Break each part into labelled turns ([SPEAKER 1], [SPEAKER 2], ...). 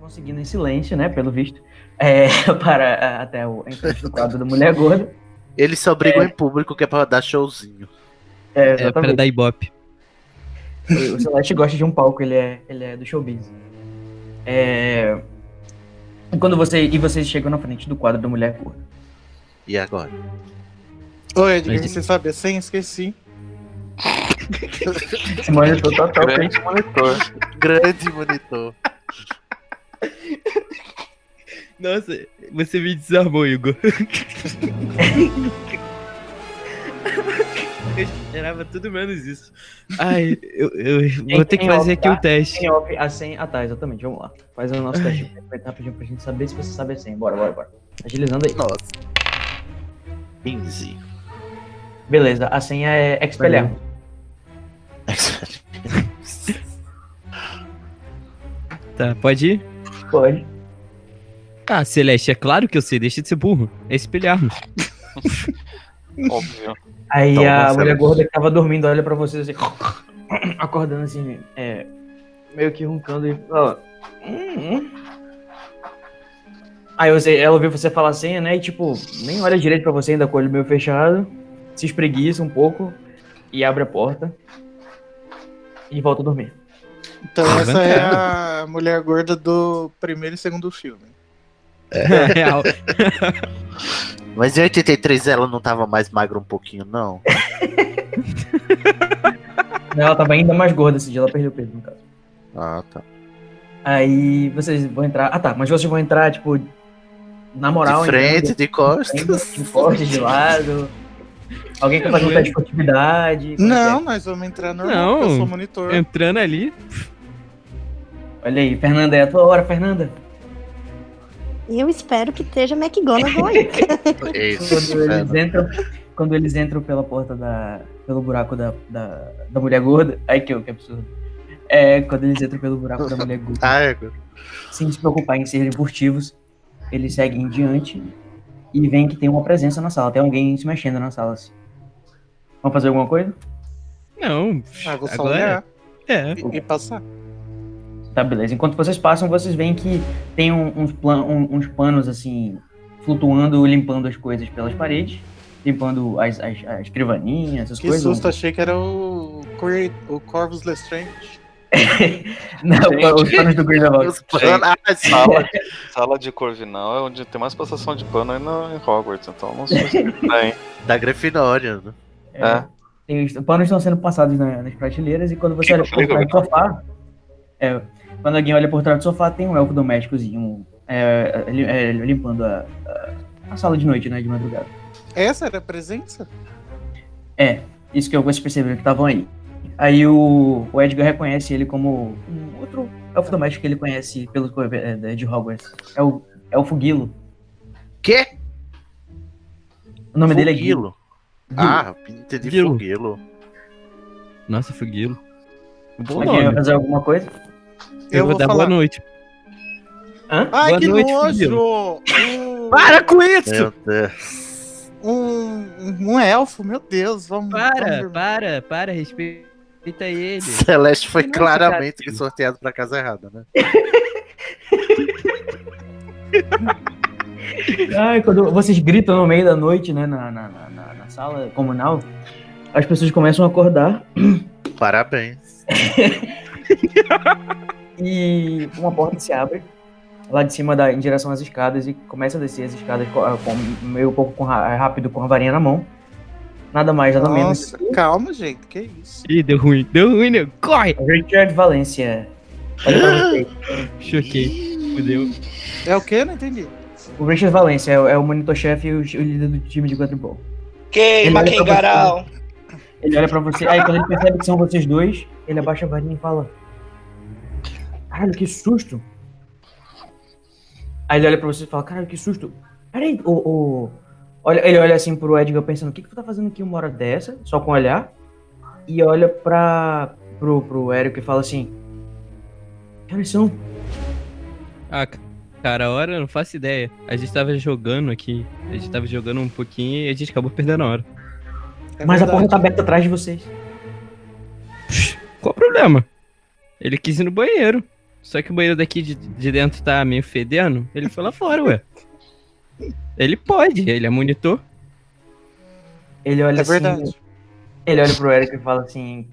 [SPEAKER 1] conseguindo em silêncio, né? Pelo visto, é, para até o encontro do quadro do Mulher Gorda.
[SPEAKER 2] Eles só brigam em público que é pra dar showzinho.
[SPEAKER 1] É,
[SPEAKER 3] É pra
[SPEAKER 1] exatamente.
[SPEAKER 3] dar ibope.
[SPEAKER 1] O Celeste gosta de um palco, ele é, ele é do showbiz. É, e Quando você, e vocês chegam na frente do quadro da Mulher Gorda.
[SPEAKER 2] E agora?
[SPEAKER 4] Oi, Edgar,
[SPEAKER 3] Mas-
[SPEAKER 4] você sabe a senha? Esqueci.
[SPEAKER 1] Esse monitor total que a gente
[SPEAKER 5] Grande monitor.
[SPEAKER 2] Grande monitor.
[SPEAKER 3] Nossa, você me desarmou, Igor. eu esperava tudo menos isso. Ai, eu, eu vou ter que
[SPEAKER 1] tem
[SPEAKER 3] fazer
[SPEAKER 1] óbvio,
[SPEAKER 3] aqui
[SPEAKER 1] tá?
[SPEAKER 3] o teste.
[SPEAKER 1] tem off a senha. Ah, tá, exatamente, vamos lá. Faz o nosso teste rapidinho pra gente saber se você sabe a senha. Bora, bora, bora. Agilizando aí.
[SPEAKER 2] Nossa. 15.
[SPEAKER 1] Beleza, a senha é Expelliarmus.
[SPEAKER 3] Tá, pode ir?
[SPEAKER 1] Pode.
[SPEAKER 3] Ah, Celeste, é claro que eu sei, deixa de ser burro. É espelharmos.
[SPEAKER 5] Óbvio.
[SPEAKER 1] Aí
[SPEAKER 2] Então,
[SPEAKER 1] a
[SPEAKER 2] Marcelo.
[SPEAKER 1] mulher gorda que tava dormindo olha pra vocês assim, acordando assim, é, meio que roncando e fala. "Hum, hum." Aí você, ela ouviu você falar a senha, né? E tipo, nem olha direito pra você ainda com o olho meio fechado, se espreguiça um pouco e abre a porta e volta a dormir.
[SPEAKER 4] Então
[SPEAKER 1] Tá
[SPEAKER 2] Ah,
[SPEAKER 4] essa é a mulher gorda do primeiro e segundo filme.
[SPEAKER 1] É.
[SPEAKER 3] Na É. real.
[SPEAKER 2] Mas em 83 ela não tava mais magra um pouquinho, não?
[SPEAKER 1] Ela tava ainda mais gorda esse dia, ela perdeu peso, no caso.
[SPEAKER 2] Ah, tá.
[SPEAKER 1] Aí vocês vão entrar. Ah tá, mas vocês vão entrar, tipo, na moral,
[SPEAKER 2] de
[SPEAKER 1] então,
[SPEAKER 2] frente, de costas.
[SPEAKER 1] Tem corte de lado. Alguém quer fazer um teste de furtividade. Como é
[SPEAKER 4] Não, nós vamos entrar normal,
[SPEAKER 3] Não.
[SPEAKER 4] porque eu sou monitor.
[SPEAKER 3] Entrando ali.
[SPEAKER 1] que é? Olha aí, Fernanda, é a tua hora, Fernanda.
[SPEAKER 6] Eu espero que esteja McGonagall aí.
[SPEAKER 2] É Isso,
[SPEAKER 1] Quando eles
[SPEAKER 2] velho.
[SPEAKER 1] entram, quando eles entram pela porta da. pelo buraco da, da, da mulher gorda. Ai, que, que absurdo. É, quando eles entram pelo buraco da mulher gorda,
[SPEAKER 2] Ah, é, agora.
[SPEAKER 1] sem se preocupar em serem furtivos, eles seguem em diante e veem que tem uma presença na sala. Tem alguém se mexendo na sala. Assim. Vão fazer alguma coisa?
[SPEAKER 3] Não.
[SPEAKER 4] Ah, vou só
[SPEAKER 3] Agora.
[SPEAKER 4] olhar
[SPEAKER 3] É.
[SPEAKER 4] e, e passar.
[SPEAKER 1] Tá, beleza. Enquanto vocês passam, vocês veem que tem um- uns, plan- um- uns panos, assim, flutuando, limpando as coisas pelas paredes. Limpando as, as, as escrivaninhas, essas
[SPEAKER 4] Que
[SPEAKER 1] coisas.
[SPEAKER 4] susto, achei que era o, Cor- o Corvus Lestrange.
[SPEAKER 1] Não, os panos É do Grindelwald.
[SPEAKER 2] Os planos- Ah, é
[SPEAKER 5] Ah, Sala, sala de Corvinal é onde tem mais passação de pano aí no, em Hogwarts, então não sei se tem.
[SPEAKER 2] Da Grifinória, né?
[SPEAKER 1] É, tem os panos estão sendo passados na- nas prateleiras e quando você
[SPEAKER 5] Que
[SPEAKER 1] olha
[SPEAKER 5] que
[SPEAKER 1] por trás do
[SPEAKER 5] legal.
[SPEAKER 1] sofá... é, quando alguém olha por trás do sofá, tem um elfo domésticozinho é, li- é, limpando a, a- a sala de noite, né, de madrugada. É,
[SPEAKER 4] Essa era a presença?
[SPEAKER 1] Isso que eu vocês perceberam que estavam aí. Aí o, o Edgar reconhece ele como um outro elfo doméstico que ele conhece pelo, eh, de Hogwarts. É o Elfo Guilo.
[SPEAKER 2] Quê?
[SPEAKER 1] O nome dele é Guilo.
[SPEAKER 2] Foguilo. Ah, pinta de
[SPEAKER 3] Guilo.
[SPEAKER 2] foguilo.
[SPEAKER 3] Nossa, Fuguilo. Bom
[SPEAKER 1] Alguém É vai
[SPEAKER 3] nome.
[SPEAKER 1] fazer alguma coisa?
[SPEAKER 3] Eu vou dar boa noite.
[SPEAKER 1] Hã?
[SPEAKER 4] Ai,
[SPEAKER 3] Boa
[SPEAKER 4] que
[SPEAKER 3] noite,
[SPEAKER 4] nojo! Um,
[SPEAKER 3] com isso!
[SPEAKER 2] Meu Deus.
[SPEAKER 4] um, um elfo, meu Deus, vamos.
[SPEAKER 3] Para,
[SPEAKER 4] vamos-
[SPEAKER 3] para, para, respeita ele.
[SPEAKER 2] Celeste foi
[SPEAKER 3] Nossa,
[SPEAKER 2] claramente
[SPEAKER 3] cara.
[SPEAKER 2] sorteado pra casa errada, né?
[SPEAKER 1] Ai, quando vocês gritam no meio da noite, né, na, na, na, na- na sala comunal, as pessoas começam a acordar
[SPEAKER 2] Parabéns.
[SPEAKER 1] e uma porta se abre lá de cima da, em direção às escadas e começa a descer as escadas co- ah, com- meio pouco com ra- rápido com a varinha na mão. Nada mais, nada menos.
[SPEAKER 4] Nossa, calma, gente, que isso.
[SPEAKER 3] Ih, deu ruim, deu ruim, nego. Corre!
[SPEAKER 1] Richard Valencia. Olha pra vocês.
[SPEAKER 3] Choquei, fudeu.
[SPEAKER 4] É o que? Não entendi.
[SPEAKER 1] O Richard Valencia é, o- é o monitor-chefe e o, o líder do time de quadribol.
[SPEAKER 7] Queima,
[SPEAKER 1] Ele olha pra
[SPEAKER 7] quem garão.
[SPEAKER 1] Ele olha pra você, aí quando ele percebe que são vocês dois, ele abaixa a varinha e fala: Caralho, que susto! Aí ele olha pra você e fala: Caralho, que susto! Peraí, o. o... Olha, ele olha assim pro Edgar pensando: O que, que tu tá fazendo aqui uma hora dessa? Só com olhar. E olha pra. pro, pro Eric e fala assim: Cara, eles são.
[SPEAKER 3] Ah, ca- cara, a hora eu não faço ideia. A gente tava jogando aqui. A gente tava jogando um pouquinho e a gente acabou perdendo a hora.
[SPEAKER 4] É
[SPEAKER 1] Mas a
[SPEAKER 4] verdade.
[SPEAKER 1] porta tá aberta atrás de vocês.
[SPEAKER 3] Qual o problema? Ele quis ir no banheiro. Só que o banheiro daqui de, de dentro tá meio fedendo. Ele foi lá fora, ué. Ele pode, ele é monitor.
[SPEAKER 1] Ele olha
[SPEAKER 4] É
[SPEAKER 1] assim.
[SPEAKER 4] verdade.
[SPEAKER 1] Ele olha pro Eric e fala assim.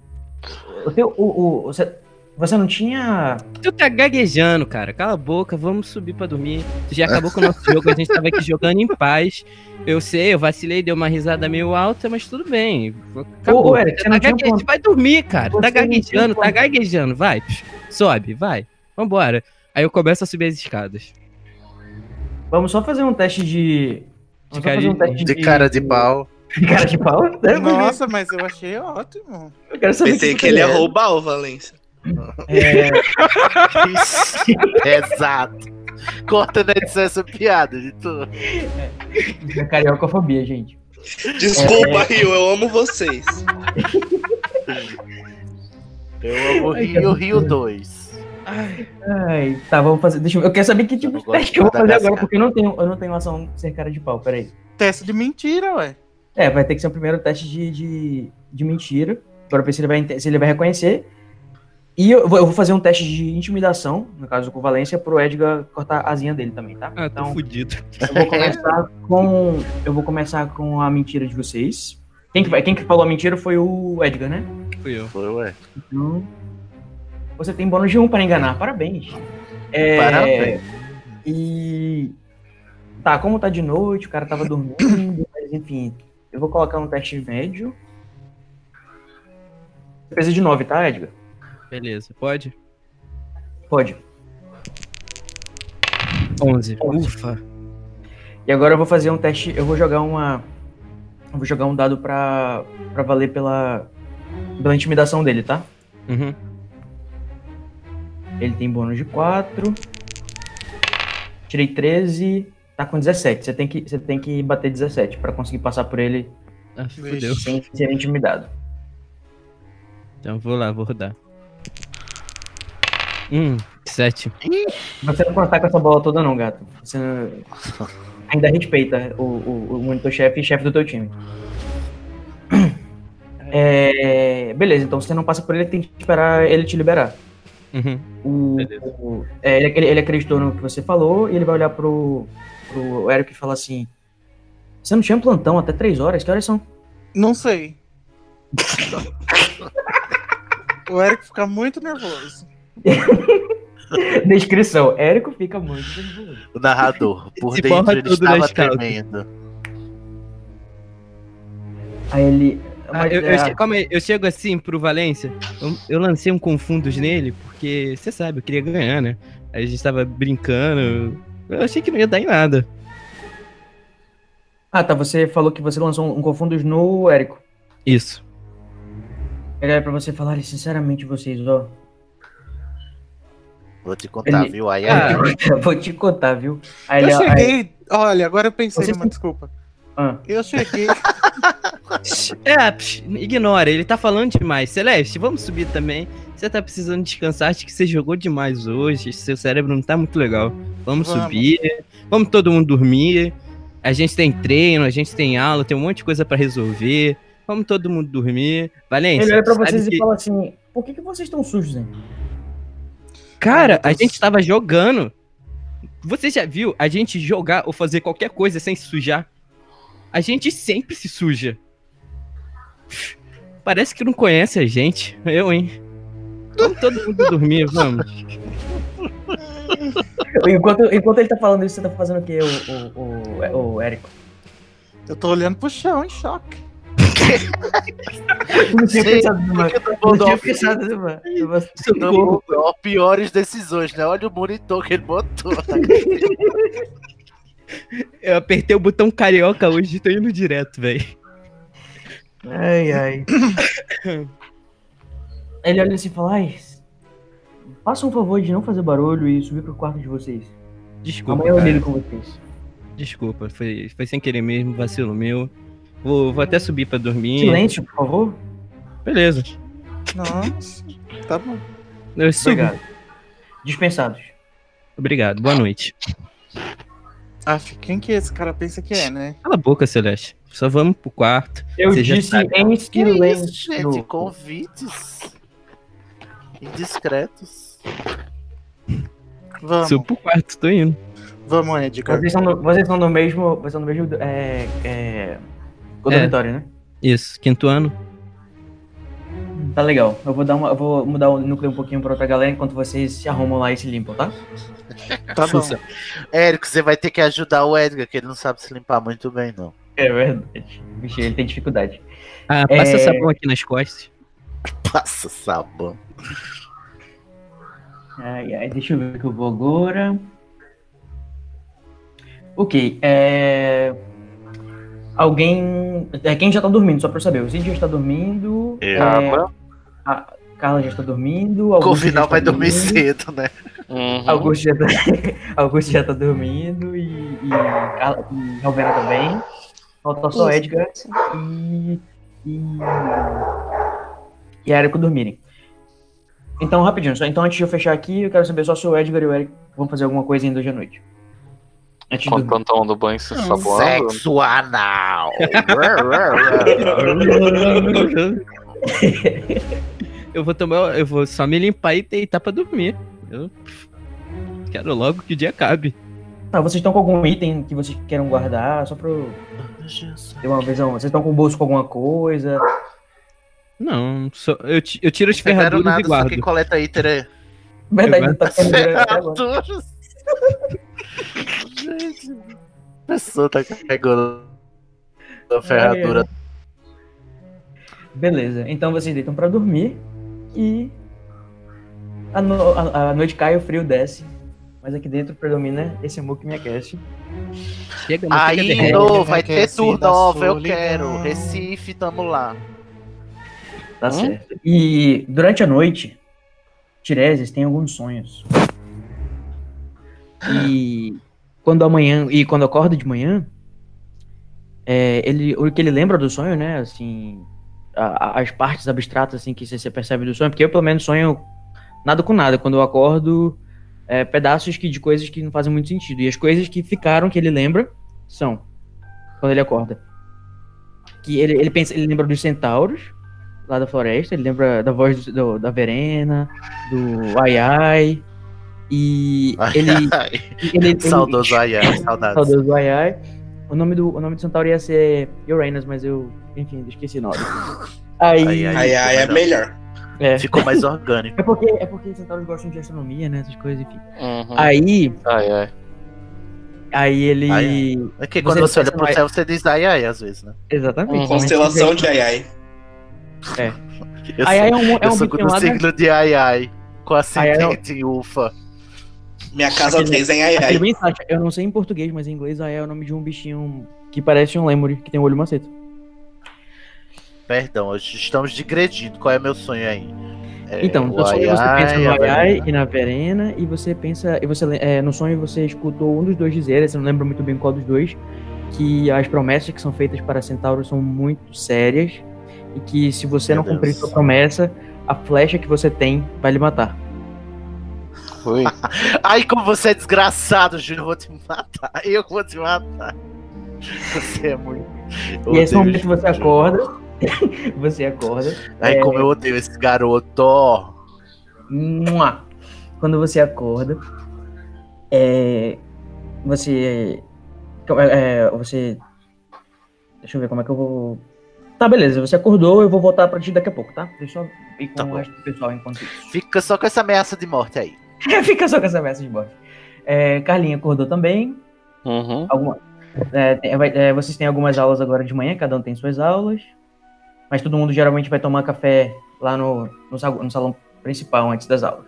[SPEAKER 1] O teu. O, o- você, você não tinha.
[SPEAKER 3] Tu tá gaguejando, cara. Cala a boca, vamos subir pra dormir. Tu já acabou com o nosso jogo, a gente tava aqui jogando em paz. Eu sei, eu vacilei, deu uma risada meio alta, mas tudo bem. Acabou.
[SPEAKER 1] Ô, ô, Eric,
[SPEAKER 3] Tá
[SPEAKER 1] você não tinha
[SPEAKER 3] gaguejando,
[SPEAKER 1] conta.
[SPEAKER 3] vai dormir, cara.
[SPEAKER 1] Você
[SPEAKER 3] Tá
[SPEAKER 1] não tinha
[SPEAKER 3] gaguejando, tá
[SPEAKER 1] conta.
[SPEAKER 3] gaguejando. Vai, psh, sobe, vai. Vambora. Aí eu começo a subir as escadas.
[SPEAKER 1] Vamos só fazer um teste de. Vamos só fazer um teste
[SPEAKER 2] De cara de pau.
[SPEAKER 1] De cara de pau? É
[SPEAKER 4] Nossa, mas eu achei ótimo.
[SPEAKER 1] eu quero saber
[SPEAKER 7] Pensei
[SPEAKER 1] o
[SPEAKER 7] que ele ia
[SPEAKER 1] é.
[SPEAKER 7] roubar o Valência.
[SPEAKER 1] É,
[SPEAKER 2] Exato. Corta na edição essa piada de tudo.
[SPEAKER 1] é cariocofobia, gente. É.
[SPEAKER 7] Desculpa, Rio, eu amo vocês.
[SPEAKER 2] Eu amo
[SPEAKER 1] Ai,
[SPEAKER 2] Rio, Rio 2.
[SPEAKER 1] Ai, tá, vamos fazer. Deixa eu, eu quero saber que tipo
[SPEAKER 2] Eu
[SPEAKER 1] de
[SPEAKER 2] gosto
[SPEAKER 1] teste que eu vou
[SPEAKER 2] de
[SPEAKER 1] fazer
[SPEAKER 2] Madagascar.
[SPEAKER 1] agora, porque eu não tenho, eu não tenho ação ser cara de pau, peraí.
[SPEAKER 4] Teste de mentira, ué.
[SPEAKER 1] É, vai ter que ser o primeiro teste de, de, de mentira. Agora eu ver se ele vai, ente- se ele vai reconhecer. E eu vou, eu vou fazer um teste de intimidação, no caso com o Valência, pro Edgar cortar a asinha dele também, tá?
[SPEAKER 3] Ah, tô fudido.
[SPEAKER 1] eu vou começar com. Eu vou começar com a mentira de vocês. Quem que, vai- quem que falou a mentira foi o Edgar, né?
[SPEAKER 3] Fui eu.
[SPEAKER 2] Foi, ué.
[SPEAKER 1] Então, você tem bônus de um para enganar. Parabéns. É,
[SPEAKER 2] Parabéns.
[SPEAKER 1] E. Tá, como tá de noite, o cara tava dormindo, mas enfim. Eu vou colocar um teste médio. Você precisa de 9, tá, Edgar?
[SPEAKER 3] Beleza, pode?
[SPEAKER 1] Pode.
[SPEAKER 3] 11.
[SPEAKER 1] Onze.
[SPEAKER 3] Ufa.
[SPEAKER 1] E agora eu vou fazer um teste. Eu vou jogar uma. Eu vou jogar um dado pra, pra valer pela. pela intimidação dele, tá?
[SPEAKER 3] Uhum.
[SPEAKER 1] Ele tem bônus de 4. Tirei 13. Tá com 17. Você tem que, você tem que bater 17 pra conseguir passar por ele
[SPEAKER 3] Ah, fudeu.
[SPEAKER 1] sem ser intimidado.
[SPEAKER 3] Então vou lá, vou rodar. Hum, 7.
[SPEAKER 1] Você não contar com essa bola toda não, gato. Você não- ainda respeita o, o, o monitor-chefe e chefe do teu time. É, beleza, então se você não passa por ele, tem que esperar ele te liberar.
[SPEAKER 3] Uhum.
[SPEAKER 1] O,
[SPEAKER 3] Beleza.
[SPEAKER 1] o- é, ele, ele- ele acreditou no que você falou e ele vai olhar pro, pro Eric e falar assim: Você não tinha plantão até três horas? Que horas são?
[SPEAKER 4] Não sei. o Eric fica muito nervoso.
[SPEAKER 1] Descrição: Érico fica muito nervoso.
[SPEAKER 2] O narrador. Por
[SPEAKER 3] Se
[SPEAKER 2] dentro
[SPEAKER 3] borra
[SPEAKER 2] ele
[SPEAKER 3] tudo na
[SPEAKER 2] estava
[SPEAKER 3] escala.
[SPEAKER 2] tremendo.
[SPEAKER 1] Aí ele.
[SPEAKER 3] Ah,
[SPEAKER 1] mas,
[SPEAKER 3] eu, eu
[SPEAKER 1] é,
[SPEAKER 3] che- calma aí, eu chego assim pro Valência, eu, eu lancei um confundos nele, porque você sabe, eu queria ganhar, né? Aí a gente tava brincando, eu achei que não ia dar em nada.
[SPEAKER 1] ah, tá. Você falou que você lançou um, um Confundos no Érico.
[SPEAKER 3] Isso.
[SPEAKER 1] Ele é pra você falar, "Olha, sinceramente, vocês, ó.
[SPEAKER 2] Vou te contar,
[SPEAKER 1] Ele-
[SPEAKER 2] viu? Aí, é
[SPEAKER 3] Ah,
[SPEAKER 2] aí.
[SPEAKER 1] Vou te contar, viu? Aí
[SPEAKER 4] Eu
[SPEAKER 1] ele. Aí,
[SPEAKER 4] cheguei. Olha, agora eu pensei
[SPEAKER 1] Vocês
[SPEAKER 4] numa desculpa.
[SPEAKER 1] ah,
[SPEAKER 4] Eu cheguei.
[SPEAKER 3] É, psh, ignora, ele tá falando demais. Celeste, vamos subir também. Você tá precisando descansar, acho que você jogou demais hoje, seu cérebro não tá muito legal. Vamos,
[SPEAKER 4] Vamos.
[SPEAKER 3] subir, vamos todo mundo dormir. A gente tem treino, a gente tem aula, tem um monte de coisa pra resolver. Vamos todo mundo dormir.
[SPEAKER 4] é,
[SPEAKER 3] Valência,
[SPEAKER 1] ele olha é pra
[SPEAKER 3] sabe
[SPEAKER 1] vocês
[SPEAKER 3] que-
[SPEAKER 1] e fala assim: Por que, que vocês estão sujos, hein?
[SPEAKER 3] Cara, a
[SPEAKER 4] Ai, meu Deus.
[SPEAKER 3] gente tava jogando. Você já viu a gente jogar ou fazer qualquer coisa sem se sujar? A gente sempre se suja. Parece que não conhece a gente. Eu, hein? Vamos todo mundo dormir, vamos.
[SPEAKER 1] Enquanto, enquanto ele tá falando isso, você tá fazendo o quê, o, o, o, o Érico?
[SPEAKER 4] Eu tô olhando pro chão em choque.
[SPEAKER 1] Eu Não tinha
[SPEAKER 2] Sei.
[SPEAKER 1] pensado numa.
[SPEAKER 2] Eu tô
[SPEAKER 1] Não
[SPEAKER 2] bom,
[SPEAKER 1] tinha
[SPEAKER 2] não.
[SPEAKER 1] pensado numa. numa-
[SPEAKER 2] Tomou ó, piores decisões, né? Olha o monitor que ele botou.
[SPEAKER 3] Eu apertei o botão carioca hoje e tô indo direto, velho.
[SPEAKER 1] Ai, ai. Ele olha assim e fala: Ai, faça um favor de não fazer barulho e subir pro quarto de vocês.
[SPEAKER 3] Desculpa.
[SPEAKER 1] Amanhã eu
[SPEAKER 3] cara.
[SPEAKER 1] lido com vocês.
[SPEAKER 3] Desculpa, foi, foi sem querer mesmo, vacilo meu. Vou, vou até subir pra dormir.
[SPEAKER 1] Silêncio, por favor.
[SPEAKER 3] Beleza.
[SPEAKER 4] Nossa. Tá bom.
[SPEAKER 3] Eu subo. Obrigado.
[SPEAKER 1] Obrigado. Dispensados.
[SPEAKER 3] Obrigado, boa noite.
[SPEAKER 4] Aff, quem que esse cara pensa que é, né?
[SPEAKER 3] Cala a boca, Celeste. Só vamos pro quarto.
[SPEAKER 1] Eu
[SPEAKER 3] Você já tá
[SPEAKER 1] disse
[SPEAKER 3] sabe.
[SPEAKER 1] em
[SPEAKER 2] que isso,
[SPEAKER 1] silêncio.
[SPEAKER 2] gente? Convites indiscretos.
[SPEAKER 4] Vamos,
[SPEAKER 3] Subo pro quarto, tô indo.
[SPEAKER 4] vamos, Edgar.
[SPEAKER 1] Vocês são no, vocês são no mesmo. Vocês são no mesmo. É. é conservatório, né?
[SPEAKER 3] É. Isso, quinto ano.
[SPEAKER 1] Tá legal. Eu vou dar uma. Eu vou mudar o núcleo um pouquinho pra outra galera enquanto vocês se arrumam lá e se limpam, tá?
[SPEAKER 4] Tá bom.
[SPEAKER 3] Sussa.
[SPEAKER 2] Érico, você vai ter que ajudar o Edgar, que ele não sabe se limpar muito bem, não.
[SPEAKER 1] É verdade. Vixe, ele tem dificuldade.
[SPEAKER 3] Ah, passa
[SPEAKER 1] É.
[SPEAKER 3] sabão aqui nas costas.
[SPEAKER 2] Passa sabão.
[SPEAKER 1] Ai, ai, deixa eu ver o que eu vou agora. Ok, é. Alguém. É, quem já tá dormindo, só pra eu saber. O Cid já está dormindo.
[SPEAKER 2] Eu.
[SPEAKER 1] é,
[SPEAKER 5] Carla.
[SPEAKER 1] a Carla já está dormindo.
[SPEAKER 2] O
[SPEAKER 1] Augusto já
[SPEAKER 2] final
[SPEAKER 1] está
[SPEAKER 2] vai dormir
[SPEAKER 1] dormindo.
[SPEAKER 2] cedo, né?
[SPEAKER 5] Uhum.
[SPEAKER 1] Augusto já, tá, Augusto já tá dormindo e, e, Carla- e Alvena também. Falta só
[SPEAKER 6] Isso.
[SPEAKER 1] Edgar e. e. e Érico dormirem. Então, rapidinho, só então antes de eu fechar aqui, eu quero saber só se o Edgar e o Eric vão fazer alguma coisa ainda hoje à noite. Antes de
[SPEAKER 5] Enquanto o
[SPEAKER 1] dormir.
[SPEAKER 5] Antão do banho se saboando.
[SPEAKER 2] Sexo anal.
[SPEAKER 3] eu vou tomar. Eu vou só me limpar e deitar pra dormir. Eu quero logo que o dia acabe.
[SPEAKER 1] Ah, vocês estão com algum item que vocês queiram guardar? Só pra eu ter uma visão. Vocês estão com o bolso com alguma coisa?
[SPEAKER 3] Não, só- eu, ti- eu tiro as
[SPEAKER 2] Pegaram
[SPEAKER 3] ferraduras
[SPEAKER 2] nada,
[SPEAKER 3] e
[SPEAKER 2] só
[SPEAKER 3] guardo.
[SPEAKER 2] que coleta é aí, tere.
[SPEAKER 1] Verdade, não tá ficando grande até agora.
[SPEAKER 2] Ferraduras. Gente, a pessoa tá carregando
[SPEAKER 1] É.
[SPEAKER 2] a ferradura.
[SPEAKER 1] Beleza, então vocês deitam pra dormir e a, no- a- a noite cai, o frio desce, mas aqui dentro predomina esse amor que me aquece.
[SPEAKER 3] Chega, manteiga
[SPEAKER 2] Aí,
[SPEAKER 3] derrete. né?
[SPEAKER 2] no,
[SPEAKER 4] Ele
[SPEAKER 2] vai
[SPEAKER 4] quer
[SPEAKER 2] ter
[SPEAKER 4] se
[SPEAKER 2] tour
[SPEAKER 4] dar
[SPEAKER 2] nova, eu
[SPEAKER 4] solidão.
[SPEAKER 2] quero. Recife, tamo lá.
[SPEAKER 1] Tá certo. E durante a noite, Tireses tem alguns sonhos. E quando amanhã e quando acorda de manhã, é, ele o que ele lembra do sonho, né? Assim, a- a- as partes abstratas assim que você, você percebe do sonho, porque eu pelo menos sonho nada com nada. Quando eu acordo, é, pedaços que, de coisas que não fazem muito sentido. E as coisas que ficaram que ele lembra são quando ele acorda. Que ele, ele pensa, ele lembra dos centauros lá da floresta, ele lembra da voz do- do- da Verena, do Ai Ai. E ele,
[SPEAKER 2] Ai,
[SPEAKER 1] ele, ele
[SPEAKER 2] saudoso Ayane, saudades.
[SPEAKER 1] Saudoso Ai Ai. O nome do, o nome do centauro ia ser Uranus, mas eu, enfim, esqueci o nome. Aí,
[SPEAKER 2] Ai, ai.
[SPEAKER 7] Ai, ai, é melhor.
[SPEAKER 1] é.
[SPEAKER 2] Ficou mais orgânico.
[SPEAKER 1] É porque, é porque centauros gostam de astronomia, né, essas coisas, enfim.
[SPEAKER 5] Uhum.
[SPEAKER 1] Aí,
[SPEAKER 5] Ai, ai.
[SPEAKER 1] aí ele...
[SPEAKER 2] Ai, É que
[SPEAKER 1] Você
[SPEAKER 2] quando você olha
[SPEAKER 1] pensa
[SPEAKER 2] pro
[SPEAKER 1] mais-
[SPEAKER 2] céu, você diz ai, ai, às vezes, né?
[SPEAKER 1] Exatamente.
[SPEAKER 5] Uhum.
[SPEAKER 7] Constelação de ai, ai.
[SPEAKER 2] Eu
[SPEAKER 1] Ai, ai é um, é
[SPEAKER 2] eu
[SPEAKER 1] um
[SPEAKER 2] sou do
[SPEAKER 1] bicho lá da-
[SPEAKER 2] signo de ai, ai. Com
[SPEAKER 1] Ai, ai, não.
[SPEAKER 2] ascendente em ufa.
[SPEAKER 7] Minha casa
[SPEAKER 1] Aquele-
[SPEAKER 7] 3 em ai, ai.
[SPEAKER 1] Aquele bem Sasha. Eu não sei em português, mas em inglês aí é o nome de um bichinho que parece um lemur, que tem um olho maceta.
[SPEAKER 2] Perdão, hoje estamos digredindo. Qual é meu sonho aí? É,
[SPEAKER 1] Então,
[SPEAKER 2] o
[SPEAKER 1] no sonho
[SPEAKER 2] ai,
[SPEAKER 1] você
[SPEAKER 2] ai,
[SPEAKER 1] pensa no
[SPEAKER 2] a
[SPEAKER 1] ai, ai
[SPEAKER 2] Verena.
[SPEAKER 1] e na Verena, e você pensa. E você, le- é, no sonho você escutou um dos dois dizer, você não lembra muito bem qual dos dois, que as promessas que são feitas para centauros são muito sérias, e que se você
[SPEAKER 2] Meu
[SPEAKER 1] não cumprir
[SPEAKER 2] Deus.
[SPEAKER 1] sua promessa, a flecha que você tem vai lhe matar.
[SPEAKER 5] Ui.
[SPEAKER 2] Ai, como você é desgraçado, Júlio. Eu vou te matar. Eu vou te matar. Você é muito. Eu
[SPEAKER 1] e é esse
[SPEAKER 2] odeio
[SPEAKER 1] momento
[SPEAKER 2] esse
[SPEAKER 1] você
[SPEAKER 2] Júlio.
[SPEAKER 1] acorda. você acorda. é,
[SPEAKER 2] Ai, como eu odeio esse garoto.
[SPEAKER 1] Mua! Quando você acorda, é, você, é, você, deixa eu ver como é que eu vou. Tá, beleza. Você acordou, eu vou voltar pra ti daqui a pouco, tá? Deixa eu ir com
[SPEAKER 2] Tá
[SPEAKER 1] o
[SPEAKER 2] bom.
[SPEAKER 1] resto do pessoal enquanto isso.
[SPEAKER 2] Fica só com essa ameaça de morte aí.
[SPEAKER 1] Fica só com essa messa de bote. É, Carlinha acordou também.
[SPEAKER 5] Uhum.
[SPEAKER 4] Tá.
[SPEAKER 1] Alguma, é, tem- vai- é, vocês têm algumas aulas agora de manhã, cada um tem suas aulas. Mas todo mundo geralmente vai tomar café lá no, no, sa- no salão principal antes das aulas.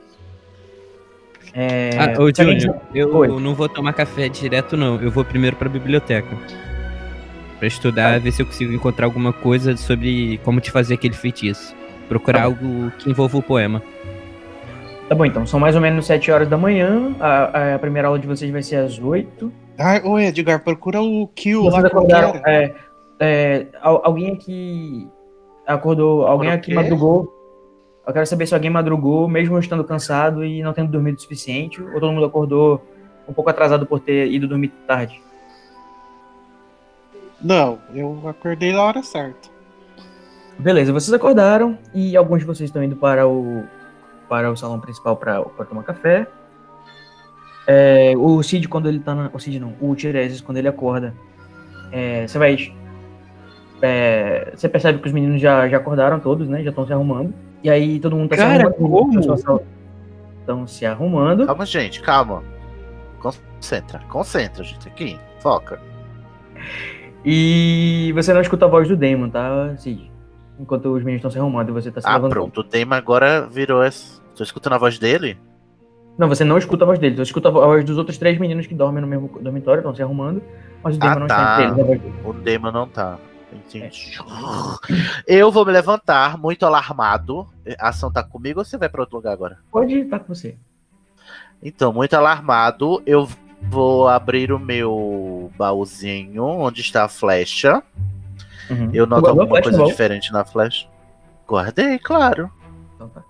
[SPEAKER 1] É,
[SPEAKER 3] Ah, ô
[SPEAKER 1] se alguém quiser-
[SPEAKER 3] Júnior, eu
[SPEAKER 1] Oi.
[SPEAKER 3] não vou tomar café direto, não. Eu vou primeiro pra biblioteca. Pra estudar, ver se eu consigo encontrar alguma coisa sobre como te fazer aquele feitiço. Procurar
[SPEAKER 1] Tá.
[SPEAKER 3] algo que envolva o poema.
[SPEAKER 1] Tá bom, então. São mais ou menos 7 horas da manhã. A, a primeira aula de vocês vai ser às 8.
[SPEAKER 4] Ai, Ah, ô, Edgar, procura o kill
[SPEAKER 1] Vocês
[SPEAKER 4] lá. qual que
[SPEAKER 1] acordaram.
[SPEAKER 4] era?
[SPEAKER 1] é, é, al- alguém aqui acordou. Alguém
[SPEAKER 2] Acordou
[SPEAKER 1] aqui
[SPEAKER 2] o quê?
[SPEAKER 1] madrugou. Eu quero saber se alguém madrugou, mesmo estando cansado e não tendo dormido o suficiente, ou todo mundo acordou um pouco atrasado por ter ido dormir tarde.
[SPEAKER 4] Não, eu acordei na hora certa.
[SPEAKER 1] Beleza, vocês acordaram e alguns de vocês estão indo para o para o salão principal para tomar café. É, o Cid, quando ele tá na. O Cid não, o Tiresias, quando ele acorda, é, você vai. é, você percebe que os meninos já, já acordaram todos, né? Já estão se arrumando. E aí todo mundo tá
[SPEAKER 3] Cara,
[SPEAKER 1] se arrumando. Estão se arrumando.
[SPEAKER 2] Calma, gente, calma. Concentra, concentra, gente. Aqui, foca. Ah,
[SPEAKER 1] E você não escuta a voz do Damon, tá, Cid? Enquanto os meninos estão se arrumando e você tá se
[SPEAKER 2] Ah,
[SPEAKER 1] levantando.
[SPEAKER 2] pronto. O Damon agora virou essa. Tô escutando a voz dele?
[SPEAKER 1] Não, você não escuta a voz dele, você escuta a voz dos outros três meninos que dormem no mesmo dormitório, estão se arrumando, mas o Damon
[SPEAKER 2] Ah,
[SPEAKER 1] não
[SPEAKER 2] tá.
[SPEAKER 1] está entre eles. a voz dele. né? É.
[SPEAKER 2] O Damon não tá. Entendi. Eu vou me levantar, muito alarmado. A ação tá comigo ou você vai pra outro lugar agora?
[SPEAKER 1] Pode estar com você.
[SPEAKER 2] Então, muito alarmado, eu vou abrir o meu baúzinho, onde está a flecha.
[SPEAKER 1] Uhum.
[SPEAKER 2] Eu noto
[SPEAKER 1] Guardou a
[SPEAKER 2] alguma
[SPEAKER 1] flecha no
[SPEAKER 2] coisa
[SPEAKER 1] baú?
[SPEAKER 2] diferente na flecha. Guardei, claro.
[SPEAKER 1] Então tá.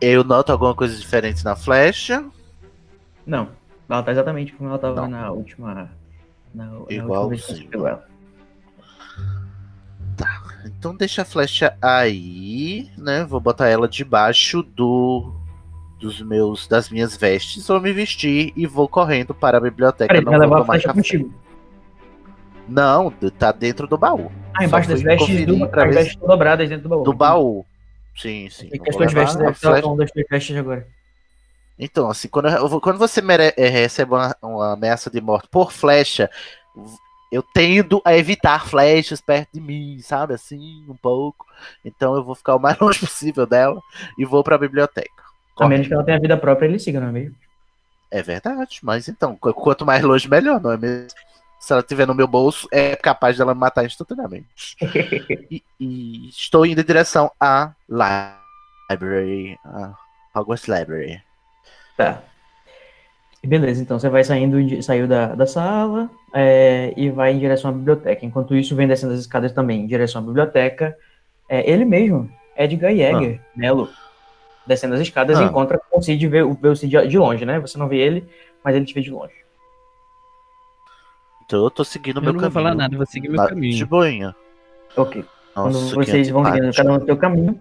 [SPEAKER 2] Eu noto alguma coisa diferente na flecha.
[SPEAKER 1] Não, ela tá exatamente como ela tava
[SPEAKER 2] Não.
[SPEAKER 1] na última. Na, na última vez que você
[SPEAKER 2] Igualzinho.
[SPEAKER 1] pegou ela.
[SPEAKER 2] Então deixa a flecha aí, né? Vou botar ela debaixo do dos meus das minhas vestes, vou me vestir e vou correndo para a biblioteca,
[SPEAKER 1] Peraí, tu
[SPEAKER 2] não
[SPEAKER 1] vai
[SPEAKER 2] vou
[SPEAKER 1] levar a
[SPEAKER 2] tomar
[SPEAKER 1] flecha
[SPEAKER 2] café.
[SPEAKER 1] contigo.
[SPEAKER 2] Não, tá dentro do baú.
[SPEAKER 1] Ah, embaixo
[SPEAKER 2] Só
[SPEAKER 1] das
[SPEAKER 2] fui
[SPEAKER 1] vestes,
[SPEAKER 2] conferir
[SPEAKER 1] do,
[SPEAKER 2] pra
[SPEAKER 1] as
[SPEAKER 2] ver
[SPEAKER 1] vestes estão dobradas dentro do baú.
[SPEAKER 2] Do Ah, baú. Sim, sim.
[SPEAKER 1] E
[SPEAKER 2] não
[SPEAKER 1] que as
[SPEAKER 2] vou
[SPEAKER 1] tuas
[SPEAKER 2] levar
[SPEAKER 1] vestes né? Tá,
[SPEAKER 2] a
[SPEAKER 1] devem
[SPEAKER 2] flecha.
[SPEAKER 1] estar falando das tuas vestes agora.
[SPEAKER 2] Então, assim, quando, eu- eu vou- quando você mere- eh, recebe uma, uma ameaça de morte por flecha, v- eu tendo a evitar flechas perto de mim, sabe? Assim, um pouco. Então eu vou ficar o mais longe possível dela e vou pra biblioteca.
[SPEAKER 1] A
[SPEAKER 2] Corre.
[SPEAKER 1] menos que ela tenha vida própria, ele siga, não é mesmo?
[SPEAKER 2] É verdade, mas então, qu- quanto mais longe, melhor, não é mesmo? Se ela estiver no meu bolso, é capaz dela me matar instantaneamente. e, e estou indo em direção à library, a Hogwarts Library.
[SPEAKER 1] Tá. Beleza, então você vai saindo, de- saiu da, da sala é, e vai em direção à biblioteca. Enquanto isso, vem descendo as escadas também em direção à biblioteca. É, ele mesmo, Edgar Jäger, Melo, descendo as escadas
[SPEAKER 2] Ah.
[SPEAKER 1] e encontra com o Cid, e vê, o- vê o Cid de longe, né? Você não vê ele, mas ele te vê de longe.
[SPEAKER 2] Então eu tô seguindo o
[SPEAKER 3] Eu
[SPEAKER 2] meu
[SPEAKER 3] não
[SPEAKER 2] caminho.
[SPEAKER 3] vou falar nada, vou seguir meu
[SPEAKER 2] Tá De
[SPEAKER 3] caminho.
[SPEAKER 2] boinha.
[SPEAKER 1] Ok.
[SPEAKER 2] Nossa,
[SPEAKER 1] Quando
[SPEAKER 2] que
[SPEAKER 1] vocês vão
[SPEAKER 2] antipático.
[SPEAKER 1] seguindo cada um no seu caminho,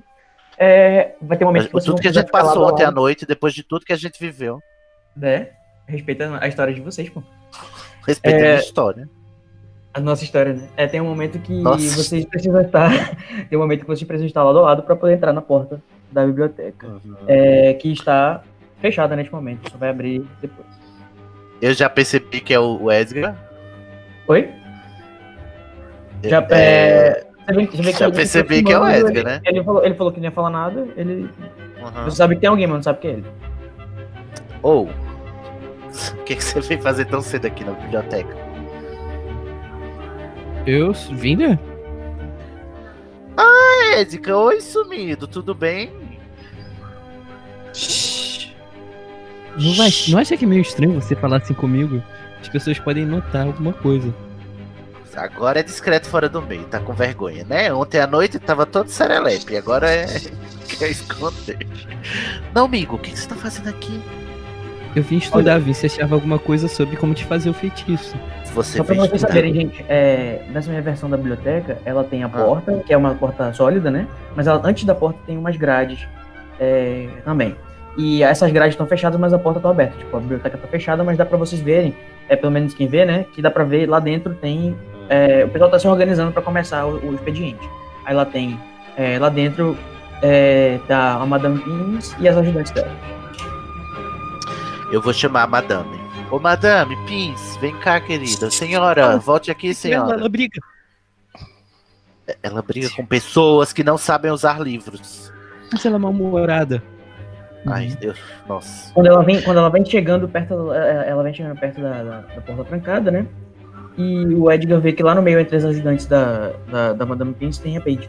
[SPEAKER 1] é, vai ter um momento
[SPEAKER 2] Mas,
[SPEAKER 1] que vocês
[SPEAKER 2] tudo
[SPEAKER 1] vão
[SPEAKER 2] que a gente
[SPEAKER 1] ficar lado
[SPEAKER 2] passou
[SPEAKER 1] lado.
[SPEAKER 2] ontem à noite, depois de tudo que a gente viveu,
[SPEAKER 1] É, respeitando a história de vocês, pô.
[SPEAKER 2] respeitando
[SPEAKER 1] É.
[SPEAKER 2] a história.
[SPEAKER 1] A nossa história, né? É, tem um momento que
[SPEAKER 2] Nossa.
[SPEAKER 1] vocês precisam estar. tem um momento que vocês precisam estar lado a lado pra poder entrar na porta da biblioteca.
[SPEAKER 2] Uhum.
[SPEAKER 1] É, que está fechada neste momento, só vai abrir depois.
[SPEAKER 2] Eu já percebi que é o o Edgar.
[SPEAKER 1] Oi? Já,
[SPEAKER 2] É,
[SPEAKER 1] é, você vê- você vê que
[SPEAKER 2] já
[SPEAKER 1] alguém se
[SPEAKER 2] percebi que é o
[SPEAKER 1] aproximando,
[SPEAKER 2] Edgar,
[SPEAKER 1] ele-
[SPEAKER 2] né?
[SPEAKER 1] Ele falou, ele falou que não ia falar nada, ele.
[SPEAKER 2] uhum.
[SPEAKER 1] Você sabe que tem alguém, mas não sabe que é ele.
[SPEAKER 2] Ou, o que, que você veio fazer tão cedo aqui na biblioteca?
[SPEAKER 3] Eu vinda?
[SPEAKER 2] Ah, Edgar, oi sumido, tudo bem?
[SPEAKER 3] Não, vai, não acha que é meio estranho você falar assim comigo? As pessoas podem notar alguma coisa.
[SPEAKER 2] Agora é discreto fora do meio, tá com vergonha, né? Ontem à noite tava todo serelepe, agora é. quer esconder. Não, amigo, o que, que você tá fazendo aqui?
[SPEAKER 3] Eu vim estudar, vim se achava alguma coisa sobre como te fazer o feitiço.
[SPEAKER 2] Você
[SPEAKER 1] Só pra
[SPEAKER 2] veio
[SPEAKER 1] vocês
[SPEAKER 2] estudar.
[SPEAKER 1] saberem, gente, é, nessa minha versão da biblioteca, ela tem a porta, que é uma porta sólida, né? Mas ela, antes da porta tem umas grades é, também. E essas grades estão fechadas, mas a porta tá aberta. Tipo, a biblioteca tá fechada, mas dá pra vocês verem, é pelo menos quem vê, né? Que dá pra ver lá dentro tem. é, o pessoal tá se organizando pra começar o, o expediente. Aí lá tem. é, lá dentro é, tá a Madame Pins e as ajudantes dela.
[SPEAKER 2] Eu vou chamar a madame. Ô, madame, Pins, vem cá, querida. Senhora, volte aqui, senhora.
[SPEAKER 3] briga.
[SPEAKER 2] Ela briga com pessoas que não sabem usar livros.
[SPEAKER 3] Mas ela é mal-humorada. Uhum.
[SPEAKER 2] Ai, Deus, nossa.
[SPEAKER 1] Quando ela vem, quando ela vem chegando perto, eh, ela vem chegando perto da, da- da porta trancada, né? E o Edgar vê que lá no meio, entre as ajudantes da, da, da Madame Pince, tem a Paige.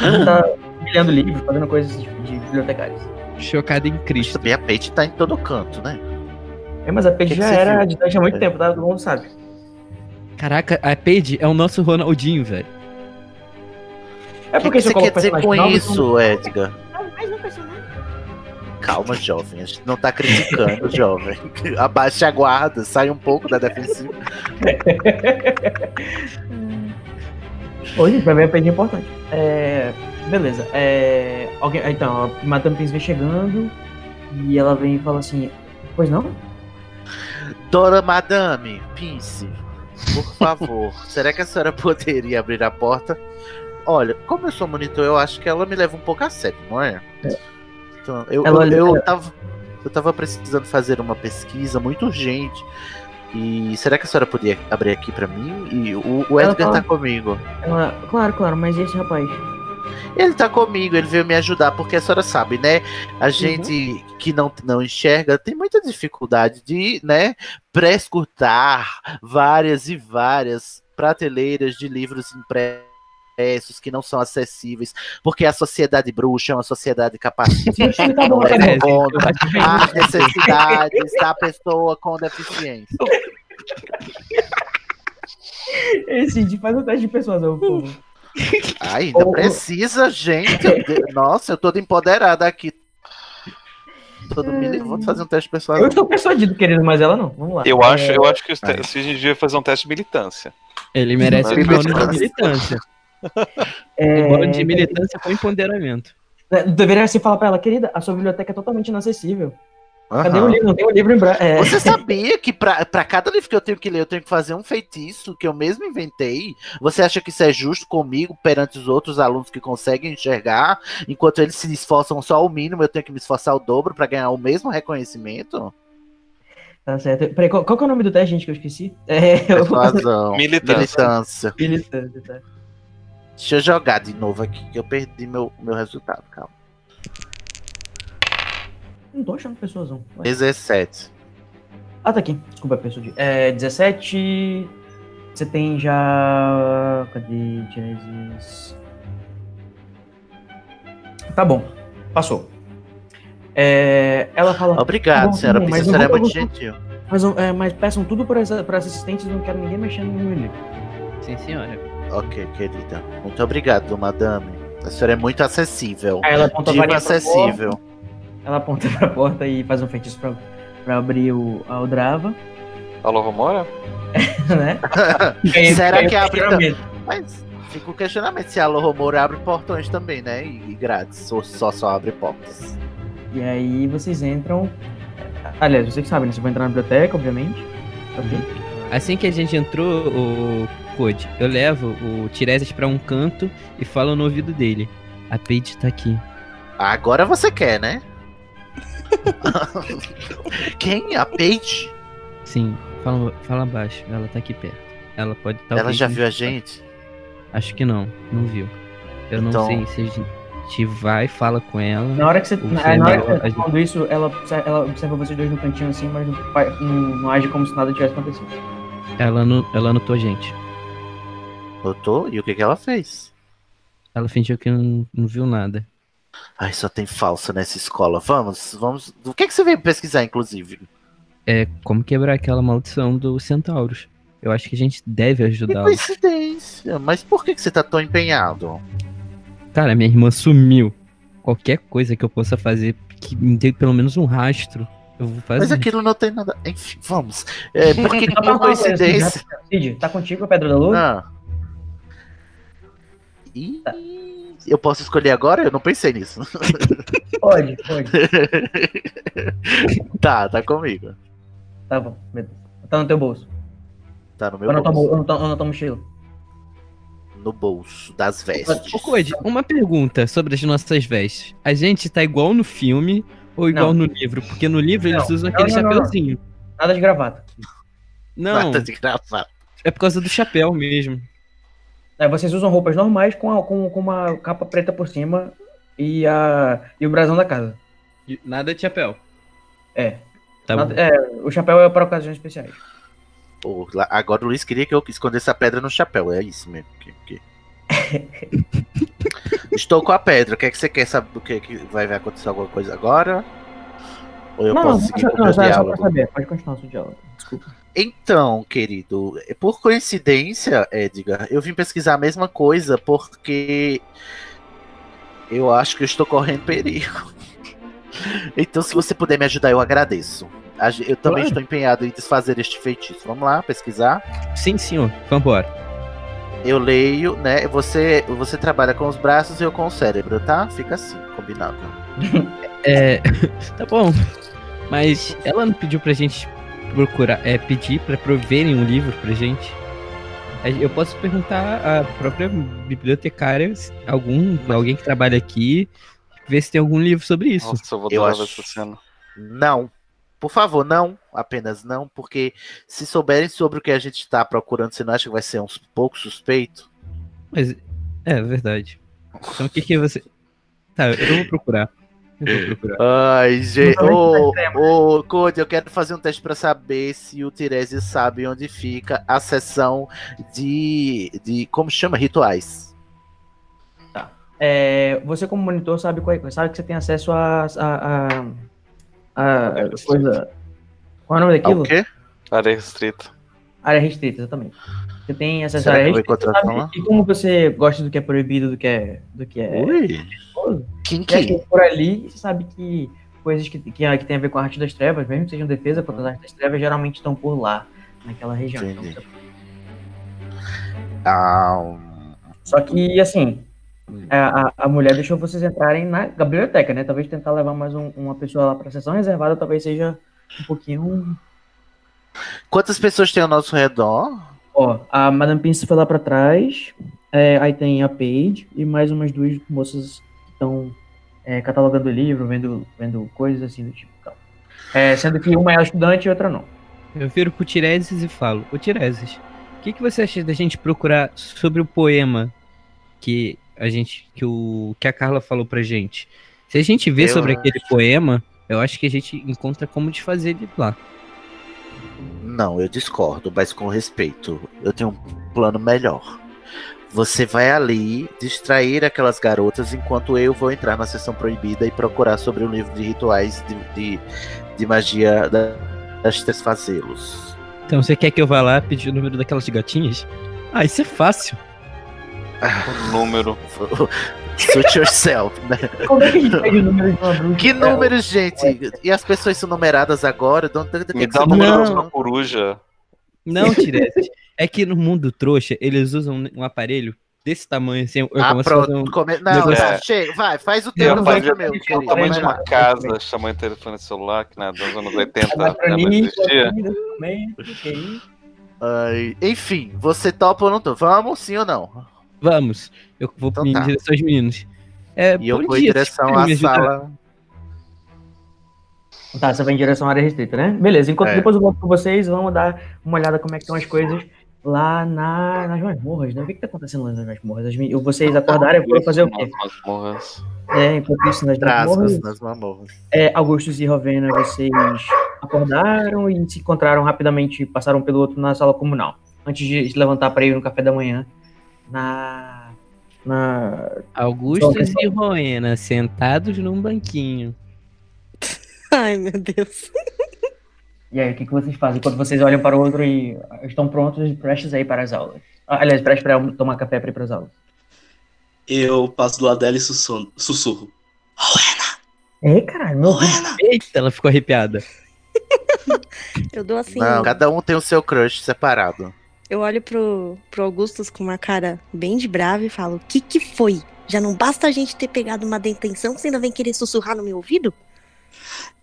[SPEAKER 1] Ela tá olhando livros, fazendo coisas de, de bibliotecários.
[SPEAKER 3] Chocada em
[SPEAKER 2] Mas
[SPEAKER 3] Cristo.
[SPEAKER 2] também a Paige tá em todo canto, né?
[SPEAKER 1] É, mas a Paige
[SPEAKER 2] Que que
[SPEAKER 1] já
[SPEAKER 2] você
[SPEAKER 1] era
[SPEAKER 2] viu?
[SPEAKER 1] ajudante há muito tempo, tá? Todo mundo sabe.
[SPEAKER 3] Caraca, a Paige é o nosso Ronaldinho, velho.
[SPEAKER 1] É
[SPEAKER 2] O que, que
[SPEAKER 1] se eu
[SPEAKER 2] você
[SPEAKER 1] coloco
[SPEAKER 2] quer dizer
[SPEAKER 1] personagem
[SPEAKER 2] com
[SPEAKER 1] novo,
[SPEAKER 2] isso, Edgar?
[SPEAKER 6] Mais um personagem.
[SPEAKER 2] Calma, jovem. A gente não tá criticando, jovem. Abaixe a guarda, sai um pouco da defensiva.
[SPEAKER 1] Hoje vai ver a Paige é importante. É, beleza. É, alguém, então, a Madame Pince vem chegando, E ela vem e fala assim: Pois não?
[SPEAKER 2] Dora Madame, Pince, por favor, será que a senhora poderia abrir a porta? Olha, como eu sou monitor, eu acho que ela me leva um pouco a sério, não é? Então, eu,
[SPEAKER 1] Ela
[SPEAKER 2] eu,
[SPEAKER 1] olha-
[SPEAKER 2] eu, tava, eu tava precisando fazer uma pesquisa muito urgente. E será que a senhora poderia abrir aqui pra mim? E o, o
[SPEAKER 1] Ela
[SPEAKER 2] Edgar
[SPEAKER 1] fala-
[SPEAKER 2] tá comigo.
[SPEAKER 1] Ela, claro, claro, mas e esse rapaz?
[SPEAKER 2] Ele tá comigo, ele veio me ajudar, porque a senhora sabe, né?
[SPEAKER 1] Uhum.
[SPEAKER 2] A gente que não, não enxerga tem muita dificuldade de, né, prescutar várias e várias prateleiras de livros impressos que não são acessíveis, porque a sociedade bruxa é uma sociedade capacitista,
[SPEAKER 1] tá bom,
[SPEAKER 2] é
[SPEAKER 1] tá bom.
[SPEAKER 2] levando as necessidades é da Ah, pessoa com deficiência.
[SPEAKER 1] Esse de faz um teste de persuasão, por favor.
[SPEAKER 2] Ai, ainda
[SPEAKER 1] Ô, ô.
[SPEAKER 2] precisa, gente. Eu de- Nossa, eu tô empoderada aqui. Todo mundo, vou fazer um teste pessoal.
[SPEAKER 1] Eu estou persuadido, querido, mas ela não. Vamos lá.
[SPEAKER 5] Eu
[SPEAKER 1] É,
[SPEAKER 5] acho, eu acho que o Ste-
[SPEAKER 2] Aí.
[SPEAKER 5] o Sidney devia fazer um teste de militância.
[SPEAKER 3] Ele merece
[SPEAKER 5] Ele
[SPEAKER 3] um bônus
[SPEAKER 2] merece.
[SPEAKER 3] de militância.
[SPEAKER 1] é,
[SPEAKER 3] Um bônus de militância com empoderamento.
[SPEAKER 1] é, Deveria se falar pra ela, querida, a sua biblioteca é totalmente inacessível. Cadê
[SPEAKER 2] Aham.
[SPEAKER 1] o livro? Não tem o livro em branco. É,
[SPEAKER 2] Você sabia que pra, pra cada livro que eu tenho que ler, eu tenho que fazer um feitiço que eu mesmo inventei? Você acha que isso é justo comigo perante os outros alunos que conseguem enxergar? Enquanto eles se esforçam só o mínimo, eu tenho que me esforçar o dobro pra ganhar o mesmo reconhecimento?
[SPEAKER 1] Tá certo. Peraí, qual, qual que é o nome do teste, gente, que eu esqueci? É, eu vou fazer
[SPEAKER 2] Persuasão.
[SPEAKER 5] Militância.
[SPEAKER 2] Militância.
[SPEAKER 1] militância, tá?
[SPEAKER 2] Deixa eu jogar de novo aqui, que eu perdi meu, meu resultado, calma.
[SPEAKER 1] Não tô achando persuasão. Ué.
[SPEAKER 2] 17.
[SPEAKER 1] Ah, tá aqui. Desculpa, persuadi. É, 17. Você tem já. Cadê? Jesus. Tá bom. Passou. É, ela fala.
[SPEAKER 2] Obrigado,
[SPEAKER 1] Bom, tá
[SPEAKER 2] senhora.
[SPEAKER 1] bom, mas
[SPEAKER 2] Precisa
[SPEAKER 1] eu
[SPEAKER 2] será
[SPEAKER 1] vou-
[SPEAKER 2] muito gentil.
[SPEAKER 1] Mas, é, mas peçam tudo para as assistentes, não quero ninguém mexendo no meu livro.
[SPEAKER 3] Sim, senhora.
[SPEAKER 2] Ok, querida. Muito obrigado, madame. A senhora é muito acessível.
[SPEAKER 1] Aí ela aponta a varinha
[SPEAKER 2] Diva
[SPEAKER 1] pra
[SPEAKER 2] acessível.
[SPEAKER 1] porta, Ela aponta pra porta e faz um feitiço pra, pra abrir o, a Aldrava,
[SPEAKER 5] Alô, Romora?
[SPEAKER 1] né?
[SPEAKER 2] Será que abre tam-
[SPEAKER 1] também?
[SPEAKER 2] Mas fica o questionamento se a Alô Romora abre portões também, né? E, e grátis, ou só, só abre portas.
[SPEAKER 1] E aí vocês entram. Aliás, vocês que sabem, né? Vocês vão entrar na biblioteca, obviamente. Ok.
[SPEAKER 3] Assim que a gente entrou, o Code, eu levo o Tiresias pra um canto e falo no ouvido dele. A Paige tá aqui.
[SPEAKER 2] Agora você quer, né? Quem? A Paige?
[SPEAKER 3] Sim, fala, fala baixo. Ela tá aqui perto. Ela pode tá talvez
[SPEAKER 2] Ela já
[SPEAKER 3] me
[SPEAKER 2] viu a
[SPEAKER 3] escutar.
[SPEAKER 2] gente?
[SPEAKER 3] Acho que não, não viu. Eu
[SPEAKER 2] Então-
[SPEAKER 3] não sei se a gente vai, fala com ela.
[SPEAKER 1] Na hora que você.
[SPEAKER 3] O
[SPEAKER 1] Na, na hora que
[SPEAKER 3] Fernando,
[SPEAKER 1] você
[SPEAKER 3] a
[SPEAKER 1] tá
[SPEAKER 3] gente-
[SPEAKER 1] falando isso, ela, observa- ela observa vocês dois no cantinho assim, mas não, fa- não- não age como se nada tivesse acontecido.
[SPEAKER 3] Ela, no, ela notou a gente.
[SPEAKER 2] Notou? E o que, que ela fez?
[SPEAKER 3] Ela fingiu que não, não viu nada.
[SPEAKER 2] Ai, só tem falso nessa escola. Vamos, vamos. O que, que você veio pesquisar, inclusive?
[SPEAKER 3] É como quebrar aquela maldição dos centauros. Eu acho que a gente deve
[SPEAKER 2] Que
[SPEAKER 3] ajudá-los.
[SPEAKER 2] coincidência. Mas por que, que você tá tão empenhado?
[SPEAKER 3] Cara, minha irmã sumiu. Qualquer coisa que eu possa fazer que me dê pelo menos um rastro, eu vou fazer.
[SPEAKER 2] Mas aquilo não tem nada. Enfim, vamos. É, por que, que
[SPEAKER 1] Só pra
[SPEAKER 2] por
[SPEAKER 1] falar,
[SPEAKER 2] coincidência?
[SPEAKER 1] Tá Cid, tá contigo né? a Pedra da Lua? Tá.
[SPEAKER 2] Ah. Ih, eu posso escolher agora? Eu não pensei nisso.
[SPEAKER 1] Pode, pode.
[SPEAKER 2] tá, tá comigo.
[SPEAKER 1] Tá bom, beleza. Tá no teu bolso.
[SPEAKER 2] Tá no meu
[SPEAKER 1] Eu não
[SPEAKER 2] bolso.
[SPEAKER 1] tomo, eu não tomo, eu não tomo mochila.
[SPEAKER 2] No bolso das
[SPEAKER 1] Tá
[SPEAKER 2] vestes.
[SPEAKER 3] Ô, Code, uma pergunta sobre as nossas vestes. A gente tá igual no filme ou igual no livro? Porque no livro eles
[SPEAKER 1] Não.
[SPEAKER 3] usam aquele
[SPEAKER 1] não, não, não.
[SPEAKER 3] chapeuzinho.
[SPEAKER 1] Nada de gravata.
[SPEAKER 3] Não,
[SPEAKER 2] Nada de gravar.
[SPEAKER 3] é por causa do chapéu mesmo.
[SPEAKER 1] É, vocês usam roupas normais com, a- com, com uma capa preta por cima e, a, e o brasão da casa.
[SPEAKER 3] E Nada de chapéu.
[SPEAKER 1] É.
[SPEAKER 3] Tá
[SPEAKER 1] Nada-
[SPEAKER 3] bom.
[SPEAKER 1] é, o chapéu é para ocasiões especiais.
[SPEAKER 2] Pô, lá- agora o Luiz queria que eu escondesse a pedra no chapéu. É isso mesmo. que- que- Estou com a pedra. O que, é que você quer saber? O que, é que vai vai acontecer alguma coisa agora? Ou eu posso seguir com o meu
[SPEAKER 1] só, só pra
[SPEAKER 2] diálogo?
[SPEAKER 1] saber. Pode continuar o seu diálogo. Desculpa.
[SPEAKER 2] Então, querido, por coincidência, Edgar, eu vim pesquisar a mesma coisa porque eu acho que eu estou correndo perigo. Então, se você puder me ajudar, eu agradeço. A ge- Eu também
[SPEAKER 3] Claro.
[SPEAKER 2] estou empenhado em desfazer este feitiço. Vamos lá, pesquisar.
[SPEAKER 3] Sim, senhor. Vambora.
[SPEAKER 2] Eu leio, né? Você, você trabalha com os braços e eu com o cérebro, tá? Fica assim, combinado.
[SPEAKER 3] É, tá bom. Mas ela não pediu pra gente procurar, é, pedir pra proverem um livro pra gente. É, Eu posso perguntar à própria bibliotecária, se algum, alguém que trabalha aqui, ver se tem algum livro sobre isso.
[SPEAKER 5] Nossa, eu vou
[SPEAKER 2] Eu
[SPEAKER 5] adorar
[SPEAKER 2] acho-
[SPEAKER 5] essa cena.
[SPEAKER 2] Não. Por favor, não. Apenas não, porque se souberem sobre o que a gente está procurando, você não acha que vai ser um pouco suspeito?
[SPEAKER 3] Mas é verdade. Então o que que você. Tá, eu vou procurar. Eu vou procurar.
[SPEAKER 2] Ai, gente.
[SPEAKER 1] Não,
[SPEAKER 2] Ô, ô, Cody, eu quero fazer um teste para saber se o Tiresias sabe onde fica a seção de. de como chama? Rituais.
[SPEAKER 1] É, você como monitor sabe qual é, sabe que você tem acesso a a, a, a coisa. Qual é o nome
[SPEAKER 2] Ah,
[SPEAKER 1] daquilo?
[SPEAKER 2] o quê?
[SPEAKER 5] Área restrita.
[SPEAKER 1] Área restrita, exatamente. Você tem acesso
[SPEAKER 2] Será
[SPEAKER 1] à
[SPEAKER 2] que eu
[SPEAKER 1] área
[SPEAKER 2] vou
[SPEAKER 1] restrita.
[SPEAKER 2] encontrar
[SPEAKER 1] sabe?
[SPEAKER 2] ela lá?
[SPEAKER 1] E como você gosta do que é proibido, do que é do que é
[SPEAKER 2] Ui. é?
[SPEAKER 1] perigoso,
[SPEAKER 2] Kim
[SPEAKER 1] você
[SPEAKER 2] Kim.
[SPEAKER 1] acha que é por ali, você sabe que coisas que, que, que tem a ver com a arte das trevas, mesmo que sejam defesa contra as artes das trevas, geralmente estão por lá, naquela região. Então,
[SPEAKER 2] Entendi.
[SPEAKER 1] você
[SPEAKER 2] Ah, um-
[SPEAKER 1] Só que, assim,
[SPEAKER 2] Hum.
[SPEAKER 1] a, a- a mulher deixou vocês entrarem na biblioteca, né? Talvez tentar levar mais um- uma pessoa lá pra sessão reservada talvez seja um pouquinho.
[SPEAKER 2] Quantas pessoas tem ao nosso redor?
[SPEAKER 1] Ó, a Madame Pince foi lá pra trás, é, aí tem a Paige e mais umas duas moças que estão é, catalogando o livro, vendo, vendo coisas assim do tipo. tal. É, sendo que uma é estudante e outra não.
[SPEAKER 3] Eu viro pro Tireses e falo, ô Tireses, o que, que você acha da gente procurar sobre o poema que a gente. que, o, que a Carla falou pra gente? Se a gente vê
[SPEAKER 2] Eu
[SPEAKER 3] sobre aquele poema, eu acho que a gente encontra como desfazer ele lá.
[SPEAKER 2] Não, eu discordo, mas com respeito. Eu tenho um plano melhor. Você vai ali distrair aquelas garotas enquanto eu vou entrar na sessão proibida e procurar sobre o livro de rituais de, de, de magia da, das desfazê-los.
[SPEAKER 3] Então você quer que eu vá lá pedir o número daquelas gatinhas? Ah, isso é fácil.
[SPEAKER 5] O número.
[SPEAKER 2] Suit yourself, né?
[SPEAKER 1] Como é que a gente pede o número de uma bruxa?
[SPEAKER 2] Que números, gente? E as pessoas são numeradas agora? Don't, don't,
[SPEAKER 5] Me dá o número de
[SPEAKER 3] Não.
[SPEAKER 2] um
[SPEAKER 5] uma coruja.
[SPEAKER 3] Não, Tireses. é que no mundo trouxa, eles usam um aparelho desse tamanho assim. Eu
[SPEAKER 2] Ah,
[SPEAKER 3] começo a fazer um-
[SPEAKER 2] pronto. come- Não,
[SPEAKER 5] É.
[SPEAKER 2] não, chega, vai, faz o
[SPEAKER 1] Eu
[SPEAKER 2] teu,
[SPEAKER 1] não
[SPEAKER 2] não
[SPEAKER 1] vou
[SPEAKER 2] faz o meu.
[SPEAKER 1] entender
[SPEAKER 5] O
[SPEAKER 2] querido.
[SPEAKER 5] tamanho de
[SPEAKER 1] Vai lá.
[SPEAKER 5] uma casa, chamou de telefone celular, que na dos anos 80 né, não
[SPEAKER 1] Anacronismo,
[SPEAKER 5] existia.
[SPEAKER 1] aqui, documento, que isso.
[SPEAKER 2] Ai, enfim, você topa ou não topa? Vamos sim ou não?
[SPEAKER 3] Vamos. Eu vou
[SPEAKER 2] Então
[SPEAKER 3] em
[SPEAKER 2] tá.
[SPEAKER 3] direção aos meninos. É,
[SPEAKER 2] E eu
[SPEAKER 3] bom
[SPEAKER 2] vou em
[SPEAKER 3] dia,
[SPEAKER 2] direção
[SPEAKER 3] vocês podem
[SPEAKER 2] à
[SPEAKER 3] me ajudar?
[SPEAKER 2] sala.
[SPEAKER 1] Tá, você vai em direção à área restrita, né? Beleza, enquanto
[SPEAKER 2] É.
[SPEAKER 1] depois eu volto com vocês, vamos dar uma olhada como é que estão as coisas lá na, nas masmorras, né? O que, que tá acontecendo lá nas masmorras? As men- vocês
[SPEAKER 5] tá
[SPEAKER 1] acordaram e foram fazer o quê?
[SPEAKER 5] Nas masmorras.
[SPEAKER 1] É, enquanto isso nas masmorras,
[SPEAKER 2] Trascos nas mamorras.
[SPEAKER 1] é, Augustus e Rovena, vocês acordaram e se encontraram rapidamente, passaram pelo outro na sala comunal, antes de se levantar para ir no café da manhã na... na...
[SPEAKER 3] Augustus
[SPEAKER 1] Então,
[SPEAKER 3] e Roena sentados num banquinho.
[SPEAKER 6] Ai, meu Deus.
[SPEAKER 1] E aí, o que, que vocês fazem quando vocês olham para o outro e estão prontos e prestes aí para as aulas? Ah, Aliás, prestes para tomar café para ir para as aulas.
[SPEAKER 7] Eu passo do lado dela e sussurro. sussurro.
[SPEAKER 1] É, caralho, meu Deus.
[SPEAKER 3] Eita, ela ficou arrepiada.
[SPEAKER 6] Eu dou assim.
[SPEAKER 2] Não, cada um tem o seu crush separado.
[SPEAKER 6] Eu olho pro, pro Augustus com uma cara bem de bravo e falo: O que que foi? Já não basta a gente ter pegado uma detenção, você ainda vem querer sussurrar no meu ouvido?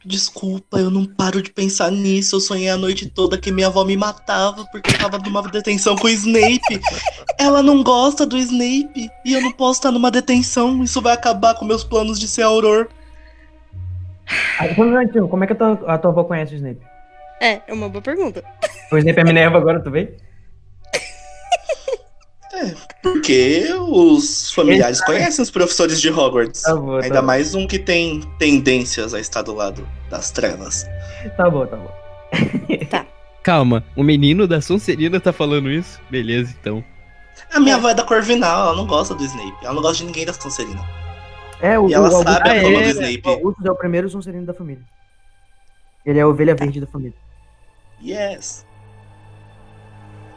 [SPEAKER 7] Desculpa, eu não paro de pensar nisso. Eu sonhei a noite toda que minha avó me matava porque eu tava numa detenção com o Snape. Ela não gosta do Snape e eu não posso estar numa detenção. Isso vai acabar com meus planos de ser auror.
[SPEAKER 1] Ah, como é que- Como é que a tua, a tua avó conhece o Snape?
[SPEAKER 6] É, é uma boa pergunta.
[SPEAKER 1] O Snape é Minerva agora, tu vê?
[SPEAKER 7] Porque os familiares conhecem os professores de Hogwarts.
[SPEAKER 1] Tá bom, tá
[SPEAKER 7] Ainda
[SPEAKER 1] bom.
[SPEAKER 7] mais um que tem tendências a estar do lado das trevas.
[SPEAKER 1] Tá bom, tá bom.
[SPEAKER 6] Tá.
[SPEAKER 3] Calma, o menino da Sonserina tá falando isso? Beleza, então.
[SPEAKER 7] A minha avó é da Corvinal, ela não gosta do Snape. Ela não gosta de ninguém da Sonserina.
[SPEAKER 1] É, o,
[SPEAKER 7] E ela
[SPEAKER 1] o Augustus-
[SPEAKER 7] sabe
[SPEAKER 3] a
[SPEAKER 1] Ah,
[SPEAKER 3] fama
[SPEAKER 7] do
[SPEAKER 1] é, né?
[SPEAKER 7] Snape.
[SPEAKER 1] O Augustus é o primeiro Sonserino da família. Ele é a ovelha verde da família.
[SPEAKER 7] Yes.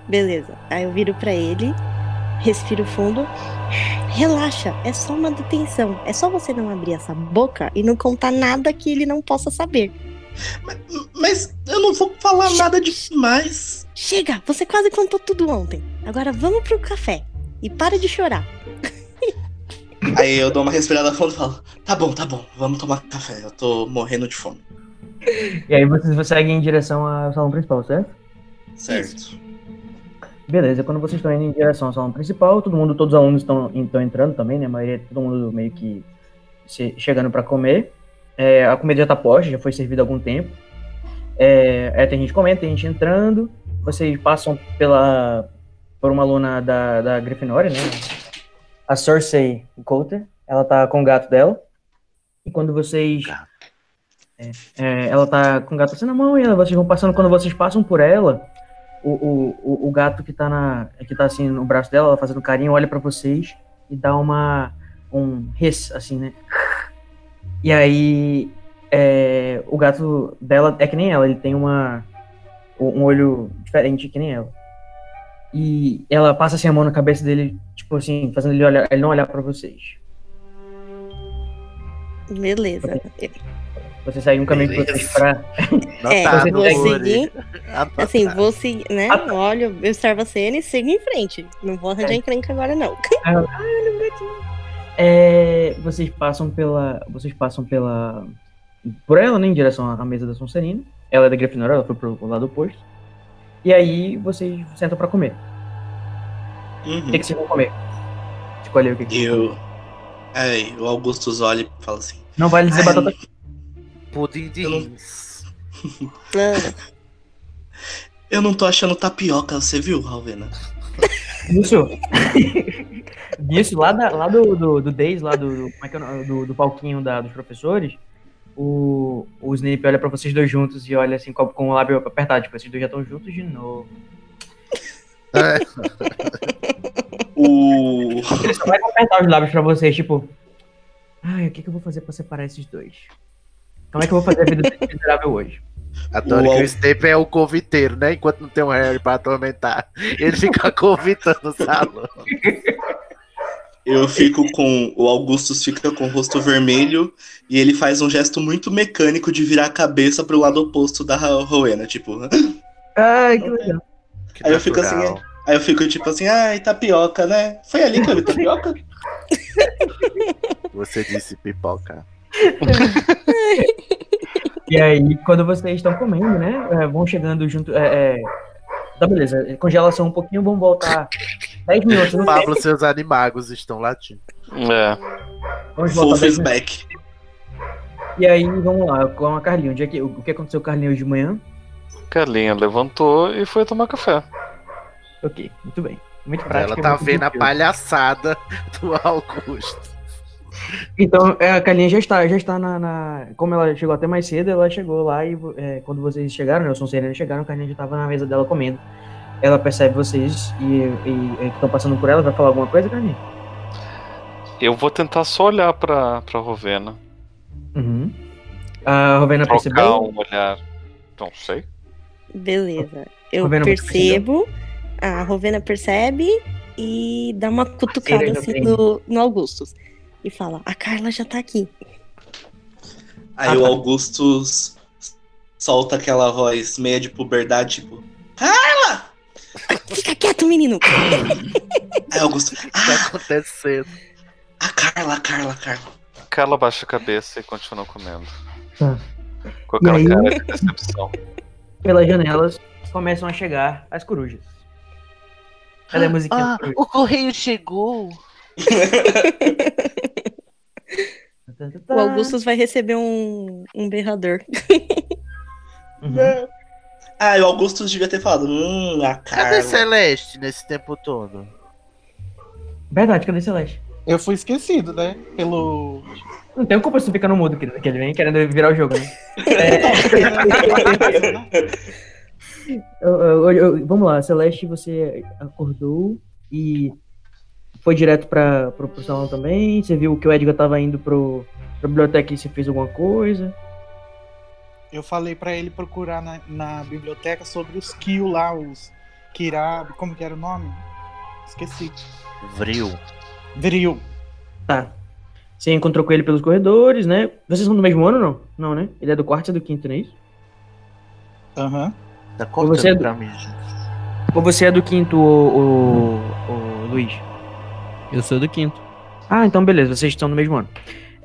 [SPEAKER 6] Beleza. Aí eu viro pra ele, respiro fundo. Relaxa, é só uma detenção. É só você não abrir essa boca e não contar nada que ele não possa saber.
[SPEAKER 7] Mas, mas eu não vou falar nada demais.
[SPEAKER 6] Chega, você quase contou tudo ontem. Agora vamos pro café e para de chorar.
[SPEAKER 7] Aí eu dou uma respirada fundo e falo: Tá bom, tá bom. Vamos tomar café. Eu tô morrendo de fome.
[SPEAKER 1] E aí vocês seguem em direção ao salão principal, certo?
[SPEAKER 7] Certo.
[SPEAKER 1] Beleza, quando vocês estão indo em direção ao salão principal, todo mundo, todos os alunos estão estão entrando também, né? A maioria, todo mundo meio que se- chegando para comer. É, a comida já tá posta, já foi servida há algum tempo. É, é, tem gente comendo, tem gente entrando. Vocês passam pela por uma aluna da, da Grifinória, né? A Cersei Coulter. Ela tá com o gato dela. E quando vocês... É, é, ela tá com o gato assim na mão e ela- vocês vão passando. Quando vocês passam por ela, o, o, o, o gato que tá, na, que tá assim no braço dela, ela fazendo carinho, olha pra vocês e dá uma... um res, assim, né? E aí, é, o gato dela é que nem ela, ele tem uma um olho diferente que nem ela. E ela passa assim a mão na cabeça dele, tipo assim, fazendo ele olhar, ele não olhar pra vocês.
[SPEAKER 6] Beleza.
[SPEAKER 1] Vocês saem um caminho
[SPEAKER 2] Beleza.
[SPEAKER 1] que vocês pra.
[SPEAKER 2] Notado,
[SPEAKER 1] você
[SPEAKER 6] vou
[SPEAKER 1] consegue-
[SPEAKER 6] É, seguir.
[SPEAKER 2] Anotado.
[SPEAKER 6] Assim, vou seguir, né?
[SPEAKER 1] Ah, tá.
[SPEAKER 6] Olho, observo a cena e sigo em frente. Não vou arranjar encrenca agora, não.
[SPEAKER 1] É, vocês passam pela, vocês passam pela por ela, né, em direção à mesa da Sonserina. Ela é da Grifinória, ela foi pro lado oposto. E aí vocês sentam pra comer. O
[SPEAKER 7] Uhum.
[SPEAKER 1] que, que vocês vão comer? Escolher o que, que...
[SPEAKER 7] Eu. Aí, o Augusto olha e fala assim.
[SPEAKER 1] Não vale dizer
[SPEAKER 7] Ai,
[SPEAKER 1] batata
[SPEAKER 2] Pudim de
[SPEAKER 7] Eu não- É.
[SPEAKER 2] rins.
[SPEAKER 6] Ah,
[SPEAKER 7] Eu não tô achando tapioca, você viu, Alvena?
[SPEAKER 1] Isso. Isso, lá, da- lá do, do, do Days, lá do, do- como é que é o nome? do, do palquinho da- dos professores, o, o Snape olha pra vocês dois juntos e olha assim com, com o lábio apertado. Tipo, esses dois já estão juntos de novo.
[SPEAKER 7] O.
[SPEAKER 1] Ele só vai apertar os lábios pra vocês, tipo. Ai, o que, que eu vou fazer pra separar esses dois? Como é que eu vou fazer a vida desse miserável hoje?
[SPEAKER 2] Adoro
[SPEAKER 7] Uau.
[SPEAKER 2] que o Snape é o conviteiro, né? Enquanto não tem um Harry pra atormentar. Ele fica convitando o salão.
[SPEAKER 7] Eu fico com. O Augustus fica com o rosto vermelho e ele faz um gesto muito mecânico de virar a cabeça pro lado oposto da Ra- Rowena, tipo.
[SPEAKER 1] Ai, que legal.
[SPEAKER 7] Aí eu fico assim, Aí eu fico tipo assim, ai, tapioca, né? Foi ali que eu vi tapioca?
[SPEAKER 2] Você disse pipoca.
[SPEAKER 1] E aí, quando vocês estão comendo, né? é, vão chegando junto. É, é, Tá beleza, congelação um pouquinho, vão voltar 10 minutos. Não
[SPEAKER 2] Pablo, seus animagos estão latindo.
[SPEAKER 5] É.
[SPEAKER 1] Vamos
[SPEAKER 7] Full
[SPEAKER 1] voltar 10
[SPEAKER 7] face
[SPEAKER 1] minutos.
[SPEAKER 7] back.
[SPEAKER 1] E aí, vamos lá, com a Carlinhos. Onde é que- o que aconteceu com a Carlinhos de manhã?
[SPEAKER 5] Carlinha levantou e foi tomar café.
[SPEAKER 1] Ok, muito bem. Muito prático.
[SPEAKER 2] Ela tá
[SPEAKER 1] muito
[SPEAKER 2] vendo a
[SPEAKER 1] intuitivo.
[SPEAKER 2] palhaçada do Augusto.
[SPEAKER 1] Então, é, a Carlinhos já está, já está na, na- Como ela chegou até mais cedo, ela chegou lá e é, quando vocês chegaram, né, os Sonserina chegaram, a Carlinhos já estava na mesa dela comendo. Ela percebe vocês e, e- e que estão passando por ela, vai falar alguma coisa, Carlinhos?
[SPEAKER 5] Eu vou tentar só olhar pra, pra Rovena.
[SPEAKER 1] Uhum. A Rovena
[SPEAKER 5] Trocar
[SPEAKER 1] percebeu.
[SPEAKER 5] um olhar. Não sei.
[SPEAKER 6] beleza. Eu
[SPEAKER 1] Rovena, é você
[SPEAKER 6] percebo, a Rovena percebe e dá uma cutucada
[SPEAKER 1] Carteira
[SPEAKER 6] assim
[SPEAKER 1] também.
[SPEAKER 6] no, no Augustus. E fala, a Carla já tá aqui.
[SPEAKER 7] Aí
[SPEAKER 1] Ah,
[SPEAKER 7] o
[SPEAKER 1] tá.
[SPEAKER 7] Augustus solta aquela voz meia de puberdade, tipo.
[SPEAKER 6] Fica quieto, menino.
[SPEAKER 7] Aí o Augusto.
[SPEAKER 2] O que
[SPEAKER 7] Ah,
[SPEAKER 2] tá acontecendo?
[SPEAKER 7] a Carla, a Carla, a Carla.
[SPEAKER 5] Carla baixa a cabeça e continua comendo.
[SPEAKER 1] Tá.
[SPEAKER 5] Com aquela
[SPEAKER 1] E aí?
[SPEAKER 5] cara de decepção.
[SPEAKER 1] Pelas janelas começam a chegar as corujas. Ela é musiquinha.
[SPEAKER 2] Ah,
[SPEAKER 1] coruja.
[SPEAKER 2] o correio chegou.
[SPEAKER 6] O Augustus vai receber um, um berrador.
[SPEAKER 1] Uhum.
[SPEAKER 7] Ah, e o Augustus devia ter falado. Hum, a
[SPEAKER 8] Tá,
[SPEAKER 2] Cadê
[SPEAKER 7] Carla.
[SPEAKER 2] Celeste nesse tempo todo?
[SPEAKER 1] Verdade, cadê Celeste?
[SPEAKER 4] Eu fui esquecido, né? Pelo.
[SPEAKER 1] Não tem culpa se tu fica no mudo, querido, que ele vem querendo virar o jogo, né?
[SPEAKER 7] é.
[SPEAKER 1] Eu- eu- eu- eu- vamos lá, Celeste, você acordou e foi direto pra, pro, pro salão também? Você viu que o Edgar tava indo pro, pra biblioteca e você fez alguma coisa?
[SPEAKER 4] Eu falei pra ele procurar na, na biblioteca sobre os Kill lá, os Kirab, como que era o nome? Esqueci.
[SPEAKER 2] Vril.
[SPEAKER 4] Viril.
[SPEAKER 1] Tá. Você encontrou com ele pelos corredores, né? Vocês são do mesmo ano, não? Não, né? Ele é do quarto e do quinto, não é isso?
[SPEAKER 4] Aham.
[SPEAKER 2] Tá
[SPEAKER 1] Você
[SPEAKER 2] cortando
[SPEAKER 1] é do-
[SPEAKER 2] pra mim, gente.
[SPEAKER 1] Ou você é do quinto, o, o, Luiz?
[SPEAKER 3] Eu sou do quinto.
[SPEAKER 1] Ah, então beleza, vocês estão no mesmo ano.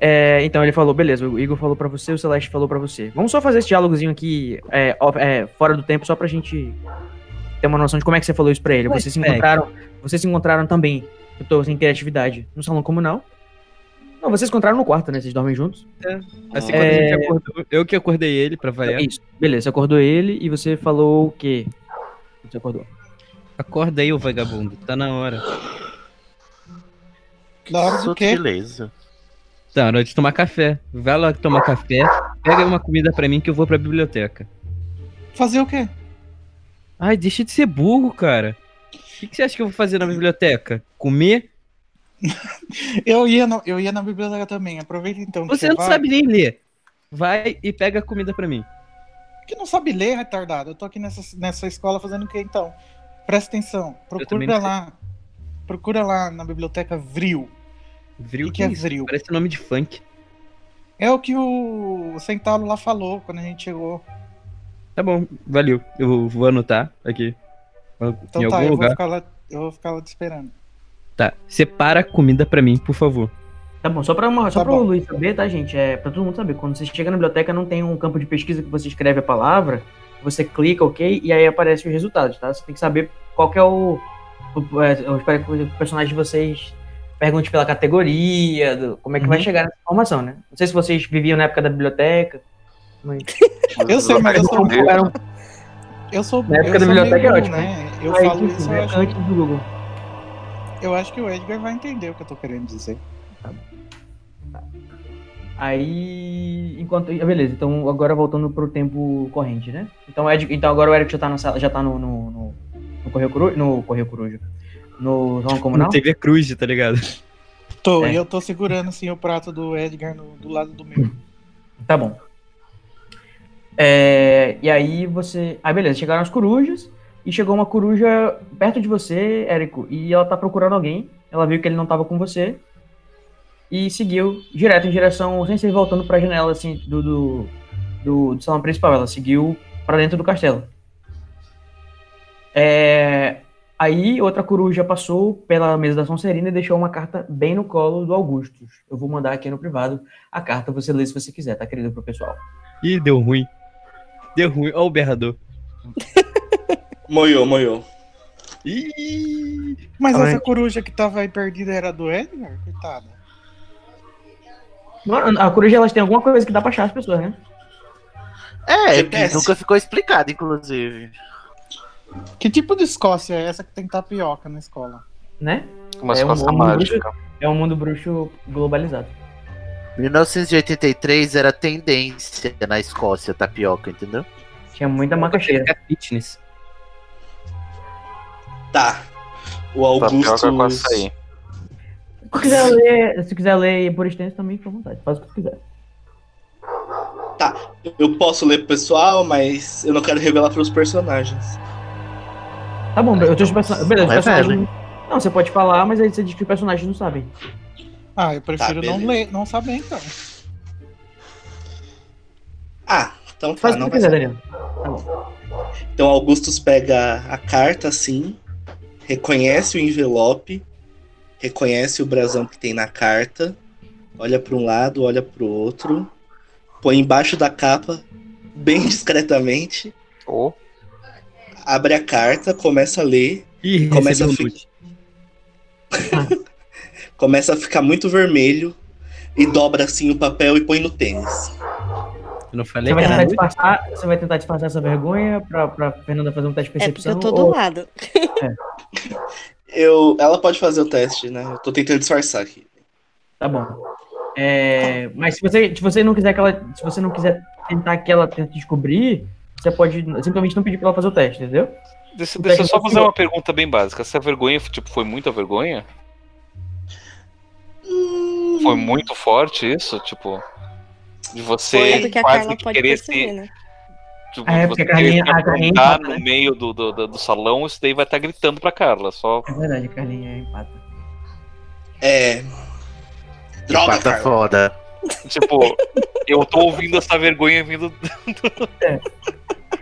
[SPEAKER 1] É, então ele falou, beleza, o Igor falou pra você, o Celeste falou pra você. Vamos só fazer esse diálogozinho aqui é, ó- é, fora do tempo, só pra gente ter uma noção de como é que você falou isso pra ele.
[SPEAKER 3] Ué,
[SPEAKER 1] Vocês se
[SPEAKER 3] pega.
[SPEAKER 1] encontraram, vocês se encontraram também, eu tô sem criatividade, no salão comunal. Não, vocês se encontraram no quarto, né? Vocês dormem juntos.
[SPEAKER 3] Assim, quando a gente acordou, eu que acordei ele pra variar.
[SPEAKER 1] É. Isso. Beleza, você acordou ele e você falou o quê? Você acordou.
[SPEAKER 3] Acorda aí, ô vagabundo, tá na hora.
[SPEAKER 4] Da hora do quê?
[SPEAKER 2] Beleza.
[SPEAKER 3] Tá na hora de tomar café. Vai lá tomar café, pega uma comida pra mim que eu vou pra biblioteca.
[SPEAKER 4] Fazer o quê?
[SPEAKER 3] Ai, deixa de ser burro, cara. O que, que você acha que eu vou fazer na biblioteca? Comer?
[SPEAKER 4] Eu ia, na- eu ia na biblioteca também. Aproveita então. que
[SPEAKER 3] Você não
[SPEAKER 4] vai.
[SPEAKER 3] sabe nem ler. Vai e pega a comida pra mim.
[SPEAKER 4] Que não sabe ler, retardado. Eu tô aqui nessa, nessa escola fazendo o quê então? Presta atenção.
[SPEAKER 3] também não
[SPEAKER 4] Procura
[SPEAKER 3] sei.
[SPEAKER 4] lá. Procura lá na biblioteca Vril.
[SPEAKER 3] Vril,
[SPEAKER 4] o que,
[SPEAKER 3] que
[SPEAKER 4] é
[SPEAKER 3] isso?
[SPEAKER 4] Vril?
[SPEAKER 3] Parece nome de funk.
[SPEAKER 4] É o que o Centauro lá falou quando a gente chegou.
[SPEAKER 3] Tá bom, valeu. Eu vou, vou anotar aqui.
[SPEAKER 4] Então
[SPEAKER 3] em
[SPEAKER 4] tá,
[SPEAKER 3] algum
[SPEAKER 4] eu vou,
[SPEAKER 3] lugar.
[SPEAKER 4] ficar lá, eu vou ficar lá te esperando.
[SPEAKER 3] Tá, separa a comida pra mim, por favor.
[SPEAKER 1] Tá bom, só pra, uma, só
[SPEAKER 4] Tá
[SPEAKER 1] pro
[SPEAKER 4] bom.
[SPEAKER 1] Luiz saber, tá, gente? É pra todo mundo saber. Quando você chega na biblioteca, não tem um campo de pesquisa que você escreve a palavra, você clica, ok, e aí aparece os resultados, tá? Você tem que saber qual que é o. o- é, eu espero que o personagem de vocês pergunte pela categoria, do- como é que vai
[SPEAKER 4] Uhum.
[SPEAKER 1] chegar nessa informação, né? Não sei se vocês viviam na época da biblioteca. mas-
[SPEAKER 4] Eu sei, mas eu sou,
[SPEAKER 5] Meu
[SPEAKER 1] Era um-
[SPEAKER 4] eu sou,
[SPEAKER 1] Na época
[SPEAKER 4] eu
[SPEAKER 1] da
[SPEAKER 4] sou
[SPEAKER 1] biblioteca é
[SPEAKER 4] meio,
[SPEAKER 1] ótimo,
[SPEAKER 4] né? Eu
[SPEAKER 1] Aí,
[SPEAKER 4] falo
[SPEAKER 1] tipo,
[SPEAKER 4] isso,
[SPEAKER 1] né,
[SPEAKER 4] eu acho,
[SPEAKER 1] antes do Google.
[SPEAKER 4] eu acho que o Edgar vai entender o que eu tô querendo dizer.
[SPEAKER 1] Aí, enquanto.
[SPEAKER 4] né?
[SPEAKER 1] ah, Beleza, então agora voltando pro tempo corrente, né? Então, o Ed, então agora o Eric já tá, na sala, já tá no, no, no, no Correio Corujo. No Correio Corujo. No Salão Comunal.
[SPEAKER 3] TV Cruz, tá ligado?
[SPEAKER 4] Tô,
[SPEAKER 1] É.
[SPEAKER 4] e eu tô segurando assim o prato do Edgar no- do lado do meu.
[SPEAKER 1] Tá bom. É, e aí você. Ah, beleza, chegaram as corujas. E chegou uma coruja perto de você, Érico. E ela tá procurando alguém. Ela viu que ele não tava com você. E seguiu direto em direção, sem ser voltando pra janela assim, do, do, do, do salão principal. Ela seguiu pra dentro do castelo. É, aí outra coruja passou pela mesa da Sonserina e deixou uma carta bem no colo do Augustus. Eu vou mandar aqui no privado a carta você lê se você quiser, tá querido pro pessoal.
[SPEAKER 3] Ih, deu ruim. Deu ruim. Ó o berrador.
[SPEAKER 7] Moiou, moiou.
[SPEAKER 3] Ih!
[SPEAKER 4] Mas
[SPEAKER 1] Tá
[SPEAKER 4] essa
[SPEAKER 1] bem.
[SPEAKER 4] coruja que tava aí perdida era do Edgar? Coitada.
[SPEAKER 1] Mano, A coruja elas têm alguma coisa que dá pra achar as pessoas, né?
[SPEAKER 2] É,
[SPEAKER 7] GPS.
[SPEAKER 2] que nunca ficou explicado, inclusive.
[SPEAKER 4] Que tipo de Escócia é essa que tem tapioca na escola?
[SPEAKER 1] Né?
[SPEAKER 5] Uma
[SPEAKER 1] É um
[SPEAKER 5] escosta
[SPEAKER 1] bom
[SPEAKER 5] mágica.
[SPEAKER 1] É um mundo bruxo globalizado.
[SPEAKER 2] 1983 era tendência na Escócia, tapioca, entendeu?
[SPEAKER 1] Tinha muita maca cheia.
[SPEAKER 3] Fica fitness.
[SPEAKER 7] Tá. O
[SPEAKER 5] Tapioca com
[SPEAKER 7] Augusto.
[SPEAKER 5] açaí.
[SPEAKER 1] Se quiser ler, se quiser ler por extenso também, fica à vontade. Faz o que tu quiser.
[SPEAKER 7] Eu posso ler pro pessoal, mas eu não quero revelar pros personagens.
[SPEAKER 1] Tá bom, eu tô de
[SPEAKER 2] então,
[SPEAKER 1] personagem. Beleza,
[SPEAKER 2] não é
[SPEAKER 1] personagem. Não, você pode falar, mas aí você diz que os personagens não sabem.
[SPEAKER 4] Ah, eu prefiro
[SPEAKER 7] Tá,
[SPEAKER 4] não
[SPEAKER 7] beleza.
[SPEAKER 4] ler, não saber então.
[SPEAKER 7] Ah, então
[SPEAKER 1] Faz
[SPEAKER 7] tá,
[SPEAKER 1] o que
[SPEAKER 7] não
[SPEAKER 1] tu
[SPEAKER 7] vai ser.
[SPEAKER 1] quiser, Daniel. Tá
[SPEAKER 7] Então Augustus pega a carta assim, reconhece o envelope, reconhece o brasão que tem na carta, olha para um lado, olha para o outro, põe embaixo da capa, bem discretamente,
[SPEAKER 5] Ou
[SPEAKER 7] abre a carta, começa a ler,
[SPEAKER 3] Ih,
[SPEAKER 7] Começa
[SPEAKER 3] recebeu
[SPEAKER 7] a
[SPEAKER 3] um
[SPEAKER 7] fi-
[SPEAKER 3] nude.
[SPEAKER 7] começa a ficar muito vermelho e dobra assim o papel e põe no tênis.
[SPEAKER 3] Eu não falei
[SPEAKER 1] Você
[SPEAKER 3] que
[SPEAKER 1] vai,
[SPEAKER 3] era
[SPEAKER 1] tentar
[SPEAKER 3] nude?
[SPEAKER 1] disfarçar, você vai tentar disfarçar essa vergonha pra, pra Fernanda fazer um teste de
[SPEAKER 6] É porque
[SPEAKER 1] percepção?
[SPEAKER 6] eu tô do
[SPEAKER 1] ou-
[SPEAKER 6] lado.
[SPEAKER 7] Eu, ela pode fazer o teste, né? Eu tô tentando disfarçar aqui.
[SPEAKER 1] Tá bom. É, mas se você, se você não quiser que ela, se você não quiser tentar que ela tente descobrir, você pode simplesmente não pedir pra ela fazer o teste, entendeu?
[SPEAKER 5] Deixa,
[SPEAKER 1] O
[SPEAKER 5] deixa eu
[SPEAKER 1] teste
[SPEAKER 5] só
[SPEAKER 1] é
[SPEAKER 5] fazer uma pergunta bem básica. Essa vergonha tipo, foi muita vergonha?
[SPEAKER 6] Hum.
[SPEAKER 5] Foi muito forte isso? Tipo, de
[SPEAKER 6] É
[SPEAKER 5] você
[SPEAKER 6] porque a
[SPEAKER 5] quase
[SPEAKER 6] Carla
[SPEAKER 5] que
[SPEAKER 6] pode
[SPEAKER 5] querer
[SPEAKER 6] perceber,
[SPEAKER 5] se.
[SPEAKER 6] né?
[SPEAKER 5] Tipo,
[SPEAKER 1] É, porque
[SPEAKER 5] você
[SPEAKER 1] a Carlinha-
[SPEAKER 5] querer se
[SPEAKER 1] a Carlinha
[SPEAKER 5] apontar
[SPEAKER 1] empata,
[SPEAKER 5] no
[SPEAKER 1] né?
[SPEAKER 5] meio do, do, do, do salão, isso daí vai estar gritando pra Carla. Só
[SPEAKER 1] É verdade, Carlinha é empata.
[SPEAKER 7] É. Droga,
[SPEAKER 1] é
[SPEAKER 2] Pata
[SPEAKER 7] cara.
[SPEAKER 2] foda.
[SPEAKER 5] Tipo, eu tô ouvindo essa vergonha vindo do.
[SPEAKER 1] É.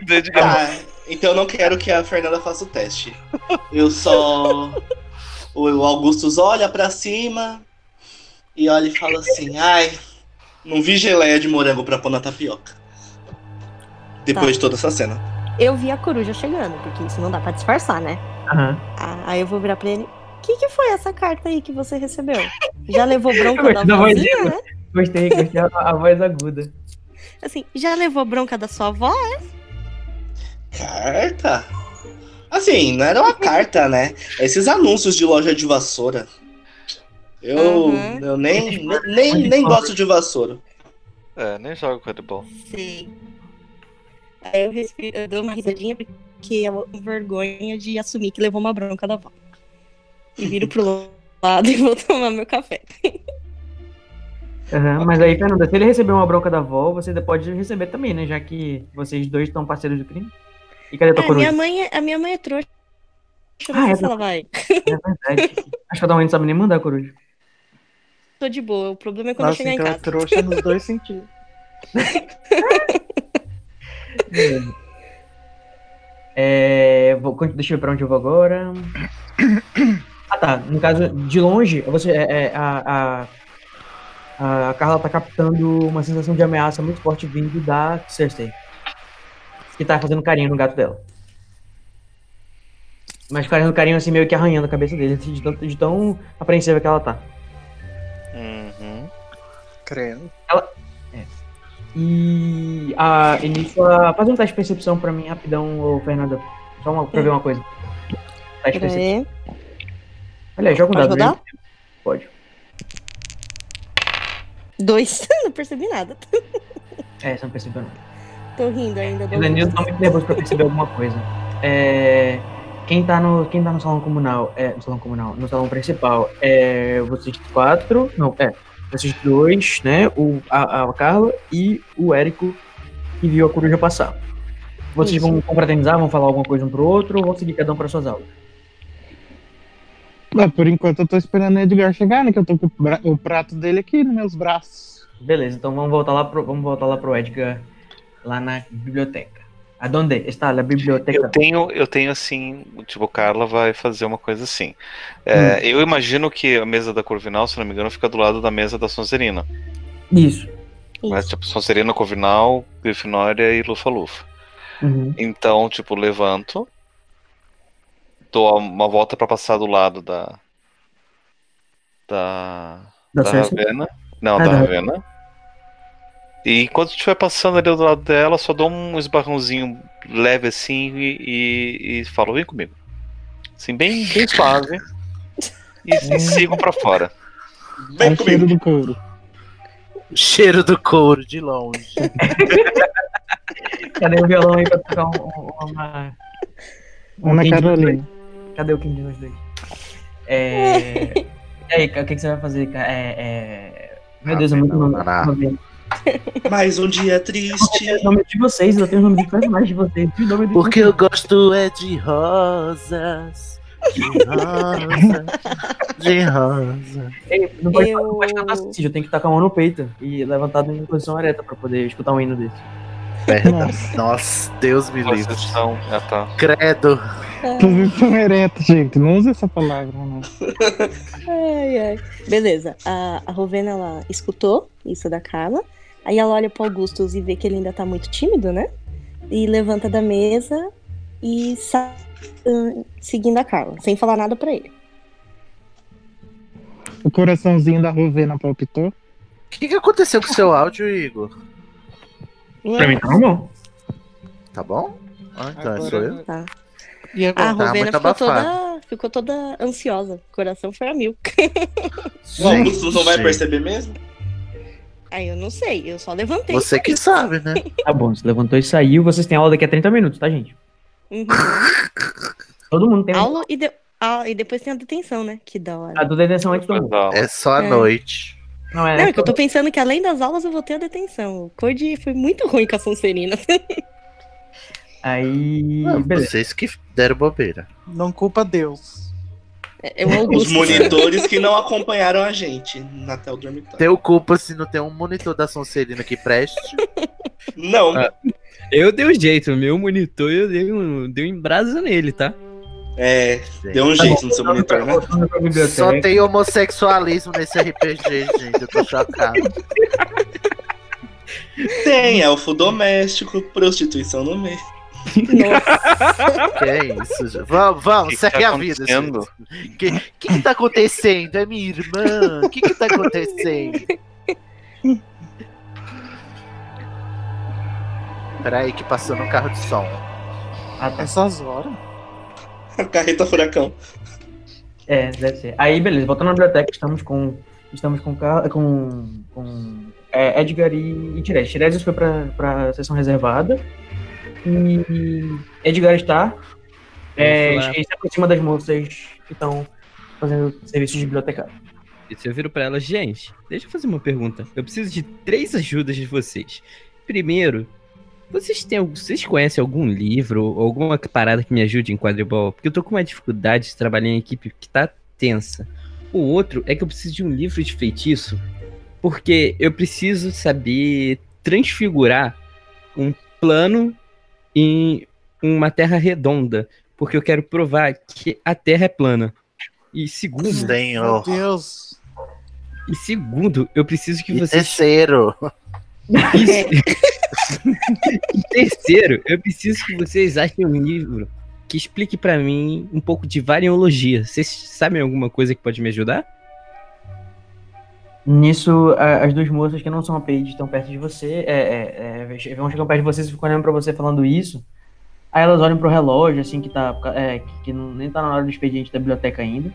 [SPEAKER 5] do Edgar.
[SPEAKER 7] Ah, então eu não quero que a Fernanda faça o teste. Eu só. O Augustus olha pra cima e olha e fala assim: ai, Não vi geleia de morango pra pôr na tapioca. Depois
[SPEAKER 6] Tá.
[SPEAKER 7] de toda essa cena.
[SPEAKER 6] Eu vi a coruja chegando, porque isso não dá pra disfarçar, né?
[SPEAKER 1] Aham.
[SPEAKER 6] Ah, Aí eu vou virar pra ele. O que, que foi essa carta aí que você recebeu? Já levou bronca
[SPEAKER 1] Eu
[SPEAKER 6] da
[SPEAKER 1] não vou
[SPEAKER 6] vozinha,
[SPEAKER 1] dizer.
[SPEAKER 6] um né?
[SPEAKER 1] Gostei, gostei a, a voz aguda.
[SPEAKER 6] Assim, já levou bronca da sua avó? né?
[SPEAKER 7] Carta? Assim, não era uma carta, né? Esses anúncios de loja de vassoura. Eu,
[SPEAKER 6] Uhum.
[SPEAKER 7] eu nem, nem, nem, nem gosto de vassoura.
[SPEAKER 5] É, nem jogo com handball.
[SPEAKER 6] Sim. Aí eu, respiro, eu dou uma risadinha porque eu tenho vergonha de assumir que levou uma bronca da avó. E viro pro lado e vou tomar meu café.
[SPEAKER 1] Aham, Mas aí, Fernanda, se ele receber uma bronca da avó, você pode receber também, né? Já que vocês dois estão parceiros do crime. E cadê tua
[SPEAKER 6] Ah, minha
[SPEAKER 1] coruja?
[SPEAKER 6] mãe, é- a minha mãe é trouxa. Eu não
[SPEAKER 1] Ah,
[SPEAKER 6] sei
[SPEAKER 1] é
[SPEAKER 6] se ela vai.
[SPEAKER 1] É verdade. Acho que a tua mãe não sabe nem mandar coruja.
[SPEAKER 6] Tô de boa. O problema é quando eu
[SPEAKER 4] Nossa,
[SPEAKER 6] chegar
[SPEAKER 4] então
[SPEAKER 6] em
[SPEAKER 4] é
[SPEAKER 6] casa.
[SPEAKER 4] trouxa nos dois sentidos.
[SPEAKER 1] É, vou, con- deixa eu ver pra onde eu vou agora. Ah tá, no caso, de longe, você, é, é, a, a, a Carla tá captando uma sensação de ameaça muito forte vindo da Cersei. Que tá fazendo carinho no gato dela. Mas fazendo carinho assim, meio que arranhando a cabeça dele, assim, de tão, de tão apreensiva que ela tá.
[SPEAKER 5] Uhum.
[SPEAKER 4] Credo.
[SPEAKER 1] E a início a. Faz um teste de percepção pra mim rapidão, ô Fernanda. Só uma, pra ver uma coisa.
[SPEAKER 6] Pera
[SPEAKER 1] Teste de percepção.
[SPEAKER 6] aí.
[SPEAKER 1] Olha, aí, joga um
[SPEAKER 6] Pode
[SPEAKER 1] dado. viu?
[SPEAKER 6] rodar?
[SPEAKER 1] Pode.
[SPEAKER 6] Dois. não percebi nada.
[SPEAKER 1] É, você não percebeu nada.
[SPEAKER 6] Tô rindo ainda.
[SPEAKER 1] O
[SPEAKER 2] é
[SPEAKER 6] dou-
[SPEAKER 1] Danilo tá muito nervoso pra perceber alguma coisa. É, Quem tá no, quem tá no salão comunal, é, no salão comunal, no salão principal, é vocês quatro, não, é, vocês dois, né, o, a, a Carla e o Érico, que viu a coruja passar. Vocês
[SPEAKER 6] Isso.
[SPEAKER 1] vão confraternizar, vão falar alguma coisa um pro outro, ou vão seguir cada um pra suas aulas?
[SPEAKER 4] Mas por enquanto eu tô esperando o Edgar chegar, né? Que eu tô com o, bra- o prato dele aqui nos meus braços.
[SPEAKER 1] Beleza, então vamos voltar lá pro, vamos voltar lá pro Edgar, lá na biblioteca. Aonde está a biblioteca?
[SPEAKER 5] Eu tenho, eu tenho assim, tipo, Carla vai fazer uma coisa assim. É, Eu imagino que a mesa da Corvinal, se não me engano, fica do lado da mesa da Sonserina.
[SPEAKER 1] Isso.
[SPEAKER 5] Né?
[SPEAKER 6] Isso.
[SPEAKER 5] Tipo, Sonserina, Corvinal, Grifinória e Lufa-Lufa.
[SPEAKER 1] Uhum.
[SPEAKER 5] Então, tipo, levanto, dou uma volta pra passar do lado da. Da.
[SPEAKER 1] Dá
[SPEAKER 5] da
[SPEAKER 1] certo?
[SPEAKER 5] Ravena. Não,
[SPEAKER 1] Ah,
[SPEAKER 5] da
[SPEAKER 1] da
[SPEAKER 5] Ravena. E enquanto estiver passando ali do lado dela, só dou um esbarrãozinho leve assim e, e, e falo, vem comigo. Assim, bem, bem suave. E,
[SPEAKER 1] Uhum.
[SPEAKER 5] e sigam pra fora.
[SPEAKER 7] Vem
[SPEAKER 4] Olha É o
[SPEAKER 7] comigo.
[SPEAKER 4] cheiro do couro.
[SPEAKER 2] Cheiro do couro de longe.
[SPEAKER 1] Cadê o violão aí pra tocar um- um- uma...
[SPEAKER 4] Ana
[SPEAKER 1] Entendi.
[SPEAKER 4] Carolina.
[SPEAKER 1] Cadê o Kim de nós dois? É... e aí, o que, que você vai fazer? cara? É, é... Meu
[SPEAKER 2] Ah,
[SPEAKER 1] Deus, é muito
[SPEAKER 2] não,
[SPEAKER 1] nome.
[SPEAKER 2] não, não.
[SPEAKER 1] nome-
[SPEAKER 7] Mais um dia
[SPEAKER 1] Eu tenho
[SPEAKER 7] triste.
[SPEAKER 1] o nome de vocês, eu tenho o nome de personagens de vocês. eu tenho o nome de
[SPEAKER 2] Porque eu gosto é de rosas. De rosa. De rosa.
[SPEAKER 1] Ei, não pode
[SPEAKER 6] Eu-
[SPEAKER 1] não pode cantar assim, eu tenho que tacar a mão no peito e levantar em posição ereta pra poder escutar um hino desse.
[SPEAKER 2] Perdão. Nossa, Deus me livre.
[SPEAKER 5] Vocês estão. Ah, tá.
[SPEAKER 2] Credo.
[SPEAKER 4] Inclusive, ereta, gente. Não usa essa palavra, né? não.
[SPEAKER 6] Ai, ai. Beleza. A, a Rovena, ela escutou isso da Carla. Aí ela olha pro Augustus e vê que ele ainda tá muito tímido, né? E levanta da mesa e sai hum, seguindo a Carla, sem falar nada pra ele.
[SPEAKER 4] O coraçãozinho da Rovena palpitou.
[SPEAKER 2] O que, que aconteceu com o seu áudio, Igor?
[SPEAKER 4] Hum.
[SPEAKER 1] Pra mim tá bom.
[SPEAKER 2] Tá bom? Ah, então é
[SPEAKER 4] Agora-
[SPEAKER 2] sou eu.
[SPEAKER 4] E agora?
[SPEAKER 6] Tá. A
[SPEAKER 2] Tá
[SPEAKER 6] Rovena
[SPEAKER 2] muito
[SPEAKER 6] ficou
[SPEAKER 2] abafado.
[SPEAKER 6] toda, ficou toda ansiosa. O coração foi a mil.
[SPEAKER 7] O Augusto não vai
[SPEAKER 2] Gente,
[SPEAKER 7] perceber mesmo?
[SPEAKER 6] Aí eu não sei, eu só levantei.
[SPEAKER 2] Você que sabe, né?
[SPEAKER 1] Tá bom, você levantou e saiu. Vocês têm aula daqui a 30 minutos, tá, gente?
[SPEAKER 6] Uhum.
[SPEAKER 1] Todo mundo tem
[SPEAKER 6] Aula e, de- ah, e depois tem a detenção, né? Que da hora.
[SPEAKER 1] A do detenção antes do
[SPEAKER 5] Depois
[SPEAKER 1] almoço.
[SPEAKER 5] da aula.
[SPEAKER 2] É só à
[SPEAKER 6] É.
[SPEAKER 2] noite.
[SPEAKER 1] Não, é.
[SPEAKER 6] Não, é que eu tô pensando que além das aulas eu vou ter a detenção. O Cody foi muito ruim com a Sonserina.
[SPEAKER 1] Aí.
[SPEAKER 2] Ah,
[SPEAKER 1] Beleza.
[SPEAKER 2] vocês que deram bobeira.
[SPEAKER 4] Não culpa Deus.
[SPEAKER 6] É o Augusto.
[SPEAKER 7] Os monitores que não acompanharam a gente na tela do
[SPEAKER 4] Tá.
[SPEAKER 7] dormitório.
[SPEAKER 2] Teu culpa se não tem um monitor da Sonserina que preste. Ah,
[SPEAKER 7] Não,
[SPEAKER 3] Eu dei um jeito, meu monitor eu dei um, dei um embrasa nele, tá?
[SPEAKER 7] É, deu um jeito no seu monitor, né?
[SPEAKER 1] Voltando pra biblioteca.
[SPEAKER 2] Só tem homossexualismo nesse RPG, gente. Eu tô chocado.
[SPEAKER 7] Tem elfo doméstico, prostituição no meio.
[SPEAKER 2] Que é isso, gente. Vamos, vamos,
[SPEAKER 5] Que que
[SPEAKER 2] segue
[SPEAKER 5] tá
[SPEAKER 2] a vida.
[SPEAKER 5] acontecendo?
[SPEAKER 2] O que, que que tá acontecendo? É minha irmã? O que, que tá acontecendo? Peraí, que passou no carro de som.
[SPEAKER 1] Ah, tá.
[SPEAKER 4] Essas É horas.
[SPEAKER 7] A carreta furacão.
[SPEAKER 1] É, deve ser. Aí, beleza, voltando na biblioteca, estamos com. Estamos com. Ca- com, com é, Edgar e, e Tiresias. Tiresias foi pra, pra sessão reservada. E, e Edgar está. É,
[SPEAKER 3] Isso, né?
[SPEAKER 1] e se aproxima das moças que estão fazendo serviço de bibliotecário.
[SPEAKER 3] Isso eu viro pra ela, gente, deixa eu fazer uma pergunta. Eu preciso de três ajudas de vocês. Primeiro, vocês têm, algum- vocês conhecem algum livro ou alguma parada que me ajude em quadribol? Porque eu tô com uma dificuldade de trabalhar em equipe que tá tensa. O outro é que eu preciso de um livro de feitiço, porque eu preciso saber transfigurar um plano em uma terra redonda, porque eu quero provar que a terra é plana. E
[SPEAKER 4] Meu
[SPEAKER 3] segundo,
[SPEAKER 2] Senhor.
[SPEAKER 4] Deus.
[SPEAKER 3] e segundo, eu preciso que
[SPEAKER 2] E
[SPEAKER 3] vocês.
[SPEAKER 2] terceiro.
[SPEAKER 3] e terceiro, eu preciso que vocês achem um livro que explique pra mim um pouco de variologia. Vocês sabem alguma coisa que pode me ajudar?
[SPEAKER 1] Nisso, a- as duas moças que não são API estão perto de você, é, é, é, che- vão chegando perto de você e ficam olhando pra você falando isso. Aí elas olham pro relógio, assim, que tá. é, que, que não- nem tá na hora do expediente da biblioteca ainda.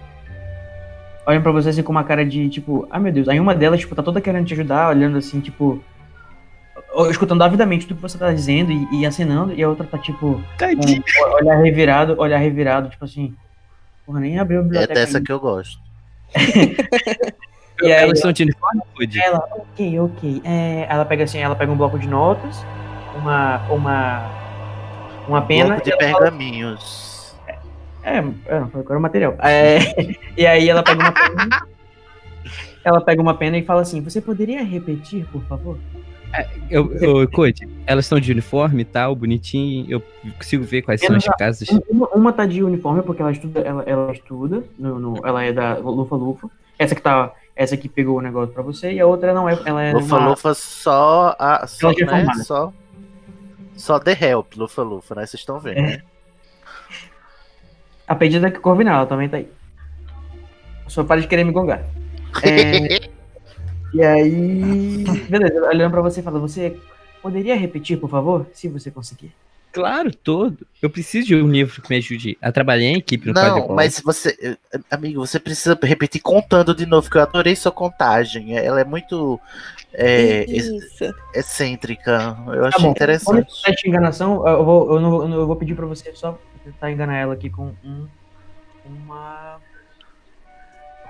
[SPEAKER 1] Olham pra você assim com uma cara de tipo, ah meu Deus. Aí uma delas, tipo, tá toda querendo te ajudar, olhando assim, tipo. ó, Escutando avidamente tudo que você tá dizendo e, e acenando, e a outra tá tipo,
[SPEAKER 3] Tadinho.
[SPEAKER 1] com o olhar revirado, olhar revirado, tipo assim. Porra, nem abriu a
[SPEAKER 2] É
[SPEAKER 1] biblioteca.
[SPEAKER 2] dessa
[SPEAKER 1] ainda.
[SPEAKER 2] que eu gosto.
[SPEAKER 1] E aí,
[SPEAKER 3] Elas são de uniforme, Rude?
[SPEAKER 1] Ela, ok, ok. É, ela pega assim, ela pega um bloco de notas, uma. uma. uma
[SPEAKER 2] Um
[SPEAKER 1] pena.
[SPEAKER 2] pouco de pergaminhos.
[SPEAKER 1] É, é, não, foi agora o material. É, e aí ela pega uma pena. Ela pega uma pena e fala assim, você poderia repetir, por favor?
[SPEAKER 2] É,
[SPEAKER 3] Eu, eu, Code, elas são de uniforme e tal, bonitinho. Eu consigo ver quais são as casas.
[SPEAKER 1] Uma, uma tá de uniforme, porque ela estuda, ela, ela estuda, no, no- ela é da Lufa Lufa. Essa que tá. Essa que pegou o negócio pra você, e a outra não é. Ela é
[SPEAKER 2] Lufa
[SPEAKER 1] uma-
[SPEAKER 2] Lufa só a. Só,
[SPEAKER 1] Ela já é
[SPEAKER 2] né,
[SPEAKER 1] formada.
[SPEAKER 2] só, só The Help, Lufa Lufa, né? Vocês estão vendo,
[SPEAKER 1] É.
[SPEAKER 2] né?
[SPEAKER 1] A pedida que Corvinal, ela também tá aí. Só para de querer me gongar. É, e aí. Beleza, olhando pra você e falando, você poderia repetir, por favor? Se você conseguir.
[SPEAKER 3] Claro, todo. Eu preciso de um livro que me ajude a trabalhar em equipe no
[SPEAKER 2] Não,
[SPEAKER 3] quadribol.
[SPEAKER 2] mas você. eh, Amigo, você precisa repetir contando de novo, que eu adorei sua contagem. Ela é muito eh, ex-
[SPEAKER 6] Isso.
[SPEAKER 2] excêntrica. Eu achei
[SPEAKER 1] Tá bom. Como
[SPEAKER 2] interessante.
[SPEAKER 1] teste de enganação, eu vou, eu, não, vou- eu não- eu vou pedir pra você só tentar enganar ela aqui com um. Uma.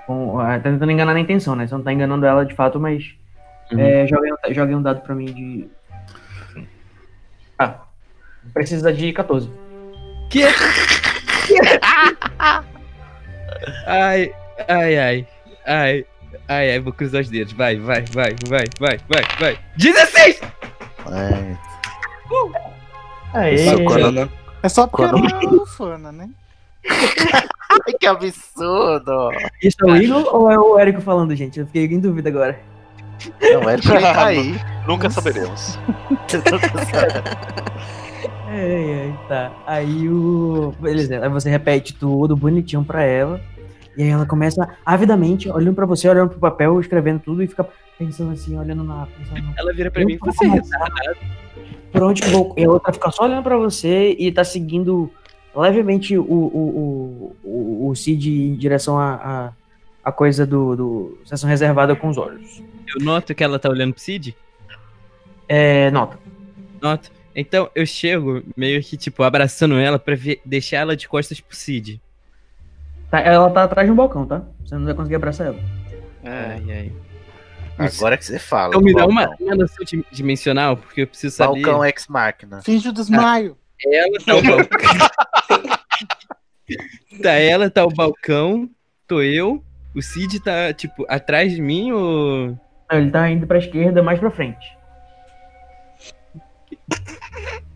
[SPEAKER 1] Com, ah, tá tentando enganar na intenção, né? Você não tá enganando ela de fato, mas.
[SPEAKER 3] Uhum.
[SPEAKER 1] É, joga, aí um- joga aí um dado pra mim de. Ah. Precisa de 14.
[SPEAKER 3] Ai, ai, ai. Ai, ai, ai, vou cruzar os dedos. Vai, vai, vai, vai, vai, vai, vai. 16!
[SPEAKER 2] É,
[SPEAKER 1] Aê.
[SPEAKER 2] Isso, quando-
[SPEAKER 7] Bacana.
[SPEAKER 4] É só porque
[SPEAKER 2] Quando-
[SPEAKER 4] ela é lufana, né?
[SPEAKER 2] Ai, que absurdo!
[SPEAKER 1] Isso é o Igor ou é o Érico falando, gente? Eu fiquei em dúvida agora.
[SPEAKER 2] Não é que ele tá aí.
[SPEAKER 5] Nunca saberemos.
[SPEAKER 1] Ai, ai, tá. Aí o. Beleza, aí você repete tudo bonitinho pra ela. E aí ela começa avidamente, olhando pra você, olhando pro papel, escrevendo tudo e fica pensando assim, olhando na. Pensando na...
[SPEAKER 3] Ela vira pra mim,
[SPEAKER 1] Eu vou
[SPEAKER 3] você é
[SPEAKER 1] começar. Por onde eu vou? E a outra fica só olhando pra você e tá seguindo levemente o, o, o, o, o Cid em direção à a, coisa do, do. sessão reservada com os olhos.
[SPEAKER 3] Eu noto que ela tá olhando pro Cid.
[SPEAKER 1] É, nota.
[SPEAKER 3] Noto. Então eu chego meio que, tipo, abraçando ela pra ver, deixar ela de costas pro Cid.
[SPEAKER 1] Tá, ela tá atrás de um balcão, tá? Você não vai conseguir abraçar ela.
[SPEAKER 5] É.
[SPEAKER 3] Ai, ai.
[SPEAKER 2] Agora que você fala.
[SPEAKER 3] Então me dá uma,
[SPEAKER 2] Falcão.
[SPEAKER 3] uma noção di- dimensional, porque eu preciso saber.
[SPEAKER 2] Falcão ex máquina.
[SPEAKER 4] Finge o desmaio.
[SPEAKER 3] Ela tá o balcão. tá ela, tá o balcão, tô eu. O Cid tá, tipo, atrás de mim ou.
[SPEAKER 1] Ele tá indo pra esquerda, mais pra frente.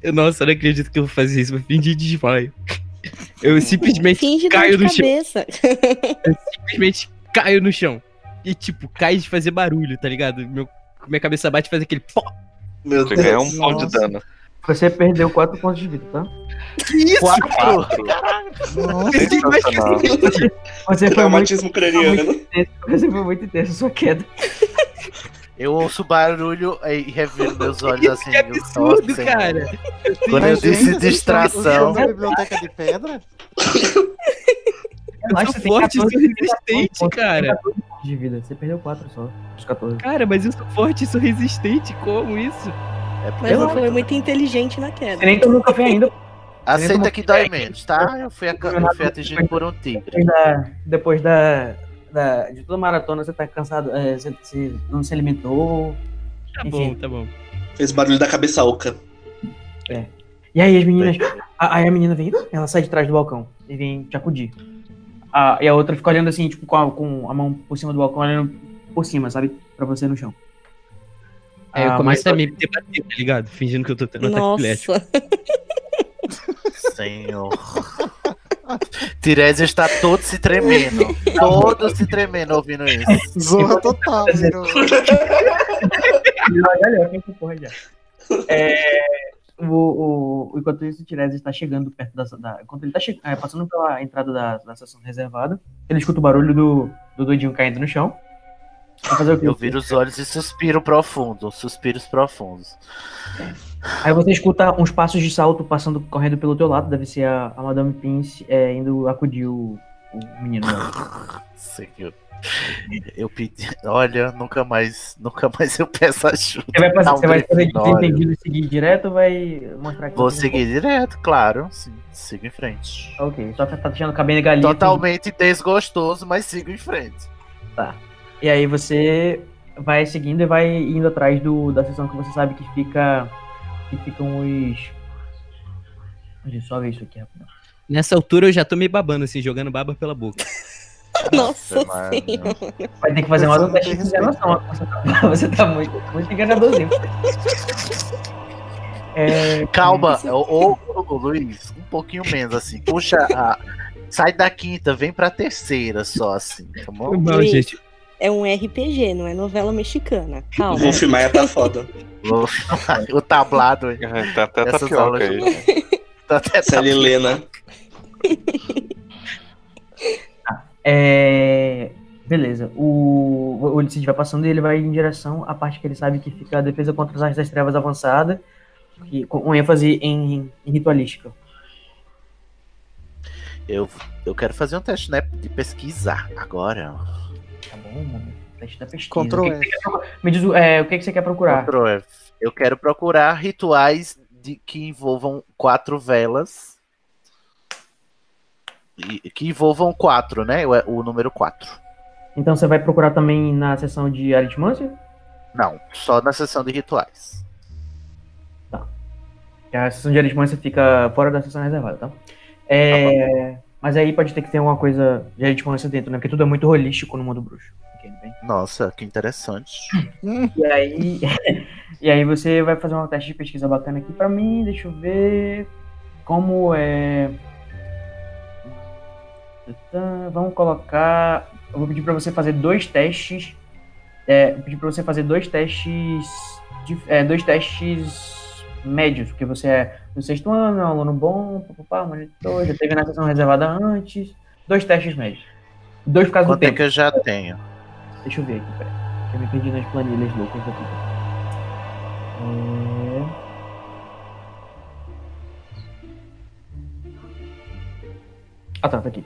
[SPEAKER 3] Eu- Nossa, eu não acredito que eu vou fazer isso, vou fingir desmaio. Eu simplesmente,
[SPEAKER 6] Finge dor
[SPEAKER 3] Caio
[SPEAKER 6] de
[SPEAKER 3] no chão.
[SPEAKER 6] cabeça.
[SPEAKER 3] simplesmente caio no chão. E, tipo, cai de fazer barulho, tá ligado? Meu, minha cabeça bate e faz aquele pó.
[SPEAKER 7] Meu
[SPEAKER 5] Você
[SPEAKER 7] Deus.
[SPEAKER 5] ganhou um pau de
[SPEAKER 4] Nossa.
[SPEAKER 5] dano.
[SPEAKER 1] Você perdeu 4 pontos de vida, tá?
[SPEAKER 2] Quatro?
[SPEAKER 4] Nossa,
[SPEAKER 3] Esse tem mais que
[SPEAKER 5] Sensacional.
[SPEAKER 3] esse.
[SPEAKER 1] Você foi muito,
[SPEAKER 7] Traumatismo craniano.
[SPEAKER 1] intenso, você foi muito intenso, sua queda.
[SPEAKER 2] Eu ouço barulho e reviro meus olhos
[SPEAKER 3] Isso
[SPEAKER 2] assim.
[SPEAKER 3] que
[SPEAKER 2] eu,
[SPEAKER 3] absurdo,
[SPEAKER 2] nossa, senhor.
[SPEAKER 3] cara.
[SPEAKER 2] Quando eu
[SPEAKER 9] Mas, gente,
[SPEAKER 2] disse
[SPEAKER 9] vocês estão
[SPEAKER 2] distração.
[SPEAKER 9] usando a biblioteca de pedra?
[SPEAKER 1] Eu
[SPEAKER 3] Eu sou forte, eu sou resistente, cara.
[SPEAKER 1] De vida. Você perdeu 4 só. Os 14.
[SPEAKER 3] Cara, mas eu sou forte, eu sou resistente. Como isso?
[SPEAKER 2] É porque
[SPEAKER 6] Mas
[SPEAKER 2] eu
[SPEAKER 6] não foi muito inteligente na
[SPEAKER 1] Você
[SPEAKER 6] queda.
[SPEAKER 1] nem tomou café ainda.
[SPEAKER 2] Aceita que dói menos, tá? Eu fui, aca- eu fui atingido por um tigre.
[SPEAKER 1] Depois da. Depois da, da- de toda a maratona, você tá cansado. é, você, você não se alimentou.
[SPEAKER 3] Tá
[SPEAKER 1] Enfim.
[SPEAKER 3] bom, tá bom.
[SPEAKER 7] Fez barulho da cabeça oca.
[SPEAKER 1] é. E aí as meninas. a- Aí a menina vem. Ela sai de trás do balcão e vem te acudir. Ah, e a outra fica olhando assim, tipo, com a, com a mão por cima do balcão, olhando por cima, sabe? Pra você no chão.
[SPEAKER 3] Aí eu
[SPEAKER 1] Ah,
[SPEAKER 3] começo
[SPEAKER 1] mas-
[SPEAKER 3] a me debater, tá ligado? Fingindo que eu tô tendo ataque epilético.
[SPEAKER 6] Nossa,
[SPEAKER 2] Senhor. Tiresias está todo se tremendo. Todo se tremendo ouvindo isso.
[SPEAKER 9] Zorra total, virou.
[SPEAKER 1] Olha, olha, essa porra já. É, o, o- enquanto isso, o Tiresias está chegando perto da. da enquanto ele tá che- é, passando pela entrada da, da sessão reservada, ele escuta o barulho do, do doidinho caindo no chão. Vai fazer o quê?
[SPEAKER 2] Eu viro os olhos e suspiro profundo. Suspiros profundos.
[SPEAKER 1] Aí você escuta uns passos de salto passando, correndo pelo teu lado. Deve ser a, a Madame Pince é, indo acudir o, o menino. dela.
[SPEAKER 2] Senhor. Eu pedi. Olha, nunca mais. Nunca mais eu peço ajuda.
[SPEAKER 1] Você vai passar,
[SPEAKER 2] Não,
[SPEAKER 1] você vai fazer de
[SPEAKER 2] Grifinória.
[SPEAKER 1] entendido e seguir direto ou vai mostrar que
[SPEAKER 2] Vou
[SPEAKER 1] você-
[SPEAKER 2] seguir direto, claro. Sim, sigo em frente.
[SPEAKER 1] Ok, só que tá deixando o cabelo de galinha.
[SPEAKER 2] Totalmente desgostoso, mas sigo em frente.
[SPEAKER 1] Tá. E aí você vai seguindo e vai indo atrás do, da seção que você sabe que fica. Que ficam os. Deixa eu só ver isso aqui rapidão.
[SPEAKER 3] Nessa altura eu já tô me babando, assim, jogando baba pela boca.
[SPEAKER 6] Nossa
[SPEAKER 2] mano.
[SPEAKER 6] senhora.
[SPEAKER 1] Vai ter que fazer
[SPEAKER 9] Eu
[SPEAKER 1] mais
[SPEAKER 9] só
[SPEAKER 1] um
[SPEAKER 9] não
[SPEAKER 1] teste de
[SPEAKER 9] tenho
[SPEAKER 1] enganação. Você tá, você tá muito, muito enganadorzinho. É,
[SPEAKER 2] Calma, ô, ô, ô, Luiz, um pouquinho menos assim. Puxa a. Sai da quinta, vem pra terceira só, assim, tá bom?
[SPEAKER 3] Não,
[SPEAKER 6] Luiz.
[SPEAKER 3] gente.
[SPEAKER 6] É um RPG, não é novela mexicana. Calma.
[SPEAKER 7] Wolf Maia tá foda.
[SPEAKER 2] Vou- o tablado aí.
[SPEAKER 5] É, Tá até
[SPEAKER 2] Essas
[SPEAKER 5] tapioca
[SPEAKER 2] aulas-
[SPEAKER 5] aí.
[SPEAKER 2] Tá até
[SPEAKER 7] Célia Helena.
[SPEAKER 1] é, beleza. O, o Ulisses vai passando e ele vai em direção à parte que ele sabe que fica a defesa contra as artes das trevas avançada. E, com com ênfase em, em ritualística.
[SPEAKER 2] Eu, eu quero fazer um teste, né? De pesquisar agora.
[SPEAKER 1] Tá bom, mano. Teste da pesquisa.
[SPEAKER 9] Ctrl
[SPEAKER 1] O que
[SPEAKER 9] F.
[SPEAKER 1] que você quer- Me diz o- é, o que, que você quer procurar.
[SPEAKER 2] Ctrl F. é, Eu quero procurar rituais de, que envolvam quatro velas. E- que envolvam quatro, né? O, o número quatro.
[SPEAKER 1] Então você vai procurar também na seção de aritmância?
[SPEAKER 2] Não, só na sessão de rituais.
[SPEAKER 1] Que A sessão de aritmância fica fora da sessão reservada, tá? É, mas aí pode ter que ter alguma coisa de aritmância dentro, né? Porque tudo é muito holístico no mundo bruxo. Entende bem?
[SPEAKER 2] Nossa, que interessante.
[SPEAKER 1] E aí, e aí você vai fazer um teste de pesquisa bacana aqui pra mim. Deixa eu ver como é. Tã, Vamos colocar. Eu vou pedir pra você fazer dois testes. É, vou pedir pra você fazer dois testes. dif- é, dois testes médios, porque você é do sexto ano, é um aluno bom, papapá, monitor, já teve na sessão reservada antes. Dois testes médios. Dois por causa do
[SPEAKER 2] Quanto é
[SPEAKER 1] tempo.
[SPEAKER 2] que eu já tenho?
[SPEAKER 1] Deixa eu ver aqui, peraí. que Eu me perdi nas planilhas loucas daqui. É... Ah tá, tá aqui.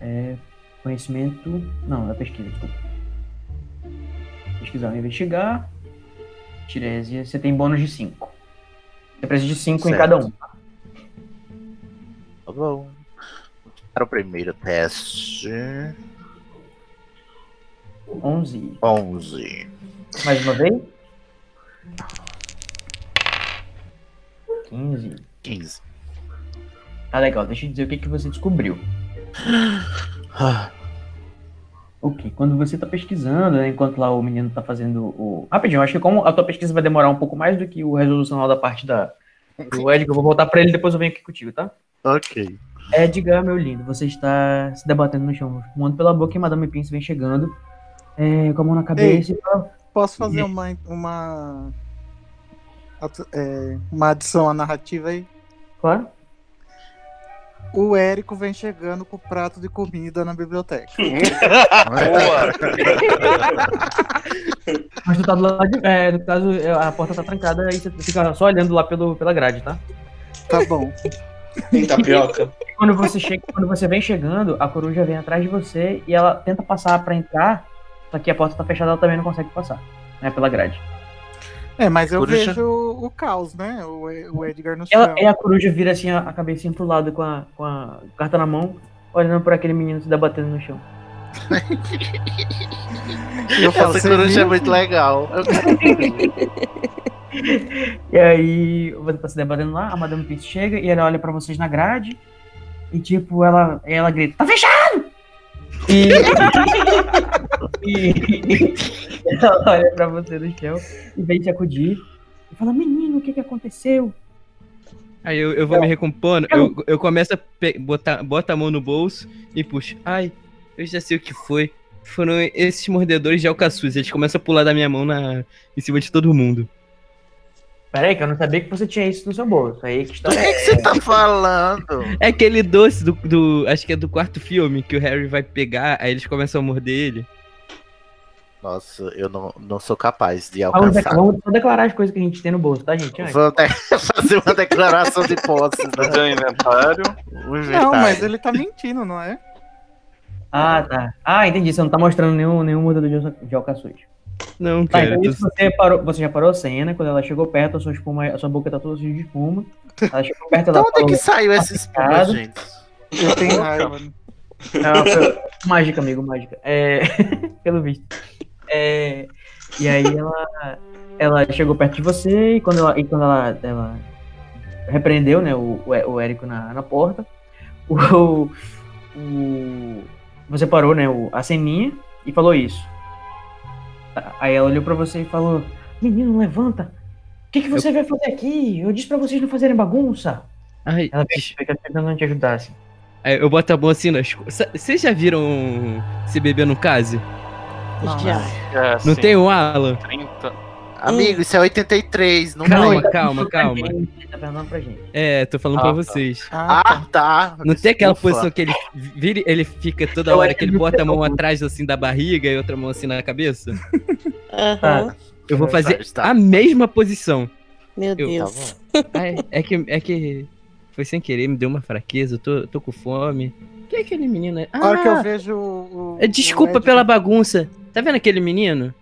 [SPEAKER 1] É... Conhecimento. Não, é pesquisa, desculpa. Pesquisar ou investigar. Tiresia, você tem bônus de 5. Você precisa de 5 em
[SPEAKER 2] Certo.
[SPEAKER 1] cada um.
[SPEAKER 2] Tá bom. Para o primeiro teste,
[SPEAKER 1] 11.
[SPEAKER 2] 11.
[SPEAKER 1] Mais uma vez. 15.
[SPEAKER 2] 15.
[SPEAKER 1] Tá legal, deixa eu dizer o que, que você descobriu.
[SPEAKER 2] Ah,
[SPEAKER 1] Ok, quando você tá pesquisando, né, enquanto lá o menino tá fazendo o. Rapidinho, acho que como a tua pesquisa vai demorar um pouco mais do que o resolucional da parte da, O Edgar, eu vou voltar pra ele depois eu venho aqui contigo, tá?
[SPEAKER 2] Ok.
[SPEAKER 1] Edgar, meu lindo, você está se debatendo no chão, fumando pela boca e Madame Pince vem chegando, é, com a mão na cabeça e fala,
[SPEAKER 4] Posso fazer uma. Uma, atu- é, uma adição à narrativa aí?
[SPEAKER 1] claro.
[SPEAKER 4] O Érico vem chegando com o prato de comida na biblioteca.
[SPEAKER 5] Uhum. Boa!
[SPEAKER 1] Mas tu tá do lado de... É, no caso, é, a porta tá trancada e você fica só olhando lá pelo, pela grade, tá?
[SPEAKER 4] Tá bom.
[SPEAKER 8] Tem tapioca.
[SPEAKER 1] E quando você, chega, quando você vem chegando, a coruja vem atrás de você e ela tenta passar pra entrar, só que a porta tá fechada, ela também não consegue passar, né, pela grade.
[SPEAKER 4] É, mas eu
[SPEAKER 2] Coruja.
[SPEAKER 4] vejo o caos, né? O, E- o Edgar no chão.
[SPEAKER 1] Ela, e a coruja vira assim a, a cabecinha pro lado com a, com a carta na mão, olhando pra aquele menino se debatendo no chão.
[SPEAKER 4] Eu falo,
[SPEAKER 2] Essa
[SPEAKER 4] "Cê
[SPEAKER 2] coruja é
[SPEAKER 4] viu?"
[SPEAKER 2] muito legal. Eu
[SPEAKER 1] E aí, você tá se debatendo lá, a Madame Pince chega e ela olha pra vocês na grade e, tipo, ela, e ela grita, tá fechado! E... e... ela olha pra você no chão e vem te acudir e fala, menino, o que que aconteceu?
[SPEAKER 3] Aí eu, eu vou me recompondo, eu, eu começo a pe- botar bota a mão no bolso e puxo. Ai, eu já sei o que foi. Foram esses mordedores de alcaçuz. Eles começam a pular da minha mão na, em cima de todo mundo.
[SPEAKER 1] Peraí, que eu não sabia que você tinha isso no seu bolso, aí que é
[SPEAKER 2] tá
[SPEAKER 1] está...
[SPEAKER 2] falando.
[SPEAKER 3] É aquele doce do, do. Acho que é do quarto filme que o Harry vai pegar, aí eles começam a morder ele.
[SPEAKER 2] Nossa, eu não, não sou capaz de
[SPEAKER 1] Vamos,
[SPEAKER 2] alcançar.
[SPEAKER 1] vamos só declarar as coisas que a gente tem no bolso, tá, gente? Ai,
[SPEAKER 2] Vou até fazer uma declaração de posse.
[SPEAKER 5] Fazer
[SPEAKER 2] Né?
[SPEAKER 5] um inventário.
[SPEAKER 2] Um
[SPEAKER 4] Não,
[SPEAKER 2] inventário.
[SPEAKER 4] mas ele tá mentindo, não é?
[SPEAKER 1] Ah, tá. Ah, entendi, você não tá mostrando nenhum, nenhum mordedor de alca- de alcaçuz.
[SPEAKER 3] Não,
[SPEAKER 1] Tá,
[SPEAKER 3] cara.
[SPEAKER 1] então
[SPEAKER 3] eu tô-
[SPEAKER 1] isso você, parou, você já parou a cena, quando ela chegou perto, a sua, espuma, a sua boca tá toda cheia de espuma. Ela chegou perto,
[SPEAKER 2] Então
[SPEAKER 1] ela
[SPEAKER 2] onde é que
[SPEAKER 1] falou...
[SPEAKER 2] saiu essa espuma,
[SPEAKER 1] Complicado.
[SPEAKER 2] gente?
[SPEAKER 4] Eu tenho raiva. né?
[SPEAKER 1] Não, foi- É mágica, amigo, mágica. É, pelo visto. É, e aí ela, ela chegou perto de você e quando ela, e quando ela, ela repreendeu né, o, o, É- o Érico na, na porta, o, o- você parou né, o- a ceninha e falou isso. A- Aí ela olhou pra você e falou, menino, levanta! O que, que você vai fazer aqui? Eu disse pra vocês não fazerem bagunça.
[SPEAKER 3] Ai,
[SPEAKER 1] Ela
[SPEAKER 3] des-
[SPEAKER 1] fica tentando te ajudar, assim.
[SPEAKER 3] aí eu boto a mão assim nas. co- Sa- Vocês já viram se beber no case?
[SPEAKER 6] Já.
[SPEAKER 5] É,
[SPEAKER 3] Não
[SPEAKER 5] assim,
[SPEAKER 3] tem o Alan?
[SPEAKER 5] 30.
[SPEAKER 2] Amigo, isso é 83, não
[SPEAKER 3] Calma,
[SPEAKER 2] tem.
[SPEAKER 3] calma, calma.
[SPEAKER 1] Tá perguntando pra gente.
[SPEAKER 3] É, tô falando
[SPEAKER 5] Ah,
[SPEAKER 3] pra
[SPEAKER 5] tá.
[SPEAKER 3] vocês.
[SPEAKER 4] Ah,
[SPEAKER 2] Ah, tá.
[SPEAKER 3] Não tem aquela
[SPEAKER 2] Desculpa.
[SPEAKER 3] posição que ele vira, ele fica toda
[SPEAKER 1] Eu
[SPEAKER 3] hora
[SPEAKER 1] acho
[SPEAKER 3] que ele
[SPEAKER 1] que
[SPEAKER 3] bota a mão
[SPEAKER 1] não.
[SPEAKER 3] atrás assim da barriga e outra mão assim na cabeça?
[SPEAKER 1] Ah,
[SPEAKER 6] Aham.
[SPEAKER 3] Eu vou fazer
[SPEAKER 2] Tá, tá.
[SPEAKER 3] a mesma posição.
[SPEAKER 6] Meu
[SPEAKER 3] Eu-
[SPEAKER 6] Deus.
[SPEAKER 1] Tá
[SPEAKER 3] Ai, é que é que foi sem querer, me deu uma fraqueza, eu tô, tô com fome. Quem é aquele menino? aí?
[SPEAKER 4] a hora que eu
[SPEAKER 3] Ah,
[SPEAKER 4] vejo o. o-
[SPEAKER 3] é, desculpa
[SPEAKER 4] o
[SPEAKER 3] pela
[SPEAKER 4] Edgar-
[SPEAKER 3] bagunça. Tá vendo aquele menino?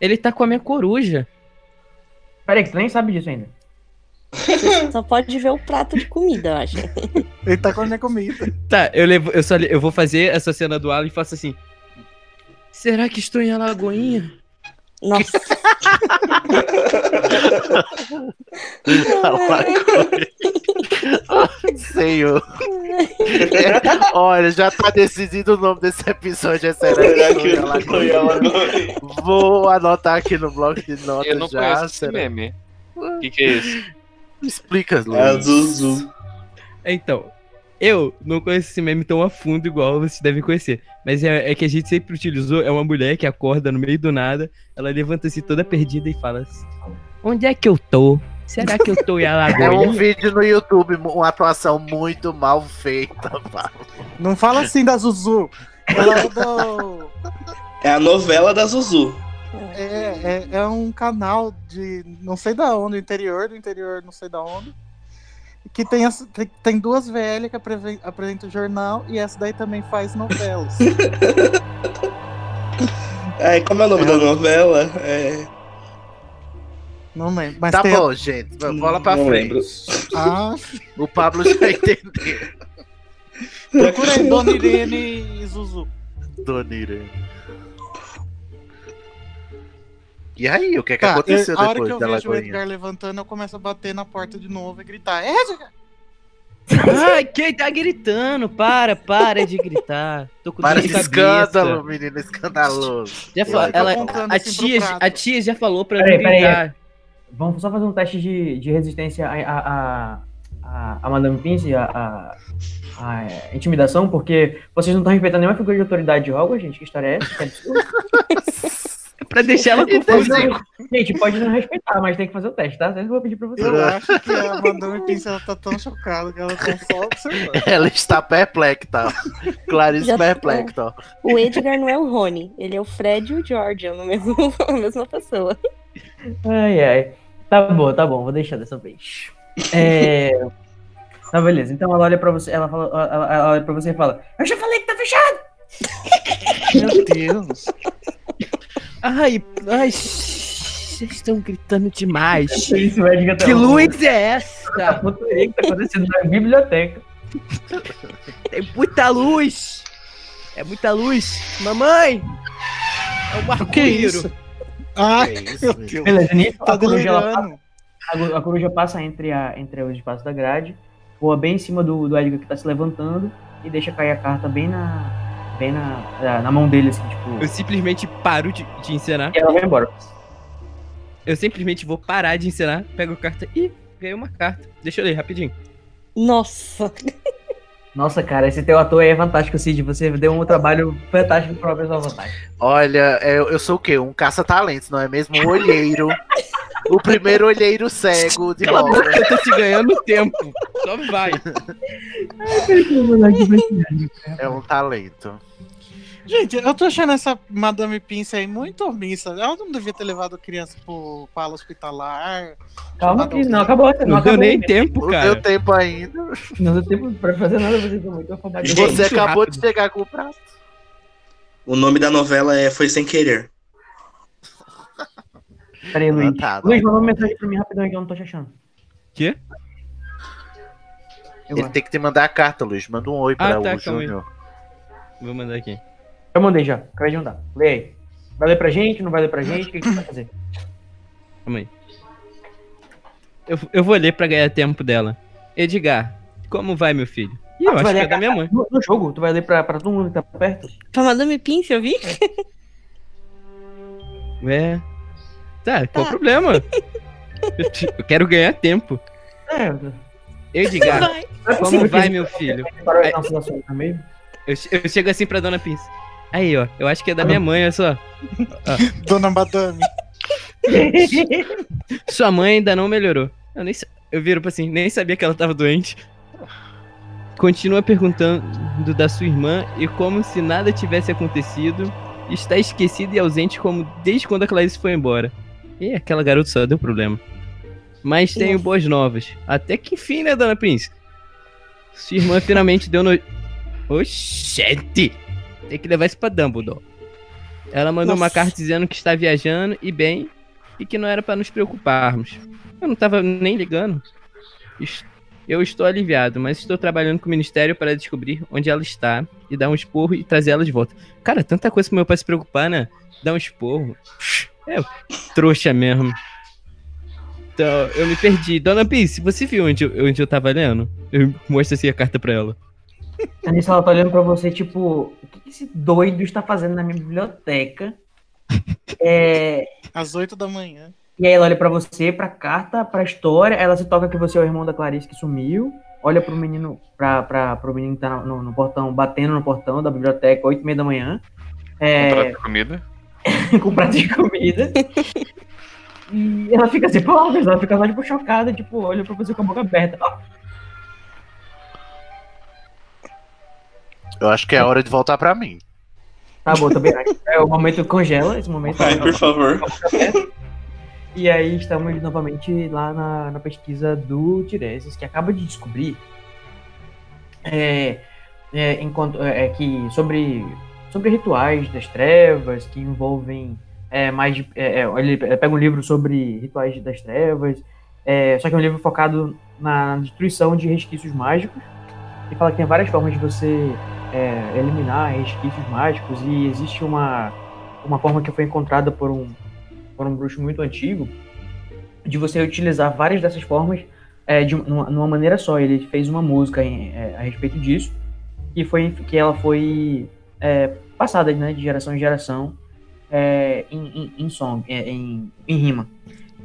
[SPEAKER 3] Ele tá com a minha coruja.
[SPEAKER 1] Peraí, que tu nem sabe disso ainda.
[SPEAKER 6] Só pode ver o prato de comida, eu acho.
[SPEAKER 4] Ele tá com a minha comida.
[SPEAKER 3] Tá, eu levo, eu só le- eu vou fazer essa cena do Alan e faço assim. Será que estou em Alagoinha?
[SPEAKER 6] Nossa.
[SPEAKER 2] Senhor. Olha, já tá decidido o nome desse episódio. É sério.
[SPEAKER 8] Será que
[SPEAKER 2] Sonho,
[SPEAKER 8] eu não tô em
[SPEAKER 2] Alagoinha.
[SPEAKER 8] Alagoas?
[SPEAKER 2] Vou anotar aqui no bloco de notas
[SPEAKER 5] Eu não
[SPEAKER 2] já.
[SPEAKER 5] conheço esse
[SPEAKER 2] será?
[SPEAKER 5] meme. O que, que é isso?
[SPEAKER 2] Explica,
[SPEAKER 8] É a
[SPEAKER 2] Luiz.
[SPEAKER 8] Zuzu.
[SPEAKER 3] Então, eu não conheço esse meme tão a fundo igual vocês devem conhecer. Mas é, é que a gente sempre utilizou, é uma mulher que acorda no meio do nada, ela levanta-se toda perdida e fala assim, Onde é que eu tô? Será que eu tô em
[SPEAKER 2] É um
[SPEAKER 3] Alagoinha?
[SPEAKER 2] vídeo no YouTube, uma atuação muito mal feita. pá.
[SPEAKER 4] Não fala assim da Zuzu. Ela é do.
[SPEAKER 8] É a novela da Zuzu.
[SPEAKER 4] É, é, é um canal de não sei da onde, interior do interior, não sei da onde. Que tem, as- tem, tem duas VL que apreve- apresenta o jornal e essa daí também faz novelas.
[SPEAKER 8] Ai, como é o nome da novela? É...
[SPEAKER 4] não lembro. Mas
[SPEAKER 2] Tá
[SPEAKER 4] tem.
[SPEAKER 2] bom, gente. v- Bola pra
[SPEAKER 8] não
[SPEAKER 2] frente.
[SPEAKER 8] lembro.
[SPEAKER 4] Ah,
[SPEAKER 2] O Pablo já entendeu.
[SPEAKER 4] procura aí, Dona Irene e Zuzu.
[SPEAKER 2] Dona Irene. E aí, o que, é que
[SPEAKER 4] Tá,
[SPEAKER 2] aconteceu
[SPEAKER 4] eu- a hora que
[SPEAKER 2] depois
[SPEAKER 4] eu
[SPEAKER 2] da
[SPEAKER 4] vejo o
[SPEAKER 2] Lagoinha?
[SPEAKER 4] Edgar levantando, eu começo a bater na porta de novo e gritar: Edgar!
[SPEAKER 3] Ai, quem tá gritando? Para, para de gritar. Tô com
[SPEAKER 2] Para
[SPEAKER 3] dor
[SPEAKER 2] de
[SPEAKER 3] de cabeça.
[SPEAKER 2] escândalo, menino, escandaloso. Tá
[SPEAKER 3] Já fa-
[SPEAKER 2] Ela fica
[SPEAKER 3] ela,
[SPEAKER 4] apontando
[SPEAKER 3] a,
[SPEAKER 4] assim pro
[SPEAKER 3] tia,
[SPEAKER 4] prato.
[SPEAKER 3] a tia já falou pra
[SPEAKER 1] Peraí,
[SPEAKER 3] não
[SPEAKER 1] peraí.
[SPEAKER 3] gritar.
[SPEAKER 1] Vamos só fazer um teste de, de resistência a, a, a, a, a Madame Pince, a, a, a, é, intimidação, porque vocês não estão respeitando nenhuma figura de autoridade de Hogwarts, gente. Que história é essa? Que absurdo.
[SPEAKER 3] Pra deixar ela
[SPEAKER 1] Então,
[SPEAKER 3] confusa.
[SPEAKER 1] gente, pode não respeitar, mas tem que fazer o teste, tá? Sempre vou pedir pra vocês.
[SPEAKER 4] Eu acho que a Madame Pince ela tá tão chocada que ela tá só observando.
[SPEAKER 2] Ela está perplexa. Clarice
[SPEAKER 6] Já-
[SPEAKER 2] perplexa.
[SPEAKER 6] O Edgar não é o Rony, ele é o Fred e o George, é no mesmo, a mesma pessoa.
[SPEAKER 1] Ai, ai. Tá bom, tá bom, vou deixar dessa vez. É. Tá, beleza. Então ela olha pra você, ela, fala, ela, ela olha pra você e fala: Eu já falei que tá fechado! tá
[SPEAKER 4] Meu Deus.
[SPEAKER 3] Ai, ai, vocês estão gritando demais.
[SPEAKER 1] Isso, o Edgar tá-
[SPEAKER 3] Que luz é essa?
[SPEAKER 1] Tá puto aí que tá acontecendo na biblioteca.
[SPEAKER 3] Tem muita luz. É muita luz. Mamãe! É um
[SPEAKER 4] que
[SPEAKER 3] arco-íris.
[SPEAKER 4] Ah,
[SPEAKER 2] Que é isso,
[SPEAKER 4] meu
[SPEAKER 2] velho?
[SPEAKER 4] Deus.
[SPEAKER 1] Beleza, nisso
[SPEAKER 4] Tá
[SPEAKER 1] a, coruja, ela passa,
[SPEAKER 4] delirando.
[SPEAKER 1] a coru- a coruja passa entre, a, entre os espaços da grade, voa bem em cima do, do Edgar que tá se levantando e deixa cair a carta bem na, bem na, na, na mão dele, assim, tipo.
[SPEAKER 3] Eu simplesmente paro de, de encenar.
[SPEAKER 1] E ela vai embora.
[SPEAKER 3] Eu simplesmente vou parar de encenar, pego a carta e ganhei uma carta. Deixa eu ler rapidinho.
[SPEAKER 6] Nossa,
[SPEAKER 1] Nossa, cara, esse teu ator aí é fantástico, Cid. Você deu um trabalho fantástico pra pessoa vantagem.
[SPEAKER 2] Olha, eu, eu sou o quê? Um caça-talentos, não é mesmo? Um olheiro. o primeiro olheiro cego de
[SPEAKER 3] Cala a
[SPEAKER 2] Hogwarts.
[SPEAKER 3] boca, eu tô te ganhando tempo. Só um vai.
[SPEAKER 2] É um talento.
[SPEAKER 4] Gente, eu tô achando essa Madame Pince aí muito omissa. Ela não devia ter levado a criança pro pala hospitalar.
[SPEAKER 1] Calma que não acabou, não,
[SPEAKER 3] Não deu
[SPEAKER 1] acabou.
[SPEAKER 3] nem tempo,
[SPEAKER 2] Não
[SPEAKER 3] cara.
[SPEAKER 2] deu tempo ainda.
[SPEAKER 1] Não deu tempo pra fazer nada, vocês estão muito afamados.
[SPEAKER 3] Gente,
[SPEAKER 2] Você acabou
[SPEAKER 3] rápido.
[SPEAKER 2] de chegar com o prato.
[SPEAKER 8] O nome da novela é Foi Sem Querer.
[SPEAKER 1] Pera aí, Luiz.
[SPEAKER 2] Ah, tá, não.
[SPEAKER 1] Luiz, manda uma mensagem pra mim rapidão que eu não tô te achando.
[SPEAKER 3] Quê?
[SPEAKER 1] Eu,
[SPEAKER 2] Ele
[SPEAKER 1] acho.
[SPEAKER 2] tem que te mandar a carta, Luiz. Manda um oi pra
[SPEAKER 3] tá,
[SPEAKER 2] o
[SPEAKER 3] calma aí.
[SPEAKER 2] Júnior.
[SPEAKER 3] Vou mandar aqui.
[SPEAKER 1] Eu mandei já, acabei de mandar. Lê aí. Vai ler pra gente, não vai ler pra gente? O que, que você vai fazer?
[SPEAKER 3] Calma aí. Eu, eu vou ler pra ganhar tempo dela. Edgar, como vai, meu filho? Ih, eu
[SPEAKER 1] Ah, tu
[SPEAKER 3] acho
[SPEAKER 1] vai
[SPEAKER 3] que
[SPEAKER 1] ler
[SPEAKER 3] é
[SPEAKER 1] a
[SPEAKER 3] da minha mãe.
[SPEAKER 1] No, no jogo, tu vai ler pra, pra todo mundo que tá perto?
[SPEAKER 6] pra Madame Pince, eu vi?
[SPEAKER 3] Ué. É. Tá, qual o
[SPEAKER 6] Tá.
[SPEAKER 3] problema? Eu, te- eu quero ganhar tempo.
[SPEAKER 1] É,
[SPEAKER 3] Edgar,
[SPEAKER 6] Vai.
[SPEAKER 3] como vai, meu filho?
[SPEAKER 1] Parou de dar um filosofia no meio.
[SPEAKER 3] Eu, che- eu chego assim pra dona Pince. Aí, ó, eu acho que é da minha mãe, olha só.
[SPEAKER 4] Dona Madame.
[SPEAKER 3] Sua mãe ainda não melhorou. Eu nem sa- eu viro pra assim, nem sabia que ela tava doente. Continua perguntando da sua irmã e como se nada tivesse acontecido. Está esquecida e ausente como desde quando a Clarice foi embora. E aquela garota só deu problema. Mas tenho
[SPEAKER 6] Nossa.
[SPEAKER 3] boas novas. Até que enfim, né, dona Prince? Sua irmã finalmente deu no. Oxente! Tem que levar isso pra Dumbledore. Ela mandou uma
[SPEAKER 6] Nossa.
[SPEAKER 3] carta dizendo que está viajando e bem e que não era pra nos preocuparmos. Eu não tava nem ligando. Es- Eu estou aliviado, mas estou trabalhando com o ministério para descobrir onde ela está e dar um esporro e trazer ela de volta. Cara, tanta coisa pro meu pai se preocupar, né? Dar um esporro. É, trouxa mesmo. Então, eu me perdi. Dona Pice, você viu onde eu, onde eu tava lendo? Eu mostro assim a carta pra ela.
[SPEAKER 1] Anissa, ela tá olhando pra você, tipo, o que que esse doido está fazendo na minha biblioteca? É,
[SPEAKER 4] Às 8 da manhã.
[SPEAKER 1] E aí ela olha pra você, pra carta, pra história, ela se toca que você é o irmão da Clarice que sumiu, olha pro menino, pra, pra, pro menino que tá no, no portão, batendo no portão da biblioteca, oito e meia da manhã,
[SPEAKER 5] Um prato
[SPEAKER 1] é,
[SPEAKER 5] de comida.
[SPEAKER 1] com prato de comida. E ela fica assim, pô, mas ela fica só, tipo, chocada, tipo, olha pra você com a boca aberta. Ó,
[SPEAKER 2] Eu acho que é hora de voltar pra mim.
[SPEAKER 1] tá bom, também acho. É o momento que congela, esse momento.
[SPEAKER 8] Ai, por favor.
[SPEAKER 1] E aí estamos novamente lá na, na pesquisa do Tireses, que acaba de descobrir é, é, enquanto- é, que sobre, sobre rituais das trevas que envolvem é, mais. de- é, é, ele pega um livro sobre rituais das trevas, é, só que é um livro focado na destruição de resquícios mágicos. E fala que tem várias formas de você é, eliminar resquícios mágicos, e existe uma, uma forma que foi encontrada por um, por um bruxo muito antigo, de você utilizar várias dessas formas é, de uma, numa maneira só. Ele fez uma música em- é, a respeito disso e foi que ela foi é, passada né, de geração em geração é, em, em, em song, é, em, em rima.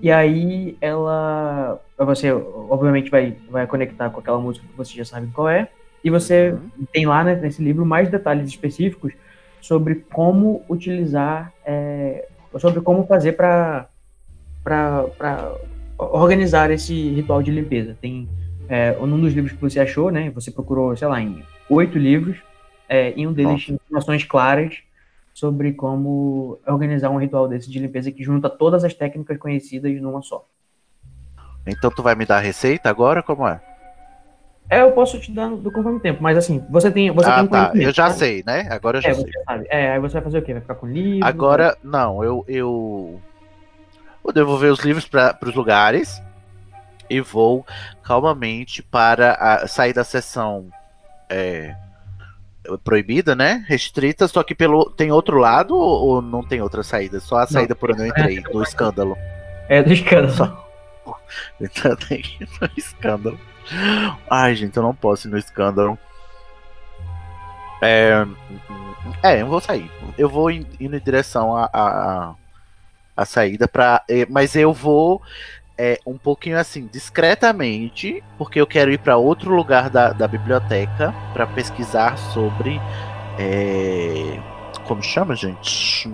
[SPEAKER 1] E aí ela. Você obviamente vai, vai conectar com aquela música que você já sabe qual é. E você tem lá né, nesse livro mais detalhes específicos sobre como utilizar. é, sobre como fazer para organizar esse ritual de limpeza. Tem. É, num dos livros que você achou, né? Você procurou, sei lá, em oito livros. É, e um deles
[SPEAKER 5] Nossa.
[SPEAKER 1] tinha informações claras sobre como organizar um ritual desse de limpeza que junta todas as técnicas conhecidas numa só.
[SPEAKER 2] Então tu vai me dar a receita agora? Como é?
[SPEAKER 1] É, eu posso te dar do conforme tempo, mas assim, você tem. Você tem
[SPEAKER 2] ah,
[SPEAKER 1] um
[SPEAKER 2] tá.
[SPEAKER 1] conhecimento,
[SPEAKER 2] Eu já
[SPEAKER 1] né?
[SPEAKER 2] sei, né? Agora eu já
[SPEAKER 1] É,
[SPEAKER 2] sei.
[SPEAKER 1] você sabe. É, aí você vai fazer o quê? Vai ficar com livro? né?
[SPEAKER 2] Agora, não, eu. Eu vou devolver os livros para os lugares e vou calmamente para a- sair da sessão é, proibida, né? Restrita, só que pelo, tem outro lado ou, ou não tem outra saída? Só a saída por onde eu entrei, do escândalo.
[SPEAKER 1] É, do escândalo.
[SPEAKER 2] Então tem que ir no escândalo. Ai, gente, eu não posso ir no escândalo. É, é eu vou sair. Eu vou in- indo em direção à à- à- à saída pra. eh, Mas eu vou é, um pouquinho assim, discretamente, porque eu quero ir para outro lugar da, da biblioteca para pesquisar sobre. é, como chama, gente?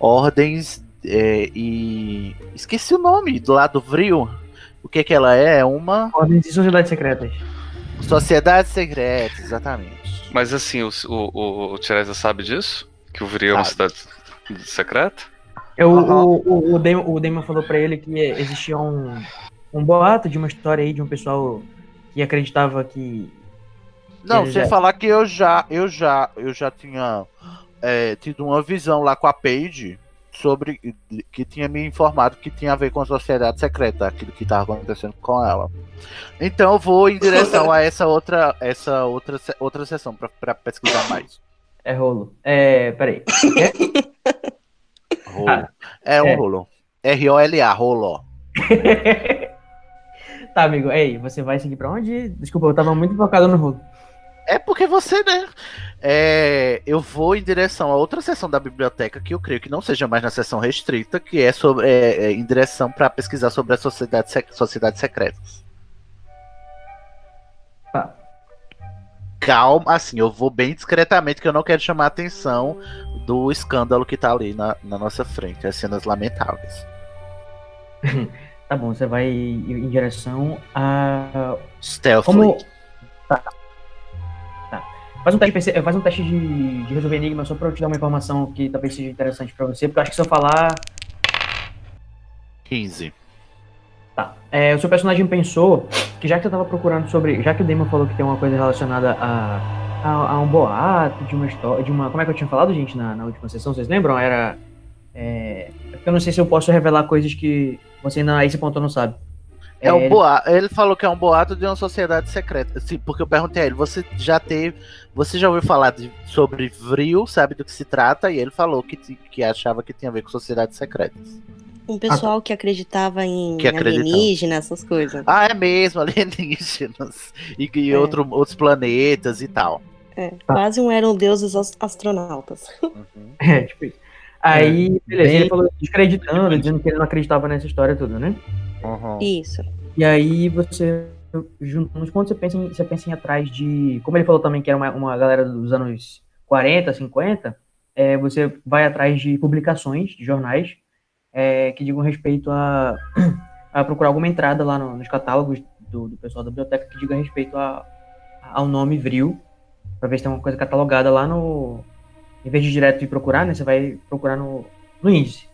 [SPEAKER 2] Ordens é, e. Esqueci o nome do lado Vril. O que que ela é? É Uma
[SPEAKER 1] Ordens e sociedades secretas.
[SPEAKER 2] sociedade secreta, exatamente.
[SPEAKER 5] Mas assim, o, o, o, o Tiresa sabe disso? Que o Viria é uma cidade secreta?
[SPEAKER 1] Eu,
[SPEAKER 2] Aham.
[SPEAKER 1] o, o, o, Damon, o Damon falou pra ele que existia um, um boato de uma história aí de um pessoal que acreditava que.
[SPEAKER 2] Não,
[SPEAKER 1] Ele
[SPEAKER 2] sem
[SPEAKER 1] já-
[SPEAKER 2] falar que eu já, eu já, eu já tinha é, tido uma visão lá com a Paige sobre que tinha me informado que tinha a ver com a sociedade secreta, aquilo que estava acontecendo com ela. Então eu vou em direção a essa outra, essa outra, se- outra sessão para pesquisar mais.
[SPEAKER 1] É rolo. É, peraí.
[SPEAKER 2] Rolo. É um
[SPEAKER 1] é.
[SPEAKER 2] rolo. R-O-L-A, rolo.
[SPEAKER 1] tá, amigo. Ei, você vai seguir pra onde? Desculpa, eu tava muito focado no rolo.
[SPEAKER 2] É porque você, né? É, eu vou em direção a outra seção da biblioteca que eu creio que não seja mais na seção restrita, que é, sobre, é, é, em direção para pesquisar sobre a sociedade, sec- sociedade secreta.
[SPEAKER 1] Tá.
[SPEAKER 2] Calma, assim, eu vou bem discretamente, que eu não quero chamar a atenção do escândalo que tá ali na, na nossa frente, as cenas lamentáveis.
[SPEAKER 1] Tá bom, você vai em direção a
[SPEAKER 2] Stealthily.
[SPEAKER 1] Como. Tá. Tá. Faz um teste, de perce- faz um teste de, de resolver enigma só pra eu te dar uma informação que talvez seja interessante pra você, porque eu acho que se eu falar.
[SPEAKER 2] 15.
[SPEAKER 1] Tá. É, o seu personagem pensou que já que você tava procurando sobre. Já que o Damon falou que tem uma coisa relacionada a. a, a um boato, de uma história. De uma. Como é que eu tinha falado, gente, na, na última sessão? Vocês lembram? Era. É... é porque eu não sei se eu posso revelar coisas que você ainda a esse ponto não sabe.
[SPEAKER 2] É um
[SPEAKER 1] ele-
[SPEAKER 2] boato. Ele falou que é um boato de uma sociedade secreta. Sim, porque eu perguntei a ele, você já teve. Você já ouviu falar de- sobre Vril, sabe do que se trata? E ele falou que, ti- que achava que tinha a ver com sociedades secretas.
[SPEAKER 6] Um pessoal que acreditava em
[SPEAKER 2] Ah, Que acreditava.
[SPEAKER 6] alienígena, essas coisas.
[SPEAKER 2] Ah, é mesmo, alienígenas. E, e
[SPEAKER 6] É.
[SPEAKER 2] outro- outros planetas e tal.
[SPEAKER 6] É, Quase um eram deuses as- astronautas.
[SPEAKER 2] Então.
[SPEAKER 1] É, tipo isso. Aí, beleza,
[SPEAKER 3] bem-
[SPEAKER 1] ele falou descreditando, dizendo que ele não acreditava nessa história toda, né?
[SPEAKER 2] Uhum.
[SPEAKER 6] Isso.
[SPEAKER 1] E aí você juntando os pontos, você pensa em, você pensa em ir atrás de. Como ele falou também que era uma, uma galera dos anos 40, 50, é, você vai atrás de publicações, de jornais, é, que digam respeito a, a procurar alguma entrada lá no- nos catálogos do, do pessoal da biblioteca que diga respeito a, ao nome Vril, pra ver se tem alguma coisa catalogada lá no. Em vez de direto ir procurar, né? Você vai procurar no, no índice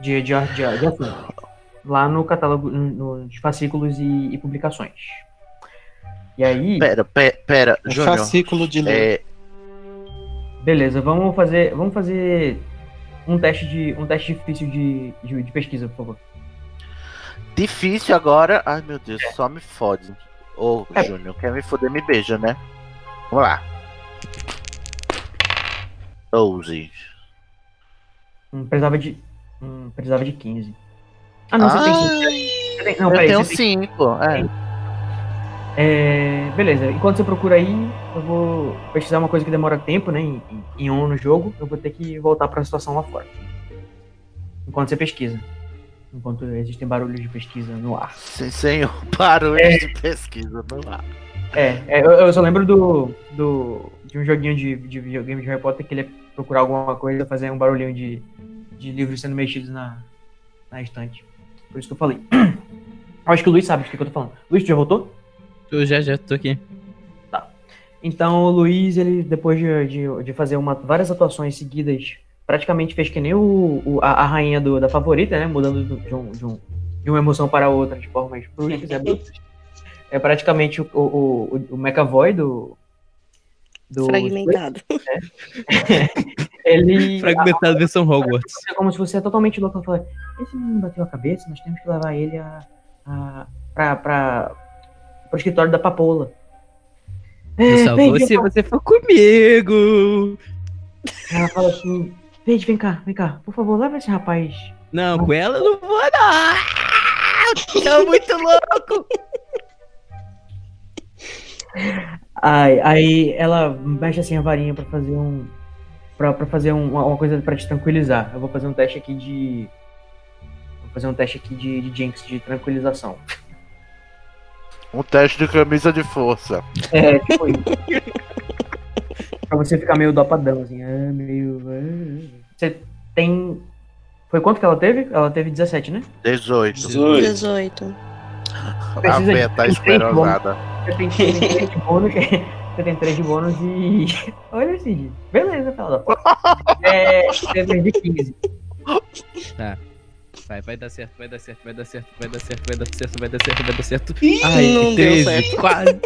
[SPEAKER 1] de, de, de, de assunto lá no catálogo, no- nos fascículos e, e publicações. E aí,
[SPEAKER 2] Pera, pera, pera,
[SPEAKER 4] Um
[SPEAKER 2] Júnior.
[SPEAKER 4] fascículo de ler.
[SPEAKER 2] É,
[SPEAKER 1] beleza, vamos fazer, vamos fazer um teste de um teste difícil de, de, de pesquisa, por favor.
[SPEAKER 2] difícil agora. Ai meu Deus, só me fode. Ô,
[SPEAKER 1] É.
[SPEAKER 2] Júnior, quer me foder, me beija, né? Vamos lá. 12.
[SPEAKER 1] Hum, precisava de hum, precisava de 15. Ah, não, você tem
[SPEAKER 2] Ah.
[SPEAKER 1] 15. Você tem- Não,
[SPEAKER 2] eu
[SPEAKER 1] peraí,
[SPEAKER 2] tenho
[SPEAKER 1] você tem-
[SPEAKER 2] cinco. É.
[SPEAKER 1] É, beleza, enquanto você procura aí, eu vou pesquisar uma coisa que demora tempo, né? Em, em em on no jogo, eu vou ter que voltar pra situação lá fora. Enquanto você pesquisa. enquanto existem barulhos de pesquisa no ar.
[SPEAKER 2] Sim, senhor. Barulhos de pesquisa no ar.
[SPEAKER 1] É, é, eu, eu só lembro do, do de um joguinho de, de videogame de Harry Potter que ele ia procurar alguma coisa, fazer um barulhinho de, de livros sendo mexidos na, na estante. Por isso que eu falei. Acho que o Luiz sabe do que eu tô falando. Luiz, tu já voltou?
[SPEAKER 3] Eu já, já tô aqui.
[SPEAKER 1] Então o Luiz, ele, depois de, de, de fazer uma, várias atuações seguidas, praticamente fez que nem o, o- a, a rainha do- da favorita, né? Mudando do- de, um- de um- de uma emoção para outra de formas bruscas e abruptas. É praticamente o, o, o, o McAvoy do. do é
[SPEAKER 6] Fragmentado.
[SPEAKER 1] Ele.
[SPEAKER 3] Fragmentado versão Hogwarts.
[SPEAKER 1] É como se você é totalmente louco e fala, esse menino bateu a cabeça, nós temos que levar ele a, a, pra, pra, pro escritório da papoula. É,
[SPEAKER 3] Eu só vou
[SPEAKER 1] perdi a
[SPEAKER 3] se você for comigo.
[SPEAKER 1] Ela fala assim, Verde, vem cá, vem cá, por favor, leva esse rapaz.
[SPEAKER 3] Não, com ela eu não vou, não. Tá muito louco.
[SPEAKER 1] Aí, aí ela mexe assim a varinha pra fazer um. Pra, pra fazer um- uma, uma coisa pra te tranquilizar. Eu vou fazer um teste aqui de. Vou fazer um teste aqui de, de Jinx, de tranquilização.
[SPEAKER 2] Um teste de camisa de força.
[SPEAKER 1] É, tipo isso. pra você ficar meio dopadão, assim, ah, meio. ah. Você tem. Foi quanto que ela teve? Ela teve 17, né?
[SPEAKER 2] 18.
[SPEAKER 8] 18.
[SPEAKER 6] 18.
[SPEAKER 2] A
[SPEAKER 1] Precisa de
[SPEAKER 2] Fê tá
[SPEAKER 1] 23
[SPEAKER 2] esperançada.
[SPEAKER 1] Você tem, você tem três de bônus. Você tem três de bônus e. Olha, Cid. Beleza, fala. É. Você tem de 15.
[SPEAKER 3] Tá. Vai, vai dar certo, vai dar certo, vai dar certo, vai dar certo, vai dar certo, vai dar certo, vai dar certo.
[SPEAKER 7] Ih, não deu certo. um
[SPEAKER 3] quase.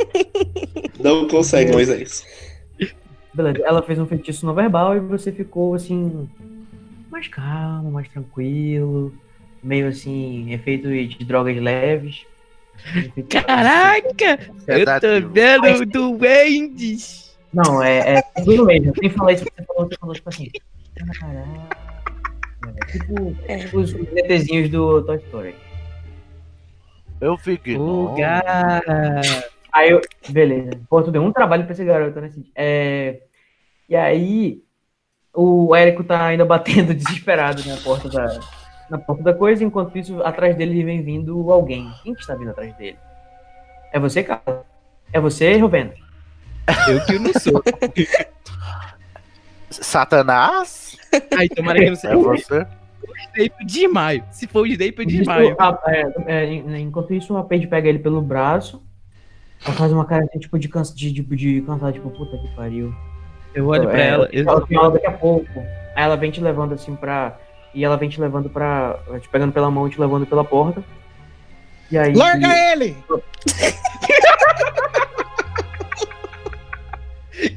[SPEAKER 8] Não consegue, Moisés.
[SPEAKER 1] Beleza. Ela fez um feitiço não verbal e você ficou assim. Mais calmo, mais tranquilo. Meio assim, efeito de drogas leves. Efeito-
[SPEAKER 3] Caraca, eu tô
[SPEAKER 2] Sedativo.
[SPEAKER 3] vendo duendes.
[SPEAKER 1] Não, é, é tudo mesmo. Sem falar isso que você falou, você falou tipo assim. Caraca. É tipo, é tipo os os ETzinhos do Toy Story.
[SPEAKER 2] Eu fiquei.
[SPEAKER 3] Ô,
[SPEAKER 2] não.
[SPEAKER 3] cara.
[SPEAKER 1] Aí eu. Beleza. Pô, tu deu um trabalho pra esse garoto, né, Cid? É... E aí, o Érico tá ainda batendo desesperado na porta da, na porta da coisa, enquanto isso, atrás dele vem vindo alguém. Quem que está vindo atrás dele? É você, cara? É você, Rubén?
[SPEAKER 3] Eu que não sou.
[SPEAKER 2] Satanás?
[SPEAKER 3] Ai, tomara que não
[SPEAKER 2] É
[SPEAKER 3] seja o
[SPEAKER 2] você?
[SPEAKER 3] Snape de maio. Se for o Snape, eu
[SPEAKER 1] Isso,
[SPEAKER 3] desmaio.
[SPEAKER 1] a- é, é, en- enquanto isso, a Paige pega ele pelo braço, ela faz uma cara assim, tipo de, cansa, de, de, de cansado, tipo, puta que pariu.
[SPEAKER 3] Eu olho pra
[SPEAKER 1] É,
[SPEAKER 3] ela.
[SPEAKER 1] Ela tem aula daqui a pouco. Aí ela vem te levando assim pra. E ela vem te levando pra. Te pegando pela mão e te levando pela porta. E aí.
[SPEAKER 4] Larga ele!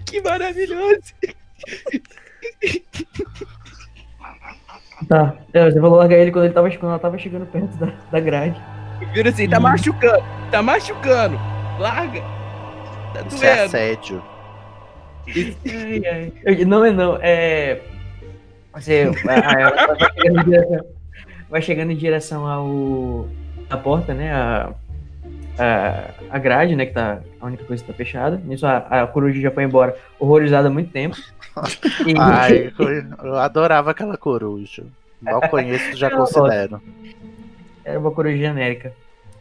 [SPEAKER 3] Que maravilhoso.
[SPEAKER 1] Tá. É, Você falou largar ele quando ele tava chegando. Ela tava chegando perto da, da grade.
[SPEAKER 3] Vira assim, tá machucando, tá machucando. Larga. Tá
[SPEAKER 2] Isso é
[SPEAKER 3] doendo.
[SPEAKER 2] assédio.
[SPEAKER 1] Ai, ai. Eu- não é não. É. Você. a- a- ela vai, chegando em direção, vai chegando em direção ao. à porta, né? A, a, a grade, né? Que tá. A única coisa que tá fechada. Nisso a, a coruja já foi embora, horrorizada há muito tempo. E-
[SPEAKER 2] Ai, eu adorava aquela coruja. Mal conheço, já
[SPEAKER 1] Eu gosto.
[SPEAKER 2] considero.
[SPEAKER 1] Era uma coruja genérica.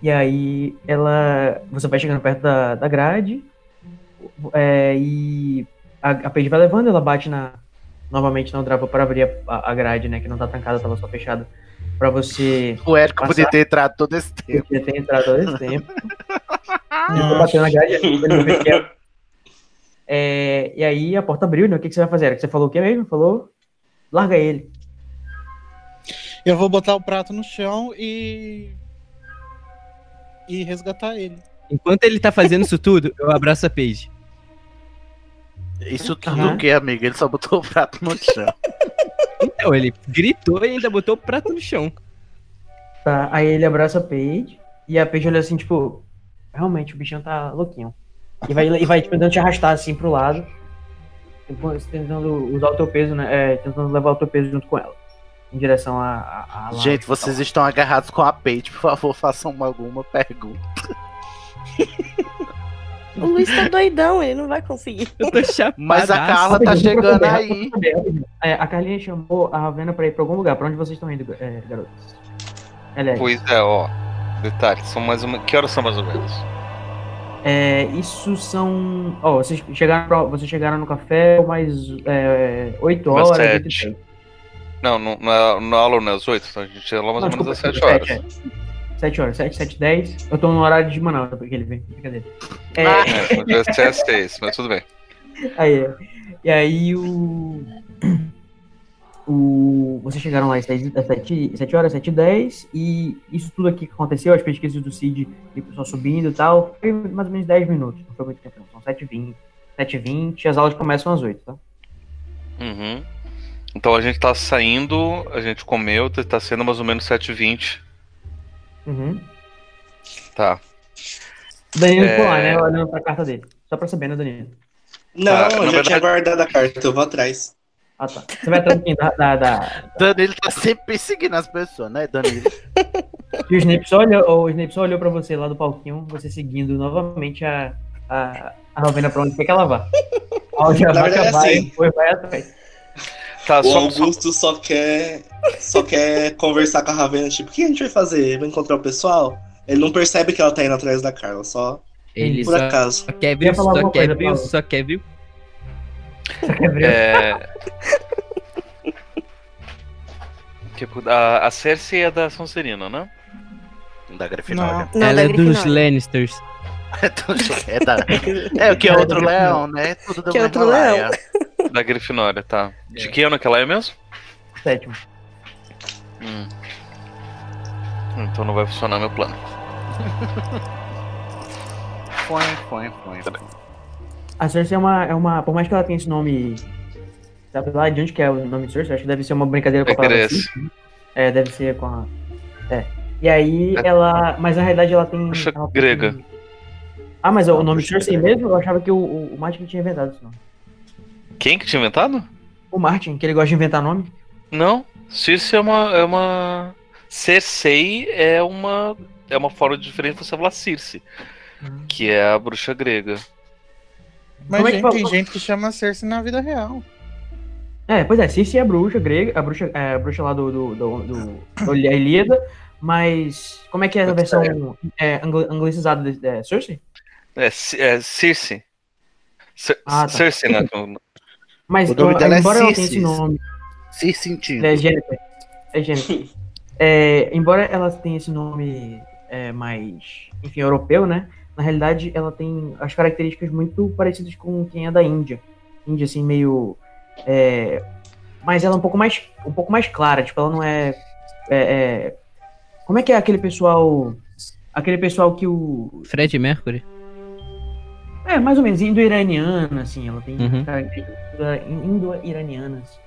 [SPEAKER 1] E aí ela. Você vai chegando perto da, da grade. é, e a, a Paige vai levando, ela bate na. Novamente na drapa para abrir a, a grade, né? Que não tá trancada, tava só fechada. Pra você
[SPEAKER 2] O Érico
[SPEAKER 1] Passar.
[SPEAKER 2] podia ter entrado todo esse tempo.
[SPEAKER 1] eu podia ter entrado há esse tempo.
[SPEAKER 4] Ah.
[SPEAKER 1] Ele foi batendo na grade, ele não fez que era. É, e aí a porta abriu, né? O que, que você vai fazer? Era que você falou o quê mesmo? Falou. Larga ele.
[SPEAKER 4] Eu vou botar o prato no chão e. e resgatar ele.
[SPEAKER 3] Enquanto ele tá fazendo isso tudo, eu abraço a Paige.
[SPEAKER 2] Isso tudo
[SPEAKER 1] Aham.
[SPEAKER 2] o que, amiga? Ele só botou o prato no chão.
[SPEAKER 3] Então, ele gritou e ainda botou o prato no chão.
[SPEAKER 1] Tá, aí ele abraça a Paige. E a Paige olha assim, tipo, realmente o bichinho tá louquinho. E vai, e vai tentando te arrastar assim pro lado. Depois tentando usar o teu peso, né? é, tentando levar o teu peso junto com ela. Em direção à. à- à-
[SPEAKER 6] é
[SPEAKER 2] Gente, vocês estão agarrados com a peito, por favor, façam alguma pergunta.
[SPEAKER 6] O Luiz tá doidão, ele não vai conseguir.
[SPEAKER 3] Eu tô chapado.
[SPEAKER 2] Mas a Carla tá
[SPEAKER 1] Rapidinho,
[SPEAKER 2] chegando
[SPEAKER 1] rapidinho,
[SPEAKER 2] aí.
[SPEAKER 1] É, a Carlinha chamou a Ravena pra ir pra algum lugar. Pra onde vocês estão indo, é, garotos? Olha aí.
[SPEAKER 5] Pois é, ó. Detalhe, são mais uma. Que horas são mais ou menos?
[SPEAKER 1] É, isso são. Ó, vocês, chegaram, pra- vocês chegaram no café mais é, 8
[SPEAKER 5] Umas
[SPEAKER 1] horas.
[SPEAKER 5] sete.
[SPEAKER 1] 8
[SPEAKER 5] Não, no, na, na aula não é às 8, então a gente chega lá mais ou menos às 7 horas.
[SPEAKER 1] 7 horas, 7, 7, 10. Eu tô no horário de Manaus, porque ele vem. Brincadeira. É,
[SPEAKER 5] É, mas vai ser às 6, mas tudo bem.
[SPEAKER 1] Aí, é. e aí o. O, vocês chegaram lá às 7, às 7, 7 horas, 7 e 10, e isso tudo aqui que aconteceu, as pesquisas do CID e o pessoal subindo e tal, foi mais ou menos 10 minutos, não foi muito tempo, não. são 7 e 20. 7 e 20, as aulas começam às 8, tá?
[SPEAKER 5] Uhum. Então a gente tá saindo, a gente comeu, tá- tá sendo mais ou menos 7h20.
[SPEAKER 1] Uhum.
[SPEAKER 5] Tá.
[SPEAKER 1] Danilo
[SPEAKER 5] É.
[SPEAKER 1] ficou lá, né? Olhando pra carta dele. Só pra saber, né, Danilo?
[SPEAKER 8] Não,
[SPEAKER 1] Tá,
[SPEAKER 5] Ah,
[SPEAKER 8] eu
[SPEAKER 5] na
[SPEAKER 8] já
[SPEAKER 5] verdade-
[SPEAKER 8] tinha guardado a carta, eu vou atrás.
[SPEAKER 1] Ah, tá. Você vai atrás de quem? Da, da, da...
[SPEAKER 2] Danilo tá sempre perseguindo as pessoas, né, Danilo?
[SPEAKER 1] E o Snape só olhou, o Snape só olhou pra você lá do palquinho, você seguindo novamente a, a, a Rovena pra onde quer que ela vá. A Aldia
[SPEAKER 8] Na
[SPEAKER 1] vai
[SPEAKER 8] verdade,
[SPEAKER 1] acabar
[SPEAKER 8] assim-
[SPEAKER 1] e depois vai atrás.
[SPEAKER 5] Tá,
[SPEAKER 8] O
[SPEAKER 5] só, só,
[SPEAKER 8] Augusto só quer, só quer conversar com a Ravena, tipo, o que a gente vai fazer? Vai encontrar o pessoal? Ele não percebe que ela tá indo atrás da Carla, só
[SPEAKER 3] Ele
[SPEAKER 8] por
[SPEAKER 3] só
[SPEAKER 8] acaso.
[SPEAKER 3] quer
[SPEAKER 1] Eu ia
[SPEAKER 3] viu,
[SPEAKER 1] falar
[SPEAKER 3] só
[SPEAKER 1] alguma
[SPEAKER 3] quer
[SPEAKER 1] coisa,
[SPEAKER 3] viu,
[SPEAKER 1] Paulo.
[SPEAKER 3] só quer viu.
[SPEAKER 5] É. Tipo, a, a Cersei é da Sonserina, né?
[SPEAKER 2] da Grifinória.
[SPEAKER 6] Não,
[SPEAKER 3] Ela
[SPEAKER 6] da
[SPEAKER 3] é dos
[SPEAKER 6] Grifinória.
[SPEAKER 3] Lannisters.
[SPEAKER 2] é, da... é, o que é outro leão, né? Tudo do
[SPEAKER 6] Que é
[SPEAKER 2] mesmo
[SPEAKER 6] outro leão.
[SPEAKER 2] laia.
[SPEAKER 5] Da Grifinória, tá. De que ano que ela é mesmo?
[SPEAKER 1] Sétimo.
[SPEAKER 5] Hum. Então não vai funcionar meu plano.
[SPEAKER 2] Põe, põe, põe.
[SPEAKER 1] A Cersei é uma, é uma. Por mais que ela tenha esse nome. Sabe lá de onde que é o nome de Cersei? Acho que deve ser uma brincadeira com a palavra.
[SPEAKER 5] Regresse.
[SPEAKER 1] Cersei. É, deve ser com a. É. E aí
[SPEAKER 5] É.
[SPEAKER 1] ela. Mas na realidade ela tem.
[SPEAKER 5] Puxa,
[SPEAKER 1] ela tem-
[SPEAKER 5] grega.
[SPEAKER 1] Ah, mas é o
[SPEAKER 2] Não,
[SPEAKER 1] nome
[SPEAKER 2] puxa,
[SPEAKER 1] Cersei
[SPEAKER 2] grega.
[SPEAKER 1] mesmo? Eu achava que o, o, o Martin tinha inventado esse nome.
[SPEAKER 5] Quem que tinha inventado?
[SPEAKER 1] O Martin, que ele gosta de inventar nome.
[SPEAKER 5] Não. Circe é uma. É uma... Cersei é uma. É uma forma diferente de você falar Circe.
[SPEAKER 1] Hum.
[SPEAKER 5] Que é a bruxa grega.
[SPEAKER 4] Mas
[SPEAKER 1] Como é que
[SPEAKER 4] gente,
[SPEAKER 1] fala?
[SPEAKER 4] tem gente que chama Cersei na vida real.
[SPEAKER 1] É, pois é, Circe é a bruxa grega, a bruxa, é, a bruxa lá do, do, do, do, do Ilíada, mas como é que é a versão é, angli- anglicizada de, de Cersei?
[SPEAKER 5] É, Ci- é Circe. Cer-
[SPEAKER 1] Ah, tá.
[SPEAKER 5] Circe, né? No-
[SPEAKER 1] Mas
[SPEAKER 2] O nome
[SPEAKER 1] ó,
[SPEAKER 2] dela é
[SPEAKER 1] embora ela tenha
[SPEAKER 2] Circe.
[SPEAKER 1] esse nome,
[SPEAKER 2] Se sentindo.
[SPEAKER 1] é Jennifer, é Jennifer. É, embora ela tenha esse nome é, mais, enfim, europeu, né? Na realidade, ela tem as características muito parecidas com quem é da Índia. Índia, assim, meio... é, mas ela é um pouco mais, um pouco mais clara, tipo, ela não é, é, é- Como é que é aquele pessoal... Aquele pessoal que o...
[SPEAKER 3] Fred Mercury.
[SPEAKER 1] É, mais ou menos, indo-iraniana, assim, ela tem assim.
[SPEAKER 3] Uhum.
[SPEAKER 1] características indo-iranianas.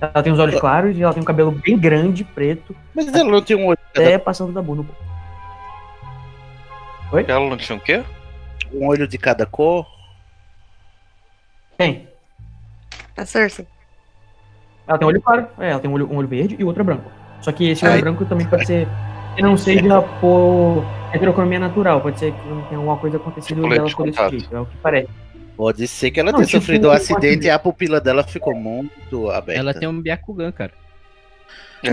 [SPEAKER 1] Ela tem os olhos claros e ela tem um cabelo bem grande, preto,
[SPEAKER 2] Mas ela não tem um olho,
[SPEAKER 1] até passando da bunda.
[SPEAKER 5] Ela não tinha o quê?
[SPEAKER 2] um olho de cada cor?
[SPEAKER 1] Tem.
[SPEAKER 6] A Cersei.
[SPEAKER 1] Ela tem um olho claro, é, ela tem um olho, um olho verde e outro é branco. Só que esse olho
[SPEAKER 8] Ai.
[SPEAKER 1] branco também pode ser que não seja por heterocromia natural, pode ser que não tenha alguma coisa acontecido
[SPEAKER 5] Tipo,
[SPEAKER 1] e ela
[SPEAKER 5] leite
[SPEAKER 1] ficou desse
[SPEAKER 5] contato.
[SPEAKER 1] jeito, é o que parece.
[SPEAKER 2] Pode ser que ela
[SPEAKER 1] Não,
[SPEAKER 2] tenha
[SPEAKER 1] tipo,
[SPEAKER 2] sofrido um
[SPEAKER 1] um
[SPEAKER 2] acidente
[SPEAKER 1] acidente.
[SPEAKER 2] e a pupila dela ficou muito aberta.
[SPEAKER 3] Ela tem um Byakugan, cara.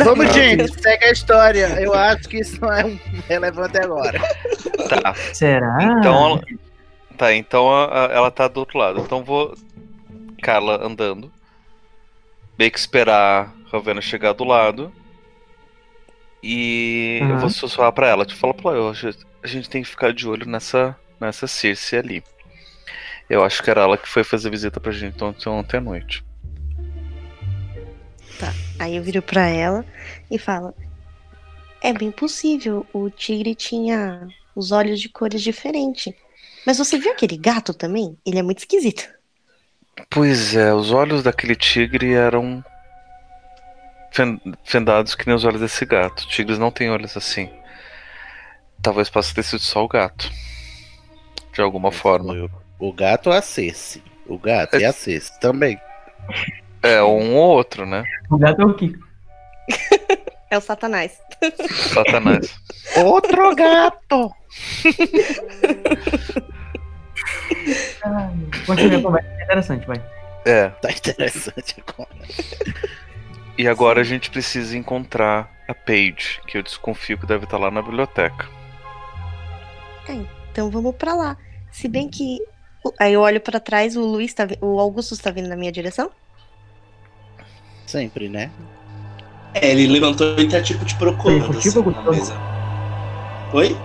[SPEAKER 2] Vamos,
[SPEAKER 5] Ah,
[SPEAKER 2] gente, segue a história. Eu acho que isso não é um relevante agora.
[SPEAKER 5] Tá.
[SPEAKER 1] Será?
[SPEAKER 5] Então ela... Tá, então a- a- ela tá do outro lado. Então vou. Carla andando. Meio que esperar a Ravena chegar do lado. E eu
[SPEAKER 1] Aham.
[SPEAKER 5] vou sussurrar pra ela. Tipo, fala pra ela, "Eu acho- a gente tem que ficar de olho nessa, nessa Circe ali. Eu acho que era ela que foi fazer visita pra gente ontem, ontem à noite.
[SPEAKER 6] Aí eu viro pra ela e falo: É bem possível, o tigre tinha os olhos de cores diferentes. Mas você viu aquele gato também? Ele é muito esquisito.
[SPEAKER 5] Pois é, os olhos daquele tigre eram fen- fendados que nem os olhos desse gato. Tigres não têm olhos assim. Talvez possa ter sido só o gato. De alguma forma.
[SPEAKER 2] O gato é a Ceci. O gato é a Ceci também.
[SPEAKER 5] É, um ou outro, né?
[SPEAKER 1] O gato é o Kiko.
[SPEAKER 6] É o Satanás.
[SPEAKER 5] Satanás.
[SPEAKER 2] Outro gato!
[SPEAKER 1] Continua a conversa, é interessante, vai.
[SPEAKER 5] É.
[SPEAKER 2] Tá interessante agora.
[SPEAKER 5] E agora a gente precisa encontrar a Paige, que eu desconfio que deve estar lá na biblioteca.
[SPEAKER 6] Então vamos pra lá. Se bem que. Aí eu olho pra trás, o Luiz tá. vi- O Augusto tá vindo na minha direção?
[SPEAKER 2] Sempre, né?
[SPEAKER 8] É, ele levantou e tá tipo te
[SPEAKER 1] Ele
[SPEAKER 8] procurando.
[SPEAKER 1] furtivo,
[SPEAKER 8] assim, na
[SPEAKER 1] Gustavo?
[SPEAKER 8] mesa. Oi?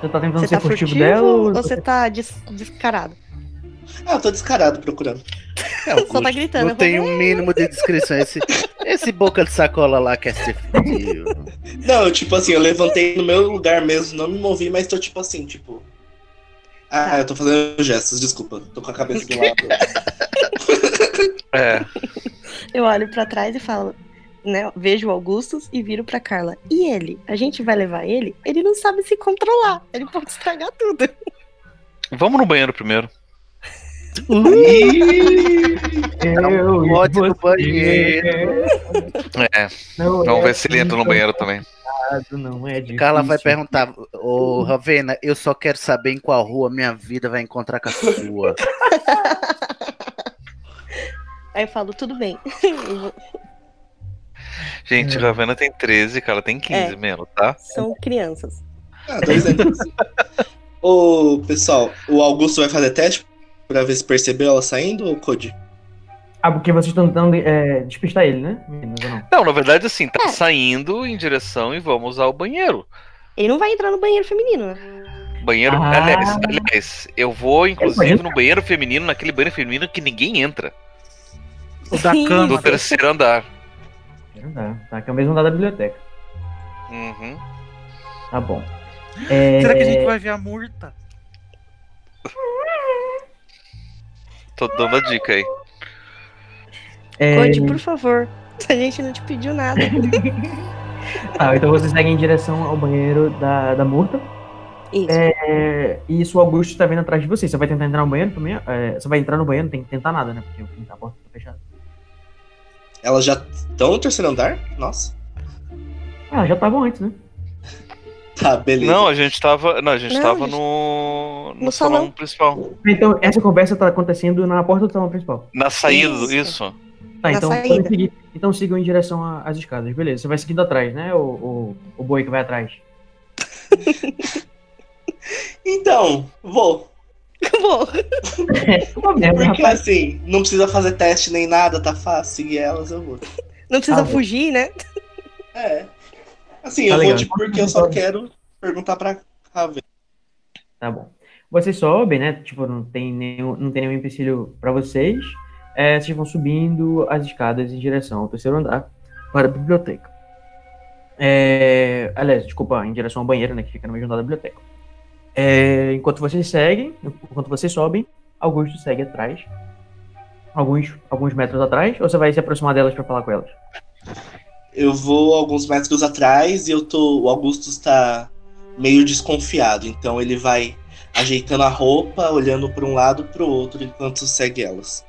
[SPEAKER 1] Você tá tentando
[SPEAKER 6] Você
[SPEAKER 1] ser
[SPEAKER 6] tá
[SPEAKER 1] furtivo,
[SPEAKER 6] furtivo
[SPEAKER 1] dela
[SPEAKER 6] ou
[SPEAKER 1] ou.
[SPEAKER 6] você tá des- descarado?
[SPEAKER 8] Ah, eu tô descarado procurando.
[SPEAKER 2] É,
[SPEAKER 6] Só tá gritando,
[SPEAKER 2] Não tem um mínimo de descrição. Esse, esse boca de sacola lá quer ser frio.
[SPEAKER 8] Não, eu, tipo assim, eu levantei no meu lugar mesmo, não me movi, mas tô tipo assim, tipo.
[SPEAKER 5] Tá.
[SPEAKER 8] Ah, eu tô fazendo gestos, desculpa. Tô com a cabeça de um lado. pro outro.
[SPEAKER 5] É,
[SPEAKER 6] Eu olho pra trás e falo, né? Vejo o Augustus e viro pra Carla. E ele? A gente vai levar ele? Ele não sabe se controlar. Ele pode estragar tudo.
[SPEAKER 5] vamos no banheiro primeiro.
[SPEAKER 1] Eu,
[SPEAKER 2] Pode um no
[SPEAKER 1] você.
[SPEAKER 2] banheiro.
[SPEAKER 5] É,
[SPEAKER 1] Não,
[SPEAKER 5] vamos
[SPEAKER 1] é
[SPEAKER 5] ver se ele entra no banheiro também.
[SPEAKER 1] complicado, Não é difícil.
[SPEAKER 2] Carla vai perguntar, ô Ravena, eu só quero saber em qual rua minha vida vai encontrar com a sua.
[SPEAKER 6] Aí eu falo, tudo bem.
[SPEAKER 5] Gente, Ravena tem 13, cara, tem 15
[SPEAKER 6] É.
[SPEAKER 5] menos, tá?
[SPEAKER 6] São crianças.
[SPEAKER 8] Ah, dois anos. Ô, pessoal, o Augusto vai fazer teste pra ver se percebeu ela saindo ou Code?
[SPEAKER 1] Ah, porque vocês estão tentando é, despistar ele, né? Meninas, ou não?
[SPEAKER 5] Não, na verdade, assim, tá
[SPEAKER 6] É.
[SPEAKER 5] saindo em direção e vamos ao banheiro.
[SPEAKER 6] Ele não vai entrar no banheiro feminino, né?
[SPEAKER 5] Banheiro,
[SPEAKER 1] Ah.
[SPEAKER 5] aliás, aliás, eu vou inclusive no banheiro feminino, naquele banheiro feminino que ninguém entra,
[SPEAKER 4] O da
[SPEAKER 6] Sim.
[SPEAKER 5] do
[SPEAKER 4] cama. né?
[SPEAKER 5] terceiro andar.
[SPEAKER 1] Não dá. Tá, que é o mesmo andar da biblioteca.
[SPEAKER 5] Uhum.
[SPEAKER 1] Tá bom. É,
[SPEAKER 4] Será que a gente vai ver a murta?
[SPEAKER 5] Tô dando a dica aí.
[SPEAKER 1] é,
[SPEAKER 6] Code, por favor. A gente não te pediu nada.
[SPEAKER 1] tá, então vocês seguem em direção ao banheiro da, da Murta.
[SPEAKER 6] Isso.
[SPEAKER 1] É, e isso o Augusto tá vindo atrás de vocês. Você vai tentar entrar no banheiro também? É, você vai entrar no banheiro, não tem que tentar nada, né? Porque a porta tá fechada.
[SPEAKER 8] Elas já estão no terceiro andar? Nossa.
[SPEAKER 1] Ah, já estavam antes, né?
[SPEAKER 8] Tá, beleza.
[SPEAKER 5] Não, a gente tava. Não, a gente
[SPEAKER 6] Não,
[SPEAKER 5] tava
[SPEAKER 6] gente-
[SPEAKER 5] no. no,
[SPEAKER 6] no
[SPEAKER 5] salão,
[SPEAKER 6] salão.
[SPEAKER 5] principal.
[SPEAKER 1] Então, essa conversa tá acontecendo na porta do salão principal.
[SPEAKER 5] Na saída, isso.
[SPEAKER 6] Isso.
[SPEAKER 1] Tá,
[SPEAKER 6] Na
[SPEAKER 1] então,
[SPEAKER 6] saída.
[SPEAKER 1] podem seguir. então sigam em direção a- às escadas, beleza. Você vai seguindo atrás, né? O, o, o boi que vai atrás.
[SPEAKER 8] Então, vou.
[SPEAKER 6] Bom,
[SPEAKER 1] É, Uma merda,
[SPEAKER 8] Porque
[SPEAKER 1] rapaz.
[SPEAKER 8] assim, não precisa fazer teste nem nada, tá fácil. Seguir elas, eu vou.
[SPEAKER 6] não precisa
[SPEAKER 1] Ah, bom.
[SPEAKER 6] fugir, né?
[SPEAKER 8] É. Assim,
[SPEAKER 1] Tá
[SPEAKER 8] eu
[SPEAKER 1] legal.
[SPEAKER 8] vou tipo, porque eu só quero perguntar pra Raven.
[SPEAKER 1] Tá bom. Vocês sobem, né? Tipo, não tem nenhum, não tem nenhum empecilho pra vocês. É, vocês vão subindo as escadas em direção ao terceiro andar para a biblioteca. É, aliás, desculpa, em direção ao banheiro, né? Que fica no mesmo lado da biblioteca. É, enquanto vocês seguem, enquanto vocês sobem, Augusto segue atrás. Alguns, alguns metros atrás, ou você vai se aproximar delas pra falar com elas?
[SPEAKER 8] Eu vou alguns metros atrás e eu tô. O Augustus tá meio desconfiado, então ele vai ajeitando a roupa, olhando pra um lado pro outro enquanto segue elas.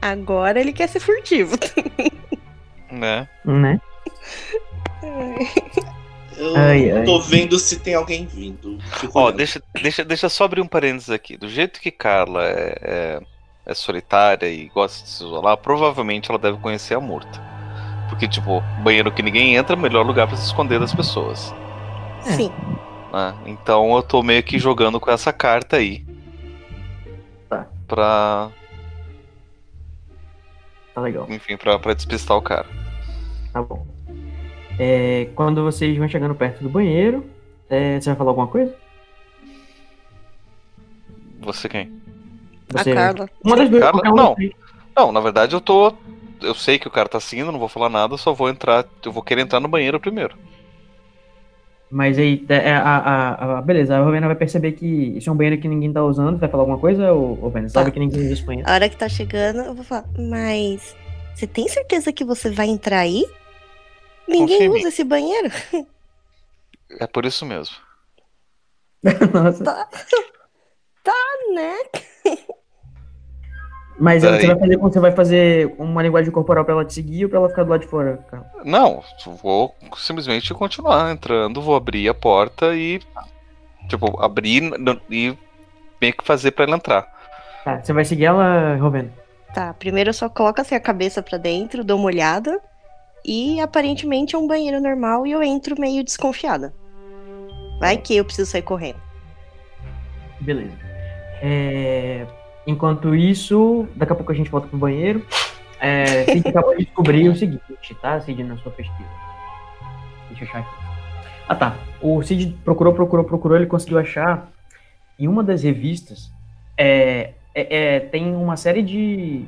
[SPEAKER 6] Agora ele quer ser furtivo.
[SPEAKER 5] Né?
[SPEAKER 1] Né?
[SPEAKER 8] Eu
[SPEAKER 1] Ai, ai.
[SPEAKER 8] tô vendo se tem alguém vindo. Fico
[SPEAKER 5] Ó,
[SPEAKER 8] olhando.
[SPEAKER 5] deixa, deixa, deixa só abrir um parênteses aqui. Do jeito que Carla é, é, é solitária e gosta de se isolar, provavelmente ela deve conhecer a Murta. Porque, tipo, banheiro que ninguém entra, melhor lugar pra se esconder das pessoas.
[SPEAKER 6] Sim.
[SPEAKER 5] né? Então eu tô meio que jogando com essa carta aí.
[SPEAKER 1] Tá.
[SPEAKER 5] Pra.
[SPEAKER 1] Tá legal.
[SPEAKER 5] Enfim, pra, pra despistar o cara.
[SPEAKER 1] Tá bom. É, quando vocês vão chegando perto do banheiro, é, você vai falar alguma coisa?
[SPEAKER 5] Você quem?
[SPEAKER 6] A
[SPEAKER 1] Você-
[SPEAKER 6] Carla.
[SPEAKER 1] Uma das duas.
[SPEAKER 5] Cara,
[SPEAKER 1] qualquer uma
[SPEAKER 5] não.
[SPEAKER 1] das duas.
[SPEAKER 5] Não, na verdade eu tô. Eu sei que o cara tá seguindo, não vou falar nada, só vou entrar. Eu vou querer entrar no banheiro primeiro.
[SPEAKER 1] Mas aí, é, a, a, a- beleza, a Rovena vai perceber que isso é um banheiro que ninguém tá usando. Vai falar alguma coisa, ou, Rovena? Sabe
[SPEAKER 6] Tá.
[SPEAKER 1] que ninguém usa esse banheiro.
[SPEAKER 6] A hora que tá chegando, eu vou falar, mas você tem certeza que você vai entrar aí? Ninguém
[SPEAKER 5] Confia em
[SPEAKER 6] usa esse banheiro?
[SPEAKER 5] É por isso mesmo.
[SPEAKER 1] Nossa.
[SPEAKER 6] Tá. Tá, né?
[SPEAKER 1] Mas aí, você,
[SPEAKER 5] Peraí.
[SPEAKER 1] vai fazer, você vai fazer uma linguagem corporal pra ela te seguir ou pra ela ficar do lado de fora, Tá, Carla?
[SPEAKER 5] Não, vou simplesmente continuar entrando, vou abrir a porta e. Tipo, abrir n- e meio que fazer pra ele entrar.
[SPEAKER 1] Tá, você vai seguir ela, Rovena?
[SPEAKER 6] Tá, primeiro eu só coloco assim a cabeça pra dentro, dou uma olhada, E aparentemente é um banheiro normal e eu entro meio desconfiada. Vai que eu preciso sair correndo.
[SPEAKER 1] Beleza. É, Enquanto isso, daqui a pouco a gente volta pro banheiro. É, Cid acabou de descobrir o seguinte, tá, Cid, na sua pesquisa. Deixa eu achar aqui. Ah, tá. O Cid procurou, procurou, procurou, ele conseguiu achar em uma das revistas é, é- é, tem uma série de,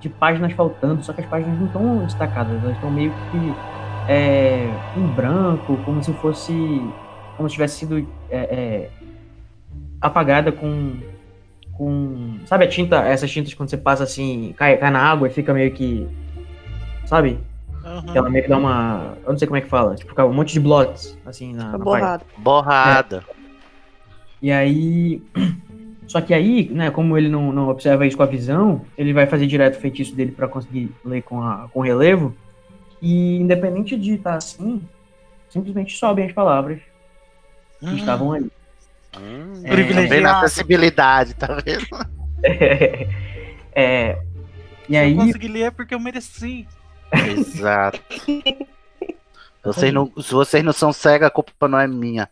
[SPEAKER 1] de páginas faltando, só que as páginas não estão destacadas, elas estão meio que é, em branco, como se fosse. como se tivesse sido é, é, apagada com. com. Sabe a tinta, essas tintas quando você passa assim, cai, cai na água e fica meio que. Sabe? Ela meio que dá uma. Eu não sei como é que fala. Tipo, ficava um monte de blots, assim, na, na página.
[SPEAKER 6] Borrado.
[SPEAKER 2] Borrada.
[SPEAKER 1] E aí. Só que aí, né, como ele não, não observa isso com a visão, ele vai fazer direto o feitiço dele pra conseguir ler com, a, com relevo. E independente de estar assim, simplesmente sobem as palavras que estavam ali.
[SPEAKER 2] Hum, tá vendo
[SPEAKER 1] É,
[SPEAKER 2] a
[SPEAKER 4] privilegiado.
[SPEAKER 2] acessibilidade, tá vendo?
[SPEAKER 1] É, e
[SPEAKER 4] Se
[SPEAKER 1] aí.
[SPEAKER 4] eu consegui ler é porque eu mereci.
[SPEAKER 2] Exato. Vocês não, se vocês não são cega, a culpa não é minha.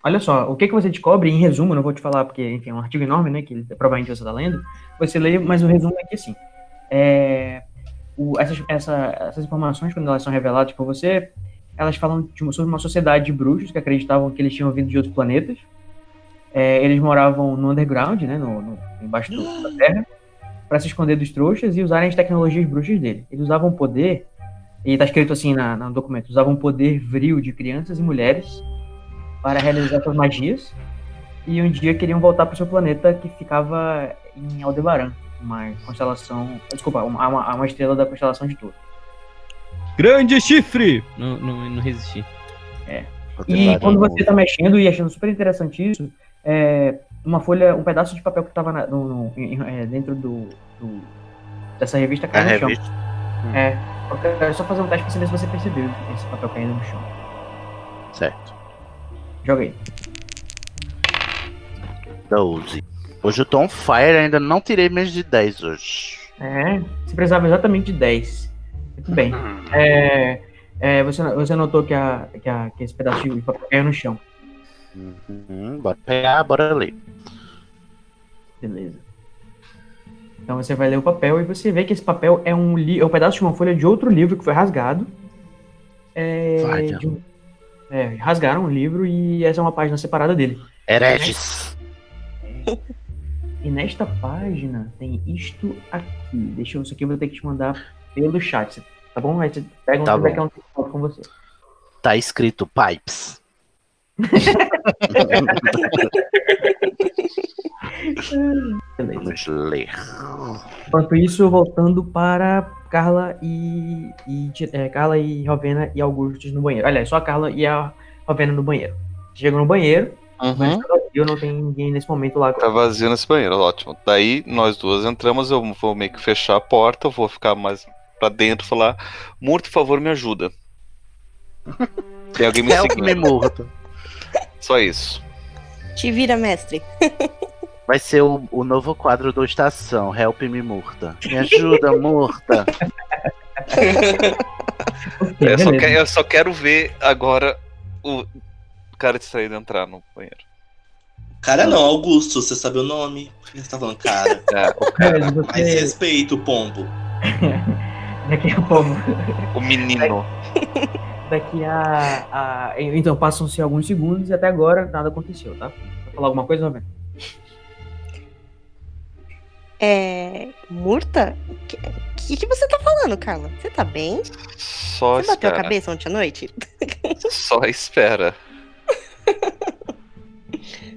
[SPEAKER 1] Olha só, o que, que você descobre, em resumo, não vou te falar porque, enfim, é um artigo enorme, né, que provavelmente você está lendo, você lê, mas o resumo é que, assim, é, o- essas, essa- essas informações, quando elas são reveladas por você, elas falam de uma- sobre uma sociedade de bruxos que acreditavam que eles tinham vindo de outros planetas, É, eles moravam no underground, né, no, no- embaixo do- da terra, para se esconder dos trouxas e usarem as tecnologias bruxas dele. Eles usavam poder, e tá escrito assim na, no documento, usavam poder vril de crianças e mulheres para realizar suas magias. E um dia queriam voltar para o seu planeta que ficava em Aldebaran, uma constelação. Desculpa, uma, uma, uma estrela da constelação de Touro.
[SPEAKER 3] Grande chifre! Não, não, não resisti.
[SPEAKER 1] É. E
[SPEAKER 2] um
[SPEAKER 1] quando você tá mexendo e achando super interessante isso, é, uma folha, um pedaço de papel que tava na- no- no- em- é, dentro do, do- dessa revista
[SPEAKER 2] A
[SPEAKER 1] caiu no chão.
[SPEAKER 2] revista.
[SPEAKER 1] É, eu quero só fazer um teste pra saber se você percebeu esse papel caindo no chão.
[SPEAKER 2] Certo.
[SPEAKER 1] Joga aí.
[SPEAKER 2] 12. Hoje eu tô on fire, ainda não tirei menos de 10 hoje.
[SPEAKER 1] É, você precisava exatamente de 10. Muito bem. É, é, você, você notou que, a, que, a- que esse pedaço de papel caiu no chão.
[SPEAKER 2] Uhum, bora pegar, bora ler.
[SPEAKER 1] Beleza. Então você vai ler o papel e você vê que esse papel é um, li- é um pedaço de uma folha de outro livro que foi rasgado. É,
[SPEAKER 2] Vai,
[SPEAKER 1] de um- é, rasgaram o livro e essa é uma página separada dele. É.
[SPEAKER 2] Hereges.
[SPEAKER 1] E nesta página tem isto aqui. Deixa eu, isso aqui eu vou ter que te mandar pelo chat, você- tá bom? Aí você pega um
[SPEAKER 2] Tá
[SPEAKER 1] feedback
[SPEAKER 2] bom.
[SPEAKER 1] um foto com você.
[SPEAKER 2] Tá escrito pipes.
[SPEAKER 1] Beleza.
[SPEAKER 2] Vamos ler.
[SPEAKER 1] Enquanto isso, voltando para Carla e, e Ti- eh, Carla e Rovena e Augustus no banheiro. Aliás, só a Carla e a Rovena no banheiro. Chegam no banheiro, mas tá vazio, não tem ninguém nesse momento lá.
[SPEAKER 5] Tá vazio nesse banheiro, ótimo. Daí nós duas entramos, eu vou meio que fechar a porta, vou ficar mais pra dentro e falar: Murto, por favor, me ajuda. Tem alguém me
[SPEAKER 2] É o que me
[SPEAKER 5] seguindo.
[SPEAKER 2] morto.
[SPEAKER 5] Só isso.
[SPEAKER 6] Te vira, mestre.
[SPEAKER 2] Vai ser o, o novo quadro do Estação. Help me, Murta. Me ajuda, Murta.
[SPEAKER 1] É,
[SPEAKER 5] Eu só,
[SPEAKER 1] beleza.
[SPEAKER 5] que- eu só quero ver agora o cara distraído entrar no banheiro.
[SPEAKER 8] Cara, não, Augusto, você sabe o nome. Por que você tá falando cara?
[SPEAKER 5] É, o
[SPEAKER 1] Beleza,
[SPEAKER 5] cara,
[SPEAKER 8] Mais
[SPEAKER 1] você, é
[SPEAKER 8] respeito, pombo.
[SPEAKER 1] daqui a pouco.
[SPEAKER 5] o menino.
[SPEAKER 1] Daqui a. a- então, passam-se alguns segundos e até agora nada aconteceu, tá? Quer falar alguma coisa, Rovena?
[SPEAKER 6] É. Murta? O que, que você tá falando, Carla? Você tá bem?
[SPEAKER 5] Só
[SPEAKER 6] Você bateu a
[SPEAKER 5] espera.
[SPEAKER 6] cabeça ontem à noite?
[SPEAKER 5] Só espera.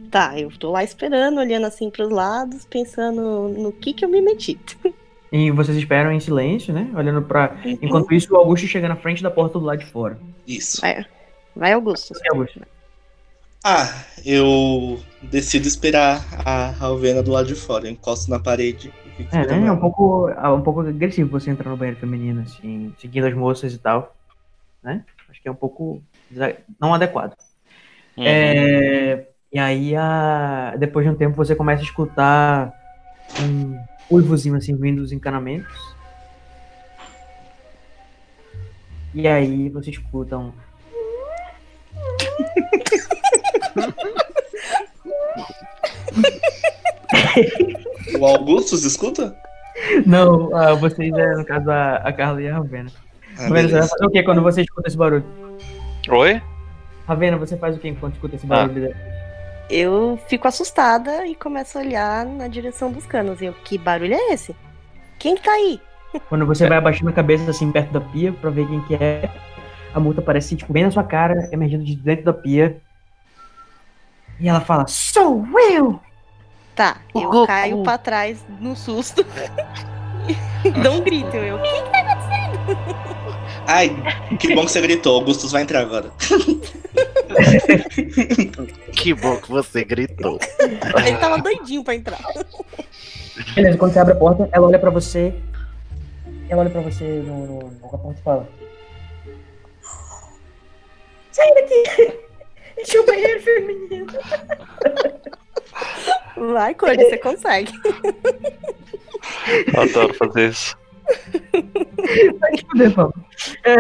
[SPEAKER 6] Tá, eu tô lá esperando, olhando assim pros lados, pensando no que que eu me meti.
[SPEAKER 1] E vocês esperam em silêncio, né? Olhando pra. Enquanto isso, o Augusto chega na frente da porta do lado de fora.
[SPEAKER 8] Isso.
[SPEAKER 6] Vai, Augusto.
[SPEAKER 1] Por que, Augusto?
[SPEAKER 8] Ah, eu decido esperar a Alvena do lado de fora. Eu encosto na parede e fico
[SPEAKER 1] É,
[SPEAKER 8] esperando.
[SPEAKER 1] né? É um pouco, é um pouco agressivo você entrar no banheiro feminino, assim, seguindo as moças e tal. Né? Acho que é um pouco desa- não adequado.
[SPEAKER 5] Uhum.
[SPEAKER 1] É, e aí, a- depois de um tempo, você começa a escutar um uivozinho assim vindo dos encanamentos. E aí você escuta um.
[SPEAKER 8] O Augustus escuta?
[SPEAKER 1] Não, ah, vocês é, no caso, a, a Carla e a Ravena.
[SPEAKER 8] Ah,
[SPEAKER 1] Ravena, você vai
[SPEAKER 8] beleza.
[SPEAKER 1] fazer o que quando você escuta esse barulho?
[SPEAKER 5] Oi?
[SPEAKER 1] Ravena, você faz o que enquanto escuta esse barulho?
[SPEAKER 6] Eu fico assustada e começo a olhar na direção dos canos. E eu, que barulho é esse? Quem que tá aí?
[SPEAKER 1] Quando você vai abaixando a cabeça, assim, perto da pia, pra ver quem que é, a multa aparece, tipo, bem na sua cara, emergindo de dentro da pia. E ela fala, sou eu!
[SPEAKER 6] Tá,
[SPEAKER 2] O
[SPEAKER 6] eu
[SPEAKER 2] Goku.
[SPEAKER 6] caio pra trás no susto. e dou um grito, eu.
[SPEAKER 8] Ai, que bom que você gritou. Augustus vai entrar agora.
[SPEAKER 2] Que bom que você gritou.
[SPEAKER 6] Ele tava doidinho pra entrar.
[SPEAKER 1] Beleza, quando você abre a porta, ela olha pra você, ela olha pra você no, no, no porta e fala, sai daqui! Este é o banheiro feminino!
[SPEAKER 6] Vai, Cody, você consegue.
[SPEAKER 5] Adoro fazer isso.
[SPEAKER 1] Vai te fuder, Paulo.
[SPEAKER 5] É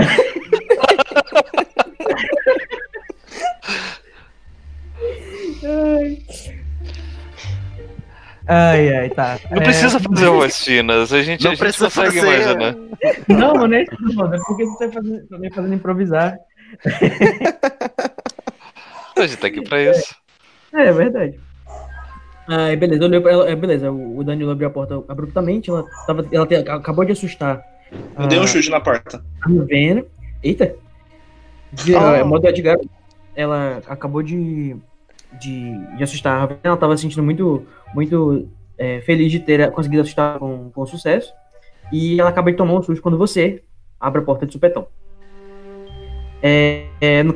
[SPEAKER 1] Ai. ai, ai, tá.
[SPEAKER 5] Não
[SPEAKER 1] É,
[SPEAKER 5] precisa fazer voz finas, a gente,
[SPEAKER 2] Não
[SPEAKER 5] a gente
[SPEAKER 2] precisa
[SPEAKER 5] consegue
[SPEAKER 2] fazer-
[SPEAKER 5] imaginar.
[SPEAKER 1] Não, mas não é isso, que eu tô falando, é porque você tá fazendo, tá me fazendo improvisar.
[SPEAKER 5] A gente tá aqui pra isso.
[SPEAKER 1] É, é verdade. Ai, beleza, olhou pra ela. é, beleza, o o Danilo abriu a porta abruptamente, ela, tava, ela te- acabou de assustar.
[SPEAKER 8] Eu dei
[SPEAKER 1] Ah,
[SPEAKER 8] um chute na porta.
[SPEAKER 1] Tá me vendo. Eita! De,
[SPEAKER 4] Ah.
[SPEAKER 1] é, modo Edgar, ela acabou de, de, de assustar a Ravena. Ela tava se sentindo muito, muito é, feliz de ter conseguido assustar com, com sucesso. E ela acaba de tomar um susto quando você abre a porta de supetão. É, é, no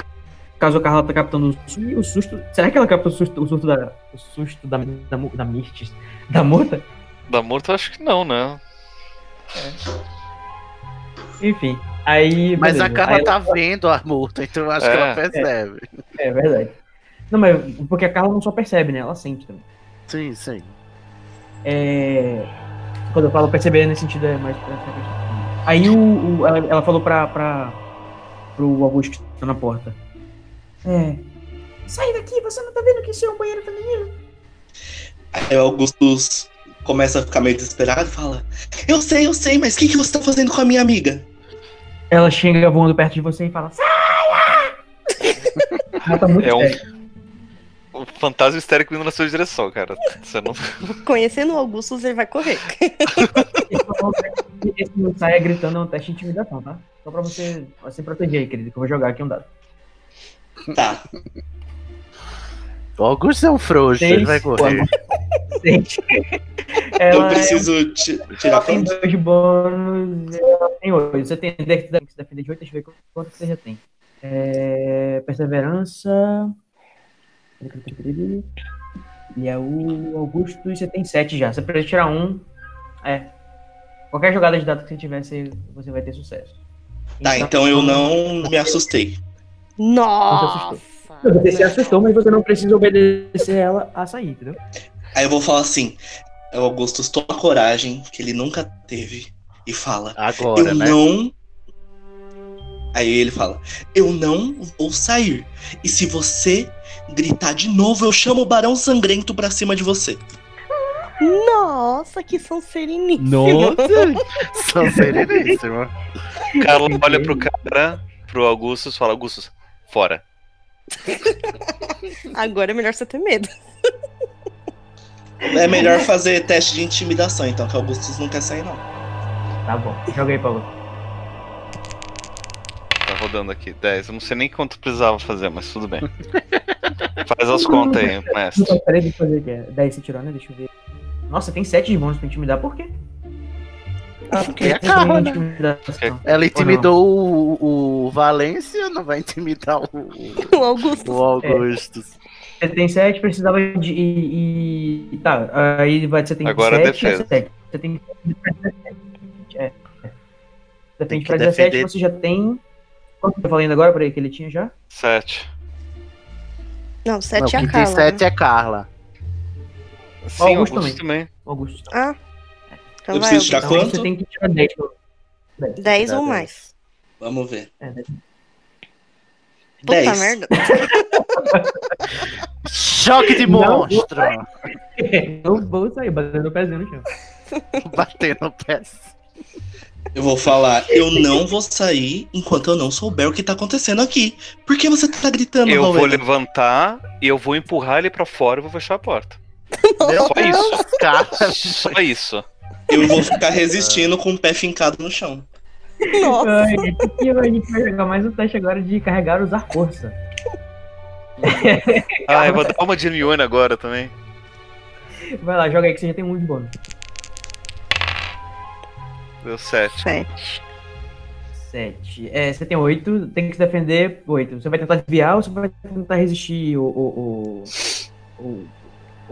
[SPEAKER 1] caso, a Carla tá captando o susto. E o susto. Será que ela capta o susto, o susto da. O susto da, da, mu- da Mirtes? Da Mota?
[SPEAKER 5] Da morta eu acho que não, né?
[SPEAKER 1] Enfim. Aí.
[SPEAKER 2] Mas
[SPEAKER 1] beleza.
[SPEAKER 2] a
[SPEAKER 1] Aí
[SPEAKER 2] Carla tá vendo a multa, então eu acho que
[SPEAKER 5] É.
[SPEAKER 2] ela percebe.
[SPEAKER 1] É verdade. Não, mas porque a Carla não só percebe, né? Ela sente também.
[SPEAKER 2] Sim, sim.
[SPEAKER 1] É, Quando eu falo perceber nesse sentido é mais. pra essa questão. Aí o, o- ela, ela falou pra, pra. pro Augusto que tá na porta. É. Sai daqui, você não tá vendo que isso é um banheiro feminino?
[SPEAKER 8] Aí o Augustus começa a ficar meio desesperado e fala: Eu sei, eu sei, mas o que, que você tá fazendo com a minha amiga?
[SPEAKER 1] Ela chega voando perto de você e fala: Saia! Ela tá muito
[SPEAKER 5] É um-
[SPEAKER 1] séria.
[SPEAKER 5] O fantasma histérico indo na sua direção, cara. Você não.
[SPEAKER 6] Conhecendo o Augustus, ele vai correr.
[SPEAKER 1] Esse não saia gritando é um teste de intimidação, tá? Só pra você pra se proteger aí, querido, que eu vou jogar aqui um dado.
[SPEAKER 8] Tá.
[SPEAKER 2] O Augusto é um frouxo,
[SPEAKER 1] Seis,
[SPEAKER 2] ele vai correr.
[SPEAKER 1] Gente. Ela
[SPEAKER 8] eu
[SPEAKER 1] é-
[SPEAKER 8] preciso ti- tirar
[SPEAKER 1] Ela é um tem
[SPEAKER 8] quanto?
[SPEAKER 1] dois de bônus, ela tem oito. Você tem dex da- você defende de oito, deixa eu ver quanto você já tem. É, perseverança. E é o Augusto, e você tem sete já. Você precisa tirar um. É. Qualquer jogada de dado que você tiver, você, você vai ter sucesso.
[SPEAKER 8] Tá, então eu não me assustei.
[SPEAKER 6] Nossa!
[SPEAKER 1] Você se assustou, mas você não precisa obedecer ela a sair, entendeu?
[SPEAKER 8] Aí eu vou falar assim: O Augustus toma a coragem que ele nunca teve e fala:
[SPEAKER 2] Agora,
[SPEAKER 8] eu
[SPEAKER 2] né?
[SPEAKER 8] não. Aí ele fala: Eu não vou sair. E se você gritar de novo, eu chamo o Barão Sangrento pra cima de você.
[SPEAKER 6] Nossa, que são seriníssimos.
[SPEAKER 2] Nossa! São sereníssimo.
[SPEAKER 5] Carla olha pro cara, pro Augustus, fala: Augustus, fora.
[SPEAKER 6] Agora é melhor você ter medo.
[SPEAKER 8] É melhor fazer teste de intimidação, então, que Augustus não quer sair, não.
[SPEAKER 1] Tá bom, joga aí, Paulo.
[SPEAKER 5] Tá rodando aqui, 10. Eu não sei nem quanto precisava fazer, mas tudo bem. Faz as contas aí, mestre.
[SPEAKER 1] Peraí, deixa eu fazer aqui. é 10 você tirou, né? Deixa eu ver. Nossa, tem 7 de bônus pra intimidar, por quê? Ah,
[SPEAKER 2] porque é carro, né?
[SPEAKER 1] intimidação.
[SPEAKER 2] Ela intimidou o, o Valência, não vai intimidar o,
[SPEAKER 6] O Augusto.
[SPEAKER 2] o Augusto.
[SPEAKER 6] É.
[SPEAKER 1] Você tem 7, é precisava de. E, e- tá, aí vai, você tem
[SPEAKER 5] Agora
[SPEAKER 1] sete,
[SPEAKER 5] defesa.
[SPEAKER 1] essa sete. Você tem. É.
[SPEAKER 2] Tem
[SPEAKER 1] Depende
[SPEAKER 2] que
[SPEAKER 1] pra 17,
[SPEAKER 2] defender.
[SPEAKER 1] você já tem. Quanto eu falei ainda agora? Peraí, que ele tinha já?
[SPEAKER 5] 7.
[SPEAKER 6] Não,
[SPEAKER 2] Não,
[SPEAKER 6] sete é
[SPEAKER 2] quem
[SPEAKER 6] a
[SPEAKER 2] tem
[SPEAKER 6] Carla.
[SPEAKER 2] sete é Carla.
[SPEAKER 5] Sim,
[SPEAKER 1] Augusto
[SPEAKER 5] Augusto, também.
[SPEAKER 1] O Augusto.
[SPEAKER 6] Ah, então
[SPEAKER 8] Eu
[SPEAKER 6] vai,
[SPEAKER 8] preciso tirar
[SPEAKER 1] Então,
[SPEAKER 6] Augusto.
[SPEAKER 8] quanto?
[SPEAKER 1] você tem que tirar 10.
[SPEAKER 6] Dez ou mais.
[SPEAKER 8] Vamos ver.
[SPEAKER 1] É, deve-
[SPEAKER 6] Puta
[SPEAKER 8] Dez.
[SPEAKER 6] merda.
[SPEAKER 2] Choque de
[SPEAKER 1] Não.
[SPEAKER 2] monstro!
[SPEAKER 1] Eu vou sair batendo o pezinho no chão.
[SPEAKER 2] Batendo no pé.
[SPEAKER 8] Eu vou falar, eu não vou sair enquanto eu não souber o que tá acontecendo aqui. Por que você tá gritando,
[SPEAKER 5] Eu vou
[SPEAKER 8] Valverde?
[SPEAKER 5] levantar e eu vou empurrar ele pra fora e vou fechar a porta.
[SPEAKER 2] Meu
[SPEAKER 5] Só
[SPEAKER 2] Deus, cara.
[SPEAKER 5] Só isso.
[SPEAKER 8] Eu vou ficar resistindo com o pé fincado no chão.
[SPEAKER 6] Nossa.
[SPEAKER 1] Ai, e a gente vai jogar mais um teste agora de carregar usar força.
[SPEAKER 5] Ah, eu vou dar uma de Hermione agora também.
[SPEAKER 1] Vai lá, joga aí que você já tem um de bônus.
[SPEAKER 5] Deu sete.
[SPEAKER 6] Sete.
[SPEAKER 1] Sete. É, você tem oito, tem que se defender oito. Você vai tentar desviar ou você vai tentar resistir o. o, o, o,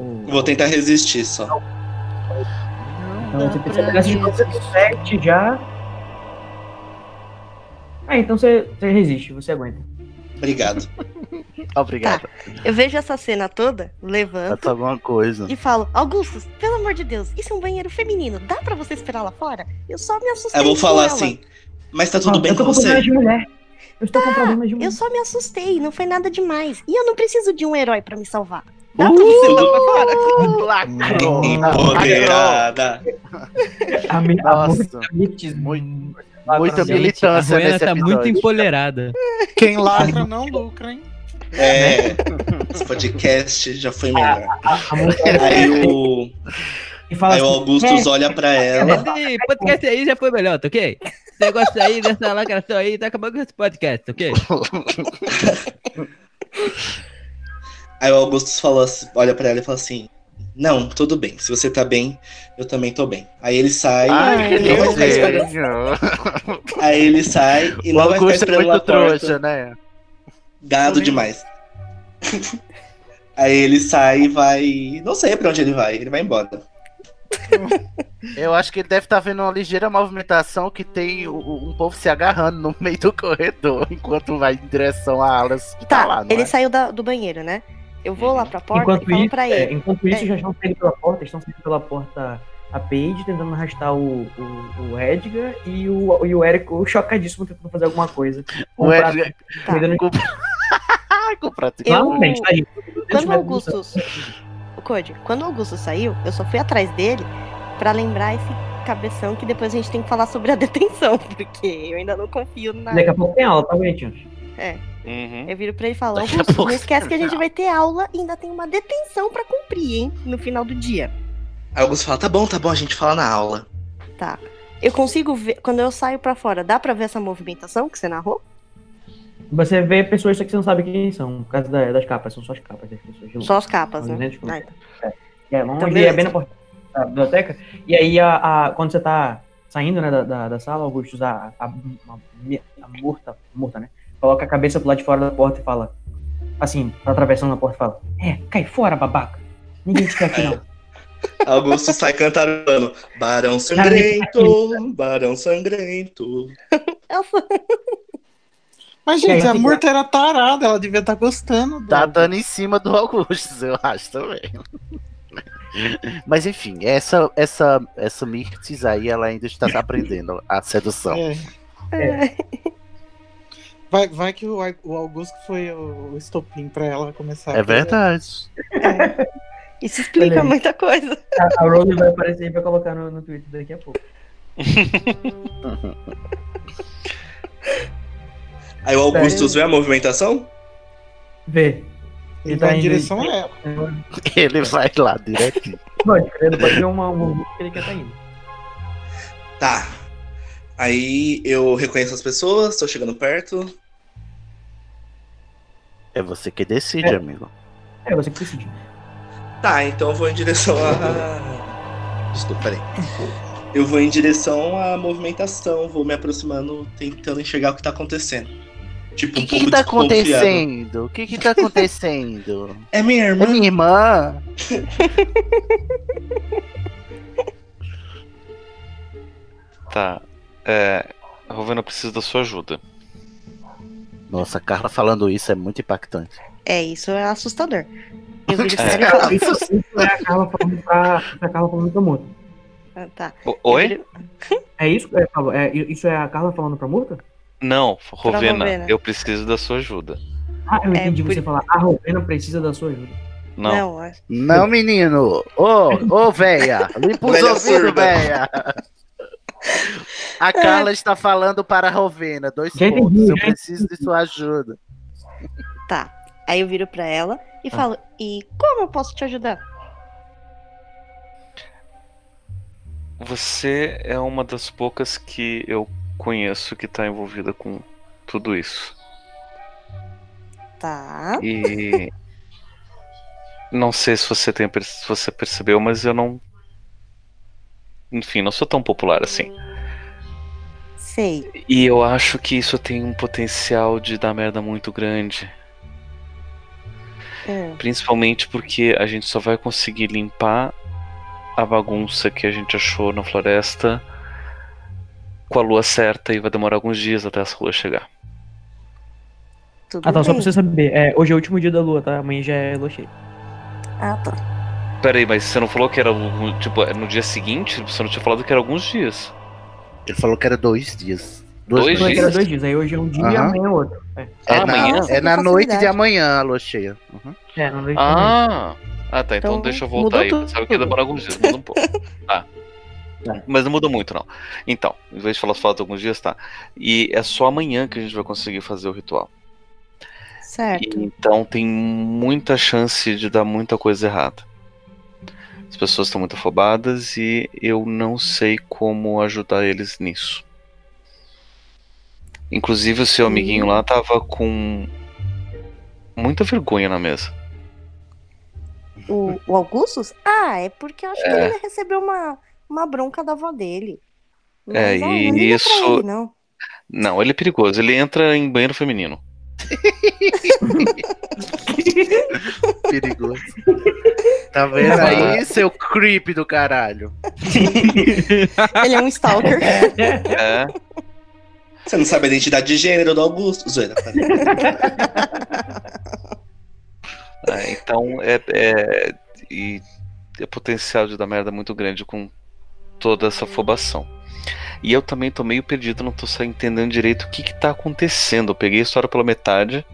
[SPEAKER 1] o-
[SPEAKER 8] Vou tentar resistir só.
[SPEAKER 1] Então, você precisa pegar esse jogo, você tem sete já. Ah, então você, você resiste, você aguenta.
[SPEAKER 8] Obrigado.
[SPEAKER 2] Obrigado.
[SPEAKER 6] Eu vejo essa cena toda, levanto
[SPEAKER 2] Falta alguma coisa.
[SPEAKER 6] e falo, Augustus, pelo amor de Deus, isso é um banheiro feminino, dá pra você esperar lá fora? Eu só me assustei
[SPEAKER 8] Aí eu vou
[SPEAKER 6] com
[SPEAKER 8] falar
[SPEAKER 6] ela.
[SPEAKER 8] assim, mas tá tudo
[SPEAKER 1] Ah,
[SPEAKER 8] bem
[SPEAKER 1] eu
[SPEAKER 8] com
[SPEAKER 1] tô com problemas
[SPEAKER 8] você?
[SPEAKER 1] de mulher. Eu estou com problemas de mulher.
[SPEAKER 6] Ah, Eu só me assustei, não foi nada demais. E eu não preciso de um herói pra me salvar. Dá
[SPEAKER 8] Uh!
[SPEAKER 6] pra você dar pra fora?
[SPEAKER 8] Hum, Empoderada.
[SPEAKER 1] A é minha
[SPEAKER 2] Nossa,
[SPEAKER 1] muito.
[SPEAKER 2] muita
[SPEAKER 3] Gente,
[SPEAKER 2] militância
[SPEAKER 3] a Rowena
[SPEAKER 2] nesse
[SPEAKER 3] tá muito
[SPEAKER 2] episódio.
[SPEAKER 3] empolerada.
[SPEAKER 4] Quem lacra não lucra, hein?
[SPEAKER 8] É,
[SPEAKER 1] né?
[SPEAKER 8] esse podcast já foi melhor. Aí o,
[SPEAKER 1] E fala
[SPEAKER 8] aí o
[SPEAKER 1] assim, é,
[SPEAKER 8] Augustus olha pra
[SPEAKER 2] É,
[SPEAKER 8] ela.
[SPEAKER 3] É, Esse podcast aí já foi melhor, tá ok? Esse negócio aí, dessa lacração aí, tá acabando com esse podcast, tá ok?
[SPEAKER 8] Aí o Augustus fala assim- olha pra ela e fala assim: Não, tudo bem. Se você tá bem, eu também tô bem. Aí ele sai.
[SPEAKER 2] Ai, que
[SPEAKER 8] não vai ficar esperando-
[SPEAKER 2] lindinho.
[SPEAKER 8] Aí ele sai e
[SPEAKER 2] O
[SPEAKER 8] não vai ficar
[SPEAKER 2] Augusto é
[SPEAKER 8] esperando lá
[SPEAKER 2] muito
[SPEAKER 8] porta.
[SPEAKER 2] trouxa, né?
[SPEAKER 8] Gado demais. Aí ele sai e vai. Não sei pra onde ele vai, ele vai embora.
[SPEAKER 2] Eu acho que ele deve estar vendo uma ligeira movimentação que tem o- o- um povo se agarrando no meio do corredor enquanto vai em direção à Alice que tá,
[SPEAKER 6] Tá,
[SPEAKER 2] lá, não Uhum.
[SPEAKER 6] ele
[SPEAKER 2] é?
[SPEAKER 6] saiu da- do banheiro, né? Eu vou lá pra porta e
[SPEAKER 1] enquanto
[SPEAKER 6] falo
[SPEAKER 1] isso,
[SPEAKER 6] pra
[SPEAKER 1] é,
[SPEAKER 6] ele.
[SPEAKER 1] enquanto isso
[SPEAKER 6] É.
[SPEAKER 1] já estão saindo pela porta, estão saindo pela porta a Paige, tentando arrastar o, o, o Edgar e o, e o Érico chocadíssimo tentando fazer alguma coisa.
[SPEAKER 2] O Edgar
[SPEAKER 6] Tá.
[SPEAKER 1] Comida no-
[SPEAKER 2] com... com o prato de
[SPEAKER 6] Eu-
[SPEAKER 2] comida.
[SPEAKER 1] Claramente, tá aí.
[SPEAKER 6] Quando o Augusto.
[SPEAKER 1] tá
[SPEAKER 6] O Code, quando o Augusto saiu, eu só fui atrás dele pra lembrar esse cabeção que depois a gente tem que falar sobre a detenção, porque eu ainda não confio na. É.
[SPEAKER 1] Daqui a pouco tem aula, tá bem, gente?
[SPEAKER 5] Uhum.
[SPEAKER 6] Eu viro pra ele e falo,
[SPEAKER 2] Daqui a
[SPEAKER 6] Augusto,
[SPEAKER 2] pouco
[SPEAKER 6] não esquece
[SPEAKER 2] tem
[SPEAKER 6] que a gente vai ter aula e ainda tem uma detenção pra cumprir, hein? No final do dia.
[SPEAKER 8] Aí o Augusto fala: Tá bom, tá bom, a gente fala na aula.
[SPEAKER 6] Tá. Eu consigo ver, quando eu saio pra fora, dá pra ver essa movimentação que você narrou?
[SPEAKER 1] Você vê pessoas que você não sabe quem são, por causa da- das capas, são só as capas das pessoas. de longe.
[SPEAKER 6] Só as capas, né?
[SPEAKER 1] Gente, como-
[SPEAKER 6] Ah, então.
[SPEAKER 1] É, vamos
[SPEAKER 6] Então,
[SPEAKER 1] ali,
[SPEAKER 6] beleza.
[SPEAKER 1] é bem na porta da biblioteca. E aí, a, a- quando você tá saindo né, da, da, da sala, Augustus, a, a, a- a morta, morta, né? Coloca a cabeça pro lado de fora da porta e fala. Assim, tá atravessando a porta e fala: É, cai fora, babaca. Ninguém te quer aqui, não.
[SPEAKER 8] Augusto sai cantarolando: Barão
[SPEAKER 2] Tá
[SPEAKER 8] sangrento, barão sangrento.
[SPEAKER 6] Eu sou-
[SPEAKER 4] Mas,
[SPEAKER 1] E aí,
[SPEAKER 4] gente, a
[SPEAKER 1] fica-
[SPEAKER 4] Murta era tarada, ela devia estar gostando. do-
[SPEAKER 2] Tá dando em cima do Augusto, eu acho também. Mas enfim, essa essa essa Mirtis aí, ela ainda está aprendendo a sedução.
[SPEAKER 4] É. Vai, vai que o, Ai- o Augusto foi o, o estopim pra ela começar.
[SPEAKER 2] É verdade.
[SPEAKER 6] Isso explica
[SPEAKER 1] Olha aí.
[SPEAKER 6] muita coisa.
[SPEAKER 1] A, a Rose vai aparecer e vai colocar no, no Twitter daqui a pouco.
[SPEAKER 8] Aí o Augustus vê a movimentação?
[SPEAKER 1] Vê.
[SPEAKER 4] Ele vai
[SPEAKER 1] Ele tá
[SPEAKER 4] Então, em
[SPEAKER 1] indo-
[SPEAKER 4] direção a ela.
[SPEAKER 2] Ele vai lá direitinho.
[SPEAKER 1] Pode, ele É, pode ver uma, uma que ele quer tá indo.
[SPEAKER 8] Tá. Aí eu reconheço as pessoas, tô chegando perto.
[SPEAKER 2] É você que decide, amigo.
[SPEAKER 1] É, você que decide.
[SPEAKER 8] Tá, então eu vou em direção a. Desculpa, peraí. Eu vou em direção à movimentação, vou me aproximando, tentando enxergar o que tá acontecendo.
[SPEAKER 2] O
[SPEAKER 8] Tipo, um
[SPEAKER 2] que,
[SPEAKER 8] pouco
[SPEAKER 2] que tá
[SPEAKER 8] desconfiado.
[SPEAKER 2] acontecendo? O que que tá acontecendo?
[SPEAKER 8] É minha
[SPEAKER 2] É
[SPEAKER 8] irmã.
[SPEAKER 2] minha irmã?
[SPEAKER 5] Tá. É, Rovena, eu preciso da sua ajuda.
[SPEAKER 2] Nossa, a Carla falando isso é muito impactante.
[SPEAKER 6] É, isso é assustador. Eu viro pra
[SPEAKER 5] É.
[SPEAKER 6] ele e falo,
[SPEAKER 1] Isso sim foi a Carla É, falando pra, pra Carla falando pra morto.
[SPEAKER 6] ah, tá.
[SPEAKER 5] O-
[SPEAKER 6] Eu
[SPEAKER 5] Oi?
[SPEAKER 6] viro-
[SPEAKER 1] É isso, é, Pablo? É, isso é a Carla falando pra morto?
[SPEAKER 5] Não, Rovena,
[SPEAKER 6] Rovena.
[SPEAKER 5] eu preciso da sua ajuda.
[SPEAKER 1] Ah, eu
[SPEAKER 6] É,
[SPEAKER 1] entendi
[SPEAKER 6] por-
[SPEAKER 1] você falar. A Rovena precisa da sua ajuda.
[SPEAKER 5] Não.
[SPEAKER 6] é.
[SPEAKER 2] Não, menino! Ô, ô, véia! Limpa os
[SPEAKER 8] Velha
[SPEAKER 2] ouvidos,
[SPEAKER 8] surda.
[SPEAKER 2] véia! A
[SPEAKER 6] É.
[SPEAKER 2] Carla está falando para a Rovena. Dois
[SPEAKER 1] Já entendi,
[SPEAKER 2] pontos. Eu
[SPEAKER 1] já
[SPEAKER 2] preciso de sua ajuda.
[SPEAKER 6] Tá. Aí eu viro pra ela e falo, e como eu posso te ajudar?
[SPEAKER 5] Você é uma das poucas que eu conheço que tá envolvida com tudo isso.
[SPEAKER 6] Tá.
[SPEAKER 5] E. não sei se você, tem, per- se você percebeu, mas eu não. Enfim, não sou tão popular assim.
[SPEAKER 6] Sei.
[SPEAKER 5] E eu acho que isso tem um potencial de dar merda muito grande.
[SPEAKER 6] Hum,
[SPEAKER 5] Principalmente porque a gente só vai conseguir limpar a bagunça que a gente achou na floresta com a lua certa e vai demorar alguns dias até essa lua chegar.
[SPEAKER 6] tudo
[SPEAKER 1] Ah, tá.
[SPEAKER 6] bem.
[SPEAKER 1] Só pra você saber. é, hoje é o último dia da lua, tá? Amanhã já é lua cheia.
[SPEAKER 6] Ah, tá.
[SPEAKER 5] Pera aí, mas você não falou que era o- tipo, era no dia seguinte? Você não tinha falado que era alguns dias.
[SPEAKER 2] Ele falou que era dois dias. Duas
[SPEAKER 5] Dois
[SPEAKER 1] Foi
[SPEAKER 2] noites.
[SPEAKER 1] que era dois dias. Aí hoje é um dia e
[SPEAKER 2] Aham.
[SPEAKER 1] amanhã é outro. É,
[SPEAKER 2] É
[SPEAKER 5] Ah,
[SPEAKER 2] na,
[SPEAKER 5] amanhã?
[SPEAKER 2] é na
[SPEAKER 6] Nossa, que
[SPEAKER 2] noite de
[SPEAKER 6] facilidade.
[SPEAKER 2] amanhã, a lua cheia. Uhum.
[SPEAKER 1] é não deixa ninguém.
[SPEAKER 5] Ah! Ah, tá. Então,
[SPEAKER 6] Então,
[SPEAKER 5] deixa eu
[SPEAKER 6] mudou
[SPEAKER 5] voltar aí.
[SPEAKER 6] tudo.
[SPEAKER 5] Sabe que demora alguns dias, muda um pouco. Tá.
[SPEAKER 2] É.
[SPEAKER 5] Mas não muda muito, não. Então, em vez de falar só alguns dias, tá. E é só amanhã que a gente vai conseguir fazer o ritual.
[SPEAKER 6] Certo.
[SPEAKER 5] Então tem muita chance de dar muita coisa errada. As pessoas estão muito afobadas e eu não sei como ajudar eles nisso. Inclusive o seu amiguinho lá tava com muita vergonha na mesa.
[SPEAKER 6] O, o Augustus? Ah, é porque eu acho que
[SPEAKER 5] É.
[SPEAKER 6] ele recebeu uma, uma bronca da avó dele.
[SPEAKER 5] É,
[SPEAKER 6] ah,
[SPEAKER 5] e
[SPEAKER 6] não liga pra
[SPEAKER 5] isso-
[SPEAKER 6] ele, não.
[SPEAKER 5] Não, ele é perigoso. Ele entra em banheiro feminino.
[SPEAKER 2] Perigoso. Tá vendo aí, seu creep do caralho?
[SPEAKER 6] Ele é um stalker.
[SPEAKER 5] É.
[SPEAKER 8] Você não sabe a identidade de gênero do Augusto. Zoeira, tá peraí.
[SPEAKER 5] É, então é, é- e é potencial de dar merda muito grande com toda essa afobação. E eu também tô meio perdido, não tô só entendendo direito o que que tá acontecendo. Eu peguei a história pela metade,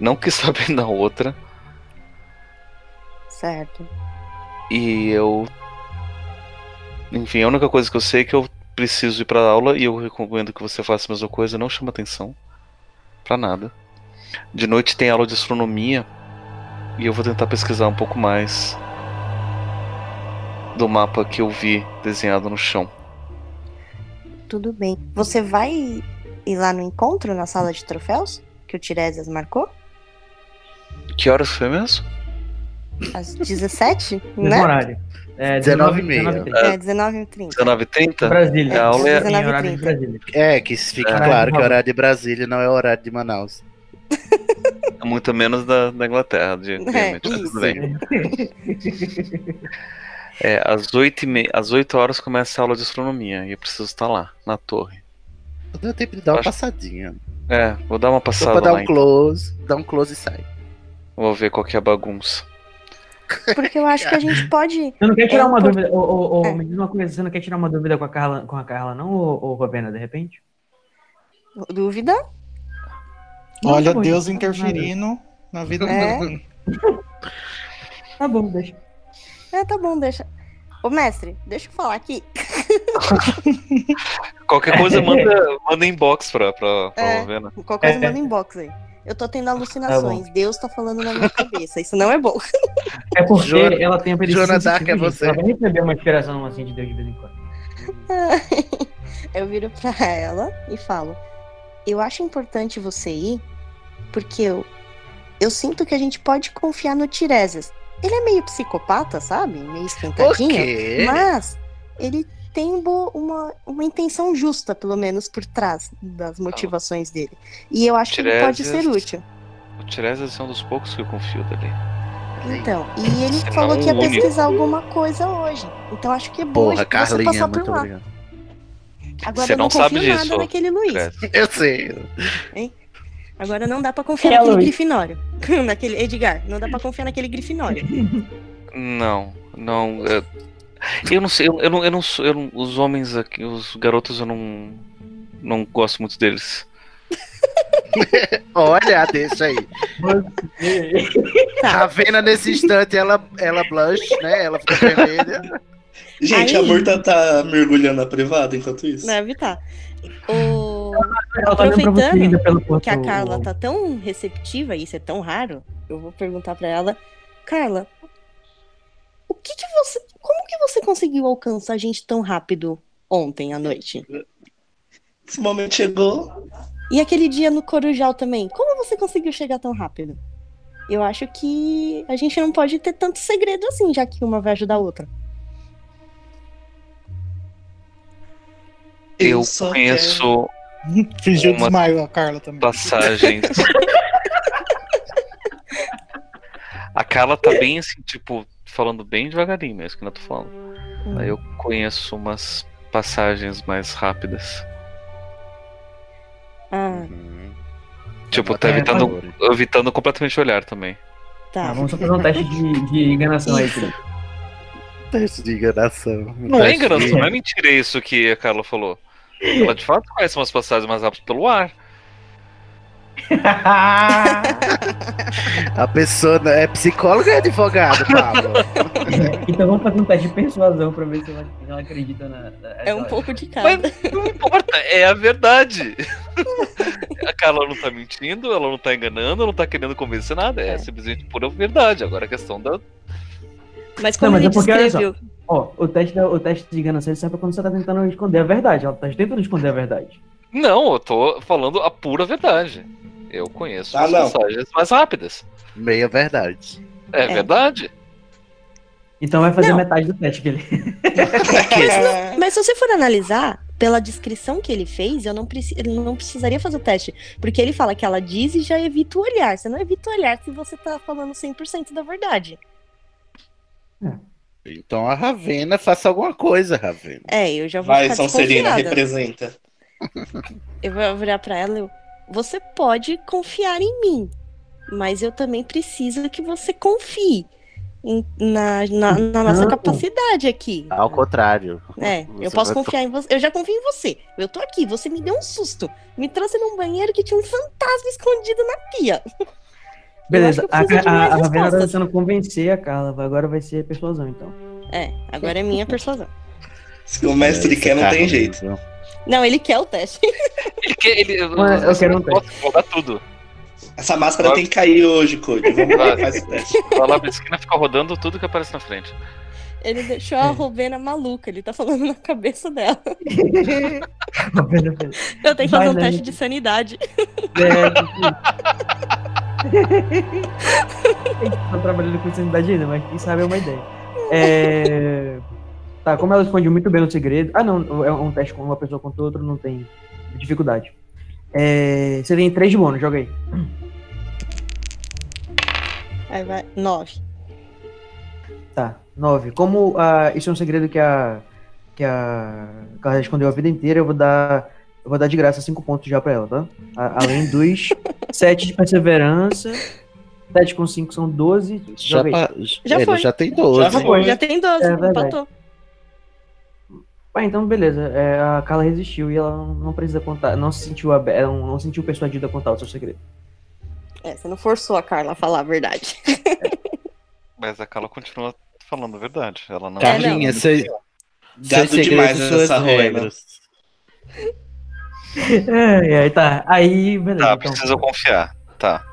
[SPEAKER 5] não quis saber da outra,
[SPEAKER 6] certo.
[SPEAKER 5] e eu. Enfim, a única coisa que eu sei é que eu preciso ir pra aula e eu recomendo que você faça a mesma coisa, não chama atenção pra nada. De noite tem aula de astronomia e eu vou tentar pesquisar um pouco mais do mapa que eu vi desenhado no chão.
[SPEAKER 6] Tudo bem. Você vai ir lá no encontro, na sala de troféus? Que o Tiresias marcou?
[SPEAKER 5] Que horas foi mesmo?
[SPEAKER 6] Às 17,
[SPEAKER 1] Mesmo
[SPEAKER 6] né?
[SPEAKER 1] horário. É,
[SPEAKER 2] 19 e meia.
[SPEAKER 1] 19 19 h
[SPEAKER 6] É, 19h30.
[SPEAKER 5] 19h30?
[SPEAKER 1] Brasília.
[SPEAKER 5] A aula é-
[SPEAKER 1] Em horário de
[SPEAKER 6] 19h30.
[SPEAKER 1] Brasília.
[SPEAKER 2] É, que fique
[SPEAKER 1] É.
[SPEAKER 2] claro que o horário de Brasília não é o horário de Manaus.
[SPEAKER 5] Muito menos da, da Inglaterra, de, de-
[SPEAKER 6] É,
[SPEAKER 5] mas tudo
[SPEAKER 6] isso.
[SPEAKER 5] bem. É, às, 8 e meia, às 8 horas começa a aula de astronomia e eu preciso estar lá, na torre.
[SPEAKER 2] Deu tempo de dar uma
[SPEAKER 5] Acho-
[SPEAKER 2] passadinha.
[SPEAKER 5] É, vou dar uma
[SPEAKER 2] Só
[SPEAKER 5] passada
[SPEAKER 2] pra dar
[SPEAKER 5] lá,
[SPEAKER 2] um
[SPEAKER 5] então.
[SPEAKER 2] close, dar um close e sai.
[SPEAKER 5] vou ver qual que é a bagunça.
[SPEAKER 6] Porque eu acho que a gente pode.
[SPEAKER 1] Você não quer tirar
[SPEAKER 6] É,
[SPEAKER 1] uma
[SPEAKER 6] por-
[SPEAKER 1] dúvida, ô, ô, ô,
[SPEAKER 6] É.
[SPEAKER 1] me diz uma coisa, você não quer tirar uma dúvida com a Carla, com a Carla não, ô, ô Rovena, de repente?
[SPEAKER 6] Dúvida?
[SPEAKER 1] Não,
[SPEAKER 4] Olha
[SPEAKER 1] tá bom,
[SPEAKER 4] Deus
[SPEAKER 1] não tá
[SPEAKER 4] interferindo na vida
[SPEAKER 6] É.
[SPEAKER 4] dela.
[SPEAKER 1] nada. Tá bom, deixa.
[SPEAKER 6] É, tá bom, deixa. Ô, mestre, deixa eu falar aqui.
[SPEAKER 5] Qualquer coisa, manda, manda inbox pra, pra, pra né?
[SPEAKER 6] É. Tá
[SPEAKER 5] Rovena.
[SPEAKER 6] Qualquer coisa, manda inbox aí. Eu tô tendo alucinações. Deus tá falando na minha cabeça. Isso não é bom.
[SPEAKER 1] É porque
[SPEAKER 2] Joana-
[SPEAKER 1] ela tem a perícia
[SPEAKER 2] Joana Dark é
[SPEAKER 1] sensitiva, gente,
[SPEAKER 2] você.
[SPEAKER 1] Ela vai receber uma inspiração assim de Deus de vez em quando.
[SPEAKER 6] Eu viro pra ela e falo: Eu acho importante você ir, porque eu, eu sinto que a gente pode confiar no Tiresias. Ele é meio psicopata, sabe? Meio
[SPEAKER 2] Por
[SPEAKER 6] esquentadinho.
[SPEAKER 2] quê?
[SPEAKER 6] Mas ele tem bo- uma, uma intenção justa, pelo menos, por trás das motivações dele. E eu acho que ele pode
[SPEAKER 5] Tiresias.
[SPEAKER 6] ser útil.
[SPEAKER 5] O Tiresias é um dos poucos que eu confio dali.
[SPEAKER 6] Então, e ele
[SPEAKER 5] Senão
[SPEAKER 6] falou que ia
[SPEAKER 5] o único.
[SPEAKER 6] pesquisar alguma coisa hoje. Então acho que é bom a
[SPEAKER 2] Porra,
[SPEAKER 6] gente você
[SPEAKER 2] Carlinha,
[SPEAKER 6] passar por
[SPEAKER 2] muito
[SPEAKER 6] lá.
[SPEAKER 2] obrigado.
[SPEAKER 6] Agora
[SPEAKER 5] Você
[SPEAKER 6] eu não,
[SPEAKER 5] não sabe
[SPEAKER 6] confio
[SPEAKER 5] disso, É.
[SPEAKER 6] nada naquele Luiz.
[SPEAKER 5] Tiresias.
[SPEAKER 2] Eu sei.
[SPEAKER 6] Agora não dá pra confiar
[SPEAKER 1] É,
[SPEAKER 6] naquele
[SPEAKER 1] Luiz.
[SPEAKER 6] Grifinório. naquele Edgar, não dá pra confiar naquele Grifinório.
[SPEAKER 5] Não, não. é- Eu não sei, eu, eu não, eu não sou. eu não- os homens aqui, os garotos eu não. não gosto muito deles.
[SPEAKER 2] Olha, deixa aí.
[SPEAKER 6] Tá.
[SPEAKER 2] A Vena nesse instante, ela, ela blush, né? Ela fica vermelha.
[SPEAKER 8] Gente,
[SPEAKER 6] Aí.
[SPEAKER 8] a Murta tá mergulhando na privada enquanto isso.
[SPEAKER 2] Né?
[SPEAKER 6] Deve tá. O...
[SPEAKER 1] Ela tá olhando pra você
[SPEAKER 6] Aproveitando
[SPEAKER 1] ainda né? pela porta.
[SPEAKER 6] que a Carla tá tão receptiva e isso é tão raro, eu vou perguntar pra ela, Carla, o que que você, como que você conseguiu alcançar a gente tão rápido ontem à noite?
[SPEAKER 8] Esse momento chegou.
[SPEAKER 6] E aquele dia no Corujal também, como você conseguiu chegar tão rápido? Eu acho que a gente não pode ter tanto segredo assim, já que uma vai ajudar a outra.
[SPEAKER 5] Eu,
[SPEAKER 8] só quero-
[SPEAKER 5] conheço
[SPEAKER 6] um
[SPEAKER 4] Fingiu
[SPEAKER 5] Uma-
[SPEAKER 4] desmaio a Carla também.
[SPEAKER 5] passagens. a Carla tá bem assim, tipo, falando bem devagarinho mesmo, que não tô falando. Aí eu conheço umas passagens mais rápidas.
[SPEAKER 6] Ah,
[SPEAKER 2] Uhum.
[SPEAKER 5] Tipo, tá evitando, evitando completamente olhar também.
[SPEAKER 6] tá.
[SPEAKER 1] Ah, vamos só fazer um teste de, de enganação aí,
[SPEAKER 6] Isso.
[SPEAKER 1] Felipe.
[SPEAKER 2] Teste de enganação.
[SPEAKER 5] Não é engano, não é mentira isso que a Carla falou. Ela de fato conhece umas passagens mais rápidas pelo ar.
[SPEAKER 2] A pessoa não- é psicóloga ou é advogada, Pablo?
[SPEAKER 1] então vamos fazer um teste de persuasão pra ver se ela, se ela acredita na. na-
[SPEAKER 6] É um
[SPEAKER 1] na-
[SPEAKER 6] pouco de
[SPEAKER 5] Mas
[SPEAKER 6] cada.
[SPEAKER 5] não importa, é a verdade. A Carla não tá mentindo, ela não tá enganando, não tá querendo convencer nada. É,
[SPEAKER 6] É.
[SPEAKER 5] simplesmente pura verdade. Agora a questão da.
[SPEAKER 6] Mas como
[SPEAKER 1] Não, mas
[SPEAKER 6] ele
[SPEAKER 1] é porque, olha só,
[SPEAKER 6] descreveu,
[SPEAKER 1] Ó, o teste, da- o teste de enganação ele serve pra quando você tá tentando esconder a verdade. Ela tá tentando esconder a verdade.
[SPEAKER 5] Não, eu tô falando a pura verdade. Eu conheço
[SPEAKER 8] Ah,
[SPEAKER 5] as
[SPEAKER 8] não.
[SPEAKER 5] passagens mais rápidas.
[SPEAKER 2] Meia verdade.
[SPEAKER 5] É,
[SPEAKER 6] É.
[SPEAKER 5] verdade.
[SPEAKER 1] Então vai fazer
[SPEAKER 6] Não.
[SPEAKER 1] metade do teste que ele.
[SPEAKER 6] Mas se você for analisar, pela descrição que ele fez, eu não, preci- ele não precisaria fazer o teste. Porque ele fala que ela diz e já evita o olhar. Você não evita o olhar se você tá falando 100% da verdade.
[SPEAKER 2] Então a Ravena faça alguma coisa, Ravena.
[SPEAKER 6] É, eu já vou
[SPEAKER 8] Vai,
[SPEAKER 6] ficar
[SPEAKER 8] São Serena,
[SPEAKER 6] desconfiada.
[SPEAKER 8] representa.
[SPEAKER 6] Eu vou virar pra ela e eu... Você pode confiar em mim, mas eu também preciso que você confie em- na, na- na nossa
[SPEAKER 1] Não.
[SPEAKER 6] capacidade aqui.
[SPEAKER 2] Ao contrário.
[SPEAKER 6] É,
[SPEAKER 2] Você
[SPEAKER 6] eu posso
[SPEAKER 2] vai-
[SPEAKER 6] confiar em você. Eu já confio em você. Eu tô aqui, você me deu um susto. Me trouxe num banheiro que tinha um fantasma escondido na pia.
[SPEAKER 1] Beleza,
[SPEAKER 6] Eu
[SPEAKER 1] a,
[SPEAKER 6] acho que eu preciso de
[SPEAKER 1] a,
[SPEAKER 6] mais
[SPEAKER 1] a Ravena tá
[SPEAKER 6] respostas.
[SPEAKER 1] tentando convencer a Carla. vai- Agora vai ser persuasão, então.
[SPEAKER 6] É, agora é minha persuasão.
[SPEAKER 8] Se o mestre quer, não tem jeito.
[SPEAKER 6] Não, ele quer o teste.
[SPEAKER 5] Ele quer. Ele, eu,
[SPEAKER 1] Mas eu quero um
[SPEAKER 5] Vou dar tudo.
[SPEAKER 8] Essa máscara tem que cair hoje, Cody. Vamos lá,
[SPEAKER 5] Vai.
[SPEAKER 8] faz o teste.
[SPEAKER 5] Vai lá pra esquina fica rodando tudo que aparece na frente.
[SPEAKER 6] Ele deixou a Rovena maluca. Ele tá falando na cabeça dela.
[SPEAKER 1] A Ravena fez-
[SPEAKER 6] Eu tenho que fazer
[SPEAKER 1] Vai,
[SPEAKER 6] um
[SPEAKER 1] né?
[SPEAKER 6] teste de sanidade.
[SPEAKER 1] É, enfim. Tô trabalhando com insanidade ainda, mas quem sabe é uma ideia. É, Tá, como ela esconde muito bem o segredo. Ah, não, é um teste com uma pessoa contra outra, não tem dificuldade. É, Você tem três de bônus, joga aí.
[SPEAKER 6] Aí vai. Nove.
[SPEAKER 1] Tá, nove. Como ah, isso é um segredo que a que a Carla escondeu a vida inteira, eu vou dar eu vou dar de graça cinco pontos já pra ela, tá? A- além dos sete de perseverança, sete com cinco são 12.
[SPEAKER 2] Já,
[SPEAKER 1] joga aí.
[SPEAKER 2] pa- é,
[SPEAKER 6] Já
[SPEAKER 2] ele
[SPEAKER 6] foi.
[SPEAKER 2] já tem 12.
[SPEAKER 8] Já foi.
[SPEAKER 6] Já tem doze.
[SPEAKER 1] É verdade.
[SPEAKER 6] empatou.
[SPEAKER 1] Ah, então beleza. É, a Carla resistiu e ela não, não precisa contar, não se sentiu abe- ela não, não se sentiu persuadida a contar o seu segredo.
[SPEAKER 6] É, você não forçou a Carla a falar a verdade.
[SPEAKER 5] Mas a Carla continua falando a verdade. Ela não.
[SPEAKER 2] Carlinha,
[SPEAKER 6] É,
[SPEAKER 2] seu, seu
[SPEAKER 8] Gato demais
[SPEAKER 2] segredo, suas
[SPEAKER 8] nessa né? roena.
[SPEAKER 2] regras.
[SPEAKER 1] É, aí tá. Aí, beleza.
[SPEAKER 5] Tá,
[SPEAKER 1] então.
[SPEAKER 5] precisa confiar. Tá.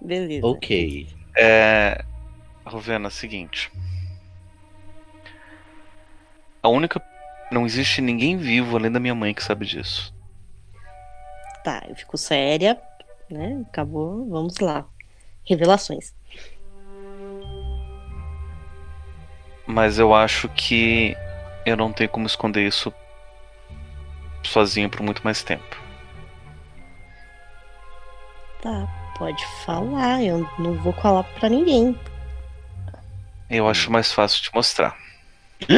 [SPEAKER 2] né?
[SPEAKER 6] Beleza.
[SPEAKER 2] Ok.
[SPEAKER 5] É. Rovena, é o seguinte. A única. Não existe ninguém vivo além da minha mãe que sabe disso.
[SPEAKER 6] Tá, eu fico séria, né? Acabou, vamos lá. Revelações.
[SPEAKER 5] Mas eu acho que eu não tenho como esconder isso sozinho por muito mais tempo.
[SPEAKER 6] Tá, pode falar, eu não vou falar pra ninguém.
[SPEAKER 5] Eu acho mais fácil te mostrar.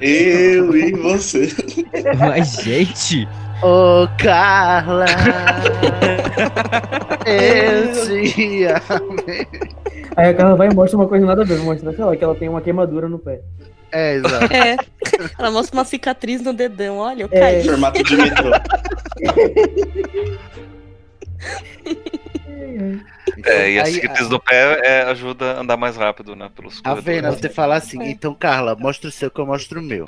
[SPEAKER 8] Eu e você.
[SPEAKER 3] Mas, gente,
[SPEAKER 2] Ô, Carla, eu te amo.
[SPEAKER 1] Aí a Carla vai e mostra uma coisa nada a ver, mostra, sei lá, que ela tem uma queimadura no pé.
[SPEAKER 2] É, exato.
[SPEAKER 6] É. Ela mostra uma cicatriz no dedão. Olha, eu
[SPEAKER 1] É.
[SPEAKER 8] Em
[SPEAKER 6] caí.
[SPEAKER 8] formato de metrô.
[SPEAKER 5] É, e a
[SPEAKER 2] Aí,
[SPEAKER 5] cicatriz do pé é, ajuda a andar mais rápido, né? Pelos
[SPEAKER 2] a Vena,
[SPEAKER 5] corredores.
[SPEAKER 2] você fala assim,
[SPEAKER 6] É.
[SPEAKER 2] então, Carla, mostra o seu que eu mostro o meu.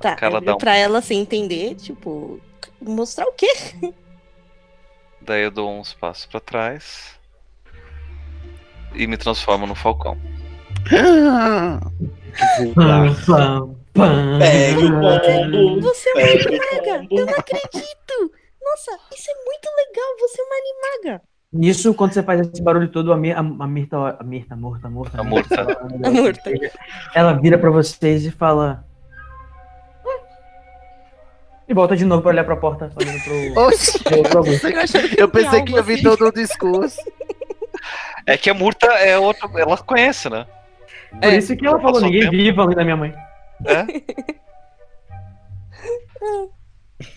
[SPEAKER 6] Tá,
[SPEAKER 5] Cara,
[SPEAKER 6] eu
[SPEAKER 5] dá
[SPEAKER 6] olho
[SPEAKER 5] um-
[SPEAKER 6] pra ela sem entender, tipo, mostrar o quê?
[SPEAKER 5] Daí eu dou uns passos pra trás. E me transformo no falcão.
[SPEAKER 2] Que vulgar.
[SPEAKER 8] Pegue o pombo.
[SPEAKER 6] Você é uma
[SPEAKER 8] Pegue
[SPEAKER 6] animaga!
[SPEAKER 8] o
[SPEAKER 6] Eu não
[SPEAKER 8] pombo.
[SPEAKER 6] acredito! Nossa, isso é muito legal! Você é uma animaga!
[SPEAKER 1] Nisso, quando você faz esse barulho todo, a, Mir a, a Mirta, a Mirta, morta, morta.
[SPEAKER 5] A morta.
[SPEAKER 6] A morta.
[SPEAKER 1] Ela vira pra vocês e fala. "Hum." E volta de novo pra olhar pra porta, olhando pro.
[SPEAKER 2] Oxi,
[SPEAKER 1] pro- pro Augusto.
[SPEAKER 6] Eu achei que
[SPEAKER 2] eu pensei que
[SPEAKER 6] algo
[SPEAKER 2] eu vi
[SPEAKER 6] assim.
[SPEAKER 2] todo o discurso.
[SPEAKER 5] É que a Murta é outra. Ela conhece, né?
[SPEAKER 1] É.
[SPEAKER 6] É.
[SPEAKER 1] Por isso que ela falou,
[SPEAKER 5] Passou
[SPEAKER 1] ninguém
[SPEAKER 5] tempo.
[SPEAKER 1] viva além da minha mãe.
[SPEAKER 5] É?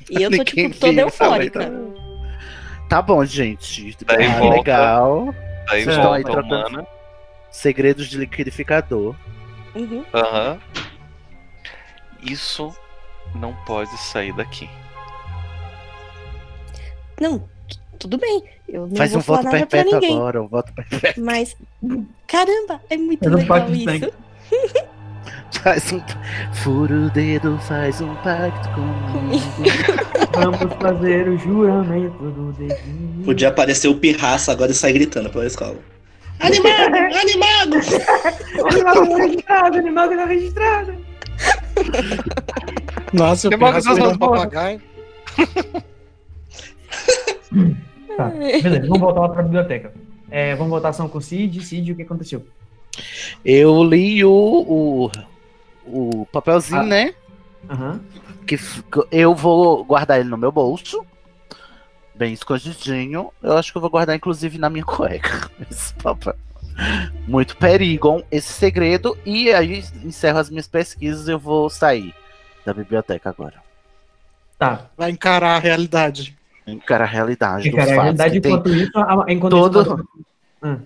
[SPEAKER 6] E eu tô,
[SPEAKER 2] Ninguém
[SPEAKER 6] tipo, toda
[SPEAKER 8] Ah,
[SPEAKER 2] viu,
[SPEAKER 6] eufórica.
[SPEAKER 2] Tá bom, gente.
[SPEAKER 5] Daí
[SPEAKER 2] Ah,
[SPEAKER 5] Tá volta.
[SPEAKER 2] legal.
[SPEAKER 5] Daí
[SPEAKER 2] Vocês estão aí
[SPEAKER 5] volta a
[SPEAKER 2] tratando-
[SPEAKER 5] humana.
[SPEAKER 2] Segredos de liquidificador.
[SPEAKER 6] Uhum.
[SPEAKER 5] Aham. Isso não pode sair daqui.
[SPEAKER 6] Não, tudo bem. Eu não
[SPEAKER 2] Faz
[SPEAKER 6] vou
[SPEAKER 2] um
[SPEAKER 6] falar
[SPEAKER 2] voto
[SPEAKER 6] nada pra
[SPEAKER 2] perpétuo
[SPEAKER 6] ninguém.
[SPEAKER 2] agora, um voto perpétuo.
[SPEAKER 6] Mas, caramba, é muito
[SPEAKER 1] Faz um
[SPEAKER 6] legal
[SPEAKER 1] pacto de sangue.
[SPEAKER 6] isso.
[SPEAKER 2] Faz um. Fura o dedo, faz um pacto comigo.
[SPEAKER 1] Vamos fazer o juramento do dedinho.
[SPEAKER 8] Podia aparecer o pirraça agora e sair gritando pela escola. Animago! Animago!
[SPEAKER 1] Animal tá registrado, animal tá registrado.
[SPEAKER 4] Nossa, eu
[SPEAKER 5] Tem uma
[SPEAKER 4] pirraça
[SPEAKER 5] coisa
[SPEAKER 4] virou um
[SPEAKER 5] nas mãos.
[SPEAKER 4] papagaio.
[SPEAKER 1] Tá, beleza, vamos voltar lá pra biblioteca. É, vamos voltar a ação com o Cid. Cid, o que aconteceu?
[SPEAKER 2] Eu li o. o, o papelzinho,
[SPEAKER 1] Ah.
[SPEAKER 2] né?
[SPEAKER 1] Aham.
[SPEAKER 2] Que f- que eu vou guardar ele no meu bolso. Bem escondidinho. Eu acho que eu vou guardar, inclusive, na minha cueca. Esse papel. Muito perigo esse segredo. E aí encerro as minhas pesquisas. Eu vou sair da biblioteca agora.
[SPEAKER 1] Tá.
[SPEAKER 4] Vai encarar a realidade.
[SPEAKER 2] Encarar a realidade dos
[SPEAKER 1] Cara, a
[SPEAKER 2] fatos.
[SPEAKER 1] realidade,
[SPEAKER 2] que tem
[SPEAKER 1] enquanto isso, a- enquanto
[SPEAKER 2] Todo-
[SPEAKER 1] isso,
[SPEAKER 2] Hum,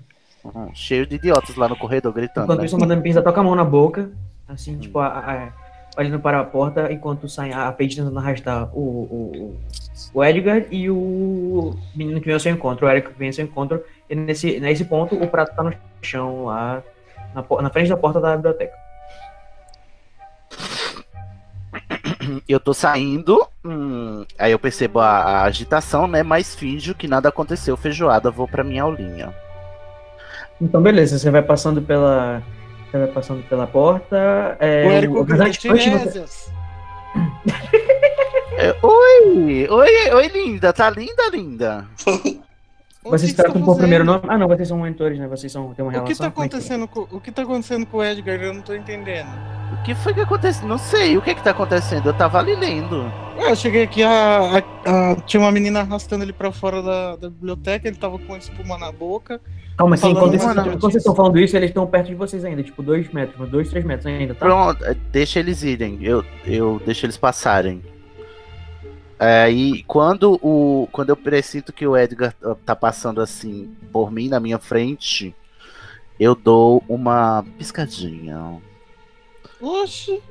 [SPEAKER 2] cheio de idiotas lá no corredor gritando.
[SPEAKER 1] Enquanto
[SPEAKER 2] Né?
[SPEAKER 1] isso, a Madame Pinza toca a mão na boca,
[SPEAKER 2] Hum.
[SPEAKER 1] assim, tipo, a, a- a- olhando para a porta, enquanto sai a Paige tentando arrastar o, o, o Edgar e o menino que vem ao seu encontro, o Eric que vem ao seu encontro. E nesse, nesse ponto, o prato tá no chão, lá, na, po- na frente da porta da biblioteca.
[SPEAKER 2] Eu tô saindo, hum, aí eu percebo a, a agitação, né? Mas finjo que nada aconteceu. Feijoada, vou pra minha aulinha.
[SPEAKER 1] Então, beleza, você vai passando pela. Você vai passando pela porta. É,
[SPEAKER 4] o Érico
[SPEAKER 1] mas
[SPEAKER 4] ganhou
[SPEAKER 1] antes- antes de você-
[SPEAKER 4] tirésias.
[SPEAKER 2] É, oi, oi, oi, linda. Tá linda, linda.
[SPEAKER 4] O que
[SPEAKER 1] Vocês
[SPEAKER 4] que tá
[SPEAKER 1] tratam por
[SPEAKER 4] fazendo?
[SPEAKER 1] primeiro nome. Ah, não, vocês são monitores, né? Vocês são, têm
[SPEAKER 4] O
[SPEAKER 1] uma relação.
[SPEAKER 4] que tá
[SPEAKER 1] Como é que é?
[SPEAKER 4] acontecendo com, o que tá acontecendo com o Edgar? Eu não tô entendendo.
[SPEAKER 2] O que foi que aconteceu? Não sei o que que tá acontecendo. Eu tava ali lendo.
[SPEAKER 4] É, Eu cheguei aqui, a, a- a- tinha uma menina arrastando ele pra fora da, da biblioteca, ele tava com espuma na boca.
[SPEAKER 1] Calma, assim,
[SPEAKER 4] Falando
[SPEAKER 1] enquanto,
[SPEAKER 4] uma
[SPEAKER 1] vocês-
[SPEAKER 4] notícia.
[SPEAKER 1] enquanto vocês estão falando isso, eles estão perto de vocês ainda, tipo, dois metros, uns dois, três metros ainda, tá?
[SPEAKER 2] Pronto, é, deixa eles irem. Eu, eu deixo eles passarem. Aí, quando o quando eu presinto que o Edgar ah, tá passando assim por mim na minha frente, eu dou uma piscadinha
[SPEAKER 4] Oxi!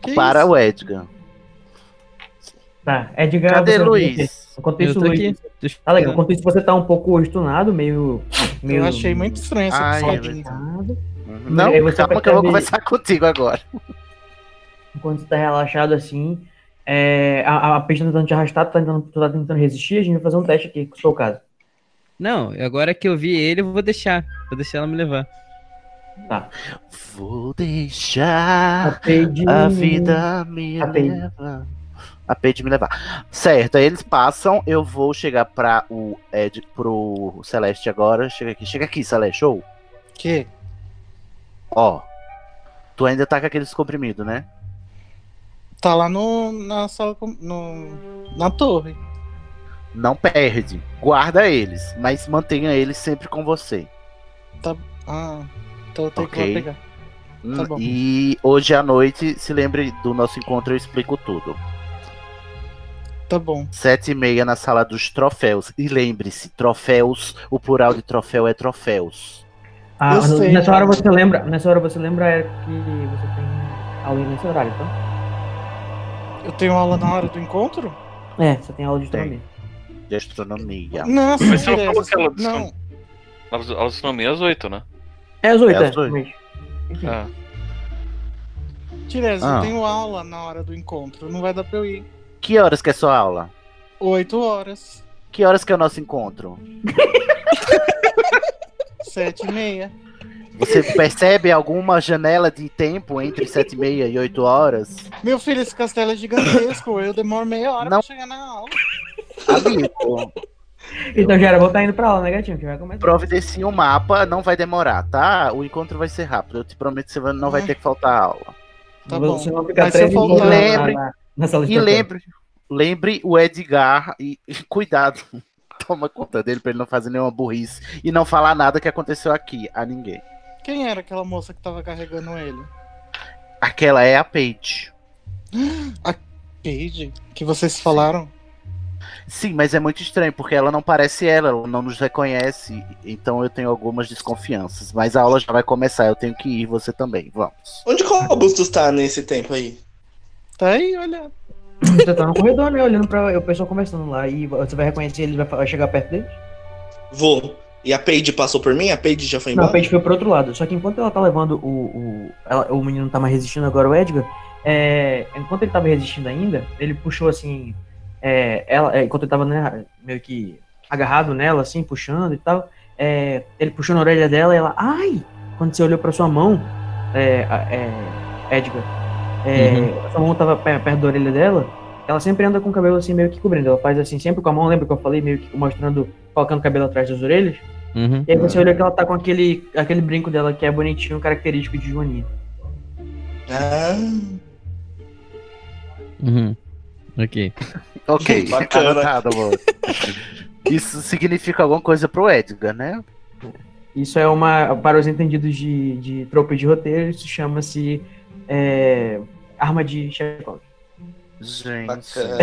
[SPEAKER 4] Que
[SPEAKER 2] para
[SPEAKER 4] isso?
[SPEAKER 2] o Edgar.
[SPEAKER 1] Tá, Edgar.
[SPEAKER 2] Cadê
[SPEAKER 1] você-
[SPEAKER 2] Luiz?
[SPEAKER 1] Enquanto
[SPEAKER 3] Eu
[SPEAKER 1] isso,
[SPEAKER 3] tô aqui.
[SPEAKER 1] Luiz. Tá legal, enquanto isso você tá um pouco estunado, meio. meio
[SPEAKER 4] Eu achei muito estranho essa
[SPEAKER 2] Ai, é
[SPEAKER 4] piscadinha.
[SPEAKER 1] Estunado.
[SPEAKER 2] Uhum. Não,
[SPEAKER 1] Aí você
[SPEAKER 2] calma que eu vou
[SPEAKER 1] percebe-
[SPEAKER 2] conversar contigo agora.
[SPEAKER 1] Enquanto você tá relaxado assim, é, a, a- a peixe tá tentando te arrastar, tu tá tentando, tu tá tentando resistir, a gente vai fazer um teste aqui com o seu caso.
[SPEAKER 3] Não, agora que eu vi ele, eu vou deixar. Vou deixar ela me levar.
[SPEAKER 8] Tá.
[SPEAKER 2] Vou
[SPEAKER 1] A
[SPEAKER 2] deixar
[SPEAKER 1] Paige.
[SPEAKER 2] a vida me
[SPEAKER 1] A Paige.
[SPEAKER 2] levar. A Paige me levar. Certo, aí eles passam, eu vou chegar para o Ed, pro Celeste agora. Chega aqui, chega aqui, Celeste. Show.
[SPEAKER 4] Que?
[SPEAKER 2] Ó. Tu ainda tá com aqueles comprimidos, né?
[SPEAKER 4] Tá lá no, na sala, com- no, na torre.
[SPEAKER 2] Não perde. Guarda eles, mas mantenha eles sempre com você.
[SPEAKER 4] Ah, então eu tenho
[SPEAKER 2] Ok.
[SPEAKER 4] que ir lá pegar.
[SPEAKER 2] Hum,
[SPEAKER 4] Tá bom.
[SPEAKER 2] E hoje à noite, se lembre do nosso encontro, eu explico tudo.
[SPEAKER 4] Tá bom.
[SPEAKER 2] Sete e meia na sala dos troféus. E lembre-se, troféus, o plural de troféu é troféus.
[SPEAKER 1] Ah,
[SPEAKER 4] Eu
[SPEAKER 1] no-
[SPEAKER 4] sei.
[SPEAKER 1] nessa hora você lembra, nessa hora você lembra Eric, que você tem aula nesse horário, então?
[SPEAKER 4] Eu tenho aula na hora do encontro?
[SPEAKER 1] É, você tem aula de
[SPEAKER 2] Tem. Tá.
[SPEAKER 1] astronomia.
[SPEAKER 2] De astronomia.
[SPEAKER 4] Não,
[SPEAKER 5] Mas você
[SPEAKER 4] sim,
[SPEAKER 5] não falou
[SPEAKER 4] beleza.
[SPEAKER 5] que ela disse-
[SPEAKER 4] Não,
[SPEAKER 5] Elas elas não meia às oito, né?
[SPEAKER 1] É às oito,
[SPEAKER 2] É
[SPEAKER 1] é.
[SPEAKER 2] às oito.
[SPEAKER 1] realmente. Enfim.
[SPEAKER 5] Ah,
[SPEAKER 4] Tirez,
[SPEAKER 2] Ah.
[SPEAKER 4] eu tenho aula na hora do encontro. Não vai dar pra eu ir.
[SPEAKER 2] Que horas que é sua aula?
[SPEAKER 4] Oito horas.
[SPEAKER 2] Que horas que é o nosso encontro?
[SPEAKER 4] Sete e meia.
[SPEAKER 2] Você percebe alguma janela de tempo entre sete e meia e oito horas?
[SPEAKER 4] Meu filho, esse castelo é gigantesco. Eu demoro meia hora
[SPEAKER 2] Não.
[SPEAKER 4] pra chegar na aula.
[SPEAKER 2] Amigo,
[SPEAKER 1] Então, Geraldo tá indo pra aula, né, gatinho? Que vai começar.
[SPEAKER 2] providencie um mapa, não vai demorar, tá? O encontro vai ser rápido. Eu te prometo que você vai- não vai ter que faltar a aula.
[SPEAKER 4] Tá bom.
[SPEAKER 1] É. você não fica
[SPEAKER 4] Mas se
[SPEAKER 1] três
[SPEAKER 4] eu
[SPEAKER 1] minutos
[SPEAKER 4] faltar-
[SPEAKER 1] na-
[SPEAKER 2] Lembre-
[SPEAKER 1] na, na sala de
[SPEAKER 2] E
[SPEAKER 1] papel.
[SPEAKER 2] lembre, lembre o Edgar e, e cuidado. Toma conta dele pra ele não fazer nenhuma burrice e não falar nada que aconteceu aqui a ninguém.
[SPEAKER 4] Quem era aquela moça que tava carregando ele?
[SPEAKER 2] Aquela é a Paige.
[SPEAKER 4] Paige? Que vocês falaram?
[SPEAKER 2] Sim, mas é muito estranho porque ela não parece ela, ela não nos reconhece. Então eu tenho algumas desconfianças. Mas a aula já vai começar, eu tenho que ir, você também. Vamos.
[SPEAKER 8] Onde que o Augusto está nesse tempo aí?
[SPEAKER 4] Tá aí, olha.
[SPEAKER 1] Você tá no corredor, né? Olhando pra o pessoal conversando lá. E você vai reconhecer ele, vai vai chegar perto dele.
[SPEAKER 8] Vou. E a Paige passou por mim? A Paige já foi
[SPEAKER 1] Não,
[SPEAKER 8] embora?
[SPEAKER 1] a Paige foi pro outro lado. Só que enquanto ela tá levando o. O, ela- o menino tá mais resistindo agora, o Edgar. é, enquanto ele tava resistindo ainda, ele puxou assim. é, ela, é, enquanto ele tava né, meio que agarrado nela, assim, puxando e tal. é, ele puxou na orelha dela e ela. Ai! Quando você olhou pra sua mão, é, a- é, Edgar, é,
[SPEAKER 8] Uhum.
[SPEAKER 1] a sua mão tava pe- perto da orelha dela. Ela sempre anda com o cabelo assim, meio que cobrindo. Ela faz assim, sempre com a mão, lembra que eu falei, meio que mostrando, colocando o cabelo atrás das orelhas?
[SPEAKER 3] Uhum.
[SPEAKER 1] E aí você olha que ela tá com aquele, aquele brinco dela que é bonitinho, característico de Joaninha.
[SPEAKER 8] Ah,
[SPEAKER 3] Uhum. Ok.
[SPEAKER 2] Ok, tá
[SPEAKER 8] Bacana.
[SPEAKER 2] anotado, amor. Isso significa alguma coisa pro Edgar, né?
[SPEAKER 1] Isso é uma. Para os entendidos de, de tropa de roteiro, isso chama-se é, arma de Chekhov.
[SPEAKER 2] Gente.
[SPEAKER 8] bacana.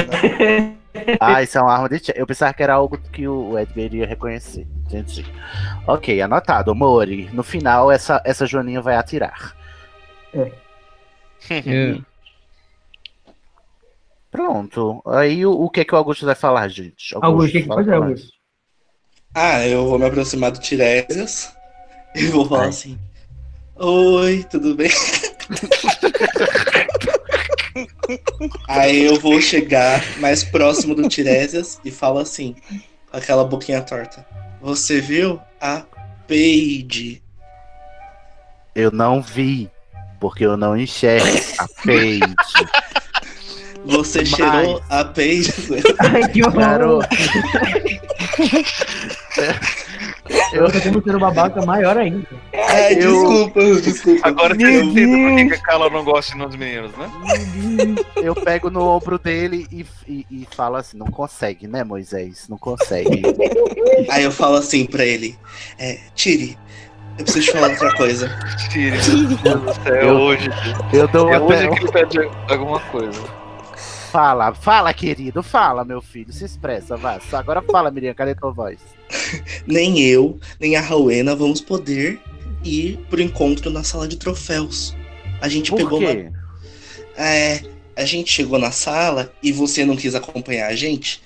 [SPEAKER 2] Ah, isso é uma arma de tiro. Eu pensava que era algo que o Edgar iria reconhecer. Entendi. Ok, anotado. Mori, no final essa, essa Joaninha vai atirar.
[SPEAKER 1] É.
[SPEAKER 2] É.
[SPEAKER 3] Eu-
[SPEAKER 2] Pronto. Aí o, o que é que o Augusto vai falar, gente?
[SPEAKER 1] Augusto, o que que
[SPEAKER 2] fala
[SPEAKER 1] fazer,
[SPEAKER 2] com
[SPEAKER 1] Augusto?
[SPEAKER 2] nós.
[SPEAKER 8] Ah, eu vou me aproximar do Tiresias e vou falar
[SPEAKER 2] Ai.
[SPEAKER 8] assim. Oi, tudo bem? Aí eu vou chegar mais próximo do Tiresias e falo assim, com aquela boquinha torta. Você viu a Paige?
[SPEAKER 2] Eu não vi, porque eu não enxergo a Paige.
[SPEAKER 8] Você
[SPEAKER 2] Mas-
[SPEAKER 8] cheirou a Paige?
[SPEAKER 1] Ai, que
[SPEAKER 2] Garoto.
[SPEAKER 1] Eu tô como ser um babaca maior ainda.
[SPEAKER 8] Ai,
[SPEAKER 2] É, Eu-
[SPEAKER 8] desculpa, desculpa.
[SPEAKER 5] Agora você entende por que que a Carla não gosta de nós meninos, né?
[SPEAKER 2] Eu pego no ombro dele e, e, e falo assim: não consegue, né, Moisés? Não consegue.
[SPEAKER 8] Aí eu falo assim pra ele: é, Tire, eu preciso te falar outra coisa.
[SPEAKER 5] Tire, meu Deus do céu, é
[SPEAKER 2] Eu-
[SPEAKER 5] hoje.
[SPEAKER 2] Eu dou
[SPEAKER 5] É
[SPEAKER 2] até.
[SPEAKER 5] hoje que ele pede alguma coisa.
[SPEAKER 2] Fala, fala, querido, fala, meu filho. Se expressa, vá. Só Agora fala, Miriam, cadê tua voz?
[SPEAKER 8] Nem eu, nem a Rowena vamos poder ir pro encontro na sala de troféus. A gente
[SPEAKER 2] Por
[SPEAKER 8] pegou uma-
[SPEAKER 2] quê?
[SPEAKER 8] É, a gente chegou na sala e você não quis acompanhar a gente.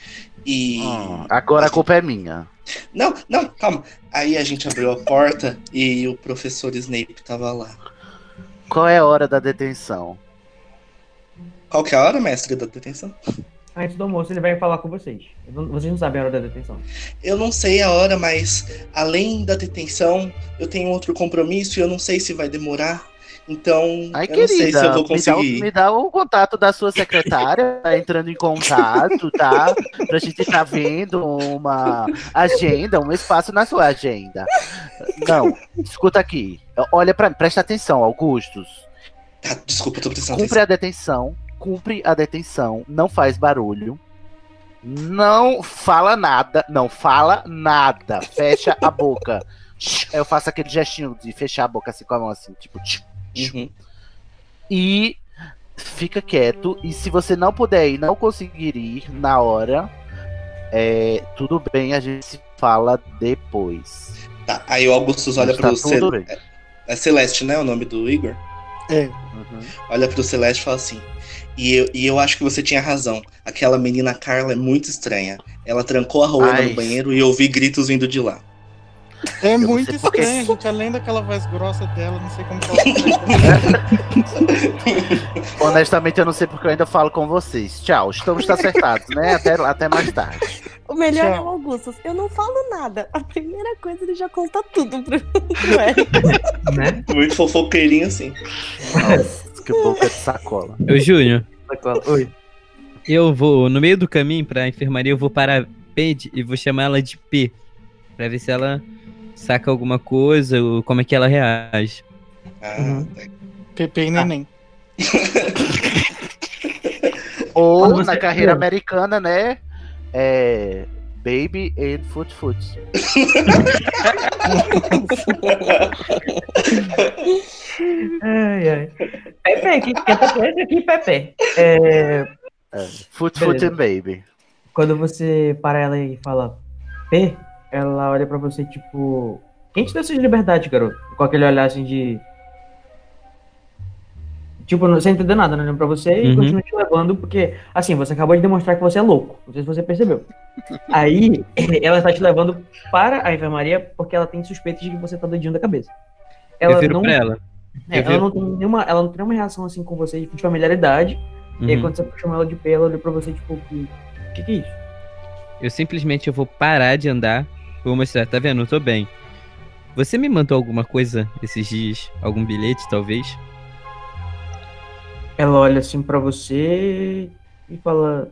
[SPEAKER 8] E.
[SPEAKER 2] Hum, agora a culpa é minha.
[SPEAKER 8] Não, não, calma. Aí a gente abriu a porta e o professor Snape tava lá.
[SPEAKER 2] Qual é a hora da detenção?
[SPEAKER 8] Qual que é a hora, mestre, da detenção?
[SPEAKER 1] Antes do almoço, ele vai falar com vocês. Eu não- Vocês não sabem a hora da detenção.
[SPEAKER 8] Eu não sei a hora, mas além da detenção, eu tenho outro compromisso e eu não sei se vai demorar. Então,
[SPEAKER 2] Ai,
[SPEAKER 8] eu não
[SPEAKER 2] querida,
[SPEAKER 8] sei se eu vou
[SPEAKER 2] me, dá o,
[SPEAKER 8] conseguir.
[SPEAKER 2] me dá o contato da sua secretária, tá entrando em contato, tá? Pra gente tá vendo uma agenda, um espaço na sua agenda. Não, escuta aqui. Olha pra mim, presta atenção, Augustos.
[SPEAKER 8] Tá, desculpa, eu tô prestando
[SPEAKER 2] Cumpre a detenção, cumpre a detenção, não faz barulho, não fala nada, não fala nada, fecha a boca. Shhh, Eu faço
[SPEAKER 8] Uhum.
[SPEAKER 2] aquele gestinho de fechar a boca assim com a mão assim, tipo. tchiu,
[SPEAKER 8] atenção. Uhum.
[SPEAKER 2] E fica quieto. E se você não puder ir, não conseguir ir na hora, é, tudo bem, a gente se fala depois.
[SPEAKER 8] Tá, aí o Augustus olha
[SPEAKER 2] Mas tá
[SPEAKER 8] pro
[SPEAKER 2] tudo
[SPEAKER 8] Cel-
[SPEAKER 2] bem.
[SPEAKER 8] é Celeste, né? O nome do Igor.
[SPEAKER 4] É.
[SPEAKER 2] Uhum.
[SPEAKER 8] Olha pro Celeste e fala assim. E eu, e eu acho que você tinha razão. Aquela menina Carla é muito estranha. Ela trancou a Rowena
[SPEAKER 2] Ai.
[SPEAKER 8] no banheiro e eu ouvi gritos vindo de lá.
[SPEAKER 4] É
[SPEAKER 2] não
[SPEAKER 4] muito
[SPEAKER 2] sei por quê.
[SPEAKER 4] estranho, gente. Além daquela voz grossa dela, não sei como que ela
[SPEAKER 2] Honestamente, eu não sei porque eu ainda falo com vocês. Tchau, estamos acertados, né? Até, até mais tarde.
[SPEAKER 6] O melhor é o
[SPEAKER 4] Tchau.
[SPEAKER 6] Augustus. Eu não falo nada. A primeira coisa ele já conta tudo pro, pro Eric.
[SPEAKER 1] né?
[SPEAKER 8] Muito fofoqueirinho assim.
[SPEAKER 2] Nossa, É, que boca de sacola.
[SPEAKER 3] Ô, Júnior,
[SPEAKER 1] Sacola. Oi.
[SPEAKER 3] eu vou, no meio do caminho pra enfermaria, eu vou parar a Paige e vou chamar ela de P. Pra ver se ela saca alguma coisa ou como é que ela reage.
[SPEAKER 8] Ah,
[SPEAKER 1] Uhum.
[SPEAKER 8] tá.
[SPEAKER 4] Pepe
[SPEAKER 1] Ah.
[SPEAKER 4] e neném.
[SPEAKER 2] Ou
[SPEAKER 1] Como
[SPEAKER 2] na
[SPEAKER 1] você-
[SPEAKER 2] carreira
[SPEAKER 1] é.
[SPEAKER 2] americana, né? É. Baby and Foot Foot.
[SPEAKER 1] Ai, ai. Pepe, que, que é Pepe? Esse aqui, Pepe. É,
[SPEAKER 2] É, foot Foot
[SPEAKER 1] Beleza.
[SPEAKER 2] and Baby.
[SPEAKER 1] quando você para ela e fala P, ela olha pra você tipo. Quem te deu essa liberdade, garoto? Com aquele olhar assim de. Tipo, não, sem entender nada, né? Olhando Pra você e
[SPEAKER 3] Uhum.
[SPEAKER 1] continua te levando, porque, assim, você acabou de demonstrar que você é louco. Não sei se você percebeu. Aí, ela está te levando para a enfermaria porque ela tem suspeitas de que você tá doidinho da cabeça.
[SPEAKER 3] eu
[SPEAKER 1] Ela
[SPEAKER 3] viro
[SPEAKER 1] não,
[SPEAKER 3] pra ela.
[SPEAKER 1] é,
[SPEAKER 3] eu
[SPEAKER 1] ela,
[SPEAKER 3] viro.
[SPEAKER 1] não tem nenhuma, ela não tem nenhuma reação assim com você de familiaridade. E aí,
[SPEAKER 3] Uhum.
[SPEAKER 1] quando você chama ela de P, ela olha pra você, tipo, o que, que, que é isso?
[SPEAKER 3] Eu simplesmente eu vou parar de andar. Vou mostrar, tá vendo? Eu tô bem. Você me mandou alguma coisa esses dias? Algum bilhete, talvez?
[SPEAKER 1] Ela olha assim pra você e fala: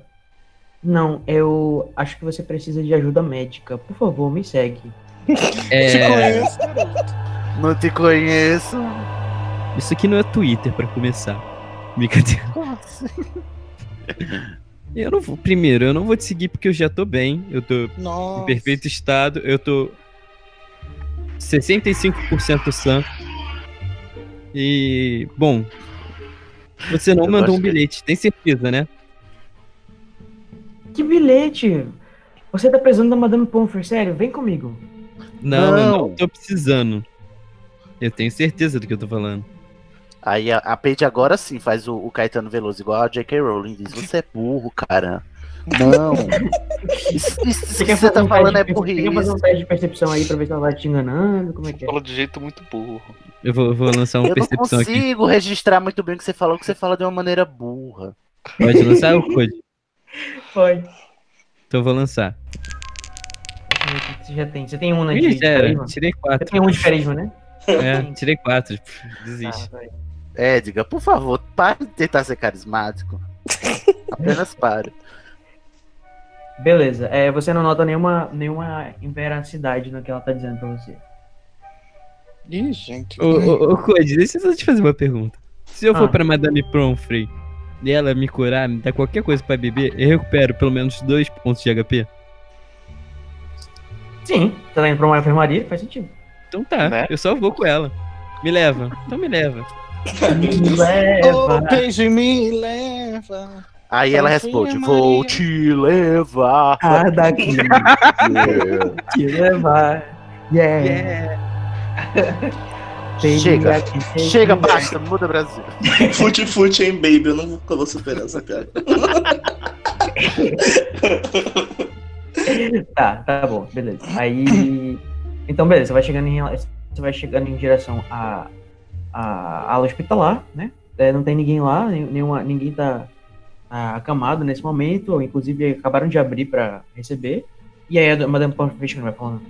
[SPEAKER 1] Não, eu acho que você precisa de ajuda médica. Por favor, me segue. Tipo
[SPEAKER 4] Te
[SPEAKER 3] É.
[SPEAKER 4] conheço, garoto.
[SPEAKER 2] Não te conheço.
[SPEAKER 3] Isso aqui não é Twitter pra começar. Brincadeira. Eu não vou. Primeiro, eu não vou te seguir porque eu já tô bem. Eu tô em
[SPEAKER 4] Nossa.
[SPEAKER 3] perfeito estado. Eu tô 65% sã. E. Bom. Você não
[SPEAKER 2] Eu
[SPEAKER 3] mandou
[SPEAKER 2] gosto
[SPEAKER 3] um
[SPEAKER 2] que- é
[SPEAKER 3] bilhete, tem certeza, né?
[SPEAKER 1] Que bilhete! Você tá precisando da Madame Pomfer, sério? Vem comigo.
[SPEAKER 3] Não, eu
[SPEAKER 2] Não.
[SPEAKER 3] não tô precisando. Eu tenho certeza do que eu tô falando.
[SPEAKER 2] Aí a, a Paige agora sim faz o, o Caetano Veloso igual a J.K. Rowling. Diz: Você é burro, cara. Não. Isso, isso- isso que você
[SPEAKER 1] fazer
[SPEAKER 2] tá
[SPEAKER 1] um teste
[SPEAKER 2] falando é
[SPEAKER 1] de perce- Você quer fazer
[SPEAKER 2] burrice.
[SPEAKER 1] um teste de percepção aí pra ver se ela vai te enganando? Como é que é?
[SPEAKER 5] Fala de jeito muito burro.
[SPEAKER 3] Eu vou, vou lançar uma
[SPEAKER 2] Eu não
[SPEAKER 3] percepção aqui.
[SPEAKER 2] consigo registrar muito bem o que você falou, que você fala de uma maneira burra.
[SPEAKER 3] Pode lançar ou pode?
[SPEAKER 1] Foi.
[SPEAKER 3] Então eu vou lançar.
[SPEAKER 1] Você já tem. Você tem um, né?
[SPEAKER 3] Ih,
[SPEAKER 1] De
[SPEAKER 3] já era.
[SPEAKER 1] carisma?
[SPEAKER 3] Tirei
[SPEAKER 1] Você
[SPEAKER 3] quatro.
[SPEAKER 1] tem um de carisma, né?
[SPEAKER 3] É, tirei quatro. Pff,
[SPEAKER 1] Ah,
[SPEAKER 3] Desiste.
[SPEAKER 1] vai.
[SPEAKER 2] É, diga, por favor, pare de tentar ser carismático. Apenas pare.
[SPEAKER 1] Beleza. É, você não nota nenhuma, nenhuma inveracidade no que ela tá dizendo pra você.
[SPEAKER 4] Ih, gente.
[SPEAKER 3] Ô, ô, ô, Cody, deixa eu só te fazer uma pergunta. Se eu
[SPEAKER 1] Ah.
[SPEAKER 3] for pra Madame Pomfrey e ela me curar, me dar qualquer coisa pra beber, eu recupero pelo menos dois pontos de HP?
[SPEAKER 1] Sim, você tá indo pra uma enfermaria, faz sentido.
[SPEAKER 3] Então tá,
[SPEAKER 5] Né?
[SPEAKER 3] eu só vou com ela. Me leva. Então me leva.
[SPEAKER 4] Ô,
[SPEAKER 1] é? Leva.
[SPEAKER 4] beijo, me leva.
[SPEAKER 2] Aí
[SPEAKER 4] Então
[SPEAKER 2] ela
[SPEAKER 4] fui
[SPEAKER 2] responde:
[SPEAKER 4] a
[SPEAKER 2] Vou
[SPEAKER 4] Maria."
[SPEAKER 2] te levar.
[SPEAKER 1] Ah, daqui. te levar. Yeah. Tem
[SPEAKER 2] Chega.
[SPEAKER 1] aqui, tem
[SPEAKER 2] Chega,
[SPEAKER 1] que-
[SPEAKER 2] basta, muda Brasil.
[SPEAKER 8] Fute, fute, hein, baby. Eu não vou superar essa piada.
[SPEAKER 1] Tá, tá bom, beleza. Aí. Então, beleza, você vai chegando em, rela- você vai chegando em direção à, à ala hospitalar, né? É, não tem ninguém lá, nem- nenhuma, ninguém tá tá acamado nesse momento, inclusive acabaram de abrir pra receber. E aí a Madame Pomfrey vai falando: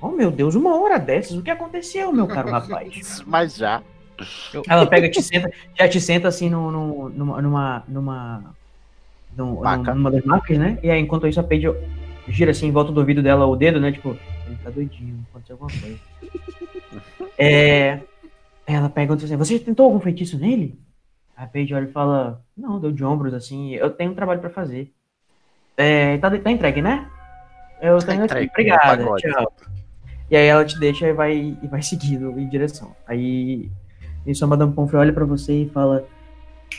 [SPEAKER 1] Oh meu Deus, uma hora dessas, o que aconteceu, meu caro rapaz?
[SPEAKER 2] Mas já.
[SPEAKER 1] Ela pega, te senta, já te senta assim no, no- numa. numa. numa. num-
[SPEAKER 2] Maca.
[SPEAKER 1] numa das marcas, né? E aí, enquanto isso, a Paige gira assim em volta do ouvido dela o dedo, né? Tipo, ele tá doidinho, aconteceu alguma coisa. é. Ela pergunta assim: Você tentou algum feitiço nele? A Paige olha e fala: Não, deu de ombros assim, eu tenho um trabalho pra fazer. É, tá, tá entregue, né? Eu tô
[SPEAKER 2] Tá
[SPEAKER 1] indo aqui,
[SPEAKER 2] entregue,
[SPEAKER 1] obrigada.
[SPEAKER 2] pagode.
[SPEAKER 1] Tchau. E aí ela te deixa e vai, e vai seguindo em direção. Aí isso a Madame Pomfrey olha pra você e fala: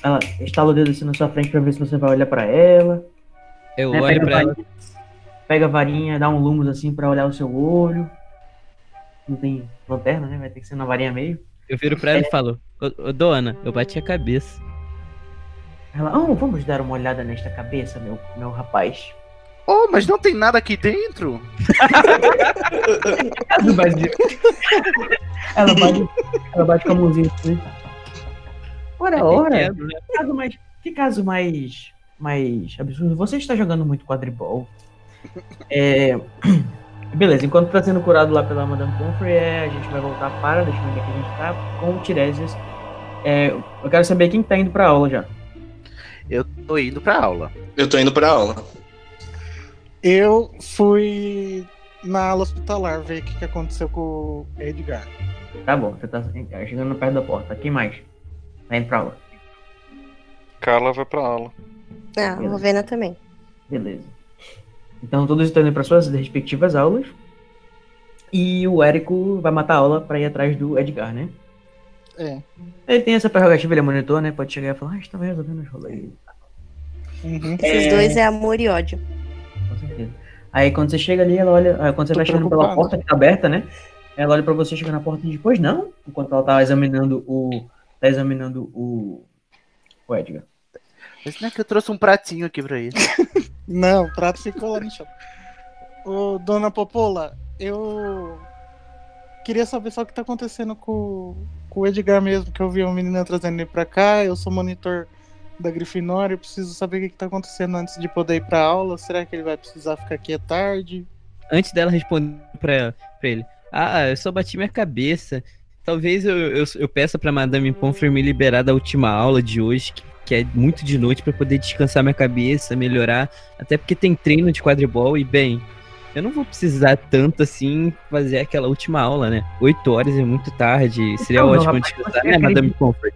[SPEAKER 1] Ela estala o dedo assim na sua frente pra ver se você vai olhar pra ela.
[SPEAKER 3] Eu
[SPEAKER 1] né?
[SPEAKER 3] olho
[SPEAKER 1] Pega,
[SPEAKER 3] pra
[SPEAKER 1] a varinha, pega a varinha, dá um lumos assim pra olhar o seu olho. Não tem lanterna, né? Vai ter que ser na varinha meio.
[SPEAKER 3] Eu viro pra
[SPEAKER 1] É.
[SPEAKER 3] ela e falo, ô, ô, dona, eu bati a cabeça.
[SPEAKER 1] Ela, oh, vamos dar uma olhada nesta cabeça, meu, meu rapaz.
[SPEAKER 2] Oh, mas não tem nada aqui dentro?
[SPEAKER 1] Ela bate, ela bate, ela bate com a mãozinha assim. Ora, ora.
[SPEAKER 3] Quebro, né?
[SPEAKER 1] Que caso mais, que caso mais, mais absurdo. Você está jogando muito quadribol. É, Beleza, enquanto está sendo curado lá pela Madame Pomfrey, é, a gente vai voltar para. Deixa eu ver onde é que a gente tá. Com o Tiresias. É, eu quero saber quem tá indo pra aula já.
[SPEAKER 2] Eu tô indo pra aula.
[SPEAKER 8] Eu tô indo pra aula.
[SPEAKER 4] Eu fui na ala hospitalar ver o que, que aconteceu com o Edgar.
[SPEAKER 1] Tá bom, você tá chegando perto da porta. Quem mais? Tá indo pra aula.
[SPEAKER 5] Carla vai pra aula.
[SPEAKER 6] Ah, a Rovena também.
[SPEAKER 1] Beleza. Então todos estão indo para suas respectivas aulas. E o Érico vai matar a aula para ir atrás do Edgar, né?
[SPEAKER 4] É.
[SPEAKER 1] Ele tem essa prerrogativa, ele é monitor, né? Pode chegar e falar, ah, estava resolvendo os rolês.
[SPEAKER 4] Uhum.
[SPEAKER 6] Esses
[SPEAKER 1] É.
[SPEAKER 6] dois é amor e ódio.
[SPEAKER 1] Com certeza. Aí quando você chega ali, ela olha. ah, Quando você
[SPEAKER 4] Tô
[SPEAKER 1] vai chegando pela
[SPEAKER 4] preocupado.
[SPEAKER 1] porta que tá aberta, né? Ela olha pra você chega na porta e diz, pois não? Enquanto ela tá examinando o. Tá examinando o. O Edgar.
[SPEAKER 2] Mas não é que eu trouxe um pratinho aqui pra ele.
[SPEAKER 4] Não, o prato ficou lá no chão. Ô, dona Popola, eu queria saber só o que tá acontecendo com, com o Edgar mesmo, que eu vi uma menina trazendo ele pra cá, eu sou monitor da Grifinória, eu preciso saber o que, que tá acontecendo antes de poder ir pra aula. Será que ele vai precisar ficar aqui à tarde?
[SPEAKER 3] Antes dela responder pra, ela- pra ele, ah, eu só bati minha cabeça. Talvez eu, eu, eu peça pra Madame Pomfrey me liberar da última aula de hoje, que, que é muito de noite, pra eu poder descansar minha cabeça, melhorar. Até porque tem treino de quadribol e, bem, eu não vou precisar tanto assim fazer aquela última aula, né? Oito horas é muito tarde, seria
[SPEAKER 1] Então, meu
[SPEAKER 3] ótimo
[SPEAKER 1] rapaz,
[SPEAKER 3] descansar,
[SPEAKER 1] você
[SPEAKER 3] né, Madame
[SPEAKER 1] acredita-
[SPEAKER 3] Pomfrey?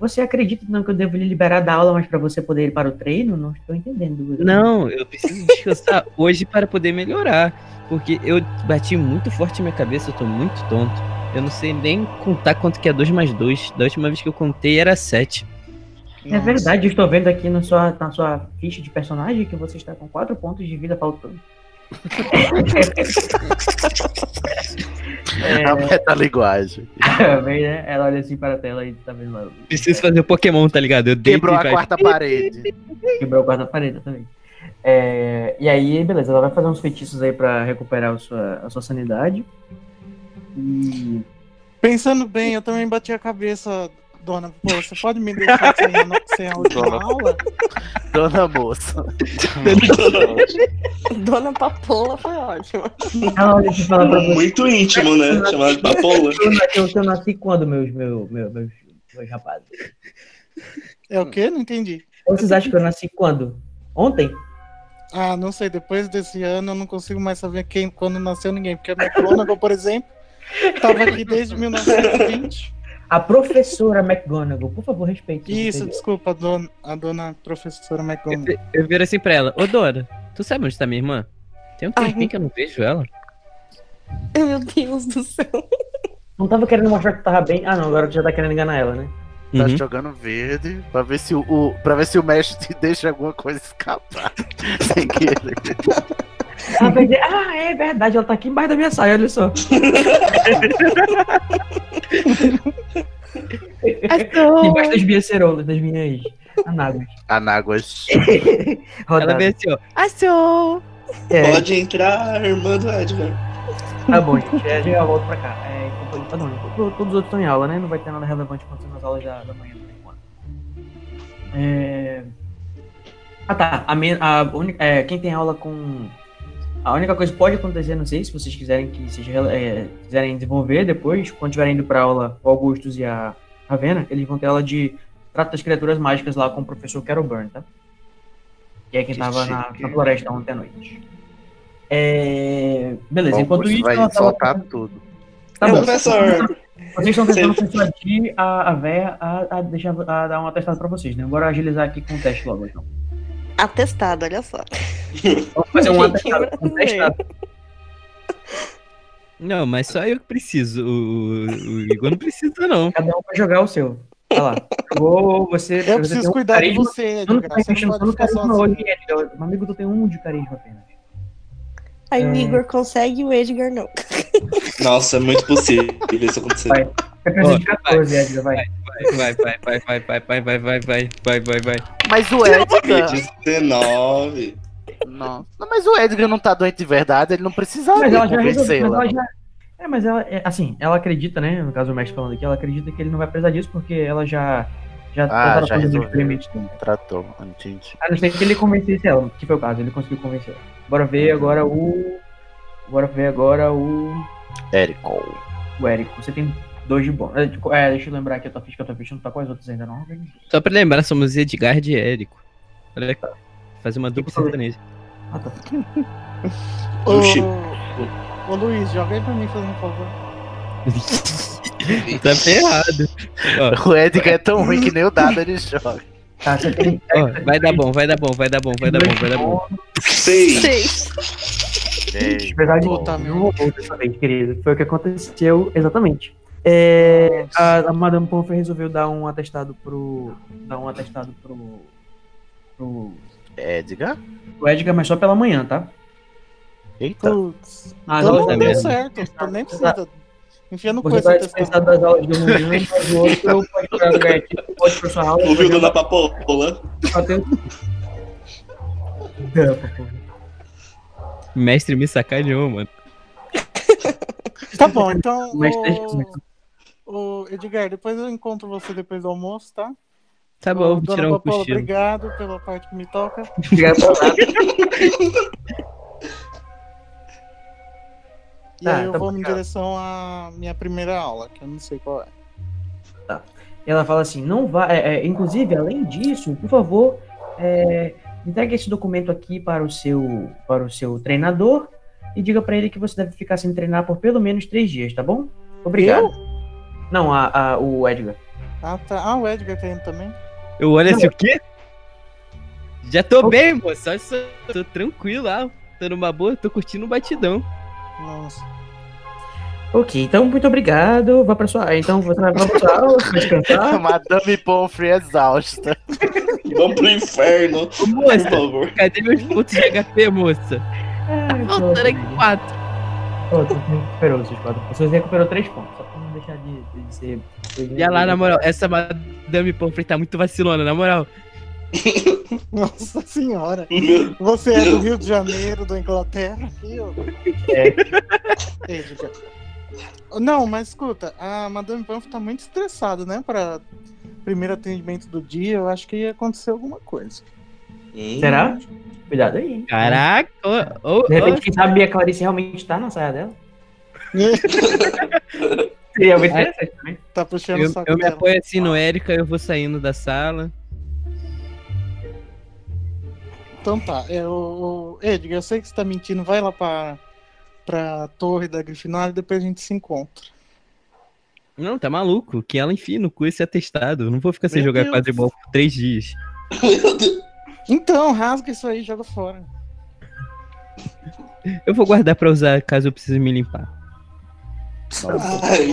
[SPEAKER 1] Você acredita não que eu devo lhe liberar da aula, mas pra você poder ir para o treino? Não estou entendendo.
[SPEAKER 3] Não, eu preciso descansar hoje para poder melhorar. Porque eu bati muito forte minha cabeça, eu tô muito tonto. Eu não sei nem contar quanto que é 2 mais 2. Da última vez que eu contei era 7.
[SPEAKER 1] É verdade, eu estou vendo aqui na sua, na sua ficha de personagem que você está com 4 pontos de vida faltando.
[SPEAKER 2] É a metalinguagem.
[SPEAKER 1] Também, né? Ela olha assim para a tela e tá vendo lá.
[SPEAKER 3] Preciso fazer o Pokémon, tá ligado? Eu deito
[SPEAKER 2] Quebrou
[SPEAKER 3] e
[SPEAKER 2] a
[SPEAKER 3] vai-
[SPEAKER 2] quarta parede.
[SPEAKER 1] Quebrou o quarto da parede também. É, e aí, beleza, ela vai fazer uns feitiços aí pra recuperar a sua, a sua sanidade. E.
[SPEAKER 4] Pensando bem, eu também bati a cabeça, dona Popola, você pode me deixar sem a, no- sem a última
[SPEAKER 5] Dona-
[SPEAKER 4] aula?
[SPEAKER 2] Dona moça.
[SPEAKER 6] Dona Papola foi ótima.
[SPEAKER 1] Ela olha assim e fala pra você.
[SPEAKER 8] Muito íntimo, né? Chamado de papola.
[SPEAKER 1] Eu nasci, eu nasci quando, meus, meu, meu, meus, meus rapazes?
[SPEAKER 4] É o quê? Não entendi.
[SPEAKER 1] Então, Vocês acham que eu nasci quando? Ontem?
[SPEAKER 4] Ah, não sei, depois desse ano eu não consigo mais saber quem, quando nasceu ninguém, porque a McGonagall, por exemplo, tava aqui desde 1920.
[SPEAKER 1] A professora McGonagall, por favor, respeite.
[SPEAKER 4] Isso,
[SPEAKER 1] entendeu?
[SPEAKER 4] desculpa, a dona, a dona professora McGonagall.
[SPEAKER 3] Eu viro assim pra ela. Ô, Dora, tu sabe onde tá minha irmã? Tem um
[SPEAKER 6] Ai.
[SPEAKER 3] tempinho que eu não vejo ela.
[SPEAKER 6] Meu Deus do céu.
[SPEAKER 1] Não tava querendo mostrar que tu tava bem. Ah, não, agora tu já tá querendo enganar ela, né?
[SPEAKER 2] Tá
[SPEAKER 3] Uhum.
[SPEAKER 2] jogando verde pra ver se o, o pra ver se o mestre te deixa alguma coisa escapar. Sem querer.
[SPEAKER 1] Ela vai dizer, ah, é verdade, ela tá aqui embaixo da minha saia, olha só. Embaixo das minhas ceroulas, das minhas anáguas.
[SPEAKER 2] Anáguas.
[SPEAKER 3] Ela vem assim, ó. Assou!
[SPEAKER 1] É,
[SPEAKER 8] Pode entrar, irmã do Edgar.
[SPEAKER 1] tá bom, gente. É, já eu volto pra cá. É, então, foi- tá bom, gente. Todos os outros estão em aula, né? Não vai ter nada relevante acontecendo nas aulas da, da manhã por enquanto. É... Ah tá. A men- a uni- é, quem tem aula com. A única coisa que pode acontecer, não sei se vocês quiserem que seja, rele- é, quiserem desenvolver depois, quando estiverem indo pra aula o Augustus e a Ravena, eles vão ter aula de Trato das Criaturas Mágicas lá com o professor Carol Byrne, tá? Que é quem
[SPEAKER 5] Que
[SPEAKER 1] tava na,
[SPEAKER 5] chique.
[SPEAKER 1] na floresta ontem à noite. É... Beleza,
[SPEAKER 2] Bom,
[SPEAKER 1] enquanto
[SPEAKER 2] você
[SPEAKER 1] isso,
[SPEAKER 2] vai
[SPEAKER 1] ela tava-
[SPEAKER 2] soltar tudo.
[SPEAKER 1] Tá bom.
[SPEAKER 8] Professor,
[SPEAKER 1] Vocês estão tentando persuadir a, a véia a, a deixar a dar uma testada pra vocês, né? Bora agilizar aqui com o teste logo, então.
[SPEAKER 6] Atestado, olha só.
[SPEAKER 1] Vamos fazer um
[SPEAKER 6] Gente,
[SPEAKER 1] atestado. Um testado.
[SPEAKER 3] Não, mas só eu que preciso. O, o Igor não precisa, não.
[SPEAKER 1] Cada um vai jogar o seu. Olha lá. Ô, você, um
[SPEAKER 4] Eu preciso cuidar de você,
[SPEAKER 1] Eu não
[SPEAKER 4] Edgar.
[SPEAKER 1] tô
[SPEAKER 4] Você não
[SPEAKER 1] mexendo
[SPEAKER 4] pode
[SPEAKER 1] no
[SPEAKER 4] ficar
[SPEAKER 1] carisma
[SPEAKER 4] sozinho.
[SPEAKER 1] hoje, Edgar. Meu amigo, tu tem um de carisma apenas.
[SPEAKER 6] Aí o
[SPEAKER 1] É.
[SPEAKER 6] Igor consegue e o Edgar não.
[SPEAKER 8] Nossa, é muito possível isso acontecer.
[SPEAKER 1] Vai. É Você precisa de
[SPEAKER 3] Ó,
[SPEAKER 1] 14, Edgar, vai.
[SPEAKER 3] Vai, vai, vai, vai, vai, vai, vai, vai, vai, vai, vai, vai.
[SPEAKER 2] Mas o Edgar.
[SPEAKER 8] 19.
[SPEAKER 2] Não. Não, mas o Edgar não tá doente de verdade, ele não precisava
[SPEAKER 1] Mas ela já resolveu, mas
[SPEAKER 2] convencê-la.
[SPEAKER 1] ela já... É, mas ela, é, assim, ela acredita, né? No caso, o mestre falando aqui, ela acredita que ele não vai precisar disso porque ela já... Já
[SPEAKER 2] Ah,
[SPEAKER 1] trataram
[SPEAKER 2] já
[SPEAKER 1] todos os
[SPEAKER 2] resolveu.
[SPEAKER 1] experimentos dele.
[SPEAKER 2] Tratou, entendi.
[SPEAKER 3] Ah,
[SPEAKER 1] A não ser que ele convencesse ela, que foi o caso, ele conseguiu convencer ela. Bora ver
[SPEAKER 4] Uhum.
[SPEAKER 1] agora o... Bora ver agora o...
[SPEAKER 2] Érico.
[SPEAKER 1] O Érico, você tem dois de bônus. É, tipo, é, deixa eu lembrar aqui a tua ficha, que a tua ficha não tá com as outras ainda, não. organizei.
[SPEAKER 3] Só pra lembrar, somos Edgar e Érico. Olha, fazer uma dupla
[SPEAKER 1] que foi?
[SPEAKER 3] sertaneja.
[SPEAKER 1] Ah, tá.
[SPEAKER 8] Um chip.
[SPEAKER 4] Ô, ô Luiz, joga aí pra mim, fazendo um favor.
[SPEAKER 3] tá bem errado.
[SPEAKER 2] O Edgar é tão ruim que nem o dado ele joga.
[SPEAKER 1] Tá, você tem.
[SPEAKER 3] Ó, vai dar bom, vai dar bom, vai dar bom, vai dar bom, vai dar bom.
[SPEAKER 8] Seis.
[SPEAKER 1] Apesar de
[SPEAKER 4] Puta
[SPEAKER 1] não rolou dessa vez, querido. Foi o que aconteceu exatamente. É, a, a Madame Pomfrey resolveu dar um atestado pro. Dar um atestado pro. pro.
[SPEAKER 4] É,
[SPEAKER 2] Edgar?
[SPEAKER 1] pro Edgar, mas só pela manhã, tá? Ah,
[SPEAKER 2] Eita.
[SPEAKER 6] Putz.
[SPEAKER 1] As
[SPEAKER 4] Então
[SPEAKER 1] aulas
[SPEAKER 4] não
[SPEAKER 1] da
[SPEAKER 3] tá
[SPEAKER 4] deu
[SPEAKER 1] manhã.
[SPEAKER 3] mesmo.
[SPEAKER 4] certo. Então nem precisa. Enfiando coisa
[SPEAKER 1] Você tá
[SPEAKER 4] no testado.
[SPEAKER 1] dispensado das aulas de um manhã, mas o outro pode tirar do gatinho, pode pra sua aula.
[SPEAKER 8] Ouviu,
[SPEAKER 1] pode-
[SPEAKER 8] dona Papola?
[SPEAKER 1] só tem- Dá, pô.
[SPEAKER 3] O mestre me sacaneou, mano.
[SPEAKER 4] Tá bom, então.
[SPEAKER 1] Mas tá
[SPEAKER 4] O, o Edgar, depois eu encontro você depois do almoço, tá?
[SPEAKER 3] Tá bom, vou
[SPEAKER 4] Dona
[SPEAKER 3] tirar um
[SPEAKER 4] Papola,
[SPEAKER 3] cochilo.
[SPEAKER 4] Obrigado pela parte que me toca.
[SPEAKER 1] Obrigado por nada.
[SPEAKER 4] E
[SPEAKER 1] Tá,
[SPEAKER 4] aí eu
[SPEAKER 1] tá
[SPEAKER 4] vou
[SPEAKER 1] bom,
[SPEAKER 4] em
[SPEAKER 1] cara.
[SPEAKER 4] direção à minha primeira aula, que eu não sei qual é.
[SPEAKER 1] E tá. ela fala assim, não vá. é, é, inclusive, além disso, por favor, é, entregue esse documento aqui para o seu, para o seu treinador e diga para ele que você deve ficar sem treinar por pelo menos três dias, tá bom? Obrigado. Não, a, a- o Edgar.
[SPEAKER 4] Ah, tá. Ah, o Edgar tá indo também.
[SPEAKER 3] Eu olho assim, o quê? Já tô bem, moço. Só isso, tô tranquilo lá. Tô numa boa, tô curtindo o batidão.
[SPEAKER 4] Nossa.
[SPEAKER 1] Ok, então muito obrigado. Vá para sua. Então você vai para sua aula, vai descansar.
[SPEAKER 2] Madame Pomfrey exausta.
[SPEAKER 8] Vamos pro inferno,
[SPEAKER 3] Ô,
[SPEAKER 8] por
[SPEAKER 3] moça,
[SPEAKER 8] favor.
[SPEAKER 3] cadê meus pontos de HP, moça?
[SPEAKER 1] Ai,
[SPEAKER 3] Faltaram
[SPEAKER 1] pô,
[SPEAKER 3] aqui quatro.
[SPEAKER 1] pô, Você recuperou os seus quatro. Você recuperou três pontos, só pra não deixar de, de ser.
[SPEAKER 3] E olha lá, na moral, essa Madame Pomfrey tá muito vacilona, na moral.
[SPEAKER 4] Nossa senhora.
[SPEAKER 8] Meu
[SPEAKER 4] Você é do Rio de Janeiro, da Inglaterra, viu?
[SPEAKER 1] É.
[SPEAKER 4] Edgar. Não, mas escuta, a Madame Panfo tá muito estressada, né? Pra primeiro atendimento do dia, eu acho que ia acontecer alguma coisa.
[SPEAKER 8] Hum,
[SPEAKER 1] Será? Cuidado aí. hein?
[SPEAKER 3] Caraca, ô, ô, ô.
[SPEAKER 1] De repente, quem sabe a Clarice realmente tá na saia dela? Seria muito
[SPEAKER 3] Ai.
[SPEAKER 1] interessante também.
[SPEAKER 4] Tá puxando o
[SPEAKER 3] É. Eu,
[SPEAKER 4] saco
[SPEAKER 3] eu me
[SPEAKER 4] dela.
[SPEAKER 3] apoio assim no Érica, eu vou saindo da sala.
[SPEAKER 4] Então tá, é, o, o- Edgar, eu sei que você tá mentindo, vai lá pra, pra torre da Grifinória e depois a gente se encontra.
[SPEAKER 3] Não, tá maluco, que ela enfia no cu esse atestado. Eu Não vou ficar sem
[SPEAKER 4] Meu
[SPEAKER 3] jogar
[SPEAKER 4] Deus.
[SPEAKER 3] quadribol por três dias.
[SPEAKER 4] Então, rasga isso aí e joga fora.
[SPEAKER 3] Eu vou guardar pra usar caso eu precise me limpar.
[SPEAKER 8] Ai,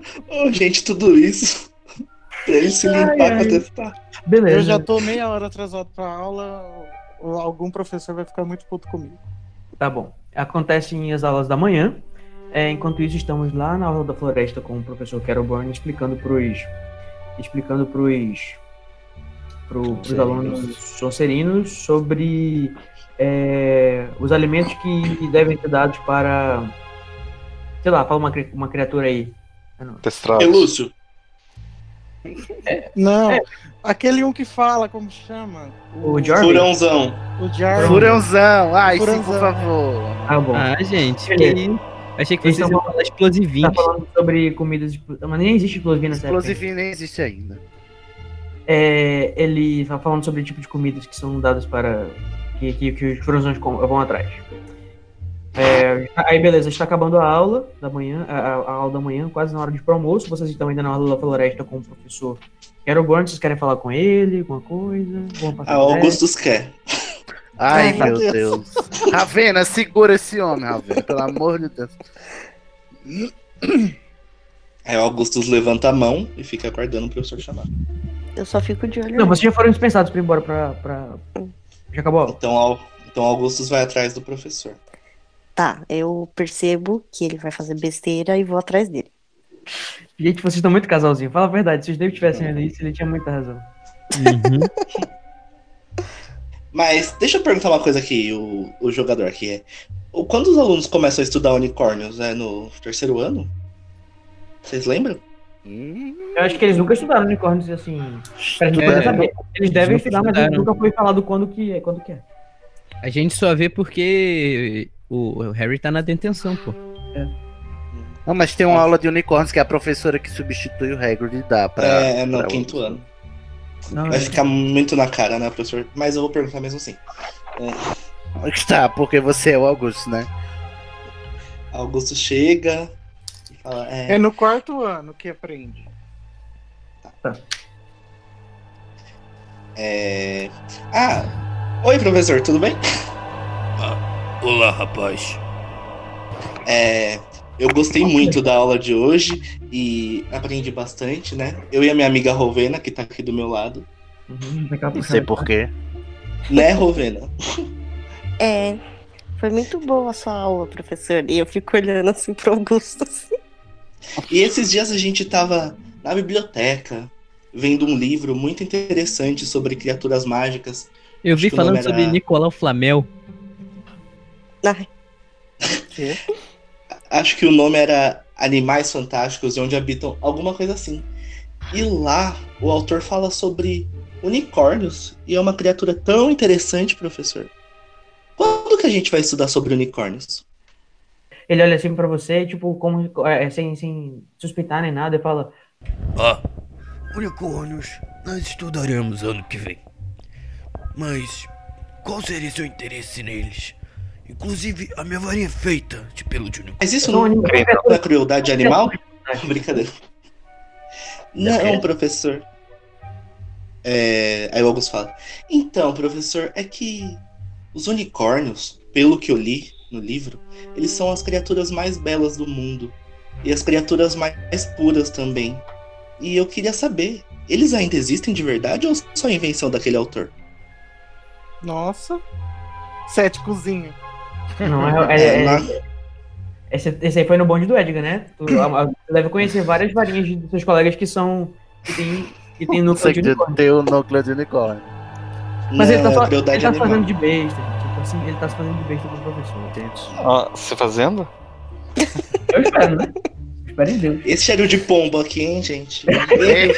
[SPEAKER 8] oh, gente, tudo isso. Pra ele se limpar pra testar.
[SPEAKER 1] Beleza.
[SPEAKER 4] Eu já tô meia hora atrasado pra aula, ou algum professor vai ficar muito puto comigo.
[SPEAKER 1] Tá bom. Acontecem as aulas da manhã. É, enquanto isso, estamos lá na aula da floresta com o professor Carol Byrne explicando pros. explicando pros. Pro, pros alunos sorcerinos sobre é, os alimentos que devem ser dados para. Sei lá, fala uma, cri- uma criatura aí. Ah,
[SPEAKER 5] Testrados.
[SPEAKER 8] É Lúcio.
[SPEAKER 4] Não, aquele um que fala, como chama?
[SPEAKER 1] O Jordan?
[SPEAKER 8] Furãozão.
[SPEAKER 4] O Jarvis.
[SPEAKER 2] Furãozão, ai, sim, por
[SPEAKER 4] Furãozão.
[SPEAKER 2] favor.
[SPEAKER 1] Ah, bom.
[SPEAKER 3] Ah, gente, que
[SPEAKER 1] Beleza.
[SPEAKER 3] isso? Achei que
[SPEAKER 1] Eles
[SPEAKER 3] vocês iam
[SPEAKER 1] tão-
[SPEAKER 3] falar
[SPEAKER 1] Tá
[SPEAKER 3] explosivinhos.
[SPEAKER 1] falando sobre comidas. explo- Mas nem existe explosivinha nessa época.
[SPEAKER 2] Explosivinho nem existe ainda.
[SPEAKER 1] É, ele tá falando sobre o tipo de comidas que são dadas para. que, que, que os furãozões com- vão atrás. É, aí beleza, está acabando a aula da manhã, a, a- a aula da manhã, quase na hora de ir pro almoço. Vocês estão ainda na aula da floresta com o professor Keroborn, vocês querem falar com ele, alguma coisa? Vão passar
[SPEAKER 8] Ah, o Augustus quer.
[SPEAKER 2] Ai,
[SPEAKER 4] Ai,
[SPEAKER 2] meu
[SPEAKER 4] meu
[SPEAKER 2] Deus. Ravena, segura esse homem, Ravena, pelo amor de Deus.
[SPEAKER 8] Aí o Augustus levanta a mão e fica aguardando o professor chamar.
[SPEAKER 6] Eu só fico de olho.
[SPEAKER 1] Não, vocês já foram dispensados pra ir embora pra. pra... Já acabou?
[SPEAKER 8] Então, Al- então Augustus vai atrás do professor.
[SPEAKER 6] Tá, eu percebo que ele vai fazer besteira e vou atrás dele.
[SPEAKER 1] Gente, vocês estão muito casalzinho. Fala a verdade, se os dois tivessem ali, isso, ele tinha muita razão.
[SPEAKER 3] Uhum.
[SPEAKER 8] Mas deixa eu perguntar uma coisa aqui, o, o jogador aqui é. o- Quando os alunos começam a estudar unicórnios? É no terceiro ano? Vocês lembram?
[SPEAKER 1] Eu acho que eles nunca estudaram unicórnios assim. Parece que
[SPEAKER 3] É,
[SPEAKER 1] nunca saber. Eles
[SPEAKER 3] nunca
[SPEAKER 1] devem estudar, mas
[SPEAKER 3] estudaram.
[SPEAKER 1] nunca foi falado quando que é. Quando que é.
[SPEAKER 3] A gente só vê porque o o Harry tá na detenção, pô.
[SPEAKER 2] Não, mas tem uma aula de unicórnios que é a professora que substitui o Hagrid e dá pra.
[SPEAKER 8] é, é no
[SPEAKER 2] pra-
[SPEAKER 8] quinto ano.
[SPEAKER 1] Não,
[SPEAKER 8] Vai
[SPEAKER 1] é.
[SPEAKER 8] ficar muito na cara, né, professor? Mas eu vou perguntar mesmo assim.
[SPEAKER 2] Tá, porque você é o Augusto, né?
[SPEAKER 8] Augusto chega e fala. É,
[SPEAKER 4] É no quarto ano que aprende.
[SPEAKER 8] é... Ah! Oi, professor, tudo bem?
[SPEAKER 10] Ah, Olá, rapaz.
[SPEAKER 8] É, eu gostei muito da aula de hoje e aprendi bastante, né? Eu e a minha amiga Rovena, que tá aqui do meu lado.
[SPEAKER 1] Uhum, daqui
[SPEAKER 3] Tá
[SPEAKER 1] a
[SPEAKER 2] Não
[SPEAKER 1] pouco.
[SPEAKER 2] sei porquê.
[SPEAKER 8] Né, Rovena?
[SPEAKER 6] É. Foi muito boa a sua aula, professor. E eu fico olhando assim pro Augusto. assim.
[SPEAKER 8] E esses dias a gente tava na biblioteca vendo um livro muito interessante sobre criaturas mágicas.
[SPEAKER 3] Eu
[SPEAKER 8] Acho
[SPEAKER 3] vi
[SPEAKER 8] que o nome
[SPEAKER 3] falando
[SPEAKER 8] era-
[SPEAKER 3] sobre Nicolau Flamel.
[SPEAKER 6] Ai,
[SPEAKER 8] Acho que o nome era Animais Fantásticos e Onde Habitam, alguma coisa assim. E lá o autor fala sobre unicórnios e é uma criatura tão interessante, professor. Quando que a gente vai estudar sobre unicórnios?
[SPEAKER 1] Ele olha assim pra você, tipo, como, é, sem, sem suspeitar nem nada, e fala:
[SPEAKER 10] Ah, unicórnios nós estudaremos ano que vem. Mas qual seria seu interesse neles? Inclusive, a minha varinha é feita de pelo de unicórnio.
[SPEAKER 8] Mas isso
[SPEAKER 1] Não,
[SPEAKER 8] não
[SPEAKER 1] anima-
[SPEAKER 5] Credo.
[SPEAKER 8] é um crueldade animal? Brincadeira. Não, um professor. É, aí o Augusto fala. Então, professor, é que os unicórnios, pelo que eu li no livro, eles são as criaturas mais belas do mundo. E as criaturas mais puras também. E eu queria saber, eles ainda existem de verdade ou só invenção daquele autor?
[SPEAKER 4] Nossa. Céticozinho.
[SPEAKER 1] Não, é, é- é-
[SPEAKER 8] na-
[SPEAKER 1] esse, esse aí foi no bonde do Edgar, né? Tu, a- a- tu deve conhecer várias varinhas de- dos seus colegas que são. que tem, que tem
[SPEAKER 2] Não
[SPEAKER 1] núcleo
[SPEAKER 3] é
[SPEAKER 2] sei
[SPEAKER 1] de
[SPEAKER 2] que
[SPEAKER 1] unicórnio.
[SPEAKER 2] tem o núcleo de unicórnio.
[SPEAKER 1] Mas ele tá,
[SPEAKER 8] na
[SPEAKER 1] só- ele
[SPEAKER 8] crueldade
[SPEAKER 1] tá se
[SPEAKER 8] é animal.
[SPEAKER 1] fazendo de besta, gente. Tipo assim, ele tá se fazendo de besta com o professor.
[SPEAKER 5] Ah, você fazendo?
[SPEAKER 1] Eu espero, né? Eu Espero em Deus.
[SPEAKER 8] Esse cheiro de pombo aqui, hein, gente? Meu Deus,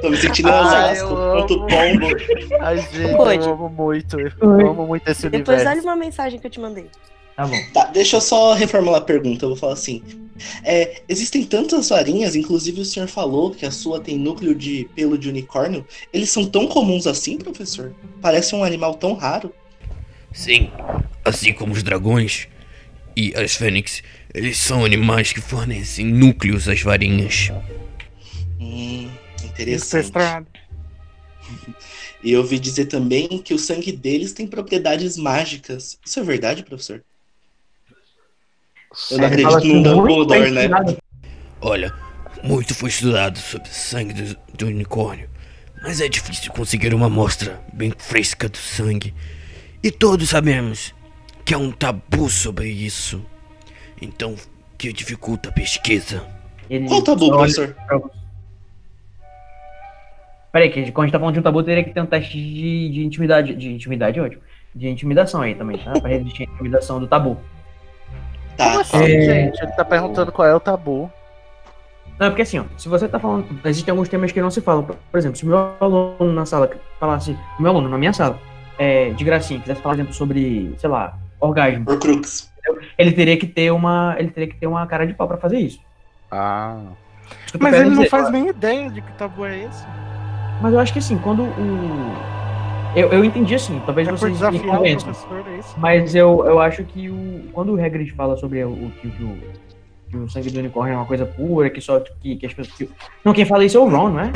[SPEAKER 8] Tô me sentindo um em
[SPEAKER 2] Ah,
[SPEAKER 8] Osasco.
[SPEAKER 2] eu amo.
[SPEAKER 8] Outro pombo.
[SPEAKER 2] Ai, gente,
[SPEAKER 6] Pode.
[SPEAKER 2] eu amo muito. Eu
[SPEAKER 1] Oi.
[SPEAKER 2] amo muito esse
[SPEAKER 6] Depois olha
[SPEAKER 2] universo.
[SPEAKER 6] uma mensagem que eu te mandei.
[SPEAKER 1] Tá bom.
[SPEAKER 8] Tá, deixa eu só reformular a pergunta. Eu vou falar assim. É, existem tantas varinhas, inclusive o senhor falou que a sua tem núcleo de pelo de unicórnio. Eles são tão comuns assim, professor? Parece um animal tão raro.
[SPEAKER 10] Sim, assim como os dragões e as fênix, eles são animais que fornecem núcleos às varinhas.
[SPEAKER 8] Hum,
[SPEAKER 1] é
[SPEAKER 8] interessante.
[SPEAKER 4] Estrado.
[SPEAKER 8] E eu ouvi dizer também que o sangue deles tem propriedades mágicas. Isso é verdade, professor? Eu não
[SPEAKER 1] Ele fala
[SPEAKER 8] acredito num
[SPEAKER 1] assim, muito
[SPEAKER 8] Dumbledore,
[SPEAKER 1] bem
[SPEAKER 8] né?
[SPEAKER 1] estudado.
[SPEAKER 10] Olha, muito foi estudado sobre o sangue do, do unicórnio, mas é difícil conseguir uma amostra bem fresca do sangue. E todos sabemos que há um tabu sobre isso. Então, que dificulta a pesquisa.
[SPEAKER 1] Ele
[SPEAKER 8] Qual o tabu,
[SPEAKER 1] olha-
[SPEAKER 8] professor?
[SPEAKER 1] Peraí, que quando a gente tá falando de um tabu, teria que ter um teste de, de intimidade. De intimidade, é ótimo. De intimidação aí também, tá? Pra resistir à intimidação do tabu. É,
[SPEAKER 8] Tá.
[SPEAKER 2] Sim, gente, ele tá perguntando qual é o tabu.
[SPEAKER 1] Não, é porque assim, ó, se você tá falando. Existem alguns temas que não se falam. Por exemplo, se o meu aluno na sala falasse. Meu aluno na minha sala, é, de gracinha, quisesse falar, por exemplo, sobre, sei lá, orgasmo,
[SPEAKER 8] Horcrux.
[SPEAKER 1] ele teria que ter uma. Ele teria que ter uma cara de pau pra fazer isso.
[SPEAKER 2] Ah.
[SPEAKER 1] Se tu
[SPEAKER 4] Mas
[SPEAKER 1] pega
[SPEAKER 4] ele
[SPEAKER 1] e
[SPEAKER 4] não
[SPEAKER 1] dizer-
[SPEAKER 4] faz nem ideia de que tabu é esse.
[SPEAKER 1] Mas eu acho que assim, quando o. Eu, eu entendi assim, talvez
[SPEAKER 4] É por
[SPEAKER 1] vocês me
[SPEAKER 4] desafiar o
[SPEAKER 1] convençam.
[SPEAKER 4] professor, é isso?
[SPEAKER 1] Mas eu, eu acho que o, quando o Hagrid fala sobre o, o que, que o, que o sangue do unicórnio é uma coisa pura, que só que, que as pessoas. que- Não, quem fala isso é o Ron, não é?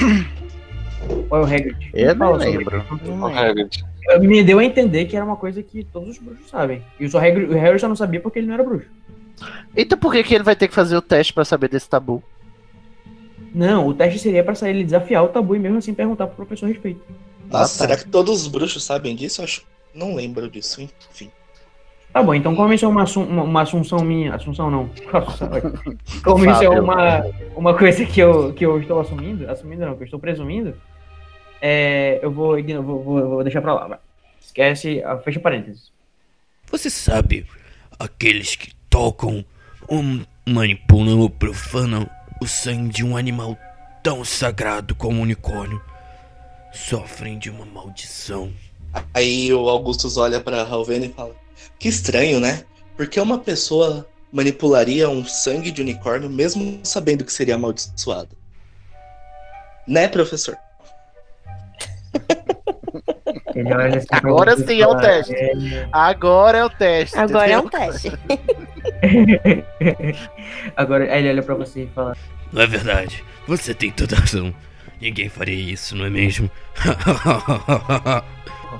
[SPEAKER 1] Ou é o Hagrid?
[SPEAKER 2] Eu
[SPEAKER 1] Quem
[SPEAKER 2] não
[SPEAKER 1] fala sobre
[SPEAKER 2] lembro.
[SPEAKER 1] isso?
[SPEAKER 5] O Hagrid.
[SPEAKER 1] Me deu a entender que era uma coisa que todos os bruxos sabem. E só Hagrid, o Harry só não sabia porque ele não era bruxo.
[SPEAKER 2] Então por que, que ele vai ter que fazer o teste pra saber desse tabu?
[SPEAKER 1] Não, o teste seria pra ele desafiar o tabu e mesmo assim perguntar pro professor a respeito.
[SPEAKER 8] Nossa,
[SPEAKER 2] Ah, tá.
[SPEAKER 8] será que todos os bruxos sabem disso? Eu Acho... Não lembro disso, enfim.
[SPEAKER 1] Tá bom, então como isso é uma, assun- uma, uma assunção minha. Assunção não. Assunção, olha. Como isso é
[SPEAKER 2] Fábio.
[SPEAKER 1] uma, uma coisa que eu, que eu estou assumindo. Assumindo não, que eu estou presumindo. é, eu vou, igno- vou, vou, vou deixar pra lá. vai. Esquece. ah, Fecha parênteses.
[SPEAKER 10] Você sabe, aqueles que tocam, um, manipulam ou profanam o sangue de um animal tão sagrado como o unicórnio sofrem de uma maldição.
[SPEAKER 8] Aí o Augustus olha pra Halvena e fala: Que estranho, né? Por que uma pessoa manipularia um sangue de unicórnio mesmo sabendo que seria amaldiçoado? Né, professor?
[SPEAKER 1] Ele olha assim pra
[SPEAKER 2] Agora
[SPEAKER 1] você e
[SPEAKER 2] sim é o
[SPEAKER 1] fala,
[SPEAKER 2] teste.
[SPEAKER 1] é,
[SPEAKER 2] Agora é o teste.
[SPEAKER 6] Agora é
[SPEAKER 2] entendeu?
[SPEAKER 6] um teste.
[SPEAKER 1] Agora aí ele olha pra você e fala.
[SPEAKER 10] Não é verdade? Você tem toda razão. Ninguém faria isso, não é mesmo?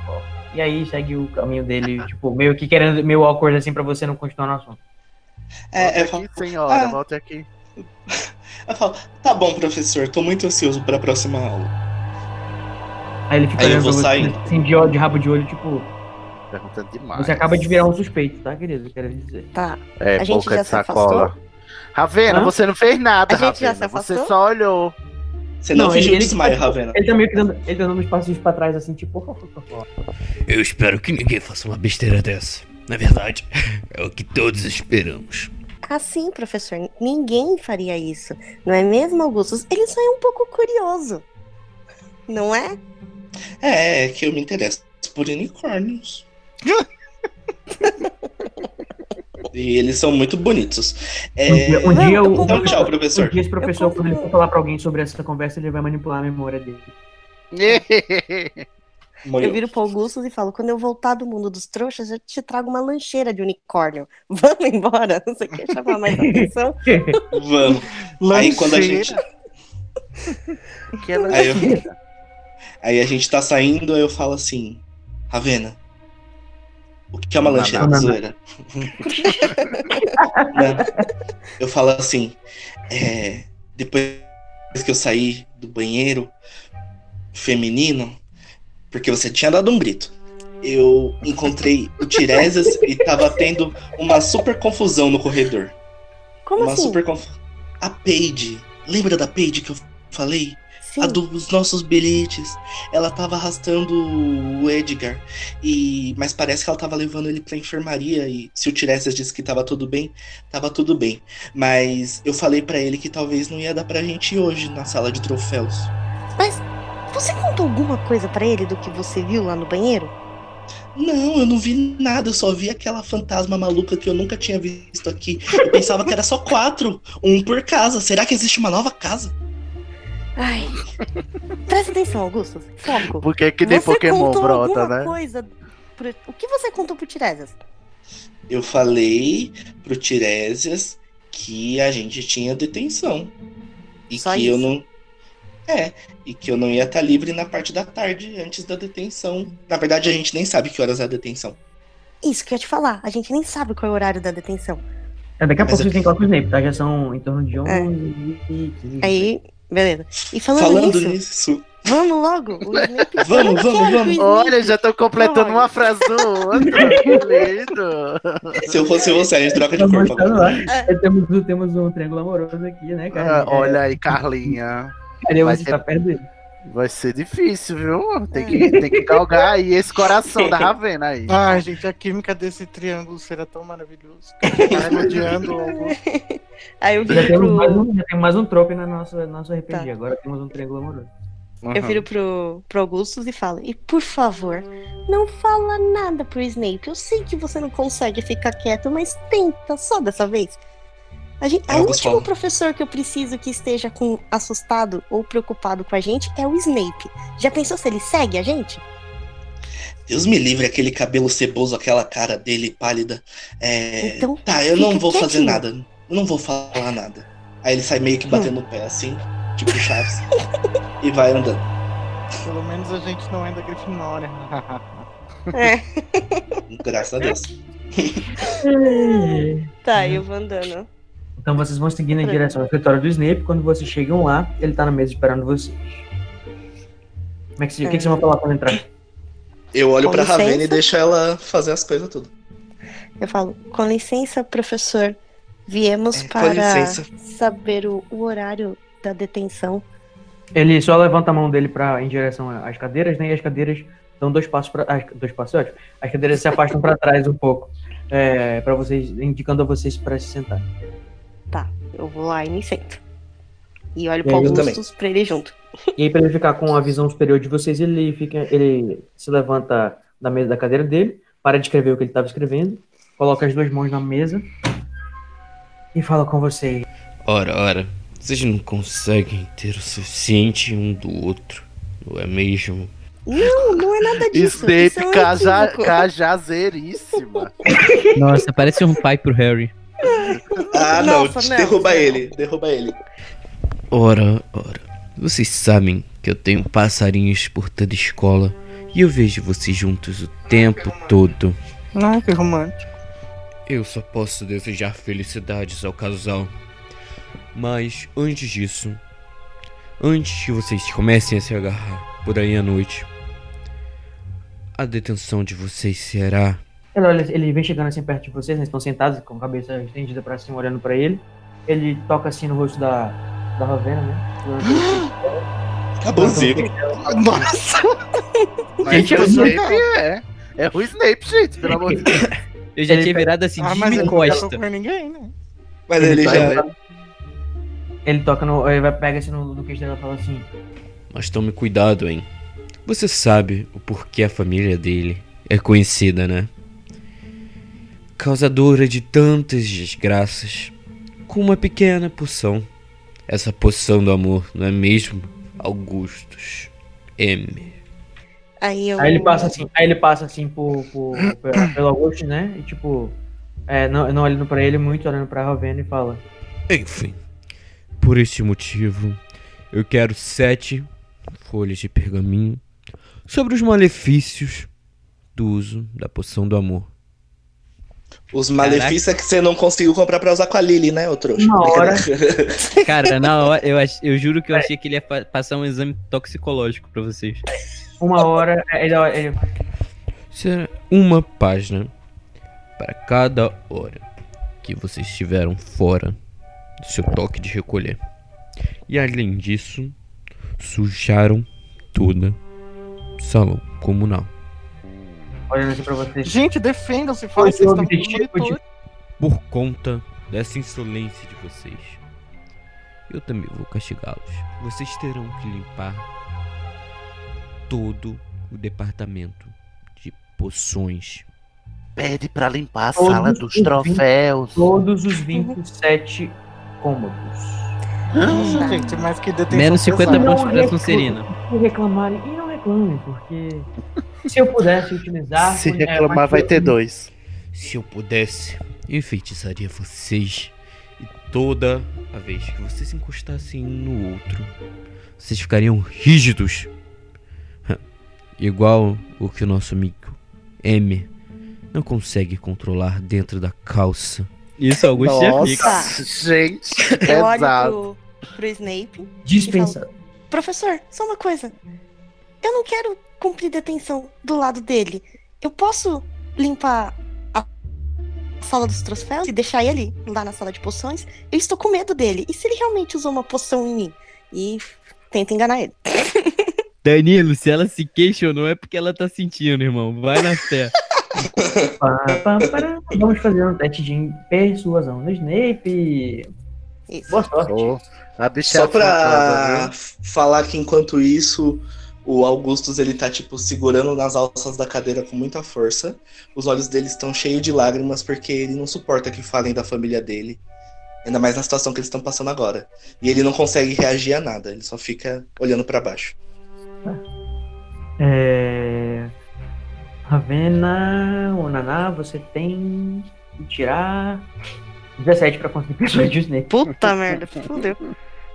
[SPEAKER 1] "Oh." E aí segue o caminho dele, tipo, meio que querendo, meio awkward assim pra você não continuar no assunto.
[SPEAKER 8] É, eu
[SPEAKER 2] Volta
[SPEAKER 8] falo,
[SPEAKER 2] aqui, senhora,
[SPEAKER 8] Ah.
[SPEAKER 2] volta aqui.
[SPEAKER 8] eu falo, Tá bom, professor, tô muito ansioso pra próxima aula.
[SPEAKER 1] Aí ele fica
[SPEAKER 8] Aí eu
[SPEAKER 1] olhando
[SPEAKER 8] vou
[SPEAKER 1] pra você
[SPEAKER 8] saindo.
[SPEAKER 1] assim, de, ó- de rabo de olho, tipo,
[SPEAKER 2] Perguntando demais.
[SPEAKER 1] você acaba de virar um suspeito, tá, querido? Eu Quero dizer.
[SPEAKER 6] Tá.
[SPEAKER 2] É,
[SPEAKER 6] A gente
[SPEAKER 2] boca
[SPEAKER 6] já
[SPEAKER 2] de
[SPEAKER 6] se
[SPEAKER 2] sacola. Ravena,
[SPEAKER 1] Hã?
[SPEAKER 2] você não fez nada,
[SPEAKER 6] A gente já
[SPEAKER 2] Ravena.
[SPEAKER 6] se afastou?
[SPEAKER 2] Você só olhou.
[SPEAKER 8] Você não,
[SPEAKER 1] Não,
[SPEAKER 8] fingiu
[SPEAKER 1] ele- ele-
[SPEAKER 8] desmaio, Ravena.
[SPEAKER 1] Ele tá meio que dando, ele tá dando uns passinhos pra trás, assim, tipo,
[SPEAKER 10] Eu espero que ninguém faça uma besteira dessa. Na verdade, é o que todos esperamos.
[SPEAKER 6] Assim, professor, ninguém faria isso. Não é mesmo, Augustus? Ele só é um pouco curioso. Não é?
[SPEAKER 8] É, é que eu me interesso por unicórnios. e eles são muito bonitos. É,
[SPEAKER 1] um dia,
[SPEAKER 6] Não, eu
[SPEAKER 1] um dia o,
[SPEAKER 8] Então,
[SPEAKER 6] concordo.
[SPEAKER 8] tchau,
[SPEAKER 1] um
[SPEAKER 8] professor.
[SPEAKER 1] dia esse professor,
[SPEAKER 6] Eu
[SPEAKER 1] quando ele for
[SPEAKER 6] concordo.
[SPEAKER 1] falar pra alguém sobre essa conversa, ele vai manipular a memória dele.
[SPEAKER 8] Morreu.
[SPEAKER 6] Eu viro pro Augustus e falo: quando eu voltar do mundo dos trouxas, eu te trago uma lancheira de unicórnio. Vamos embora? Você quer chamar mais atenção?
[SPEAKER 8] Vamos. Aí quando a
[SPEAKER 4] Lancheira.
[SPEAKER 8] gente.
[SPEAKER 2] Que ela...
[SPEAKER 8] Aí, eu- aí a gente tá saindo, aí eu falo assim, Ravena, o que que é uma
[SPEAKER 2] Banana.
[SPEAKER 8] lancheira? Zoeira. Não. Eu falo assim, é, depois que eu saí do banheiro feminino, porque você tinha dado um grito. Eu encontrei o Tiresias e tava tendo uma super confusão no corredor
[SPEAKER 6] Como
[SPEAKER 8] uma
[SPEAKER 6] assim?
[SPEAKER 8] super conf... A Paige. Lembra da Paige que eu falei?
[SPEAKER 6] Sim.
[SPEAKER 8] A dos nossos bilhetes. Ela tava arrastando o Edgar. E... Mas parece que ela tava levando ele pra enfermaria. E se o Tiresias disse que tava tudo bem, tava tudo bem. Mas eu falei pra ele que talvez não ia dar pra gente ir hoje na sala de troféus.
[SPEAKER 6] Mas você contou alguma coisa pra ele do que você viu lá no banheiro?
[SPEAKER 8] Não, eu não vi nada, eu só vi aquela fantasma maluca que eu nunca tinha visto aqui. Eu pensava que era só quatro, um por casa. Será que existe uma nova casa?
[SPEAKER 6] Ai. Presta atenção, Augustus. Foco.
[SPEAKER 2] Por que que nem
[SPEAKER 6] você
[SPEAKER 2] Pokémon
[SPEAKER 6] contou
[SPEAKER 2] brota,
[SPEAKER 6] alguma
[SPEAKER 2] né?
[SPEAKER 6] coisa. pro- O que você contou pro Tiresias?
[SPEAKER 8] Eu falei pro Tiresias que a gente tinha detenção. E
[SPEAKER 6] Só
[SPEAKER 8] que eu
[SPEAKER 6] isso?
[SPEAKER 8] não. É, e que eu não ia estar livre na parte da tarde antes da detenção. Na verdade, a gente nem sabe que horas é a detenção.
[SPEAKER 6] Isso que eu ia te falar. A gente nem sabe qual é o horário da detenção.
[SPEAKER 1] É, daqui a
[SPEAKER 8] Mas
[SPEAKER 1] pouco
[SPEAKER 8] eu-
[SPEAKER 1] você tem que falar com o Snape, tá? Já são em torno de 11
[SPEAKER 6] É.
[SPEAKER 1] e 15.
[SPEAKER 6] Aí, beleza. E falando,
[SPEAKER 8] Falando
[SPEAKER 6] nisso,
[SPEAKER 8] nisso,
[SPEAKER 6] vamos logo. O Snape-
[SPEAKER 8] Vamos,
[SPEAKER 6] Eu não
[SPEAKER 8] vamos,
[SPEAKER 6] quero
[SPEAKER 8] vamos.
[SPEAKER 6] o Snape.
[SPEAKER 2] Olha, já tô completando
[SPEAKER 6] Olha.
[SPEAKER 2] uma frase do outro. que lindo.
[SPEAKER 8] se eu fosse você, a gente troca de
[SPEAKER 1] Tá
[SPEAKER 8] corpo
[SPEAKER 1] mostrando
[SPEAKER 8] agora.
[SPEAKER 1] lá. É, Temos, temos um triângulo amoroso aqui, né, cara?
[SPEAKER 2] Ah, olha aí, Carlinha.
[SPEAKER 1] Cadê
[SPEAKER 2] vai
[SPEAKER 1] você
[SPEAKER 2] ter-
[SPEAKER 1] tá perto dele?
[SPEAKER 2] Vai ser difícil, viu? Tem que, tem que galgar aí esse coração da Ravena aí.
[SPEAKER 4] Ai, gente, a química desse triângulo será tão maravilhoso. Vai rodeando o Augusto.
[SPEAKER 6] Aí eu
[SPEAKER 1] Já
[SPEAKER 6] viro
[SPEAKER 1] temos mais
[SPEAKER 6] pro,
[SPEAKER 1] um, já tem mais um trope na nossa, nosso RPG.
[SPEAKER 6] Tá.
[SPEAKER 1] Agora temos um triângulo amoroso.
[SPEAKER 6] eu viro pro, pro Augustus e falo: E por favor, não fala nada pro Snape. Eu sei que você não consegue ficar quieto, mas tenta só dessa vez. A gente,
[SPEAKER 8] É,
[SPEAKER 6] o
[SPEAKER 8] Augusto,
[SPEAKER 6] último
[SPEAKER 8] fala.
[SPEAKER 6] professor que eu preciso que esteja com, assustado ou preocupado com a gente é o Snape. Já pensou se ele segue a gente?
[SPEAKER 8] Deus me livre, aquele cabelo ceboso, aquela cara dele pálida. É,
[SPEAKER 6] Então,
[SPEAKER 8] tá, eu não
[SPEAKER 6] fica
[SPEAKER 8] vou fazer
[SPEAKER 6] quietinho.
[SPEAKER 8] nada. Eu não vou falar nada. Aí ele sai meio que batendo o pé assim, tipo Chaves, e vai andando.
[SPEAKER 4] Pelo menos a gente não é da Grifinória.
[SPEAKER 8] Graças a Deus.
[SPEAKER 6] Tá, eu vou andando.
[SPEAKER 1] Então vocês vão seguindo em direção ao escritório do Snape. Quando vocês chegam lá, ele tá na mesa esperando vocês. Como é que, se- o que, que vocês vão falar quando entrar?
[SPEAKER 8] Eu olho
[SPEAKER 6] Com
[SPEAKER 8] pra Ravena
[SPEAKER 6] licença?
[SPEAKER 8] e deixo ela fazer as coisas tudo.
[SPEAKER 6] Eu falo, com licença, professor. Viemos para
[SPEAKER 8] licença.
[SPEAKER 6] saber o, o horário da detenção.
[SPEAKER 1] Ele só levanta a mão dele pra, em direção às cadeiras, né? E as cadeiras dão dois passos para dois passos, é ótimo. As cadeiras se afastam pra trás um pouco, é, para vocês indicando a vocês pra se sentar.
[SPEAKER 6] Tá, Eu vou lá e me sento. E olho
[SPEAKER 1] E
[SPEAKER 6] pro
[SPEAKER 1] aí eu
[SPEAKER 6] Augustus pra ele junto.
[SPEAKER 1] E aí pra ele ficar com a visão superior de vocês, ele fica, ele se levanta da mesa da cadeira dele, para de escrever o que ele estava escrevendo, coloca as duas mãos na mesa e fala com vocês.
[SPEAKER 10] Ora, ora, vocês não conseguem ter o suficiente um do outro, não é mesmo?
[SPEAKER 6] Não, não é nada disso. isso é um
[SPEAKER 2] Snape caja,
[SPEAKER 6] equívoco.
[SPEAKER 2] cajazeiríssima.
[SPEAKER 3] Nossa, parece um pai pro Harry.
[SPEAKER 8] Ah, não,
[SPEAKER 6] Nossa,
[SPEAKER 8] de-
[SPEAKER 6] não,
[SPEAKER 8] derruba
[SPEAKER 6] não.
[SPEAKER 8] ele, derruba ele.
[SPEAKER 10] Ora, ora, vocês sabem que eu tenho passarinhos por toda a escola e eu vejo vocês juntos o tempo todo.
[SPEAKER 4] Não, que romântico.
[SPEAKER 10] Eu só posso desejar felicidades ao casal. Mas antes disso, antes que vocês comecem a se agarrar por aí à noite, a detenção de vocês será.
[SPEAKER 1] Ele, olha, ele vem chegando assim perto de vocês, né? estão sentados com a cabeça estendida pra cima olhando pra ele. Ele toca assim no rosto da da Ravena, né? Então,
[SPEAKER 8] Abusivo.
[SPEAKER 4] Nossa!
[SPEAKER 2] Mas
[SPEAKER 1] Gente,
[SPEAKER 2] o
[SPEAKER 1] eu não-
[SPEAKER 2] Snape é. É o Snape, gente, pelo amor de Deus.
[SPEAKER 3] Eu já
[SPEAKER 1] Ele
[SPEAKER 3] tinha
[SPEAKER 1] tá-
[SPEAKER 3] virado assim,
[SPEAKER 4] Ah,
[SPEAKER 3] de
[SPEAKER 4] mas
[SPEAKER 3] Jimmy
[SPEAKER 4] ele não casou
[SPEAKER 3] Costa.
[SPEAKER 4] com ninguém, né?
[SPEAKER 8] Mas ele já.
[SPEAKER 1] Ele toca no, ele vai pega assim no, no queixo dela e fala assim:
[SPEAKER 10] Mas tome cuidado, hein? Você sabe o porquê a família dele é conhecida, né? Causadora de tantas desgraças. Com uma pequena poção. Essa poção do amor, não é mesmo? Augustus M.
[SPEAKER 6] Aí eu.
[SPEAKER 1] Aí ele passa assim, aí ele passa assim por, por- pe- pelo Augusto, né? E tipo, é, não, não olhando pra ele muito, olhando pra Ravena e fala.
[SPEAKER 10] Enfim, por este motivo, eu quero sete folhas de pergaminho sobre os malefícios do uso da poção do amor.
[SPEAKER 8] Os malefícios é que você não conseguiu comprar pra usar com a Lily, né, ô trouxa?
[SPEAKER 1] Uma hora.
[SPEAKER 3] Cara, na hora, eu, ach- eu juro
[SPEAKER 1] É.
[SPEAKER 3] que eu achei que ele ia fa- passar um exame toxicológico pra vocês.
[SPEAKER 1] Uma hora, ele, ele-
[SPEAKER 10] será uma página para cada hora que vocês estiveram fora do seu toque de recolher. E além disso, sujaram toda salão comunal.
[SPEAKER 1] olhando assim pra vocês.
[SPEAKER 4] Gente, defendam-se,
[SPEAKER 1] Qual é
[SPEAKER 4] faz
[SPEAKER 1] o seu
[SPEAKER 4] vocês estão com
[SPEAKER 1] objetivo de
[SPEAKER 4] monitor.
[SPEAKER 10] Por conta dessa insolência de vocês, eu também vou castigá-los. Vocês terão que limpar todo o departamento de poções.
[SPEAKER 2] Pede pra limpar a
[SPEAKER 1] Todos
[SPEAKER 2] sala dos
[SPEAKER 1] os
[SPEAKER 2] troféus.
[SPEAKER 1] todos os 27 cômodos.
[SPEAKER 4] Nossa, gente, mas que detenção.
[SPEAKER 3] Menos 50
[SPEAKER 4] pesada.
[SPEAKER 3] pontos pra Sonserina.
[SPEAKER 1] Se reclamarem, e não reclamem, porque se eu pudesse utilizar.
[SPEAKER 2] Se
[SPEAKER 1] é, mas
[SPEAKER 2] reclamar,
[SPEAKER 1] eu-
[SPEAKER 2] vai ter dois.
[SPEAKER 10] Se eu pudesse, eu enfeitiçaria vocês. E toda a vez que vocês se encostassem um no outro, vocês ficariam rígidos. Igual o que o nosso amigo M não consegue controlar dentro da calça.
[SPEAKER 3] Isso, Augusto já fica.
[SPEAKER 2] Nossa, gente,
[SPEAKER 6] Eu olho
[SPEAKER 2] pesado.
[SPEAKER 6] pro, pro Snape.
[SPEAKER 1] Dispensa.
[SPEAKER 6] Professor, só uma coisa. Eu não quero cumprir detenção do lado dele. Eu posso limpar a sala dos troféus e deixar ele lá na sala de poções? Eu estou com medo dele. E se ele realmente usou uma poção em mim? E tenta enganar ele.
[SPEAKER 3] Danilo, se ela se questionou é porque ela tá sentindo, irmão. Vai na fé.
[SPEAKER 1] Pá, pá, pá. Vamos fazer um teste de persuasão no Snape.
[SPEAKER 6] Isso.
[SPEAKER 1] Boa sorte.
[SPEAKER 2] Ô, a bicha
[SPEAKER 8] Só
[SPEAKER 2] é afrontosa,
[SPEAKER 8] pra
[SPEAKER 2] viu?
[SPEAKER 8] falar que enquanto isso, o Augustus ele tá tipo segurando nas alças da cadeira com muita força. Os olhos dele estão cheios de lágrimas porque ele não suporta que falem da família dele. Ainda mais na situação que eles estão passando agora. E ele não consegue reagir a nada, ele só fica olhando pra baixo.
[SPEAKER 1] É... Ravena, o Naná, você tem que tirar 17 pra conseguir persuadir o Snape.
[SPEAKER 6] Puta merda, fudeu.
[SPEAKER 1] Você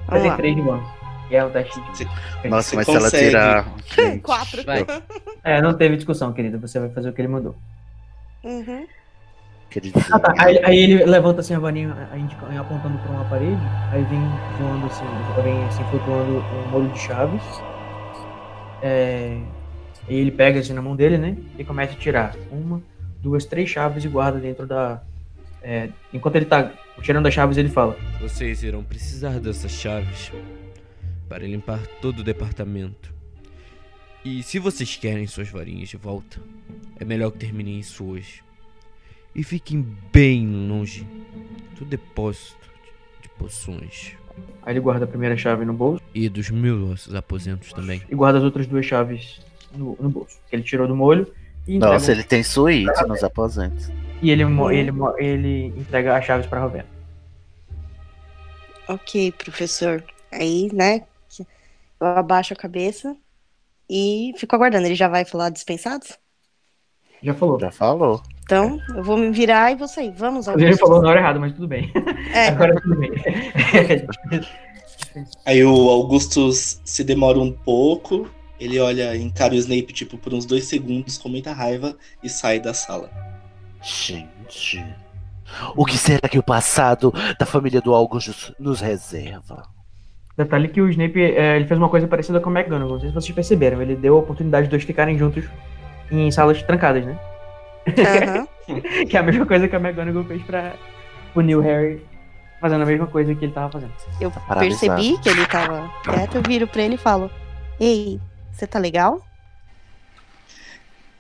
[SPEAKER 6] Vamos
[SPEAKER 1] tem
[SPEAKER 6] lá.
[SPEAKER 1] 3 de bônus. E é o teste de...
[SPEAKER 2] Nossa,
[SPEAKER 8] Você
[SPEAKER 2] mas se ela
[SPEAKER 8] consegue.
[SPEAKER 2] tirar. gente,
[SPEAKER 6] Quatro.
[SPEAKER 3] Vai.
[SPEAKER 1] É, não teve discussão, querido. Você vai fazer o que ele mandou.
[SPEAKER 6] Uhum.
[SPEAKER 2] Quer dizer,
[SPEAKER 1] Ah, tá. Aí, aí ele levanta assim a varinha, a indica- apontando pra uma parede, aí vem voando assim, vem assim, flutuando um molho de chaves. É, e ele pega assim na mão dele, né? E começa a tirar uma, duas, três chaves e guarda dentro da. é, enquanto ele tá tirando as chaves, ele fala.
[SPEAKER 10] Vocês irão precisar dessas chaves para limpar todo o departamento. E se vocês querem suas varinhas de volta, é melhor que terminem isso hoje. E fiquem bem longe do depósito de poções
[SPEAKER 1] Aí ele guarda a primeira chave no bolso
[SPEAKER 10] e dos meus aposentos também.
[SPEAKER 1] e guarda as outras duas chaves no, no bolso. Que ele tirou do molho e entrega, Ah,
[SPEAKER 2] Nossa, ele tem suíte nos aposentos.
[SPEAKER 1] e ele,
[SPEAKER 6] Hum.
[SPEAKER 1] mo- ele, mo- ele entrega as chaves pra Rovena.
[SPEAKER 6] Ok, professor. Aí, né, eu abaixo a cabeça e fico aguardando. Ele já vai falar dispensados?
[SPEAKER 1] Já falou.
[SPEAKER 2] Já falou.
[SPEAKER 6] Então, eu vou me virar e vou sair. Vamos,
[SPEAKER 1] Ele
[SPEAKER 6] Augusto.
[SPEAKER 1] falou na hora errada, Ah, mas tudo bem.
[SPEAKER 6] É.
[SPEAKER 1] Agora tudo bem.
[SPEAKER 8] Aí o Augustus se demora um pouco, ele olha, encara o Snape tipo por uns dois segundos com muita raiva e sai da sala.
[SPEAKER 2] Gente. O que será que o passado da família do Augustus nos reserva?
[SPEAKER 1] Detalhe que o Snape eh, ele fez uma coisa parecida com o McGonagall, não sei se vocês perceberam. Ele deu a oportunidade dos dois ficarem juntos em salas trancadas, né?
[SPEAKER 6] Aham.
[SPEAKER 1] Que é a mesma coisa que a McGonagall fez pra punir o Harry, fazendo a mesma coisa que ele tava fazendo.
[SPEAKER 6] Eu
[SPEAKER 2] Tá paralisado.
[SPEAKER 6] percebi que ele tava quieto, eu viro pra ele e falo: Ei, você tá legal?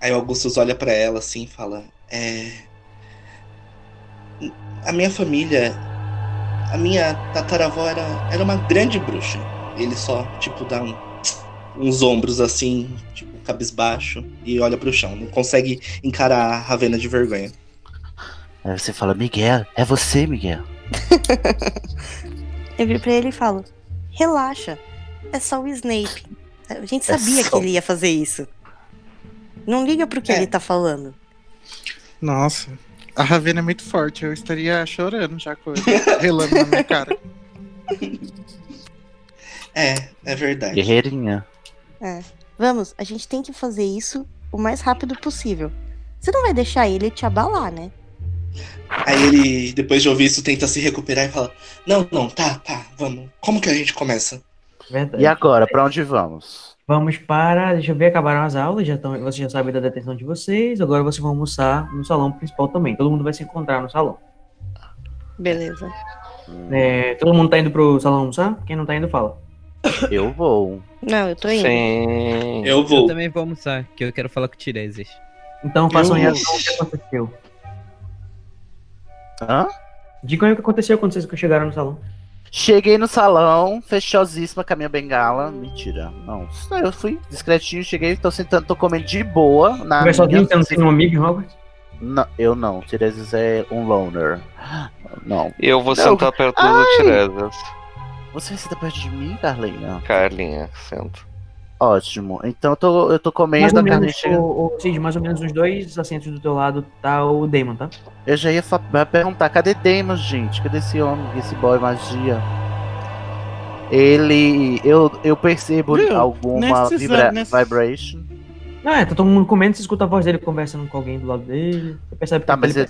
[SPEAKER 8] Aí o Augustus olha pra ela assim e fala: É. A minha família, a minha tataravó era, era uma grande bruxa. Ele só, tipo, dá um- uns ombros assim, tipo, cabisbaixo, e olha pro chão. Não consegue encarar a Ravena de vergonha.
[SPEAKER 2] Aí você fala, Miguel, é você, Miguel.
[SPEAKER 6] Eu viro pra ele e falo: Relaxa, é só o Snape. A gente
[SPEAKER 5] é
[SPEAKER 6] sabia
[SPEAKER 2] É só-
[SPEAKER 6] que ele ia fazer isso. Não liga pro que
[SPEAKER 8] É.
[SPEAKER 6] ele tá falando.
[SPEAKER 4] Nossa, a Ravena é muito forte. Eu estaria chorando já com relando na minha cara.
[SPEAKER 8] É, é verdade.
[SPEAKER 2] Guerreirinha.
[SPEAKER 6] É. Vamos, a gente tem que fazer isso o mais rápido possível. Você não vai deixar ele te abalar, né?
[SPEAKER 8] Aí ele, depois de ouvir isso, tenta se recuperar e fala: Não, não, tá, tá, vamos. Como que a gente começa?
[SPEAKER 1] Verdade.
[SPEAKER 2] E agora, pra onde vamos?
[SPEAKER 1] Vamos para. Deixa eu ver, acabaram as aulas, já tão, vocês já sabem da detenção de vocês. Agora vocês vão almoçar no salão principal também. Todo mundo vai se encontrar no salão.
[SPEAKER 6] Beleza.
[SPEAKER 1] É, todo mundo tá indo pro salão almoçar? Quem não tá indo, fala.
[SPEAKER 2] Eu vou.
[SPEAKER 6] Não, eu tô indo.
[SPEAKER 5] Sim.
[SPEAKER 8] Eu
[SPEAKER 3] Eu
[SPEAKER 8] vou.
[SPEAKER 3] também vou almoçar, que eu quero falar com o Tiresias.
[SPEAKER 1] Então façam aí
[SPEAKER 8] Eu-
[SPEAKER 1] ação o que aconteceu.
[SPEAKER 2] Hã?
[SPEAKER 1] Digam aí o que aconteceu quando vocês chegaram no salão.
[SPEAKER 2] Cheguei no salão, fechosíssima com a minha bengala. Mentira. Não, eu fui discretinho, cheguei, tô sentando, tô comendo de boa. Na
[SPEAKER 1] Conversou
[SPEAKER 2] minha-
[SPEAKER 1] sozinho, você não tem um amigo em Hogwarts?
[SPEAKER 2] Não, eu não. Tiresias é um loner. Não.
[SPEAKER 5] Eu vou
[SPEAKER 2] Não,
[SPEAKER 5] sentar perto do Tiresias.
[SPEAKER 2] Você vai sentar perto de mim, Carlinha?
[SPEAKER 5] Carlinha, senta.
[SPEAKER 2] Ótimo. Então eu tô, eu tô
[SPEAKER 1] Mais
[SPEAKER 2] comendo,
[SPEAKER 1] ou
[SPEAKER 2] a Carlinha
[SPEAKER 1] menos,
[SPEAKER 2] chega.
[SPEAKER 1] o, o Cid, mais ou menos os dois assentos do teu lado tá o Damon, tá?
[SPEAKER 2] Eu já ia fa- vai perguntar, cadê Damon, gente? Cadê esse homem, esse boy magia? Ele. Eu, eu percebo
[SPEAKER 4] Viu?
[SPEAKER 2] alguma
[SPEAKER 4] Nesses
[SPEAKER 2] vibra
[SPEAKER 4] anos, nesses-
[SPEAKER 2] vibration.
[SPEAKER 1] Ah, é, tá todo mundo comendo, você escuta a voz dele conversando com alguém do lado dele. Você percebe que
[SPEAKER 2] Tá, mas ele...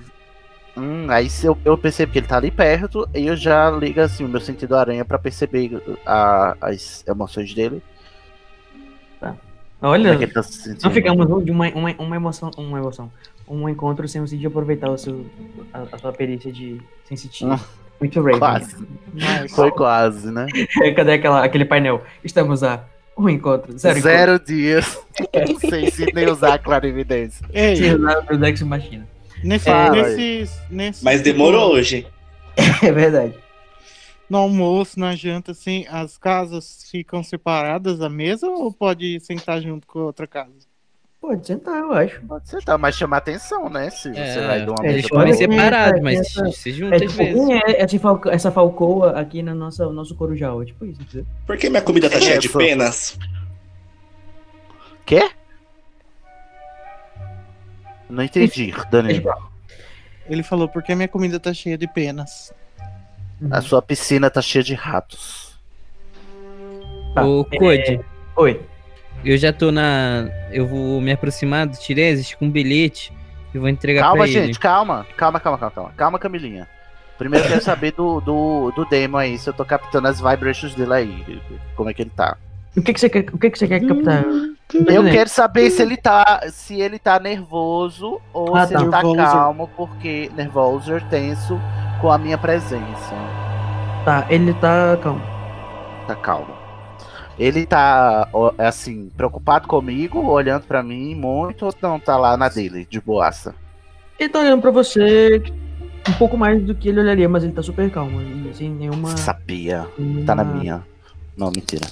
[SPEAKER 2] Hum, aí se eu, eu percebo que ele tá ali perto e eu já ligo assim o meu sentido aranha pra perceber a- as emoções dele. Como
[SPEAKER 1] Olha,
[SPEAKER 2] é que ele tá se sentindo.
[SPEAKER 1] não ficamos um de uma, uma, uma emoção, uma emoção. Um encontro sem o Cid aproveitar o seu, a, a sua perícia de sensitiva.
[SPEAKER 2] Hum.
[SPEAKER 1] Muito Raven.
[SPEAKER 2] Quase.
[SPEAKER 4] Mas,
[SPEAKER 2] Foi quase, né?
[SPEAKER 1] Cadê aquela, aquele painel? Estamos a um encontro, zero,
[SPEAKER 2] Zero, dias sem se nem usar a clarividência.
[SPEAKER 4] ei,
[SPEAKER 1] encontro. Zero Dex Machina.
[SPEAKER 4] nesse,
[SPEAKER 2] Fala aí.
[SPEAKER 4] nesses, nesse-
[SPEAKER 8] Mas demorou hoje.
[SPEAKER 1] É verdade.
[SPEAKER 4] No almoço, na janta, assim, as casas ficam separadas da mesa ou pode sentar junto com a outra casa?
[SPEAKER 1] Pode sentar, eu acho.
[SPEAKER 2] Pode ser, tá, mas chamar atenção, né? Se você vai de uma
[SPEAKER 1] é,
[SPEAKER 2] mesa
[SPEAKER 3] eles
[SPEAKER 2] pra
[SPEAKER 1] deixa eu
[SPEAKER 3] podem
[SPEAKER 1] olha-
[SPEAKER 2] outra.
[SPEAKER 3] separados,
[SPEAKER 1] é,
[SPEAKER 3] mas
[SPEAKER 1] essa-
[SPEAKER 3] se
[SPEAKER 1] É
[SPEAKER 3] juntam às
[SPEAKER 1] tipo,
[SPEAKER 3] vezes.
[SPEAKER 1] quem é esse falco- essa falcoa aqui no nosso, nosso corujal? É tipo isso, entendeu?
[SPEAKER 8] Por que minha comida tá
[SPEAKER 2] Que
[SPEAKER 8] cheia
[SPEAKER 2] é
[SPEAKER 8] de
[SPEAKER 2] isso?
[SPEAKER 8] penas?
[SPEAKER 2] Quê? Não entendi, Danilo.
[SPEAKER 4] Ele falou, porque minha comida tá cheia de penas.
[SPEAKER 3] Uhum.
[SPEAKER 2] A sua piscina tá cheia de ratos.
[SPEAKER 1] Tá.
[SPEAKER 3] O Code,
[SPEAKER 1] Oi.
[SPEAKER 3] eu já tô na. Eu vou me aproximar do Tiresias com um bilhete e vou entregar
[SPEAKER 2] Calma,
[SPEAKER 3] pra
[SPEAKER 2] gente,
[SPEAKER 3] ele.
[SPEAKER 2] calma. Calma, calma, calma, calma. Calma, Camilinha. Primeiro eu quero saber do, do, do demo aí, se eu tô captando as vibrations dele aí. Como é que ele tá.
[SPEAKER 1] O que, que você quer, o que, que você quer captar?
[SPEAKER 3] Hum.
[SPEAKER 2] Eu quero saber se ele tá. Se ele tá nervoso ou
[SPEAKER 1] Ah,
[SPEAKER 2] se
[SPEAKER 1] tá.
[SPEAKER 2] ele tá
[SPEAKER 1] Nervoso.
[SPEAKER 2] calmo, porque nervoso, tenso com a minha presença.
[SPEAKER 1] Tá, ele tá calmo.
[SPEAKER 2] Tá calmo. Ele tá ó, assim, preocupado comigo, olhando pra mim muito, ou não tá lá na dele, de boaça.
[SPEAKER 1] Ele tá olhando pra você um pouco mais do que ele olharia, mas ele tá super calmo. E sem nenhuma.
[SPEAKER 2] Sabia.
[SPEAKER 1] nenhuma-
[SPEAKER 2] Tá na minha. Não, mentira.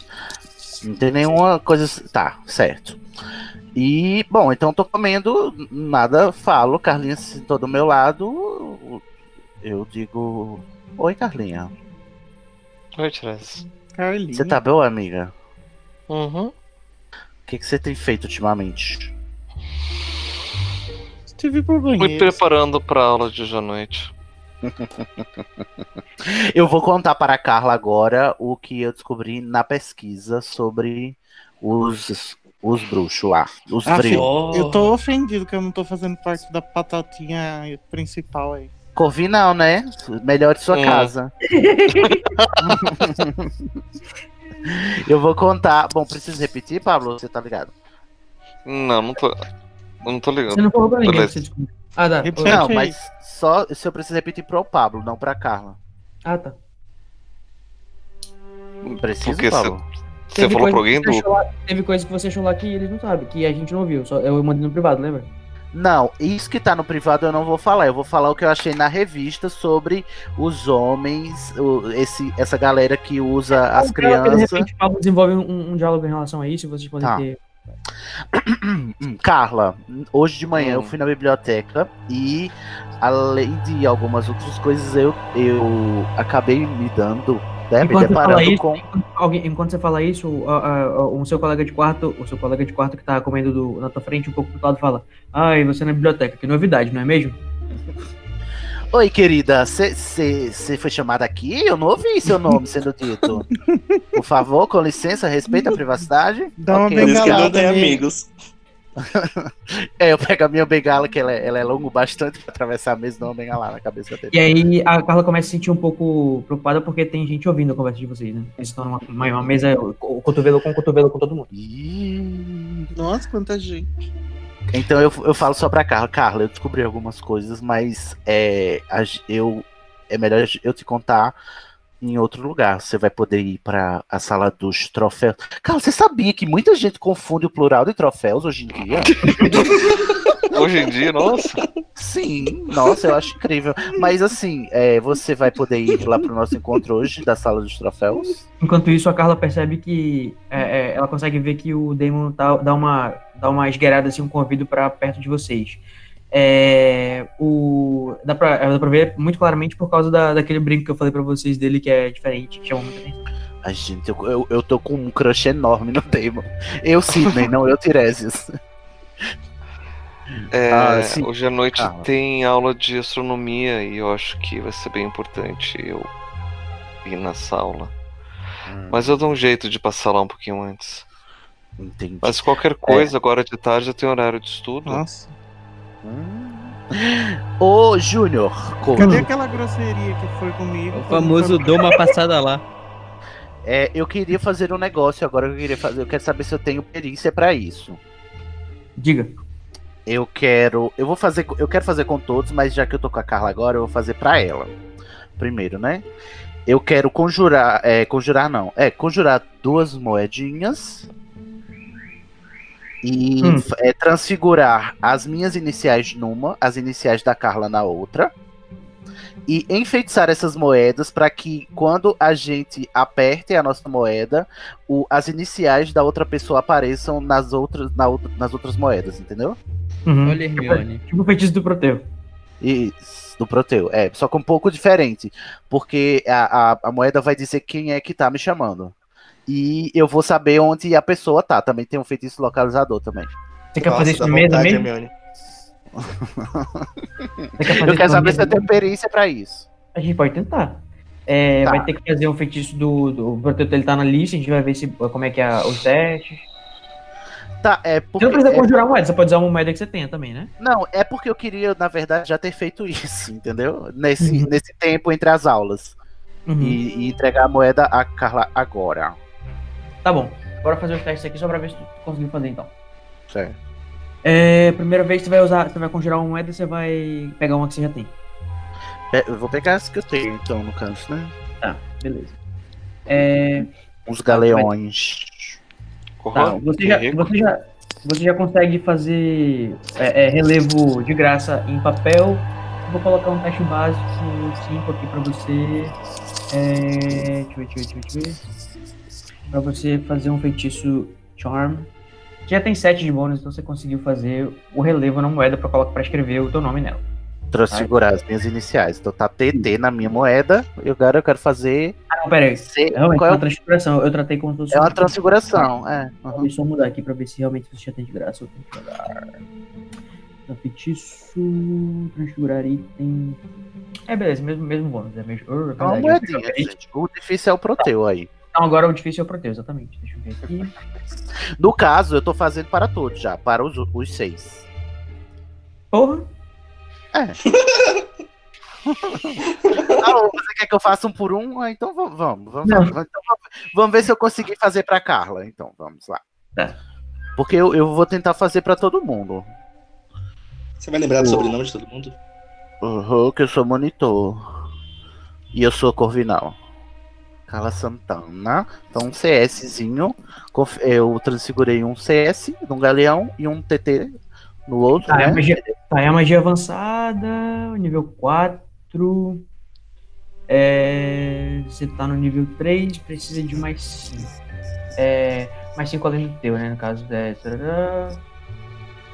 [SPEAKER 2] Não tem nenhuma coisa. Tá, certo. E, bom, então tô comendo, nada falo. Carlinha se sentou do meu lado. Eu digo. Oi, Carlinha.
[SPEAKER 5] Oi, Therese.
[SPEAKER 4] Carlinhos.
[SPEAKER 2] Você tá boa, amiga?
[SPEAKER 5] Uhum.
[SPEAKER 2] O que, que você tem feito ultimamente?
[SPEAKER 4] Tive problema.
[SPEAKER 5] Me preparando pra aula de hoje à noite.
[SPEAKER 2] Eu vou contar para a Carla agora o que eu descobri na pesquisa sobre os, os bruxos lá. Os
[SPEAKER 4] Ah,
[SPEAKER 2] frios.
[SPEAKER 4] filho, Eu tô ofendido que eu não tô fazendo parte da patatinha principal aí.
[SPEAKER 2] Corvi não, né? Melhor de sua
[SPEAKER 4] É.
[SPEAKER 2] casa. eu vou contar. Bom, preciso repetir, Pablo? Você tá ligado?
[SPEAKER 5] Não, não tô. Não tô ligando.
[SPEAKER 2] Você não falou pra ninguém,
[SPEAKER 5] Beleza.
[SPEAKER 2] você
[SPEAKER 1] Ah, tá.
[SPEAKER 2] Não, mas só se eu preciso repetir pro Pablo, não pra Carla.
[SPEAKER 1] Ah, tá.
[SPEAKER 2] Preciso,
[SPEAKER 5] Porque
[SPEAKER 2] Pablo?
[SPEAKER 5] Você falou pra alguém
[SPEAKER 1] que
[SPEAKER 5] do.
[SPEAKER 1] você achou lá- Teve coisa que você achou lá que eles não sabem, que a gente não viu. Só é eu mandei no privado, lembra?
[SPEAKER 2] Não, isso que tá no privado eu não vou falar. Eu vou falar o que eu achei na revista sobre os homens, o- esse, essa galera que usa as
[SPEAKER 1] Então, De
[SPEAKER 2] crianças.
[SPEAKER 1] repente, Pablo desenvolve um, um diálogo em relação a isso, vocês podem
[SPEAKER 2] Tá.
[SPEAKER 1] ter.
[SPEAKER 2] Hum, Carla, hoje de
[SPEAKER 1] Hum.
[SPEAKER 2] manhã eu fui na biblioteca e, além de algumas outras coisas, eu, eu acabei me dando, né, me
[SPEAKER 1] Enquanto você fala
[SPEAKER 2] deparando
[SPEAKER 1] isso,
[SPEAKER 2] com.
[SPEAKER 1] enquanto, alguém- enquanto você fala isso, o- a- a- a- o seu colega de quarto, o seu colega de quarto que tá comendo do- na tua frente um pouco pro lado fala: Ai, você na biblioteca, que novidade, não é mesmo?
[SPEAKER 2] Oi, querida, você foi chamada aqui? Eu não ouvi seu nome sendo dito. Por favor, com licença, respeita a privacidade.
[SPEAKER 4] Dá uma
[SPEAKER 2] Ok.
[SPEAKER 8] Por isso que ele não tem amigos.
[SPEAKER 2] É, eu pego a minha bengala, que ela, é- ela é longo bastante pra atravessar a mesa, dou uma bengala na cabeça dele.
[SPEAKER 1] E aí a Carla começa a se sentir um pouco preocupada porque tem gente ouvindo a conversa de vocês, né? Eles estão numa uma, uma mesa, o cotovelo com o cotovelo com todo mundo.
[SPEAKER 4] Nossa, quanta gente.
[SPEAKER 2] Então eu, eu falo só pra Carla. Carla, eu descobri algumas coisas, mas é, a g- eu, é melhor eu te contar em outro lugar. Você vai poder ir pra a sala dos troféus. Carla, você sabia que muita gente confunde o plural de troféus hoje em dia?
[SPEAKER 5] Hoje em dia, nossa.
[SPEAKER 2] Sim, nossa, eu acho incrível. Mas assim, é, você vai poder ir lá pro nosso encontro hoje da sala dos troféus?
[SPEAKER 1] Enquanto isso, a Carla percebe que é, é, ela consegue ver que o Damon tá- dá uma dá uma esgueirada assim, um convido pra perto de vocês. É, o dá pra, é, dá pra ver muito claramente por causa da, daquele brinco que eu falei pra vocês dele que é diferente, que chama muito atenção.
[SPEAKER 2] Ai, gente, eu, eu, eu tô com um crush enorme no Damon. Eu, Sidney, não eu, Tiresias.
[SPEAKER 5] É,
[SPEAKER 2] Ah, sim.
[SPEAKER 5] Hoje à noite
[SPEAKER 2] Calma.
[SPEAKER 5] tem aula de astronomia e eu acho que vai ser bem importante eu ir nessa aula.
[SPEAKER 2] Hum.
[SPEAKER 5] Mas eu dou um jeito de passar lá um pouquinho antes.
[SPEAKER 2] Entendi. É.
[SPEAKER 5] Mas qualquer coisa, agora de tarde eu tenho horário de estudo.
[SPEAKER 4] Nossa.
[SPEAKER 2] Hum. Ô, Júnior, Couto.
[SPEAKER 4] Cadê aquela grosseria que foi comigo?
[SPEAKER 3] O famoso dou uma passada lá.
[SPEAKER 2] É, eu queria fazer um negócio agora que eu queria fazer. Eu quero saber se eu tenho perícia pra isso.
[SPEAKER 1] Diga.
[SPEAKER 2] Eu quero, eu vou fazer, co- eu quero fazer com todos, mas já que eu tô com a Carla agora, eu vou fazer pra ela. Primeiro, né? Eu quero conjurar, é, conjurar não, é conjurar duas moedinhas e
[SPEAKER 1] Hum.
[SPEAKER 2] f- é, transfigurar as minhas iniciais numa, as iniciais da Carla na outra. E enfeitiçar essas moedas para que quando a gente aperte a nossa moeda, o- as iniciais da outra pessoa apareçam nas outras, na outra- nas outras moedas, entendeu? Uhum.
[SPEAKER 3] Olha, Hermione.
[SPEAKER 1] Tipo o feitiço do Proteu.
[SPEAKER 2] E do Proteu, é, só que um pouco diferente, porque a, a, a moeda vai dizer quem é que tá me chamando. E eu vou saber onde a pessoa tá, também tem um feitiço localizador também.
[SPEAKER 1] Você quer fazer isso
[SPEAKER 8] dá
[SPEAKER 1] na mesa
[SPEAKER 8] vontade,
[SPEAKER 1] mesmo?
[SPEAKER 8] Hermione.
[SPEAKER 1] Você quer fazer
[SPEAKER 2] Eu quero
[SPEAKER 1] isso na
[SPEAKER 2] saber se
[SPEAKER 1] mesa
[SPEAKER 2] eu tenho perícia pra isso.
[SPEAKER 1] A gente pode tentar. É,
[SPEAKER 2] Tá.
[SPEAKER 1] Vai ter que fazer um feitiço do, do. O protetor ele tá na lista, a gente vai ver se, como é que é os testes.
[SPEAKER 2] Tá, é
[SPEAKER 1] Você
[SPEAKER 2] porque.
[SPEAKER 1] não precisa
[SPEAKER 2] é-
[SPEAKER 1] conjurar moeda, você pode usar uma moeda que você tenha também, né?
[SPEAKER 2] Não, é porque eu queria, na verdade, já ter feito isso, entendeu? Nesse, nesse tempo entre as aulas. Uhum. E, e entregar a moeda a Carla agora.
[SPEAKER 1] Tá bom. Bora fazer os testes aqui só pra ver se tu conseguiu fazer então.
[SPEAKER 2] Certo.
[SPEAKER 1] É, primeira vez que você vai usar, você vai conjurar uma moeda, você vai pegar uma que você já tem.
[SPEAKER 2] É, eu vou pegar as que eu tenho, então, no canto, né?
[SPEAKER 1] Tá, beleza. É,
[SPEAKER 2] Uns galeões.
[SPEAKER 1] Tá, você, já, você, já, você já consegue fazer é, é, relevo de graça em papel. Vou colocar um teste básico 5 aqui pra você. É, deixa eu ver, deixa eu ver, deixa eu ver. Pra você fazer um feitiço Charm. Já tem 7 de bônus, então você conseguiu fazer o relevo na moeda pra, colo- pra escrever o teu nome nela.
[SPEAKER 2] Pra segurar as minhas iniciais. Então tá TT na minha moeda. E agora eu quero fazer.
[SPEAKER 1] Ah, não, pera aí.
[SPEAKER 2] C-
[SPEAKER 1] Realmente,
[SPEAKER 2] qual
[SPEAKER 1] é
[SPEAKER 2] é
[SPEAKER 1] uma
[SPEAKER 2] o-
[SPEAKER 1] transfiguração. Eu tratei como se fosse
[SPEAKER 2] É uma
[SPEAKER 1] um-
[SPEAKER 2] transfiguração, é.
[SPEAKER 1] Deixa eu só mudar aqui pra ver se realmente você já tem de graça. Eu tenho que jogar. Então, feitiço. Transfigurar item. É, beleza, mesmo, mesmo bônus. É mesmo. Oh, é
[SPEAKER 2] É uma
[SPEAKER 1] verdade,
[SPEAKER 2] moedinha,
[SPEAKER 1] eu joguei.
[SPEAKER 2] gente. O difícil é o Proteu aí.
[SPEAKER 1] Então, agora o difícil é o Proteu, exatamente. Deixa eu ver aqui.
[SPEAKER 2] No caso, eu tô fazendo para todos já, para os, os seis.
[SPEAKER 1] Porra!
[SPEAKER 2] É. ah, ô, você quer que eu faça um por um? Ah, então vamos, vamos, vamos,
[SPEAKER 1] Não.
[SPEAKER 2] vamos, então vamos- vamos ver se eu consegui fazer para Carla. Então vamos lá.
[SPEAKER 1] Tá.
[SPEAKER 2] Porque eu, eu vou tentar fazer para todo mundo.
[SPEAKER 8] Você vai lembrar do
[SPEAKER 2] Ô.
[SPEAKER 8] sobrenome de todo mundo?
[SPEAKER 2] Uhum, que eu sou monitor. E eu sou Corvinal. Carla Santana. Então, um CSzinho. Conf- Eu transfigurei um CS num galeão e um TT no outro,
[SPEAKER 1] Tá, é a
[SPEAKER 2] né?
[SPEAKER 1] magia, tá, é a magia avançada, o nível 4. É, você tá no nível 3, precisa de mais 5. É, mais 5 além do teu, né? No caso, é, tarará.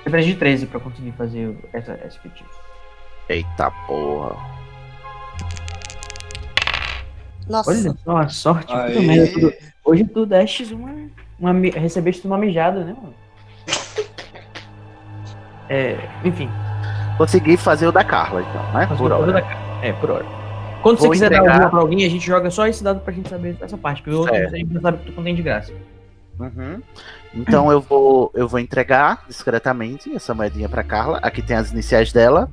[SPEAKER 1] você precisa de 13 pra conseguir fazer o- essa, esse feitiço.
[SPEAKER 2] Eita porra.
[SPEAKER 6] Nossa.
[SPEAKER 1] Olha só, a sorte. puta
[SPEAKER 8] Aê.
[SPEAKER 1] merda, tudo- Hoje tu deste uma, uma. mi- Recebeste uma mijada, né, mano? É, enfim.
[SPEAKER 2] Consegui fazer o da Carla, então, né? Por
[SPEAKER 1] Fazer
[SPEAKER 2] hora.
[SPEAKER 1] da cara. É, por hora. Quando você
[SPEAKER 2] Vou
[SPEAKER 1] quiser dar
[SPEAKER 2] entregar.
[SPEAKER 1] alguma pra alguém, a gente joga só esse dado pra gente saber essa parte, porque o outro
[SPEAKER 2] Certo.
[SPEAKER 1] a gente não sabe que tu contém de graça.
[SPEAKER 2] Uhum. Então eu vou, eu vou entregar discretamente essa moedinha pra Carla. Aqui tem as iniciais dela.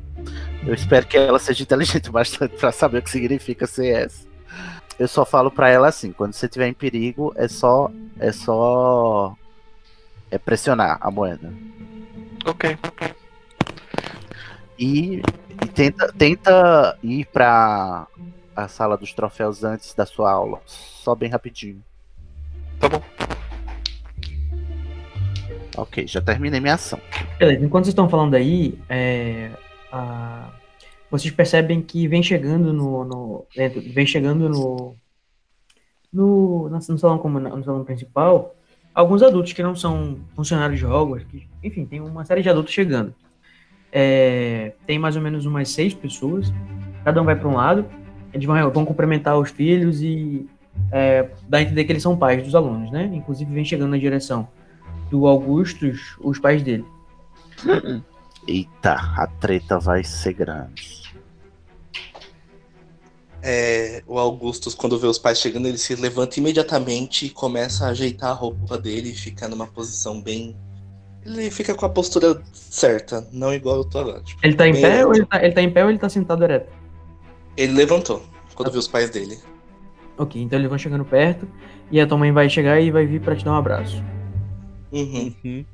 [SPEAKER 2] Eu espero que ela seja inteligente bastante pra saber o que significa CS. Eu só falo pra ela assim, quando você estiver em perigo, é só é só é pressionar a moeda.
[SPEAKER 5] Ok.
[SPEAKER 2] E, e tenta tenta ir pra a sala dos troféus antes da sua aula, só bem rapidinho.
[SPEAKER 5] Tá bom.
[SPEAKER 2] OK, já terminei minha ação.
[SPEAKER 1] Beleza, enquanto vocês estão falando aí, é, a- vocês percebem que vem chegando no. no- dentro- vem chegando no. No, na- no, salão, comun- no salão principal, alguns adultos que não são funcionários de Hogwarts, que, enfim, tem uma série de adultos chegando. É, tem mais ou menos umas seis pessoas, cada um vai para um lado, eles vão, vão cumprimentar os filhos e é, dá a entender que eles são pais dos alunos, né? Inclusive, vem chegando na direção do Augustus, os pais dele.
[SPEAKER 2] Eita, a treta vai ser grande.
[SPEAKER 8] É, o Augustus, quando vê os pais chegando, ele se levanta imediatamente e começa a ajeitar a roupa dele e fica numa posição bem. Ele fica com a postura certa, não igual eu tô agora. Tipo,
[SPEAKER 1] Ele tá em
[SPEAKER 8] bem
[SPEAKER 1] pé
[SPEAKER 8] ereta.
[SPEAKER 1] ou ele tá, ele tá em pé ou ele tá sentado ereto?
[SPEAKER 8] Ele levantou quando viu os pais dele.
[SPEAKER 1] Ok, então eles vão chegando perto e a tua mãe vai chegar e vai vir pra te dar um abraço.
[SPEAKER 8] Uhum.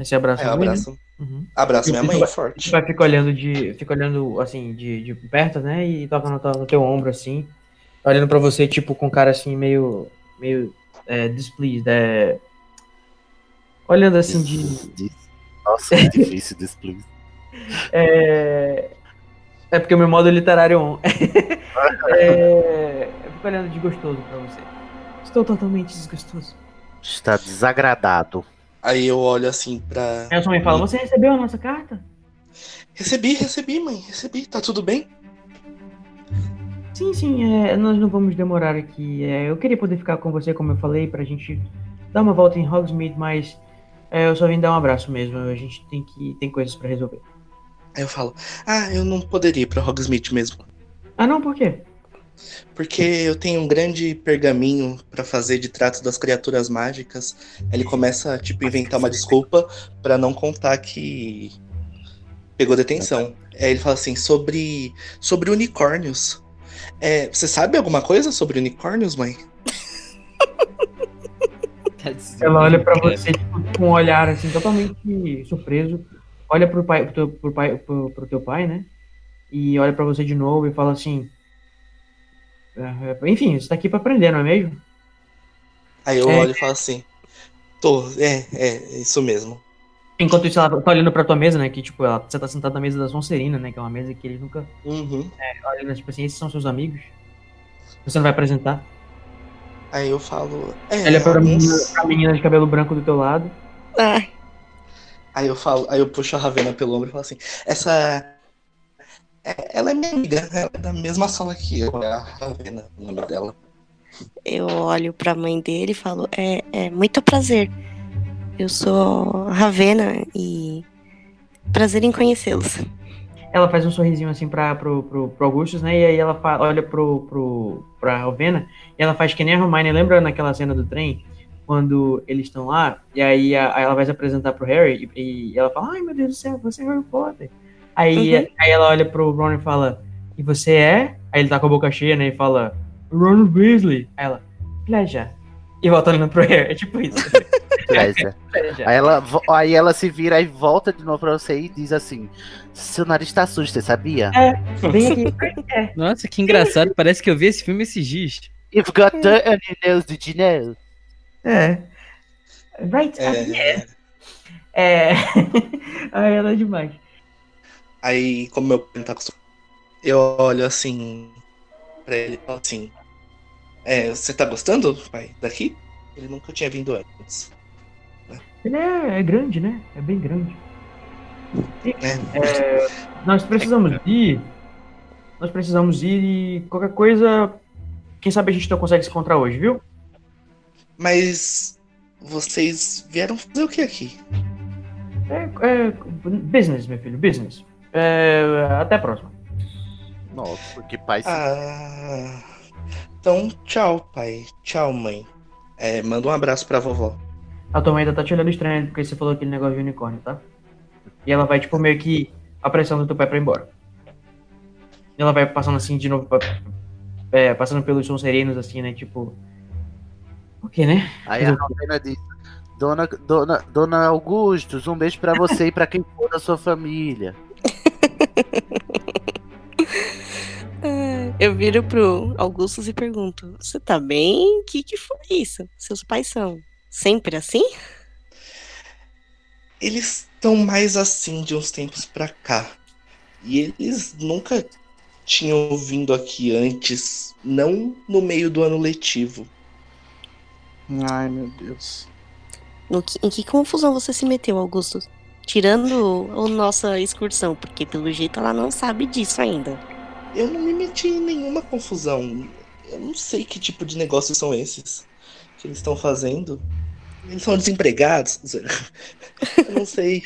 [SPEAKER 1] Esse abraço
[SPEAKER 8] É, eu abraço.
[SPEAKER 1] Uhum.
[SPEAKER 8] Abraço minha mãe,
[SPEAKER 1] Vai-
[SPEAKER 8] forte.
[SPEAKER 1] Vai ficar olhando de. Fica olhando assim, de, de perto, né? E toca no, no teu ombro assim. Olhando pra você, tipo, com cara assim, meio. meio. É, displeased. É, olhando assim de.
[SPEAKER 2] Des- des- Nossa, que difícil despliz.
[SPEAKER 1] É... é porque o meu modo literário é on. é... Eu fico olhando de gostoso pra você. Estou totalmente desgostoso.
[SPEAKER 2] Está desagradado.
[SPEAKER 8] Aí eu olho assim pra.
[SPEAKER 1] Aí a sua mãe fala, você recebeu a nossa carta?
[SPEAKER 8] Recebi, recebi, mãe, recebi, tá tudo bem?
[SPEAKER 1] Sim, sim, é, nós não vamos demorar aqui. É, eu queria poder ficar com você, como eu falei, pra gente dar uma volta em Hogsmeade, mas é, eu só vim dar um abraço mesmo. A gente tem que tem coisas pra resolver.
[SPEAKER 8] Aí eu falo, ah, eu não poderia ir pra Hogsmeade mesmo.
[SPEAKER 1] Ah não, por quê?
[SPEAKER 8] Porque eu tenho um grande pergaminho pra fazer de trato das criaturas mágicas. Ele começa a tipo, inventar uma desculpa pra não contar que pegou detenção. Aí ele fala assim, sobre, sobre unicórnios. É, você sabe alguma coisa sobre unicórnios, mãe?
[SPEAKER 3] Tá
[SPEAKER 1] Ela olha pra você tipo, com um olhar assim totalmente surpreso. Olha pro pai, pro teu, pro pai, pro, pro teu pai, né? E olha pra você de novo e fala assim. "Ah, Enfim, você tá aqui pra aprender, não é mesmo?
[SPEAKER 8] Aí eu
[SPEAKER 1] É.
[SPEAKER 8] olho e falo assim, tô, é, é, isso mesmo.
[SPEAKER 1] Enquanto isso, ela tá olhando pra tua mesa, né? Que tipo, ela, você tá sentado na mesa da Sonserina, né? Que é uma mesa que eles nunca
[SPEAKER 8] Uhum.
[SPEAKER 1] olham, né, tipo assim, esses são seus amigos. Você não vai apresentar.
[SPEAKER 8] Aí eu falo, é,
[SPEAKER 1] Ela é pra,
[SPEAKER 8] alguns-
[SPEAKER 1] menina, pra menina de cabelo branco do teu lado.
[SPEAKER 6] Ai,
[SPEAKER 8] Aí eu falo, aí eu puxo a Ravena pelo ombro e falo assim, essa. é- Ela é minha amiga, ela é da mesma sala que eu, é a Ravena, o nome dela.
[SPEAKER 6] eu olho pra mãe dele e falo: é, é muito prazer. Eu sou a Ravena e. Prazer em conhecê-los.
[SPEAKER 1] Ela faz um sorrisinho assim pra, pro, pro, pro Augustus, né? E aí ela fa- olha pro, pro, pra Alvena e ela faz que nem a Hermione. Lembra naquela cena do trem? Quando eles estão lá, e aí a- aí ela vai se apresentar pro Harry e, e ela fala: Ai meu Deus do céu, você é Harry Potter. Aí,
[SPEAKER 6] Uhum.
[SPEAKER 1] aí ela olha pro Ron e fala: E você é? Aí ele tá com a boca cheia, né? E fala: Ron Weasley. Aí ela: Pleasure. E volta olhando pro Harry. É tipo isso.
[SPEAKER 2] Beleza.
[SPEAKER 1] Pleasure.
[SPEAKER 2] Aí ela, vo- aí ela se vira e volta de novo pra você e diz assim: Seu nariz tá sujo, você sabia?
[SPEAKER 3] É.
[SPEAKER 2] É,
[SPEAKER 1] Vem aqui.
[SPEAKER 3] Nossa, que engraçado. Parece que eu vi esse filme esses dias.
[SPEAKER 2] You've got dirt on your nose, did you know?
[SPEAKER 1] É. Right
[SPEAKER 8] É,
[SPEAKER 1] up here. É. Ai, ela é demais.
[SPEAKER 8] Aí, como meu pai não tá acostumado, eu olho assim pra ele e falo assim: É, você tá gostando, pai, daqui? Ele nunca tinha vindo antes.
[SPEAKER 1] Ele é, é grande, né? É bem grande.
[SPEAKER 8] É,
[SPEAKER 1] É, nós precisamos ir. Nós precisamos ir e qualquer coisa. Quem sabe a gente não consegue se encontrar hoje, viu?
[SPEAKER 8] Mas vocês vieram fazer o que aqui?
[SPEAKER 1] É, é, business, meu filho, business. É, até a próxima.
[SPEAKER 2] Nossa, que pai.
[SPEAKER 8] Ah. Então, tchau, pai. Tchau, mãe. É, manda um abraço pra vovó.
[SPEAKER 1] A tua mãe ainda tá te olhando estranho porque você falou aquele negócio de unicórnio, tá? E ela vai, tipo, meio que apressando o teu pai pra ir embora. E ela vai passando assim de novo, pra- é, passando pelos sons serenos, assim, né? Tipo. Ok, né?
[SPEAKER 2] Aí a Ravena diz: Dona, Dona, Dona Augustus, um beijo pra você e pra quem for da sua família.
[SPEAKER 1] Tipo,
[SPEAKER 6] Ai, Eu viro pro Augustus e pergunto: Você tá bem? O que, que foi isso? Seus pais são sempre assim?
[SPEAKER 8] Eles estão mais assim de uns tempos pra cá. E eles nunca tinham vindo aqui antes, não no meio do ano letivo.
[SPEAKER 4] Ai, meu Deus.
[SPEAKER 6] No que- em que confusão você se meteu, Augusto? Tirando a nossa excursão, porque pelo jeito ela não sabe disso ainda.
[SPEAKER 8] Eu não me meti em nenhuma confusão. Eu não sei que tipo de negócios são esses que eles estão fazendo. Eles são desempregados? Eu não sei.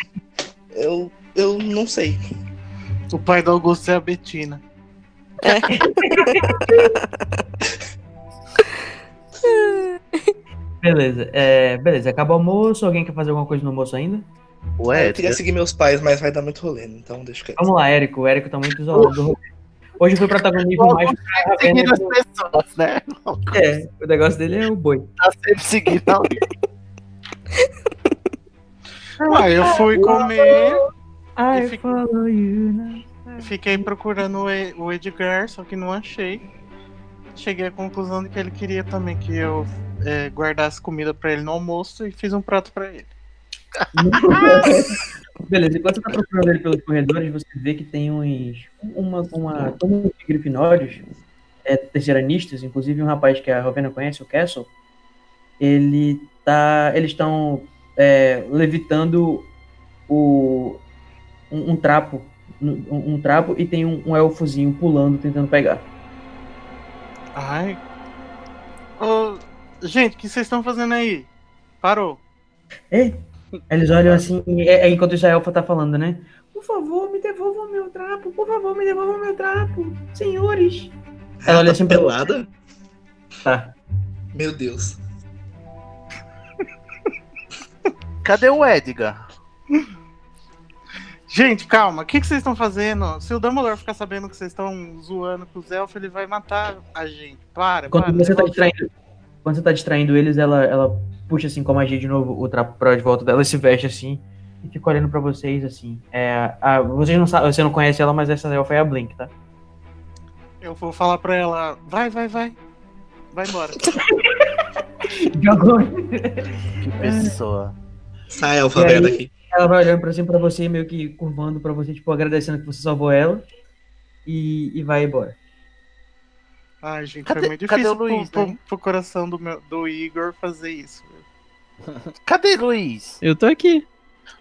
[SPEAKER 8] Eu, eu não sei.
[SPEAKER 4] O pai do Augusto é a Betina.
[SPEAKER 1] Beleza, é, beleza. Acabou o almoço. Alguém quer fazer alguma coisa no almoço ainda?
[SPEAKER 2] Ué,
[SPEAKER 8] eu queria seguir meus pais, mas vai dar muito rolê, então deixa quieto.
[SPEAKER 1] Vamos lá, Érico. O Érico tá muito isolado do rolê. Hoje foi protagonismo mais pra Ravena.
[SPEAKER 2] seguindo as pessoas, né?
[SPEAKER 1] É, o negócio dele é o boi.
[SPEAKER 2] Tá sempre seguindo alguém.
[SPEAKER 4] Aí Ah, eu fui comer,
[SPEAKER 1] I
[SPEAKER 4] fica-
[SPEAKER 1] follow you now.
[SPEAKER 4] fiquei procurando o E- o Edgar, só que não achei. Cheguei à conclusão de que ele queria também que eu é, guardasse comida pra ele no almoço e fiz um prato pra ele.
[SPEAKER 1] Beleza, enquanto você tá procurando ele pelos corredores, você vê que tem uns. Uma. uma todo mundo de grifinórios, é, terceiranistas, inclusive um rapaz que a Rovena conhece, o Castle. Ele tá. Eles estão é, levitando o. Um, um trapo. Um, um trapo e tem um, um elfozinho pulando, tentando pegar.
[SPEAKER 4] Ai. Ô, gente, o que vocês estão fazendo aí? Parou.
[SPEAKER 1] Eles olham assim, é, é, enquanto isso a elfa tá falando, né? Por favor, me devolvam meu trapo, por favor, me devolvam meu trapo, senhores. Ela olha assim pra
[SPEAKER 8] Pelada?
[SPEAKER 1] Tá.
[SPEAKER 8] Meu Deus.
[SPEAKER 2] Cadê o Edgar?
[SPEAKER 4] Gente, calma. O que, que vocês estão fazendo? Se o Dumbledore ficar sabendo que vocês estão zoando com os elfos, ele vai matar a gente. Para, para.
[SPEAKER 1] Quando você tá distraindo, quando você tá distraindo eles, ela, ela puxa assim com a magia de novo o trapo pra de volta dela, se veste assim e fica olhando pra vocês assim. É, a- vocês não sabem, você não conhece ela, mas essa elfa é a Blink, tá?
[SPEAKER 4] Eu vou falar pra ela. Vai, vai, vai. Vai embora.
[SPEAKER 1] Jogou.
[SPEAKER 2] Que
[SPEAKER 3] É.
[SPEAKER 2] pessoa.
[SPEAKER 8] Sai, alfabeto
[SPEAKER 1] E aí?
[SPEAKER 8] daqui.
[SPEAKER 1] Ela vai olhando pra, assim, pra você, meio que curvando pra você, tipo, agradecendo que você salvou ela. E, e vai embora.
[SPEAKER 4] Ai, gente,
[SPEAKER 2] Cadê-
[SPEAKER 4] foi muito
[SPEAKER 2] cadê
[SPEAKER 4] difícil
[SPEAKER 2] o Luiz,
[SPEAKER 4] pro,
[SPEAKER 2] hein?
[SPEAKER 4] pro- pro coração do, meu- do Igor fazer isso.
[SPEAKER 2] Cadê Luiz?
[SPEAKER 3] Eu tô aqui.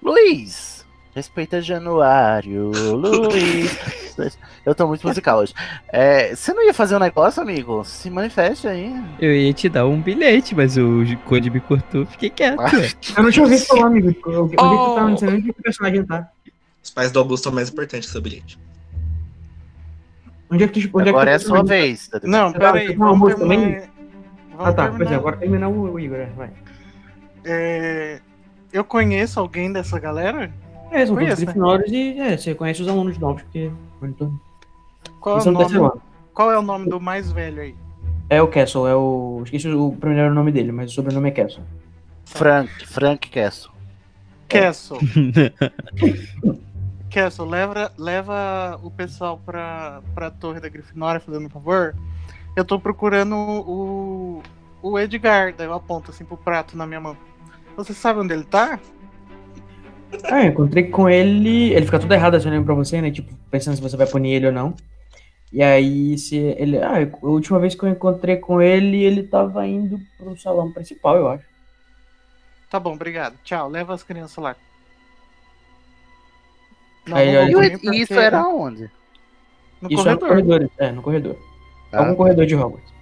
[SPEAKER 2] Luiz! Respeita Januário, Luiz. Eu tô muito musical hoje. É, você não ia fazer um negócio, amigo? Se manifeste aí.
[SPEAKER 3] Eu ia te dar um bilhete, mas o Conde me cortou, fiquei quieto.
[SPEAKER 2] Ah.
[SPEAKER 1] Eu não tinha ouvido falar, amigo. Eu, eu,
[SPEAKER 4] Oh.
[SPEAKER 1] eu não sei nem onde o personagem tá.
[SPEAKER 8] Os pais do Augusto são mais importantes que seu bilhete.
[SPEAKER 1] Onde é que tu, onde
[SPEAKER 2] Agora é
[SPEAKER 1] é
[SPEAKER 2] a
[SPEAKER 1] que tu
[SPEAKER 2] sua vez. Dadeu.
[SPEAKER 4] Não,
[SPEAKER 1] Tá,
[SPEAKER 4] peraí.
[SPEAKER 1] tem uma
[SPEAKER 4] Vamos
[SPEAKER 1] música
[SPEAKER 4] terminar. Vamos
[SPEAKER 1] Ah tá, pois é,
[SPEAKER 4] terminar.
[SPEAKER 1] agora terminar o, o Igor, né? vai.
[SPEAKER 4] É, Eu conheço alguém dessa galera?
[SPEAKER 1] É, são todos
[SPEAKER 4] Conheço, né?
[SPEAKER 1] grifinórios e é, você conhece os alunos novos, porque. Então,
[SPEAKER 4] Qual
[SPEAKER 1] eles
[SPEAKER 4] é, o
[SPEAKER 1] são do terceiro
[SPEAKER 4] nome,
[SPEAKER 1] ano.
[SPEAKER 4] qual é o nome do mais velho aí?
[SPEAKER 1] É o Castle, é o. Esqueci o primeiro nome dele, mas o sobrenome é Castle.
[SPEAKER 2] Frank, Frank Castle.
[SPEAKER 1] É.
[SPEAKER 4] Castle. Castle, leva, leva o pessoal pra, pra Torre da Grifinória, fazendo um favor. Eu tô procurando o, o Edgar, daí eu aponto assim pro prato na minha mão. Você sabe onde ele tá?
[SPEAKER 1] Ah, eu encontrei com ele. Ele fica tudo errado assim olhando pra você, né? Tipo, pensando se você vai punir ele ou não. E aí, se ele. Ah, eu- a última vez que eu encontrei com ele, ele tava indo pro salão principal, eu acho.
[SPEAKER 4] Tá bom, obrigado. Tchau, leva as crianças lá. Não,
[SPEAKER 1] Aí,
[SPEAKER 4] não
[SPEAKER 1] aí,
[SPEAKER 2] E
[SPEAKER 4] vou
[SPEAKER 2] o-
[SPEAKER 4] comer
[SPEAKER 2] e isso
[SPEAKER 4] porque-
[SPEAKER 2] era onde?
[SPEAKER 4] no
[SPEAKER 1] Isso é no
[SPEAKER 4] corredor.
[SPEAKER 1] corredor. É, no corredor.
[SPEAKER 2] Ah,
[SPEAKER 1] Algum corredor de Hogwarts.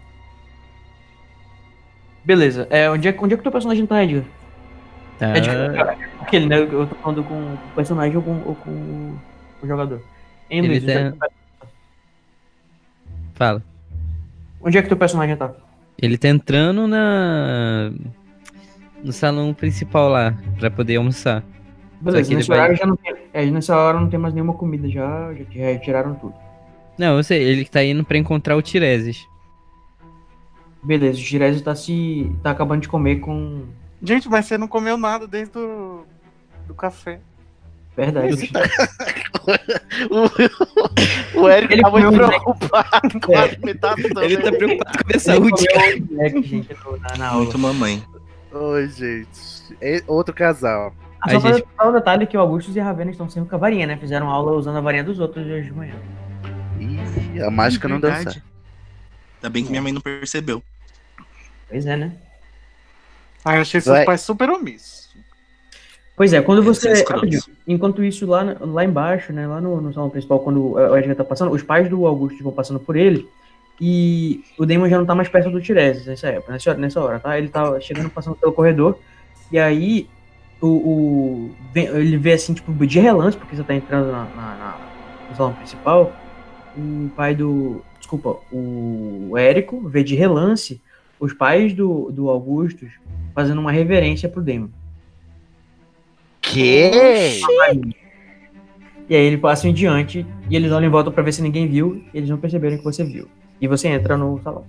[SPEAKER 1] Beleza. É, onde, é, onde é que o teu personagem tá, Edgar?
[SPEAKER 3] Tá.
[SPEAKER 1] É de aquele, né? Eu tô falando com o personagem ou com, ou com o jogador. Hein,
[SPEAKER 3] Ele
[SPEAKER 1] Luiz, onde, é que,
[SPEAKER 3] Fala.
[SPEAKER 1] onde é que teu personagem tá?
[SPEAKER 3] Ele tá entrando na. No salão principal lá, pra poder almoçar.
[SPEAKER 1] Beleza,
[SPEAKER 3] que ele
[SPEAKER 1] nesse
[SPEAKER 3] vai-
[SPEAKER 1] horário já não tem. É, nessa hora não tem mais nenhuma comida, já, já te- já tiraram tudo.
[SPEAKER 3] Não, eu sei, ele tá indo pra encontrar o Tiresias.
[SPEAKER 1] Beleza, o Girese tá se. tá acabando de comer com.
[SPEAKER 4] Gente, mas você não comeu nada desde o do café.
[SPEAKER 1] Verdade.
[SPEAKER 2] então, O Eric
[SPEAKER 1] Ele
[SPEAKER 2] tá muito
[SPEAKER 1] comeu um
[SPEAKER 2] preocupado com a alimentação.
[SPEAKER 3] Ele tá
[SPEAKER 2] dele.
[SPEAKER 3] preocupado com a minha
[SPEAKER 1] É. Ele
[SPEAKER 3] saúde.
[SPEAKER 1] comeu um snack, gente, no- na, na aula.
[SPEAKER 8] Muito mamãe.
[SPEAKER 2] Oi, gente. E- Outro casal.
[SPEAKER 1] Ah,
[SPEAKER 3] Ai,
[SPEAKER 1] só pra
[SPEAKER 3] gente.
[SPEAKER 1] falar um detalhe que o Augustus e a Ravena estão sempre com a varinha, né? Fizeram aula usando a varinha dos outros hoje de manhã.
[SPEAKER 2] Ih, a mágica não deu
[SPEAKER 8] Verdade.
[SPEAKER 2] certo.
[SPEAKER 8] Ainda bem que minha mãe não percebeu.
[SPEAKER 1] Pois é, né?
[SPEAKER 4] Ah, eu achei seus
[SPEAKER 2] Vai.
[SPEAKER 4] pais super omissos.
[SPEAKER 1] Pois é, quando
[SPEAKER 8] Eles
[SPEAKER 1] você.
[SPEAKER 8] são escrotos.
[SPEAKER 1] rapidinho, enquanto isso, lá, na- lá embaixo, né? Lá no, no salão principal, quando o Edgar tá passando, os pais do Augustus vão passando por ele. E o Damon já não tá mais perto do Tireses nessa época, nessa hora, nessa hora, tá? Ele tá chegando, passando pelo corredor. E aí o, o- vem- ele vê assim, tipo, de relance, porque você tá entrando na, na- na- no salão um principal. O pai do. Desculpa, o Érico vê de relance os pais do, do Augustus fazendo uma reverência pro Damon.
[SPEAKER 2] Que?
[SPEAKER 1] E aí ele passa em diante e eles olham em volta pra ver se ninguém viu. E eles não perceberam que você viu. E você entra no salão.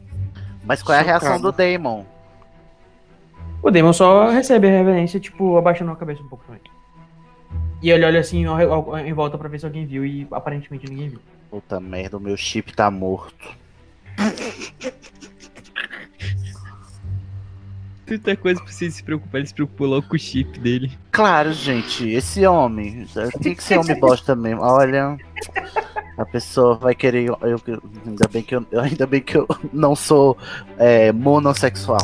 [SPEAKER 2] Mas qual é a
[SPEAKER 4] Chocado.
[SPEAKER 2] reação do Damon?
[SPEAKER 1] O Damon só recebe a reverência, tipo, abaixando a cabeça um pouco também. E ele olha assim ao- ao- em volta pra ver se alguém viu e aparentemente ninguém viu.
[SPEAKER 2] Puta merda, o meu chip tá morto.
[SPEAKER 3] Tanta coisa pra você se preocupar, ele se preocupou logo com o chip dele.
[SPEAKER 2] Claro, gente, esse homem. Tem que ser homem bosta mesmo. Olha. A pessoa vai querer. Eu, eu- ainda, bem que eu, ainda bem que eu não sou é, monossexual.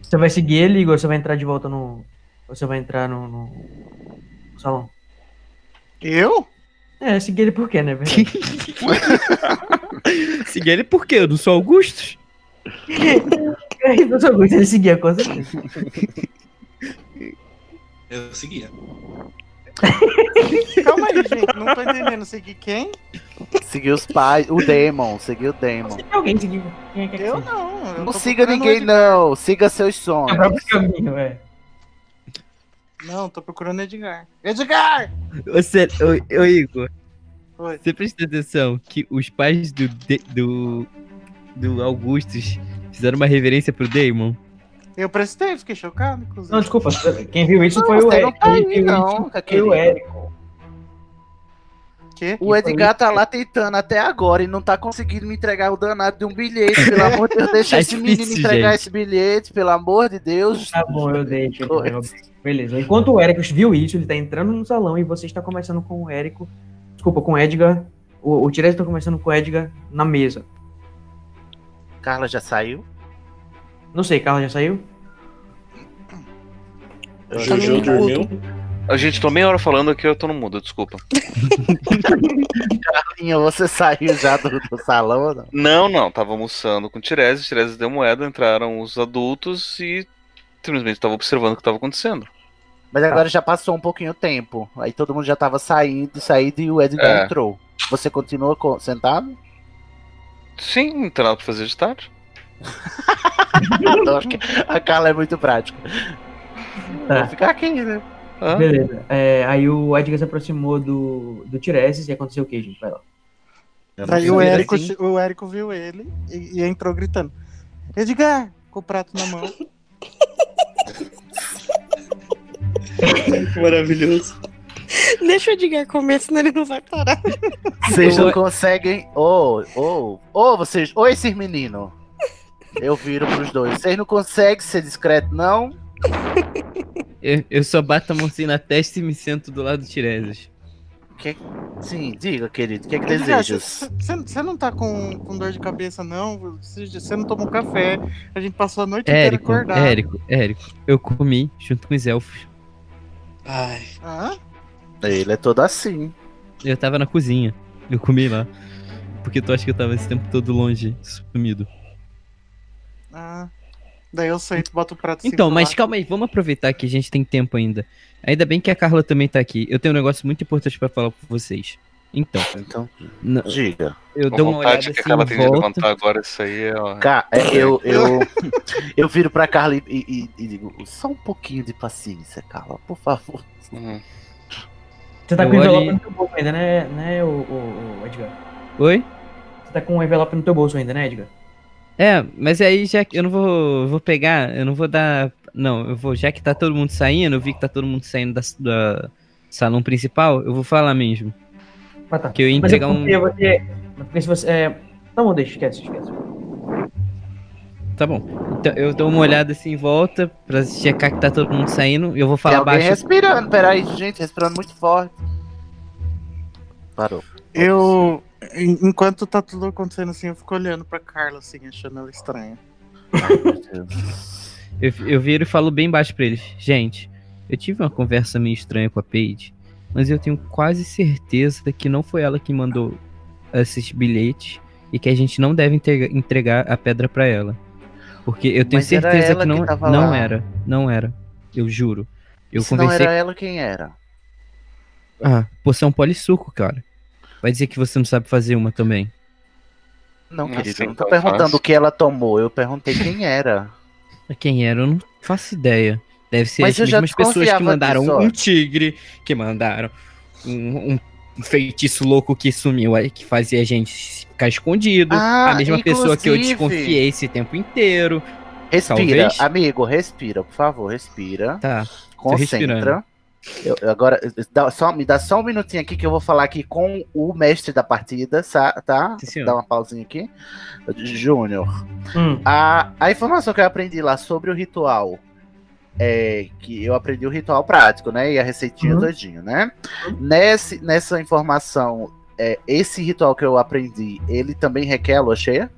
[SPEAKER 1] Você vai seguir ele, Igor? Você vai entrar de volta no. Ou você vai entrar no, no- no salão?
[SPEAKER 4] Eu?
[SPEAKER 1] É, seguir ele por quê, né? Verdade.
[SPEAKER 3] Seguir ele por quê? Eu não sou Augustus?
[SPEAKER 1] É, eu só gosto de ele seguir, com certeza.
[SPEAKER 8] Eu seguia.
[SPEAKER 4] Calma aí, gente. Não tô entendendo. Seguir quem?
[SPEAKER 2] Seguir os pais, o Demon, seguir o Demon.
[SPEAKER 1] Tem alguém seguindo. Quem é que
[SPEAKER 4] Eu não. eu
[SPEAKER 2] Não
[SPEAKER 4] tô
[SPEAKER 2] siga
[SPEAKER 4] procurando
[SPEAKER 2] ninguém,
[SPEAKER 4] o
[SPEAKER 2] não. Siga seus
[SPEAKER 1] É o
[SPEAKER 2] sonhos.
[SPEAKER 1] próprio caminho, é.
[SPEAKER 4] Edgar. Não, tô procurando o Edgar. Edgar!
[SPEAKER 3] Você, ô, ô, Igor,
[SPEAKER 4] Oi.
[SPEAKER 3] você presta atenção que os pais do, De- do, do Augustus fizeram uma reverência pro Damon?
[SPEAKER 4] Eu prestei, fiquei chocado, inclusive.
[SPEAKER 1] Não, desculpa. Quem viu isso foi o
[SPEAKER 2] Você não
[SPEAKER 1] Eric.
[SPEAKER 2] tá
[SPEAKER 1] Quem viu
[SPEAKER 2] aí,
[SPEAKER 1] isso
[SPEAKER 2] não.
[SPEAKER 1] foi o
[SPEAKER 2] querido.
[SPEAKER 1] Eric.
[SPEAKER 4] Quê?
[SPEAKER 2] O Edgar tá lá tentando até agora e não tá conseguindo me entregar o danado de um bilhete. Pelo amor de Deus, deixa
[SPEAKER 3] Tá
[SPEAKER 2] esse menino
[SPEAKER 3] difícil,
[SPEAKER 2] entregar
[SPEAKER 3] gente.
[SPEAKER 2] esse bilhete, pelo amor de Deus.
[SPEAKER 1] Tá bom, eu deixo. eu
[SPEAKER 2] Coisa.
[SPEAKER 1] deixo. Beleza. Enquanto o Eric viu isso, ele tá entrando no salão e você está conversando com o Eric. Desculpa, com o Edgar. O, o Tiresias tá conversando com o Edgar na mesa.
[SPEAKER 2] Carla já saiu?
[SPEAKER 1] Não sei, Carla já saiu?
[SPEAKER 8] Jojo dormiu.
[SPEAKER 5] A gente tô meia hora falando aqui, eu tô no mudo, desculpa.
[SPEAKER 2] Carlinha, você saiu já do, do salão ou não?
[SPEAKER 5] Não, não, tava almoçando com o Tiresias, o Tiresias deu moeda, entraram os adultos e simplesmente tava observando o que tava acontecendo.
[SPEAKER 2] Mas agora já passou um pouquinho o tempo. Aí todo mundo já tava saindo, saindo e o Edgar
[SPEAKER 5] É.
[SPEAKER 2] entrou. Você continua co- sentado?
[SPEAKER 5] Sim, não tem nada pra fazer de tarde.
[SPEAKER 2] Adoro que a Carla é muito prática. Vou ficar aqui, né?
[SPEAKER 5] Ah,
[SPEAKER 1] É. Beleza. É, aí o Edgar se aproximou do, do Tiresias e aconteceu o que, gente? Vai lá.
[SPEAKER 4] Daí o
[SPEAKER 2] sei,
[SPEAKER 4] Érico,
[SPEAKER 2] assim.
[SPEAKER 4] o Érico viu ele e, e entrou gritando. Edgar! Com o prato na mão.
[SPEAKER 8] Que maravilhoso.
[SPEAKER 6] Deixa o Edgar comer, senão ele não vai parar.
[SPEAKER 2] Vocês
[SPEAKER 3] Eu-
[SPEAKER 2] não conseguem. Ô, ô, ô, vocês. Ô, esses meninos. Eu viro pros dois. Vocês não conseguem ser discreto, não?
[SPEAKER 3] Eu, eu só bato a mãozinha na testa e me sento do lado do Tiresias.
[SPEAKER 2] Sim, diga, querido. O que é que
[SPEAKER 4] Edgar,
[SPEAKER 2] desejas?
[SPEAKER 4] Você não tá com, com dor de cabeça, não? Você não tomou café. A gente passou a noite inteira
[SPEAKER 3] Érico,
[SPEAKER 4] acordado.
[SPEAKER 3] Érico, Érico, eu comi junto com os elfos.
[SPEAKER 8] Ai.
[SPEAKER 4] Hã?
[SPEAKER 2] Ele é todo assim.
[SPEAKER 3] Eu tava na cozinha. Eu comi lá. Porque tu acha que eu tava esse tempo todo longe, sumido.
[SPEAKER 4] Ah. Daí eu sento, boto o prato assim
[SPEAKER 3] Então,
[SPEAKER 4] pra
[SPEAKER 3] mas
[SPEAKER 4] lá.
[SPEAKER 3] calma aí, vamos aproveitar que a gente tem tempo ainda. Ainda bem que a Carla também tá aqui. Eu tenho um negócio muito importante pra falar com vocês. Então,
[SPEAKER 2] Então,
[SPEAKER 3] n-
[SPEAKER 2] diga.
[SPEAKER 3] eu
[SPEAKER 5] com
[SPEAKER 3] dou uma olhada
[SPEAKER 5] vontade
[SPEAKER 3] assim
[SPEAKER 5] que aquela
[SPEAKER 3] em
[SPEAKER 5] tem de
[SPEAKER 3] volta.
[SPEAKER 5] levantar agora, isso aí é. ó.
[SPEAKER 2] Ca- é, eu, eu, eu viro pra Carla e, e- e digo: só um pouquinho de paciência, Carla, por favor.
[SPEAKER 5] Uhum.
[SPEAKER 1] Você tá
[SPEAKER 3] Eu
[SPEAKER 1] com o envelope
[SPEAKER 3] olhei-
[SPEAKER 1] no teu bolso ainda, né, né o, o- o Edgar?
[SPEAKER 3] Oi?
[SPEAKER 1] Você tá com o envelope no teu bolso ainda, né, Edgar?
[SPEAKER 3] É, mas aí já que eu não vou, vou pegar, eu não vou dar. Não, eu vou, já que tá todo mundo saindo, eu vi que tá todo mundo saindo da, da salão principal, eu vou falar mesmo.
[SPEAKER 1] Ah, tá.
[SPEAKER 3] Que eu ia
[SPEAKER 1] Mas é
[SPEAKER 3] entregar um.
[SPEAKER 1] porque você- mas porque se você... É... Tá bom, deixa, esquece, esquece.
[SPEAKER 3] Tá bom. Então eu dou uma olhada assim em volta pra checar que tá todo mundo saindo. E eu vou
[SPEAKER 2] Tem
[SPEAKER 3] falar
[SPEAKER 2] alguém
[SPEAKER 3] baixo.
[SPEAKER 2] respirando, peraí, gente, respirando muito forte. Parou.
[SPEAKER 4] Eu, en- enquanto tá tudo acontecendo assim, eu fico olhando pra Carla, assim, achando ela estranha.
[SPEAKER 3] Eu, eu viro e falo bem baixo pra eles. Gente, eu tive uma conversa meio estranha com a Paige, mas eu tenho quase certeza que não foi ela que mandou esses bilhetes e que a gente não deve entregar, entregar a pedra pra ela. Porque eu tenho
[SPEAKER 2] Mas era
[SPEAKER 3] certeza
[SPEAKER 2] ela
[SPEAKER 3] que não,
[SPEAKER 2] que tava
[SPEAKER 3] não
[SPEAKER 2] lá.
[SPEAKER 3] era. Não era. Eu juro. Eu
[SPEAKER 2] Se não
[SPEAKER 3] conversei.
[SPEAKER 2] era ela, quem era?
[SPEAKER 3] Ah, poção polissuco, cara. Vai dizer que você não sabe fazer uma também.
[SPEAKER 2] Não,
[SPEAKER 5] Não
[SPEAKER 2] querido,
[SPEAKER 5] sei,
[SPEAKER 2] eu não tô
[SPEAKER 5] então
[SPEAKER 2] perguntando
[SPEAKER 5] faço.
[SPEAKER 2] o que ela tomou, eu perguntei quem era.
[SPEAKER 3] Quem era, eu não faço ideia. Deve ser
[SPEAKER 2] Mas eu
[SPEAKER 3] as
[SPEAKER 2] já
[SPEAKER 3] mesmas pessoas que
[SPEAKER 2] desconfiava
[SPEAKER 3] mandaram
[SPEAKER 2] disso, ó.
[SPEAKER 3] um tigre, que mandaram um, um feitiço louco que sumiu, aí que fazia a gente ficar escondido.
[SPEAKER 2] Ah,
[SPEAKER 3] a mesma pessoa que eu
[SPEAKER 2] inclusive.
[SPEAKER 3] desconfiei esse tempo inteiro.
[SPEAKER 2] Respira,
[SPEAKER 3] Talvez.
[SPEAKER 2] amigo, respira, por favor, respira.
[SPEAKER 3] Tá.
[SPEAKER 2] Concentra.
[SPEAKER 3] respirando.
[SPEAKER 2] Eu, eu agora, dá- só, me dá só um minutinho aqui que eu vou falar aqui com o mestre da partida, sa- tá?
[SPEAKER 3] Sim, senhor.
[SPEAKER 2] Dá uma pausinha aqui. Júnior.
[SPEAKER 1] Hum,
[SPEAKER 2] A, a informação que eu aprendi lá sobre o ritual é que eu aprendi o ritual prático, né? E a receitinha
[SPEAKER 1] Uhum.
[SPEAKER 2] doidinho, né?
[SPEAKER 3] Uhum.
[SPEAKER 2] Nesse, nessa informação, é, esse ritual que eu aprendi, ele também requer a lua cheia?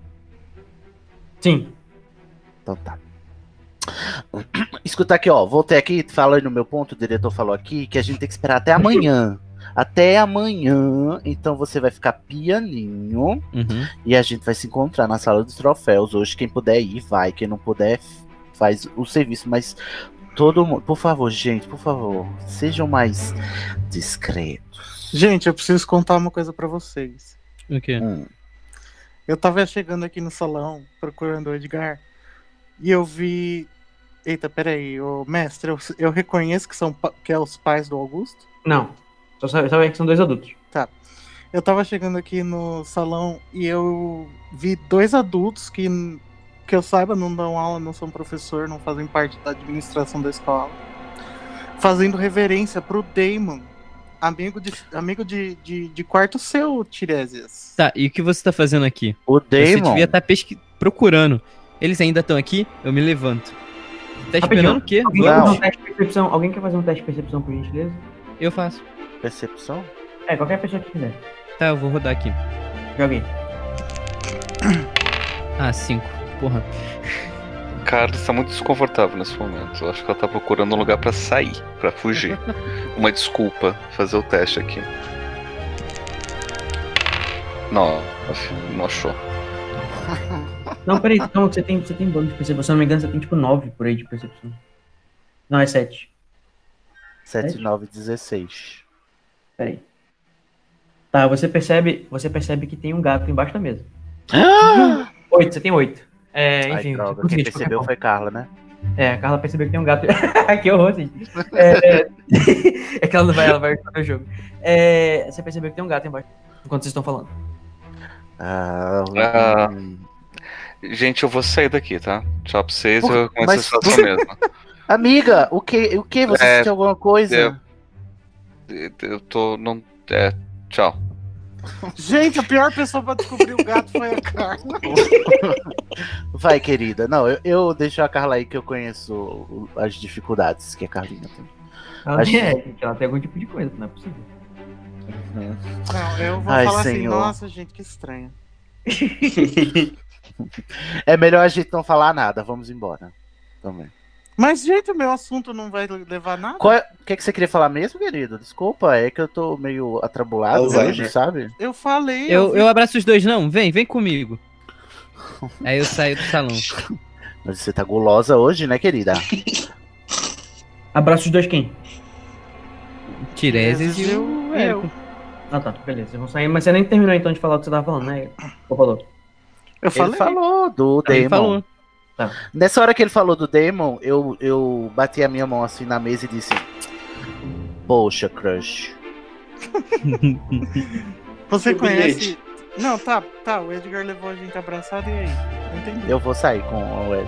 [SPEAKER 1] sim.
[SPEAKER 2] Então tá. Escuta aqui, ó. Voltei aqui, falando no meu ponto, o diretor falou aqui que a gente tem que esperar até amanhã. Até amanhã, então você vai ficar pianinho
[SPEAKER 3] Uhum.
[SPEAKER 2] e a gente vai se encontrar na sala dos troféus hoje. Quem puder ir, vai. Quem não puder, f- faz o serviço. Mas Todo mundo, por favor, gente, por favor, sejam mais discretos.
[SPEAKER 4] Gente, eu preciso contar uma coisa pra vocês.
[SPEAKER 3] O quê?
[SPEAKER 2] Hum.
[SPEAKER 4] Eu tava chegando aqui no salão procurando o Edgar e eu vi. Eita, peraí, ô, mestre, eu, eu reconheço que são pa- que é os pais do Augusto. Tá.
[SPEAKER 1] Não. Só Então, sabe, sabe que são dois adultos.
[SPEAKER 4] Eu tava chegando aqui no salão e eu vi dois adultos que, que eu saiba, não dão aula, não são professor, não fazem parte da administração da escola, fazendo reverência pro Damon, amigo de, amigo de, de, de quarto seu, Tiresias.
[SPEAKER 3] Tá, e o que você tá fazendo aqui?
[SPEAKER 2] O
[SPEAKER 3] Você
[SPEAKER 2] Damon.
[SPEAKER 3] devia estar pesqui- procurando. Eles ainda estão aqui? Eu me levanto. Tá esperando o quê?
[SPEAKER 1] Alguém quer
[SPEAKER 2] Não.
[SPEAKER 1] fazer um teste de percepção? Alguém quer fazer um teste de percepção, por gentileza?
[SPEAKER 3] Eu faço.
[SPEAKER 2] Percepção?
[SPEAKER 1] É, qualquer pessoa que quiser.
[SPEAKER 3] Tá, eu vou rodar aqui.
[SPEAKER 1] Joguei.
[SPEAKER 3] Ah, cinco. Porra.
[SPEAKER 5] Carlos tá muito desconfortável nesse momento. Eu acho que ela tá procurando um lugar pra sair, pra fugir. Uma desculpa, fazer o teste aqui. Não, não achou.
[SPEAKER 1] Não, peraí, então você tem, você tem bônus de percepção. Se eu não me engano, você tem tipo 9 por aí de percepção. Não, é 7.
[SPEAKER 2] 7,
[SPEAKER 1] É?
[SPEAKER 2] 9, 16.
[SPEAKER 1] Peraí. Tá, você percebe, você percebe que tem um gato embaixo da mesa.
[SPEAKER 2] Ah!
[SPEAKER 1] 8, você tem 8. É, enfim.
[SPEAKER 2] Ai, droga,
[SPEAKER 1] consegui,
[SPEAKER 2] quem
[SPEAKER 1] de qualquer
[SPEAKER 2] percebeu
[SPEAKER 1] forma.
[SPEAKER 2] foi Carla, né?
[SPEAKER 1] É, a Carla percebeu que tem um gato. que horror, gente. É, é- é que ela não vai, ela vai jogar o jogo. É, você percebeu que tem um gato embaixo. Enquanto vocês estão falando.
[SPEAKER 2] Ah,
[SPEAKER 5] Ah.
[SPEAKER 2] hum.
[SPEAKER 5] Gente, eu vou sair daqui, tá? Tchau pra vocês,
[SPEAKER 2] Por-
[SPEAKER 5] eu começo
[SPEAKER 2] mas
[SPEAKER 5] a situação
[SPEAKER 2] você-
[SPEAKER 5] mesmo.
[SPEAKER 2] Amiga, o que? O que? Você
[SPEAKER 5] É,
[SPEAKER 2] sentiu alguma coisa?
[SPEAKER 5] eu- Eu tô. Não, é, tchau.
[SPEAKER 4] Gente, a pior pessoa pra descobrir o gato foi a Carla.
[SPEAKER 2] Vai, querida. Não, eu, eu deixo a Carla aí que eu conheço o- as dificuldades que a Carlinha tem.
[SPEAKER 1] Ela,
[SPEAKER 2] Acho-
[SPEAKER 1] é, gente, ela tem algum tipo de coisa, não é possível.
[SPEAKER 4] Não, eu vou
[SPEAKER 2] Ai,
[SPEAKER 4] falar assim,
[SPEAKER 2] senhor.
[SPEAKER 4] nossa, gente, que estranho.
[SPEAKER 2] É melhor a gente não falar nada, vamos embora. Também.
[SPEAKER 4] Mas, gente, o meu assunto não vai levar nada.
[SPEAKER 2] Qual é- O que, é que você queria falar mesmo, querido? Desculpa, é que eu tô meio atrabulado hoje,
[SPEAKER 4] né?
[SPEAKER 8] Alzheimer.
[SPEAKER 2] sabe?
[SPEAKER 4] Eu falei,
[SPEAKER 3] Eu, eu abraço os dois, não? Vem, vem comigo. Aí eu saio do salão.
[SPEAKER 2] Mas você tá gulosa hoje, né, querida?
[SPEAKER 1] Abraço os dois quem?
[SPEAKER 3] Tireses e o
[SPEAKER 4] Eu-
[SPEAKER 3] Érico.
[SPEAKER 1] Ah tá, beleza. Vocês vão sair, mas você nem terminou então de falar o que você tava falando, né? Ou falou?
[SPEAKER 4] eu
[SPEAKER 2] Ele
[SPEAKER 4] falei.
[SPEAKER 2] falou do Damon.
[SPEAKER 3] Ele
[SPEAKER 2] Ah.
[SPEAKER 3] falou. Ah.
[SPEAKER 2] Nessa hora que ele falou do Damon, eu, eu bati a minha mão assim na mesa e disse: Poxa, crush.
[SPEAKER 4] Você
[SPEAKER 8] Seu
[SPEAKER 4] conhece. Não, tá, tá. O Edgar levou a gente abraçado e aí? Não entendi.
[SPEAKER 2] Eu vou sair com o Ed.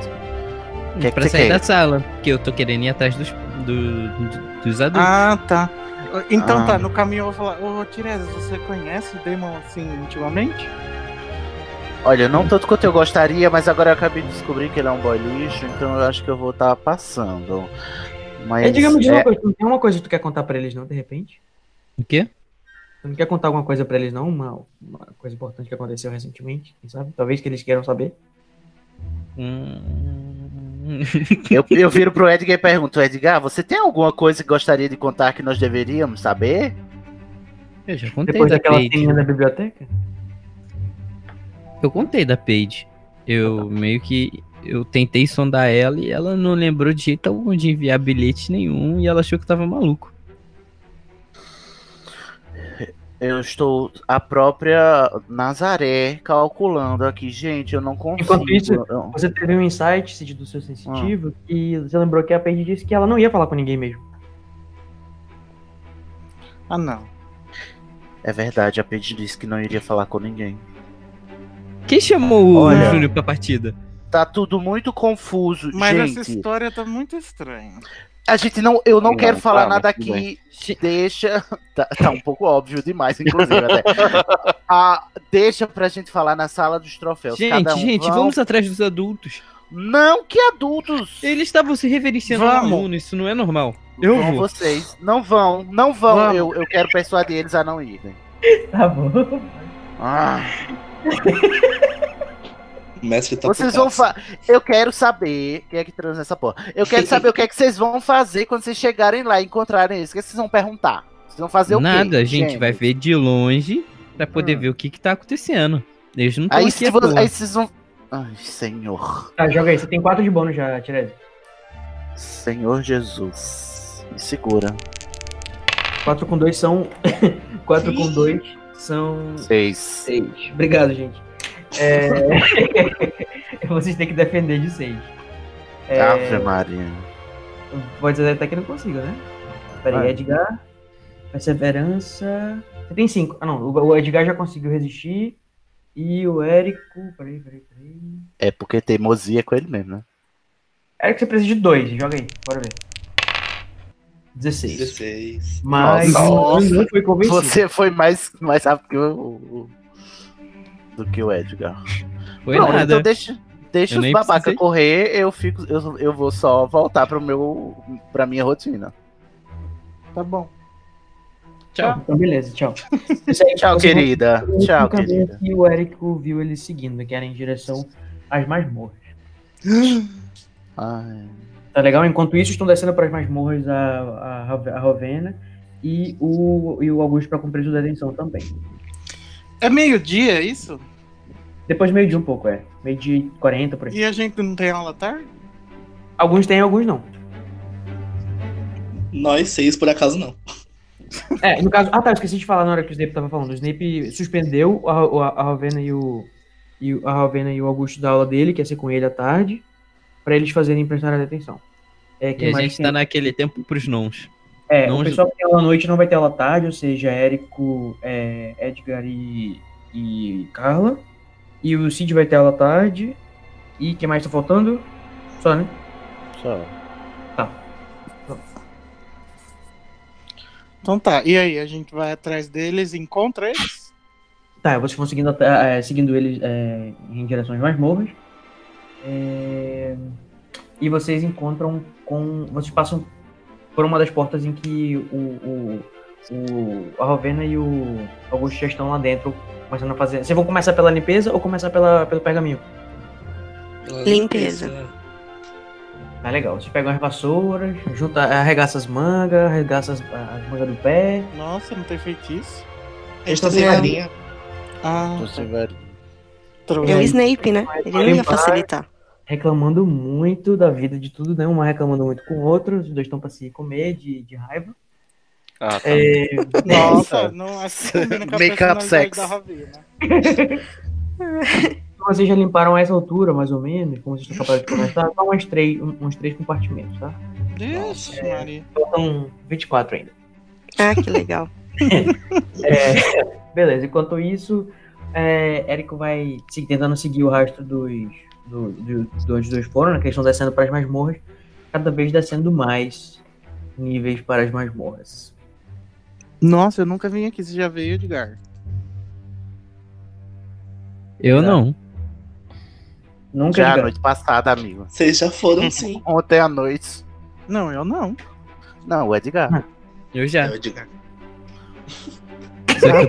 [SPEAKER 2] Que é que
[SPEAKER 3] Hum, pra
[SPEAKER 2] você
[SPEAKER 3] sair
[SPEAKER 2] quer?
[SPEAKER 3] da sala. Porque eu tô querendo ir atrás dos, do- dos adultos.
[SPEAKER 4] Ah, tá. Então
[SPEAKER 2] Ah.
[SPEAKER 4] tá, no caminho eu vou falar, ô Tiresias, você conhece o Damon assim intimamente?
[SPEAKER 2] Olha, não tanto quanto eu gostaria, mas agora eu acabei de descobrir que ele é um boy lixo, então eu acho que eu vou estar passando. Mas.
[SPEAKER 1] É, digamos de uma
[SPEAKER 2] é,
[SPEAKER 1] coisa, não tem uma coisa que tu quer contar pra eles não, de repente?
[SPEAKER 3] O quê?
[SPEAKER 1] Tu não quer contar alguma coisa pra eles não? Uma, uma coisa importante que aconteceu recentemente, quem sabe? Talvez que eles queiram saber.
[SPEAKER 3] Hum...
[SPEAKER 2] eu, eu viro pro Edgar e pergunto: Edgar, você tem alguma coisa que gostaria de contar que nós deveríamos saber?
[SPEAKER 3] Eu já contei
[SPEAKER 1] Depois
[SPEAKER 3] da
[SPEAKER 1] daquela
[SPEAKER 3] Paige.
[SPEAKER 1] ceninha da biblioteca?
[SPEAKER 3] Eu contei da Paige.
[SPEAKER 2] Ah, tá.
[SPEAKER 3] Eu meio que. Eu tentei sondar ela e ela não lembrou de jeito algum de enviar bilhete nenhum e ela achou que eu tava maluco.
[SPEAKER 2] Eu estou a própria Nazaré calculando aqui, gente, eu não consigo.
[SPEAKER 1] Enquanto isso-
[SPEAKER 2] eu-
[SPEAKER 1] Você teve um insight Cid, do seu sensitivo que você lembrou que a Paige disse que ela não ia falar com ninguém mesmo.
[SPEAKER 4] Ah, não.
[SPEAKER 2] É verdade, a Paige disse que não iria falar com ninguém.
[SPEAKER 3] Quem chamou
[SPEAKER 2] Olha.
[SPEAKER 3] o Júlio pra partida?
[SPEAKER 2] Tá tudo muito confuso,
[SPEAKER 4] Mas essa
[SPEAKER 2] gente.
[SPEAKER 4] história tá muito estranha.
[SPEAKER 2] A gente não, eu não,
[SPEAKER 5] Não,
[SPEAKER 2] quero falar
[SPEAKER 5] tá,
[SPEAKER 2] nada
[SPEAKER 5] mas tudo
[SPEAKER 2] aqui. Deixa, tá, tá um pouco óbvio demais, inclusive. Até. Ah, deixa pra gente falar na sala dos troféus.
[SPEAKER 3] Gente,
[SPEAKER 2] Cada um
[SPEAKER 3] gente,
[SPEAKER 2] vão-
[SPEAKER 3] vamos atrás dos adultos.
[SPEAKER 2] Não que adultos.
[SPEAKER 3] Eles estavam se reverenciando ao
[SPEAKER 4] Vamos.
[SPEAKER 3] aluno, isso não é normal. Eu
[SPEAKER 2] vão
[SPEAKER 3] vou.
[SPEAKER 2] vocês. Não vão, não vão.
[SPEAKER 4] Vamos.
[SPEAKER 2] Eu, eu quero persuadir eles a não irem.
[SPEAKER 1] Tá bom.
[SPEAKER 2] Ah.
[SPEAKER 8] O mestre tá
[SPEAKER 2] Vocês
[SPEAKER 8] putaço.
[SPEAKER 2] vão fa... Eu quero saber quem é que transa essa porra. Eu quero saber o que é que vocês vão fazer quando vocês chegarem lá e encontrarem eles. O que vocês vão perguntar? Vocês vão fazer o quê?
[SPEAKER 3] Nada, a gente
[SPEAKER 2] gente?
[SPEAKER 3] vai ver de longe pra poder
[SPEAKER 2] Hum.
[SPEAKER 3] ver o que que tá acontecendo. Eles não estão
[SPEAKER 2] Aí,
[SPEAKER 3] aqui
[SPEAKER 2] se
[SPEAKER 3] à
[SPEAKER 2] vo-
[SPEAKER 3] toa.
[SPEAKER 2] aí vocês vão. Ai, senhor.
[SPEAKER 1] Tá, joga aí. Você tem 4 de bônus já, Tirese.
[SPEAKER 2] Senhor Jesus. Me segura.
[SPEAKER 1] 4 com 2 são. 4 com 2 são.
[SPEAKER 2] Seis.
[SPEAKER 1] 6. Obrigado, gente. É... Vocês têm que defender de 6. É.
[SPEAKER 2] Ave Maria.
[SPEAKER 1] Pode ser até que não consiga, né? Peraí,
[SPEAKER 2] Vai.
[SPEAKER 1] Edgar. Perseverança. Você tem 5. Ah, não. O o Edgar já conseguiu resistir. E o Érico. Peraí, peraí, peraí.
[SPEAKER 2] É porque teimosia é com ele mesmo, né?
[SPEAKER 1] Érico, você precisa de 2. Joga aí. Bora ver. 16.
[SPEAKER 8] 16.
[SPEAKER 1] Mas
[SPEAKER 2] Nossa.
[SPEAKER 1] um. não foi convencido.
[SPEAKER 2] Você foi mais, mais rápido que o, o- do que o Edgar.
[SPEAKER 3] Foi
[SPEAKER 2] Pronto,
[SPEAKER 3] nada.
[SPEAKER 2] então deixa, deixa
[SPEAKER 3] Eu
[SPEAKER 2] os
[SPEAKER 3] nem
[SPEAKER 2] babacas
[SPEAKER 3] precisei.
[SPEAKER 2] correr, eu fico, eu, eu vou só voltar pro meu, pra minha rotina.
[SPEAKER 4] Tá bom. Tá?
[SPEAKER 3] Tchau.
[SPEAKER 1] Então, beleza, tchau.
[SPEAKER 2] Tchau,
[SPEAKER 1] Você-
[SPEAKER 2] querida.
[SPEAKER 1] O
[SPEAKER 2] Tchau,
[SPEAKER 1] único caminho
[SPEAKER 2] querida.
[SPEAKER 1] que o Érico viu ele seguindo, que era em direção às masmorras.
[SPEAKER 2] Ai,
[SPEAKER 1] Tá legal? Enquanto isso, estão descendo para as masmorras a, a, Rave- a Rovena e o, e o Augusto para cumprir sua detenção também.
[SPEAKER 4] É meio-dia, é isso?
[SPEAKER 1] Depois meio dia um pouco, é. Meio dia e 40 por aí.
[SPEAKER 4] E a gente não tem aula à tarde?
[SPEAKER 1] Alguns tem, alguns não.
[SPEAKER 8] Nós seis, por acaso, não.
[SPEAKER 1] É, no caso. Ah, tá, eu esqueci de falar na hora que o Snape tava falando. O Snape suspendeu a, a, a Ravena e o. E o- a Ravena e o Augusto da aula dele, que ia ser com ele à tarde, para eles fazerem prestar atenção. É,
[SPEAKER 3] E
[SPEAKER 1] quem
[SPEAKER 3] a
[SPEAKER 1] mais
[SPEAKER 3] gente
[SPEAKER 1] tem?
[SPEAKER 3] tá naquele tempo pros nons.
[SPEAKER 1] É,
[SPEAKER 3] Não
[SPEAKER 1] o
[SPEAKER 3] ajuda.
[SPEAKER 1] pessoal que tem aula à noite não vai ter aula à tarde, ou seja, Érico, é, Edgar e, e Carla. E o Cid vai ter aula à tarde. E quem mais tá faltando? Só, né? Tá.
[SPEAKER 2] tchau.
[SPEAKER 4] Então tá. E aí, a gente vai atrás deles, encontra eles?
[SPEAKER 1] Tá, vocês vão seguindo, a- é, seguindo eles é, em direções mais morras. É, e vocês encontram com. Vocês passam por uma das portas em que o, o, o- a Rovena e o Augusto já estão lá dentro começando a fazer. Vocês vão começar pela limpeza ou começar pela, pelo pergaminho?
[SPEAKER 8] Pela
[SPEAKER 6] Limpeza.
[SPEAKER 1] Tá legal. Vocês pegam as vassouras, junta, arregaça as mangas, arregaça as, as mangas do pé.
[SPEAKER 4] Nossa, não tem feitiço? É.
[SPEAKER 8] A gente tá sem varinha.
[SPEAKER 4] Ah,
[SPEAKER 2] Tô sem varinha.
[SPEAKER 6] É o
[SPEAKER 4] trouxe.
[SPEAKER 6] Snape, né? Ele não ia facilitar.
[SPEAKER 1] reclamando muito da vida de tudo, né? Uma reclamando muito com o outro, os dois estão pra se comer de, de raiva.
[SPEAKER 5] Ah, tá.
[SPEAKER 1] É,
[SPEAKER 4] Nossa,
[SPEAKER 6] É.
[SPEAKER 4] não acho que combina com a personalidade
[SPEAKER 2] Make-up sex.
[SPEAKER 4] da né? Ravina.
[SPEAKER 1] então vocês já limparam a essa altura, mais ou menos, como vocês estão capazes de começar, só umas três, um- uns três compartimentos, tá?
[SPEAKER 4] Deus, Maria.
[SPEAKER 1] Faltam 24 ainda.
[SPEAKER 6] Ah, que legal.
[SPEAKER 1] Beleza, enquanto isso, é, Érico vai se- tentando seguir o rastro dos, do, do, de onde os dois foram, né, que eles estão descendo para as masmorras, cada vez descendo mais níveis para as masmorras.
[SPEAKER 4] Nossa, eu nunca vim aqui, você já veio, Edgar.
[SPEAKER 3] Eu
[SPEAKER 1] Tá.
[SPEAKER 3] não.
[SPEAKER 1] Nunca
[SPEAKER 2] Já a
[SPEAKER 1] diga-
[SPEAKER 2] noite passada, amigo.
[SPEAKER 8] Vocês já foram, sim.
[SPEAKER 2] Ontem à noite.
[SPEAKER 4] Não, eu não.
[SPEAKER 2] Não, o Edgar.
[SPEAKER 1] Ah.
[SPEAKER 3] Eu já.
[SPEAKER 8] Eu digo,
[SPEAKER 3] Só que eu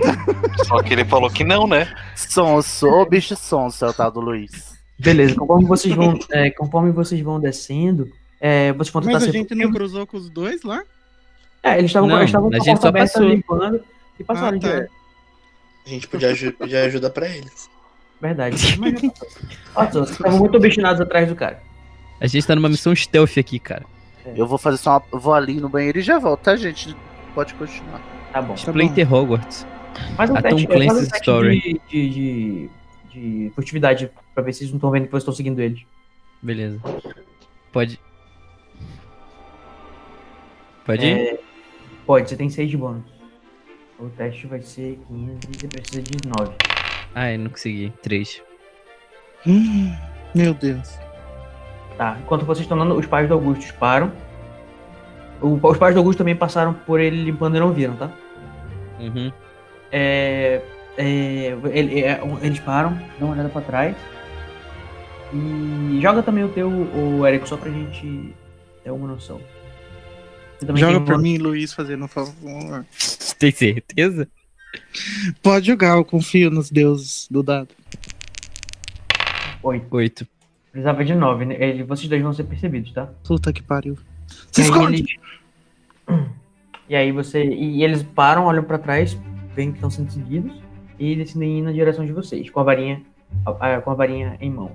[SPEAKER 3] tô-
[SPEAKER 5] Só que ele falou que não, né?
[SPEAKER 2] Sonso, ô bicho sonso, é o tal do Luiz.
[SPEAKER 1] Beleza, conforme vocês vão, é, conforme vocês vão descendo, é, vocês vão tentar
[SPEAKER 4] Mas a
[SPEAKER 1] ser.
[SPEAKER 4] gente não cruzou com os dois lá?
[SPEAKER 1] É, eles estavam
[SPEAKER 3] Não,
[SPEAKER 1] eles estavam
[SPEAKER 3] a
[SPEAKER 1] com a né?
[SPEAKER 3] gente
[SPEAKER 1] porta
[SPEAKER 3] só
[SPEAKER 1] aberta
[SPEAKER 3] passou.
[SPEAKER 1] limpando e passaram
[SPEAKER 4] Ah, tá.
[SPEAKER 1] direto.
[SPEAKER 8] A gente podia aju- pedir ajuda pra eles.
[SPEAKER 1] Verdade. Mas já passou. Nossa, vocês estavam muito obstinados atrás do cara.
[SPEAKER 3] A gente tá numa missão stealth aqui, cara.
[SPEAKER 2] Eu vou fazer só uma. Vou ali no banheiro e já volto, tá, gente? Pode continuar.
[SPEAKER 1] Tá
[SPEAKER 4] Tá
[SPEAKER 1] bom.
[SPEAKER 4] bom.
[SPEAKER 3] Splinter é Hogwarts.
[SPEAKER 1] Faz um
[SPEAKER 3] A
[SPEAKER 1] teste,
[SPEAKER 3] Tom Clancy's
[SPEAKER 1] faz um teste
[SPEAKER 3] então Story.
[SPEAKER 1] de, de, de, de furtividade pra ver se vocês não estão vendo que vocês estão seguindo eles. É,
[SPEAKER 3] Beleza. Pode. Pode ir?
[SPEAKER 1] É, pode, você tem 6 de bônus. O teste vai ser 15 e você precisa de 9.
[SPEAKER 3] Ai, não consegui. Três.
[SPEAKER 4] Hum, meu Deus.
[SPEAKER 1] Tá, enquanto vocês estão andando, os pais do Augusto param. O- os pais do Augusto também passaram por ele limpando e não viram, tá?
[SPEAKER 3] Uhum.
[SPEAKER 1] É, é, ele- é, um- eles param, dão uma olhada pra trás. E joga também o teu, o Érico, só pra gente ter uma noção. Você também
[SPEAKER 4] Joga
[SPEAKER 1] tem
[SPEAKER 4] pra
[SPEAKER 1] bônus-
[SPEAKER 4] mim, Luiz, fazendo um favor.
[SPEAKER 3] Tem certeza?
[SPEAKER 4] Pode jogar, eu confio nos deuses do dado.
[SPEAKER 1] Oito.
[SPEAKER 3] Oito.
[SPEAKER 1] Precisava de nove, né? Ele, vocês dois vão ser percebidos, tá?
[SPEAKER 4] Puta que pariu.
[SPEAKER 1] E
[SPEAKER 4] Se
[SPEAKER 1] aí
[SPEAKER 4] esconde!
[SPEAKER 1] eles- E aí você. E eles param, olham pra trás, veem que estão sendo seguidos e decidem ir na direção de vocês, com a varinha, a- a- com a varinha em mão.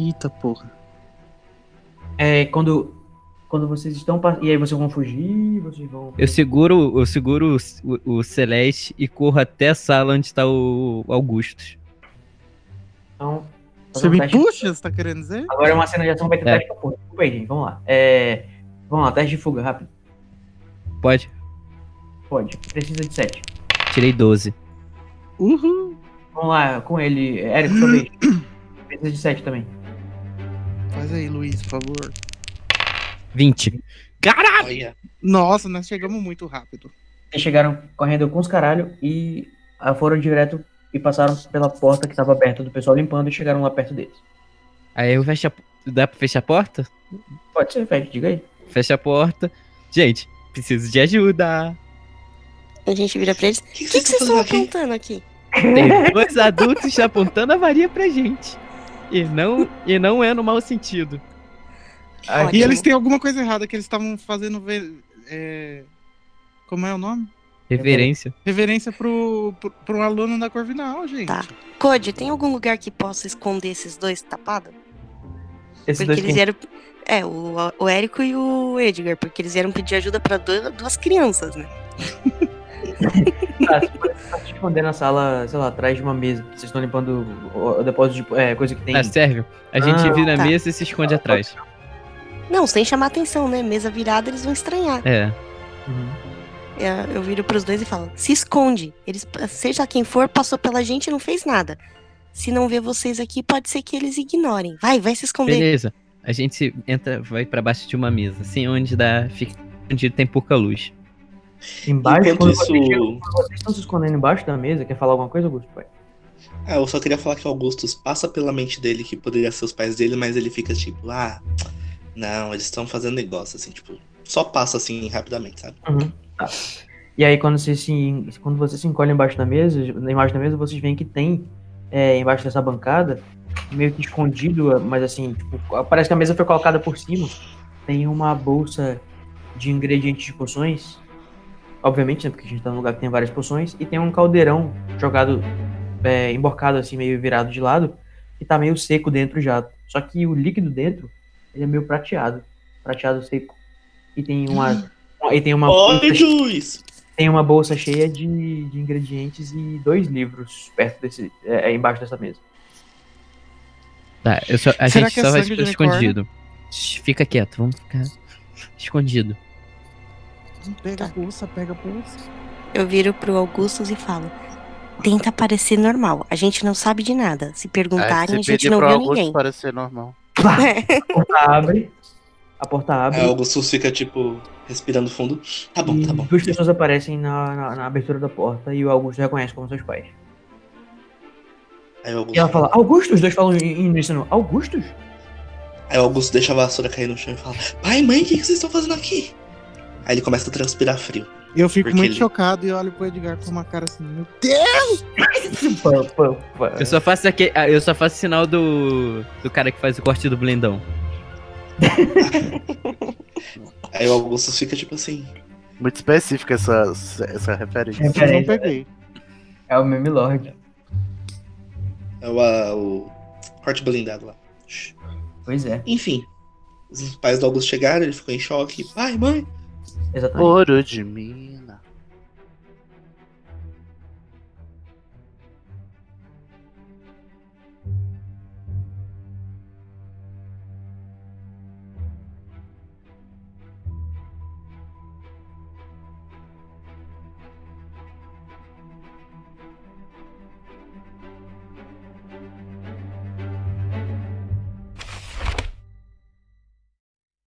[SPEAKER 4] Eita porra.
[SPEAKER 1] É, quando, Quando vocês estão. pa- E aí vocês vão fugir, vocês vão.
[SPEAKER 3] Eu seguro, eu seguro o, o Celeste e corro até a sala onde tá o Augustus.
[SPEAKER 1] Então,
[SPEAKER 4] Você me puxa, você tá querendo dizer?
[SPEAKER 1] Agora é uma cena de ação vai ter
[SPEAKER 3] É.
[SPEAKER 1] teste pra porra. Desculpa aí, gente. Vamos lá. É... Vamos lá, teste de fuga, rápido.
[SPEAKER 3] Pode?
[SPEAKER 1] Pode. Precisa de 7.
[SPEAKER 3] Tirei 12.
[SPEAKER 4] Uhul.
[SPEAKER 1] Vamos lá, com ele. Eric, sua vez. Precisa de 7 também.
[SPEAKER 4] Faz aí, Luiz, por favor.
[SPEAKER 3] 20.
[SPEAKER 8] Olha.
[SPEAKER 4] Nossa, nós chegamos muito rápido.
[SPEAKER 1] Eles chegaram correndo com os caralho e ah, foram direto e passaram pela porta que tava aberta do pessoal limpando e chegaram lá perto deles.
[SPEAKER 3] Aí eu fecho a... p- Dá pra fechar a porta?
[SPEAKER 1] Pode ser, Fed, diga aí.
[SPEAKER 3] Fecha a porta. Gente, preciso de ajuda.
[SPEAKER 6] A gente vira pra eles. O
[SPEAKER 8] O que,
[SPEAKER 6] que, que vocês
[SPEAKER 8] fazendo
[SPEAKER 6] estão
[SPEAKER 8] aqui?
[SPEAKER 6] apontando aqui?
[SPEAKER 3] Tem dois adultos apontando a varia pra gente. E não, e não é no mau sentido.
[SPEAKER 4] E
[SPEAKER 6] Ótimo.
[SPEAKER 4] eles têm alguma coisa errada que eles estavam fazendo. ver- é, Como é o nome?
[SPEAKER 3] Reverência.
[SPEAKER 4] Reverência pro, pro, pro Um aluno da Corvinal, gente.
[SPEAKER 6] Tá. Code, tem algum lugar que possa esconder esses dois tapados? Porque
[SPEAKER 1] Esses dois
[SPEAKER 6] eles
[SPEAKER 1] quem?
[SPEAKER 6] vieram. É, o, o Érico e o Edgar, porque eles vieram pedir ajuda pra dois- duas crianças, né?
[SPEAKER 1] Ah, se pode- pode se esconder na sala, sei lá, atrás de uma mesa. Vocês estão limpando o, o depósito de é, coisa que tem.
[SPEAKER 3] Tá, serve. A gente
[SPEAKER 1] Ah,
[SPEAKER 3] vira
[SPEAKER 6] tá.
[SPEAKER 3] a mesa e se esconde
[SPEAKER 1] Ah,
[SPEAKER 3] atrás.
[SPEAKER 6] Não, sem chamar atenção, né? Mesa virada, eles vão estranhar.
[SPEAKER 3] É.
[SPEAKER 1] Uhum.
[SPEAKER 6] É, Eu viro pros dois e falo: se esconde. Eles, seja quem for, passou pela gente e não fez nada. Se não ver vocês aqui, pode ser que eles ignorem. Vai, vai se esconder.
[SPEAKER 3] Beleza. A gente entra, vai pra baixo de uma mesa, assim, onde dá, fica onde tem pouca luz.
[SPEAKER 1] Embaixo,
[SPEAKER 8] Enquanto
[SPEAKER 1] quando vocês, chegam,
[SPEAKER 8] isso.
[SPEAKER 1] quando vocês estão se escondendo embaixo da mesa, quer falar alguma coisa, Augusto? Pai?
[SPEAKER 8] Ah, eu só queria falar que o Augustus passa pela mente dele que poderia ser os pais dele, mas ele fica tipo, ah, não, eles estão fazendo negócio, assim, tipo, só passa assim rapidamente, sabe?
[SPEAKER 1] Tá. E aí quando você se quando você se encolhe embaixo da mesa, embaixo da mesa vocês veem que tem é, embaixo dessa bancada meio que escondido, mas assim tipo, parece que a mesa foi colocada por cima. Tem uma bolsa de ingredientes de poções, obviamente, né, porque a gente tá num lugar que tem várias poções e tem um caldeirão jogado é, emborcado assim meio virado de lado que tá meio seco dentro já. Só que o líquido dentro ele é meio prateado, prateado seco e tem uma
[SPEAKER 8] Hum.
[SPEAKER 1] e tem uma
[SPEAKER 8] Oi, Luiz!
[SPEAKER 1] tem uma bolsa cheia de, de ingredientes e dois livros perto desse, é, é, embaixo dessa mesa.
[SPEAKER 3] Tá, eu só-
[SPEAKER 4] Será
[SPEAKER 3] a gente
[SPEAKER 4] que é
[SPEAKER 3] só vai
[SPEAKER 4] sangue de
[SPEAKER 3] ficar
[SPEAKER 4] unicórnio?
[SPEAKER 3] escondido. Shh, Fica quieto, vamos ficar escondido.
[SPEAKER 4] Pega a
[SPEAKER 6] Tá.
[SPEAKER 4] bolsa, pega a bolsa.
[SPEAKER 6] Eu viro pro Augustus e falo: tenta parecer normal. A gente não sabe de nada. Se
[SPEAKER 8] Ah,
[SPEAKER 6] perguntarem, a gente não viu ninguém.
[SPEAKER 2] parecer normal.
[SPEAKER 1] A porta abre. A porta abre.
[SPEAKER 8] Aí o Augustus fica, tipo, respirando fundo. Tá bom,
[SPEAKER 1] e
[SPEAKER 8] tá bom.
[SPEAKER 1] duas pessoas aparecem na, na, na abertura da porta e o Augusto reconhece como seus pais.
[SPEAKER 8] Aí o Augustus,
[SPEAKER 1] E ela fala, Augusto? Os dois falam em uníssono, Augustus?
[SPEAKER 8] aí o Augustus deixa a vassoura cair no chão e fala, pai, mãe, o que, que vocês estão fazendo aqui? Aí ele começa a transpirar frio.
[SPEAKER 4] Eu fico
[SPEAKER 8] Porque
[SPEAKER 4] muito
[SPEAKER 8] ele-
[SPEAKER 4] chocado e olho pro Edgar com uma cara assim, meu Deus!
[SPEAKER 1] Pã, pã, pã.
[SPEAKER 3] Eu só faço aquele, ah, eu só faço sinal do do cara que faz o corte do blendão.
[SPEAKER 8] Aí o Augustus fica, tipo assim,
[SPEAKER 2] Muito específica essa, essa referência.
[SPEAKER 4] Eu não
[SPEAKER 1] Referência.
[SPEAKER 4] peguei.
[SPEAKER 1] É o meme lord.
[SPEAKER 8] é o, a- o corte blindado lá.
[SPEAKER 1] Pois é,
[SPEAKER 8] Enfim, os pais do Augusto chegaram, ele ficou em choque. Pai, mãe,
[SPEAKER 1] exatamente.
[SPEAKER 2] Ouro de mina.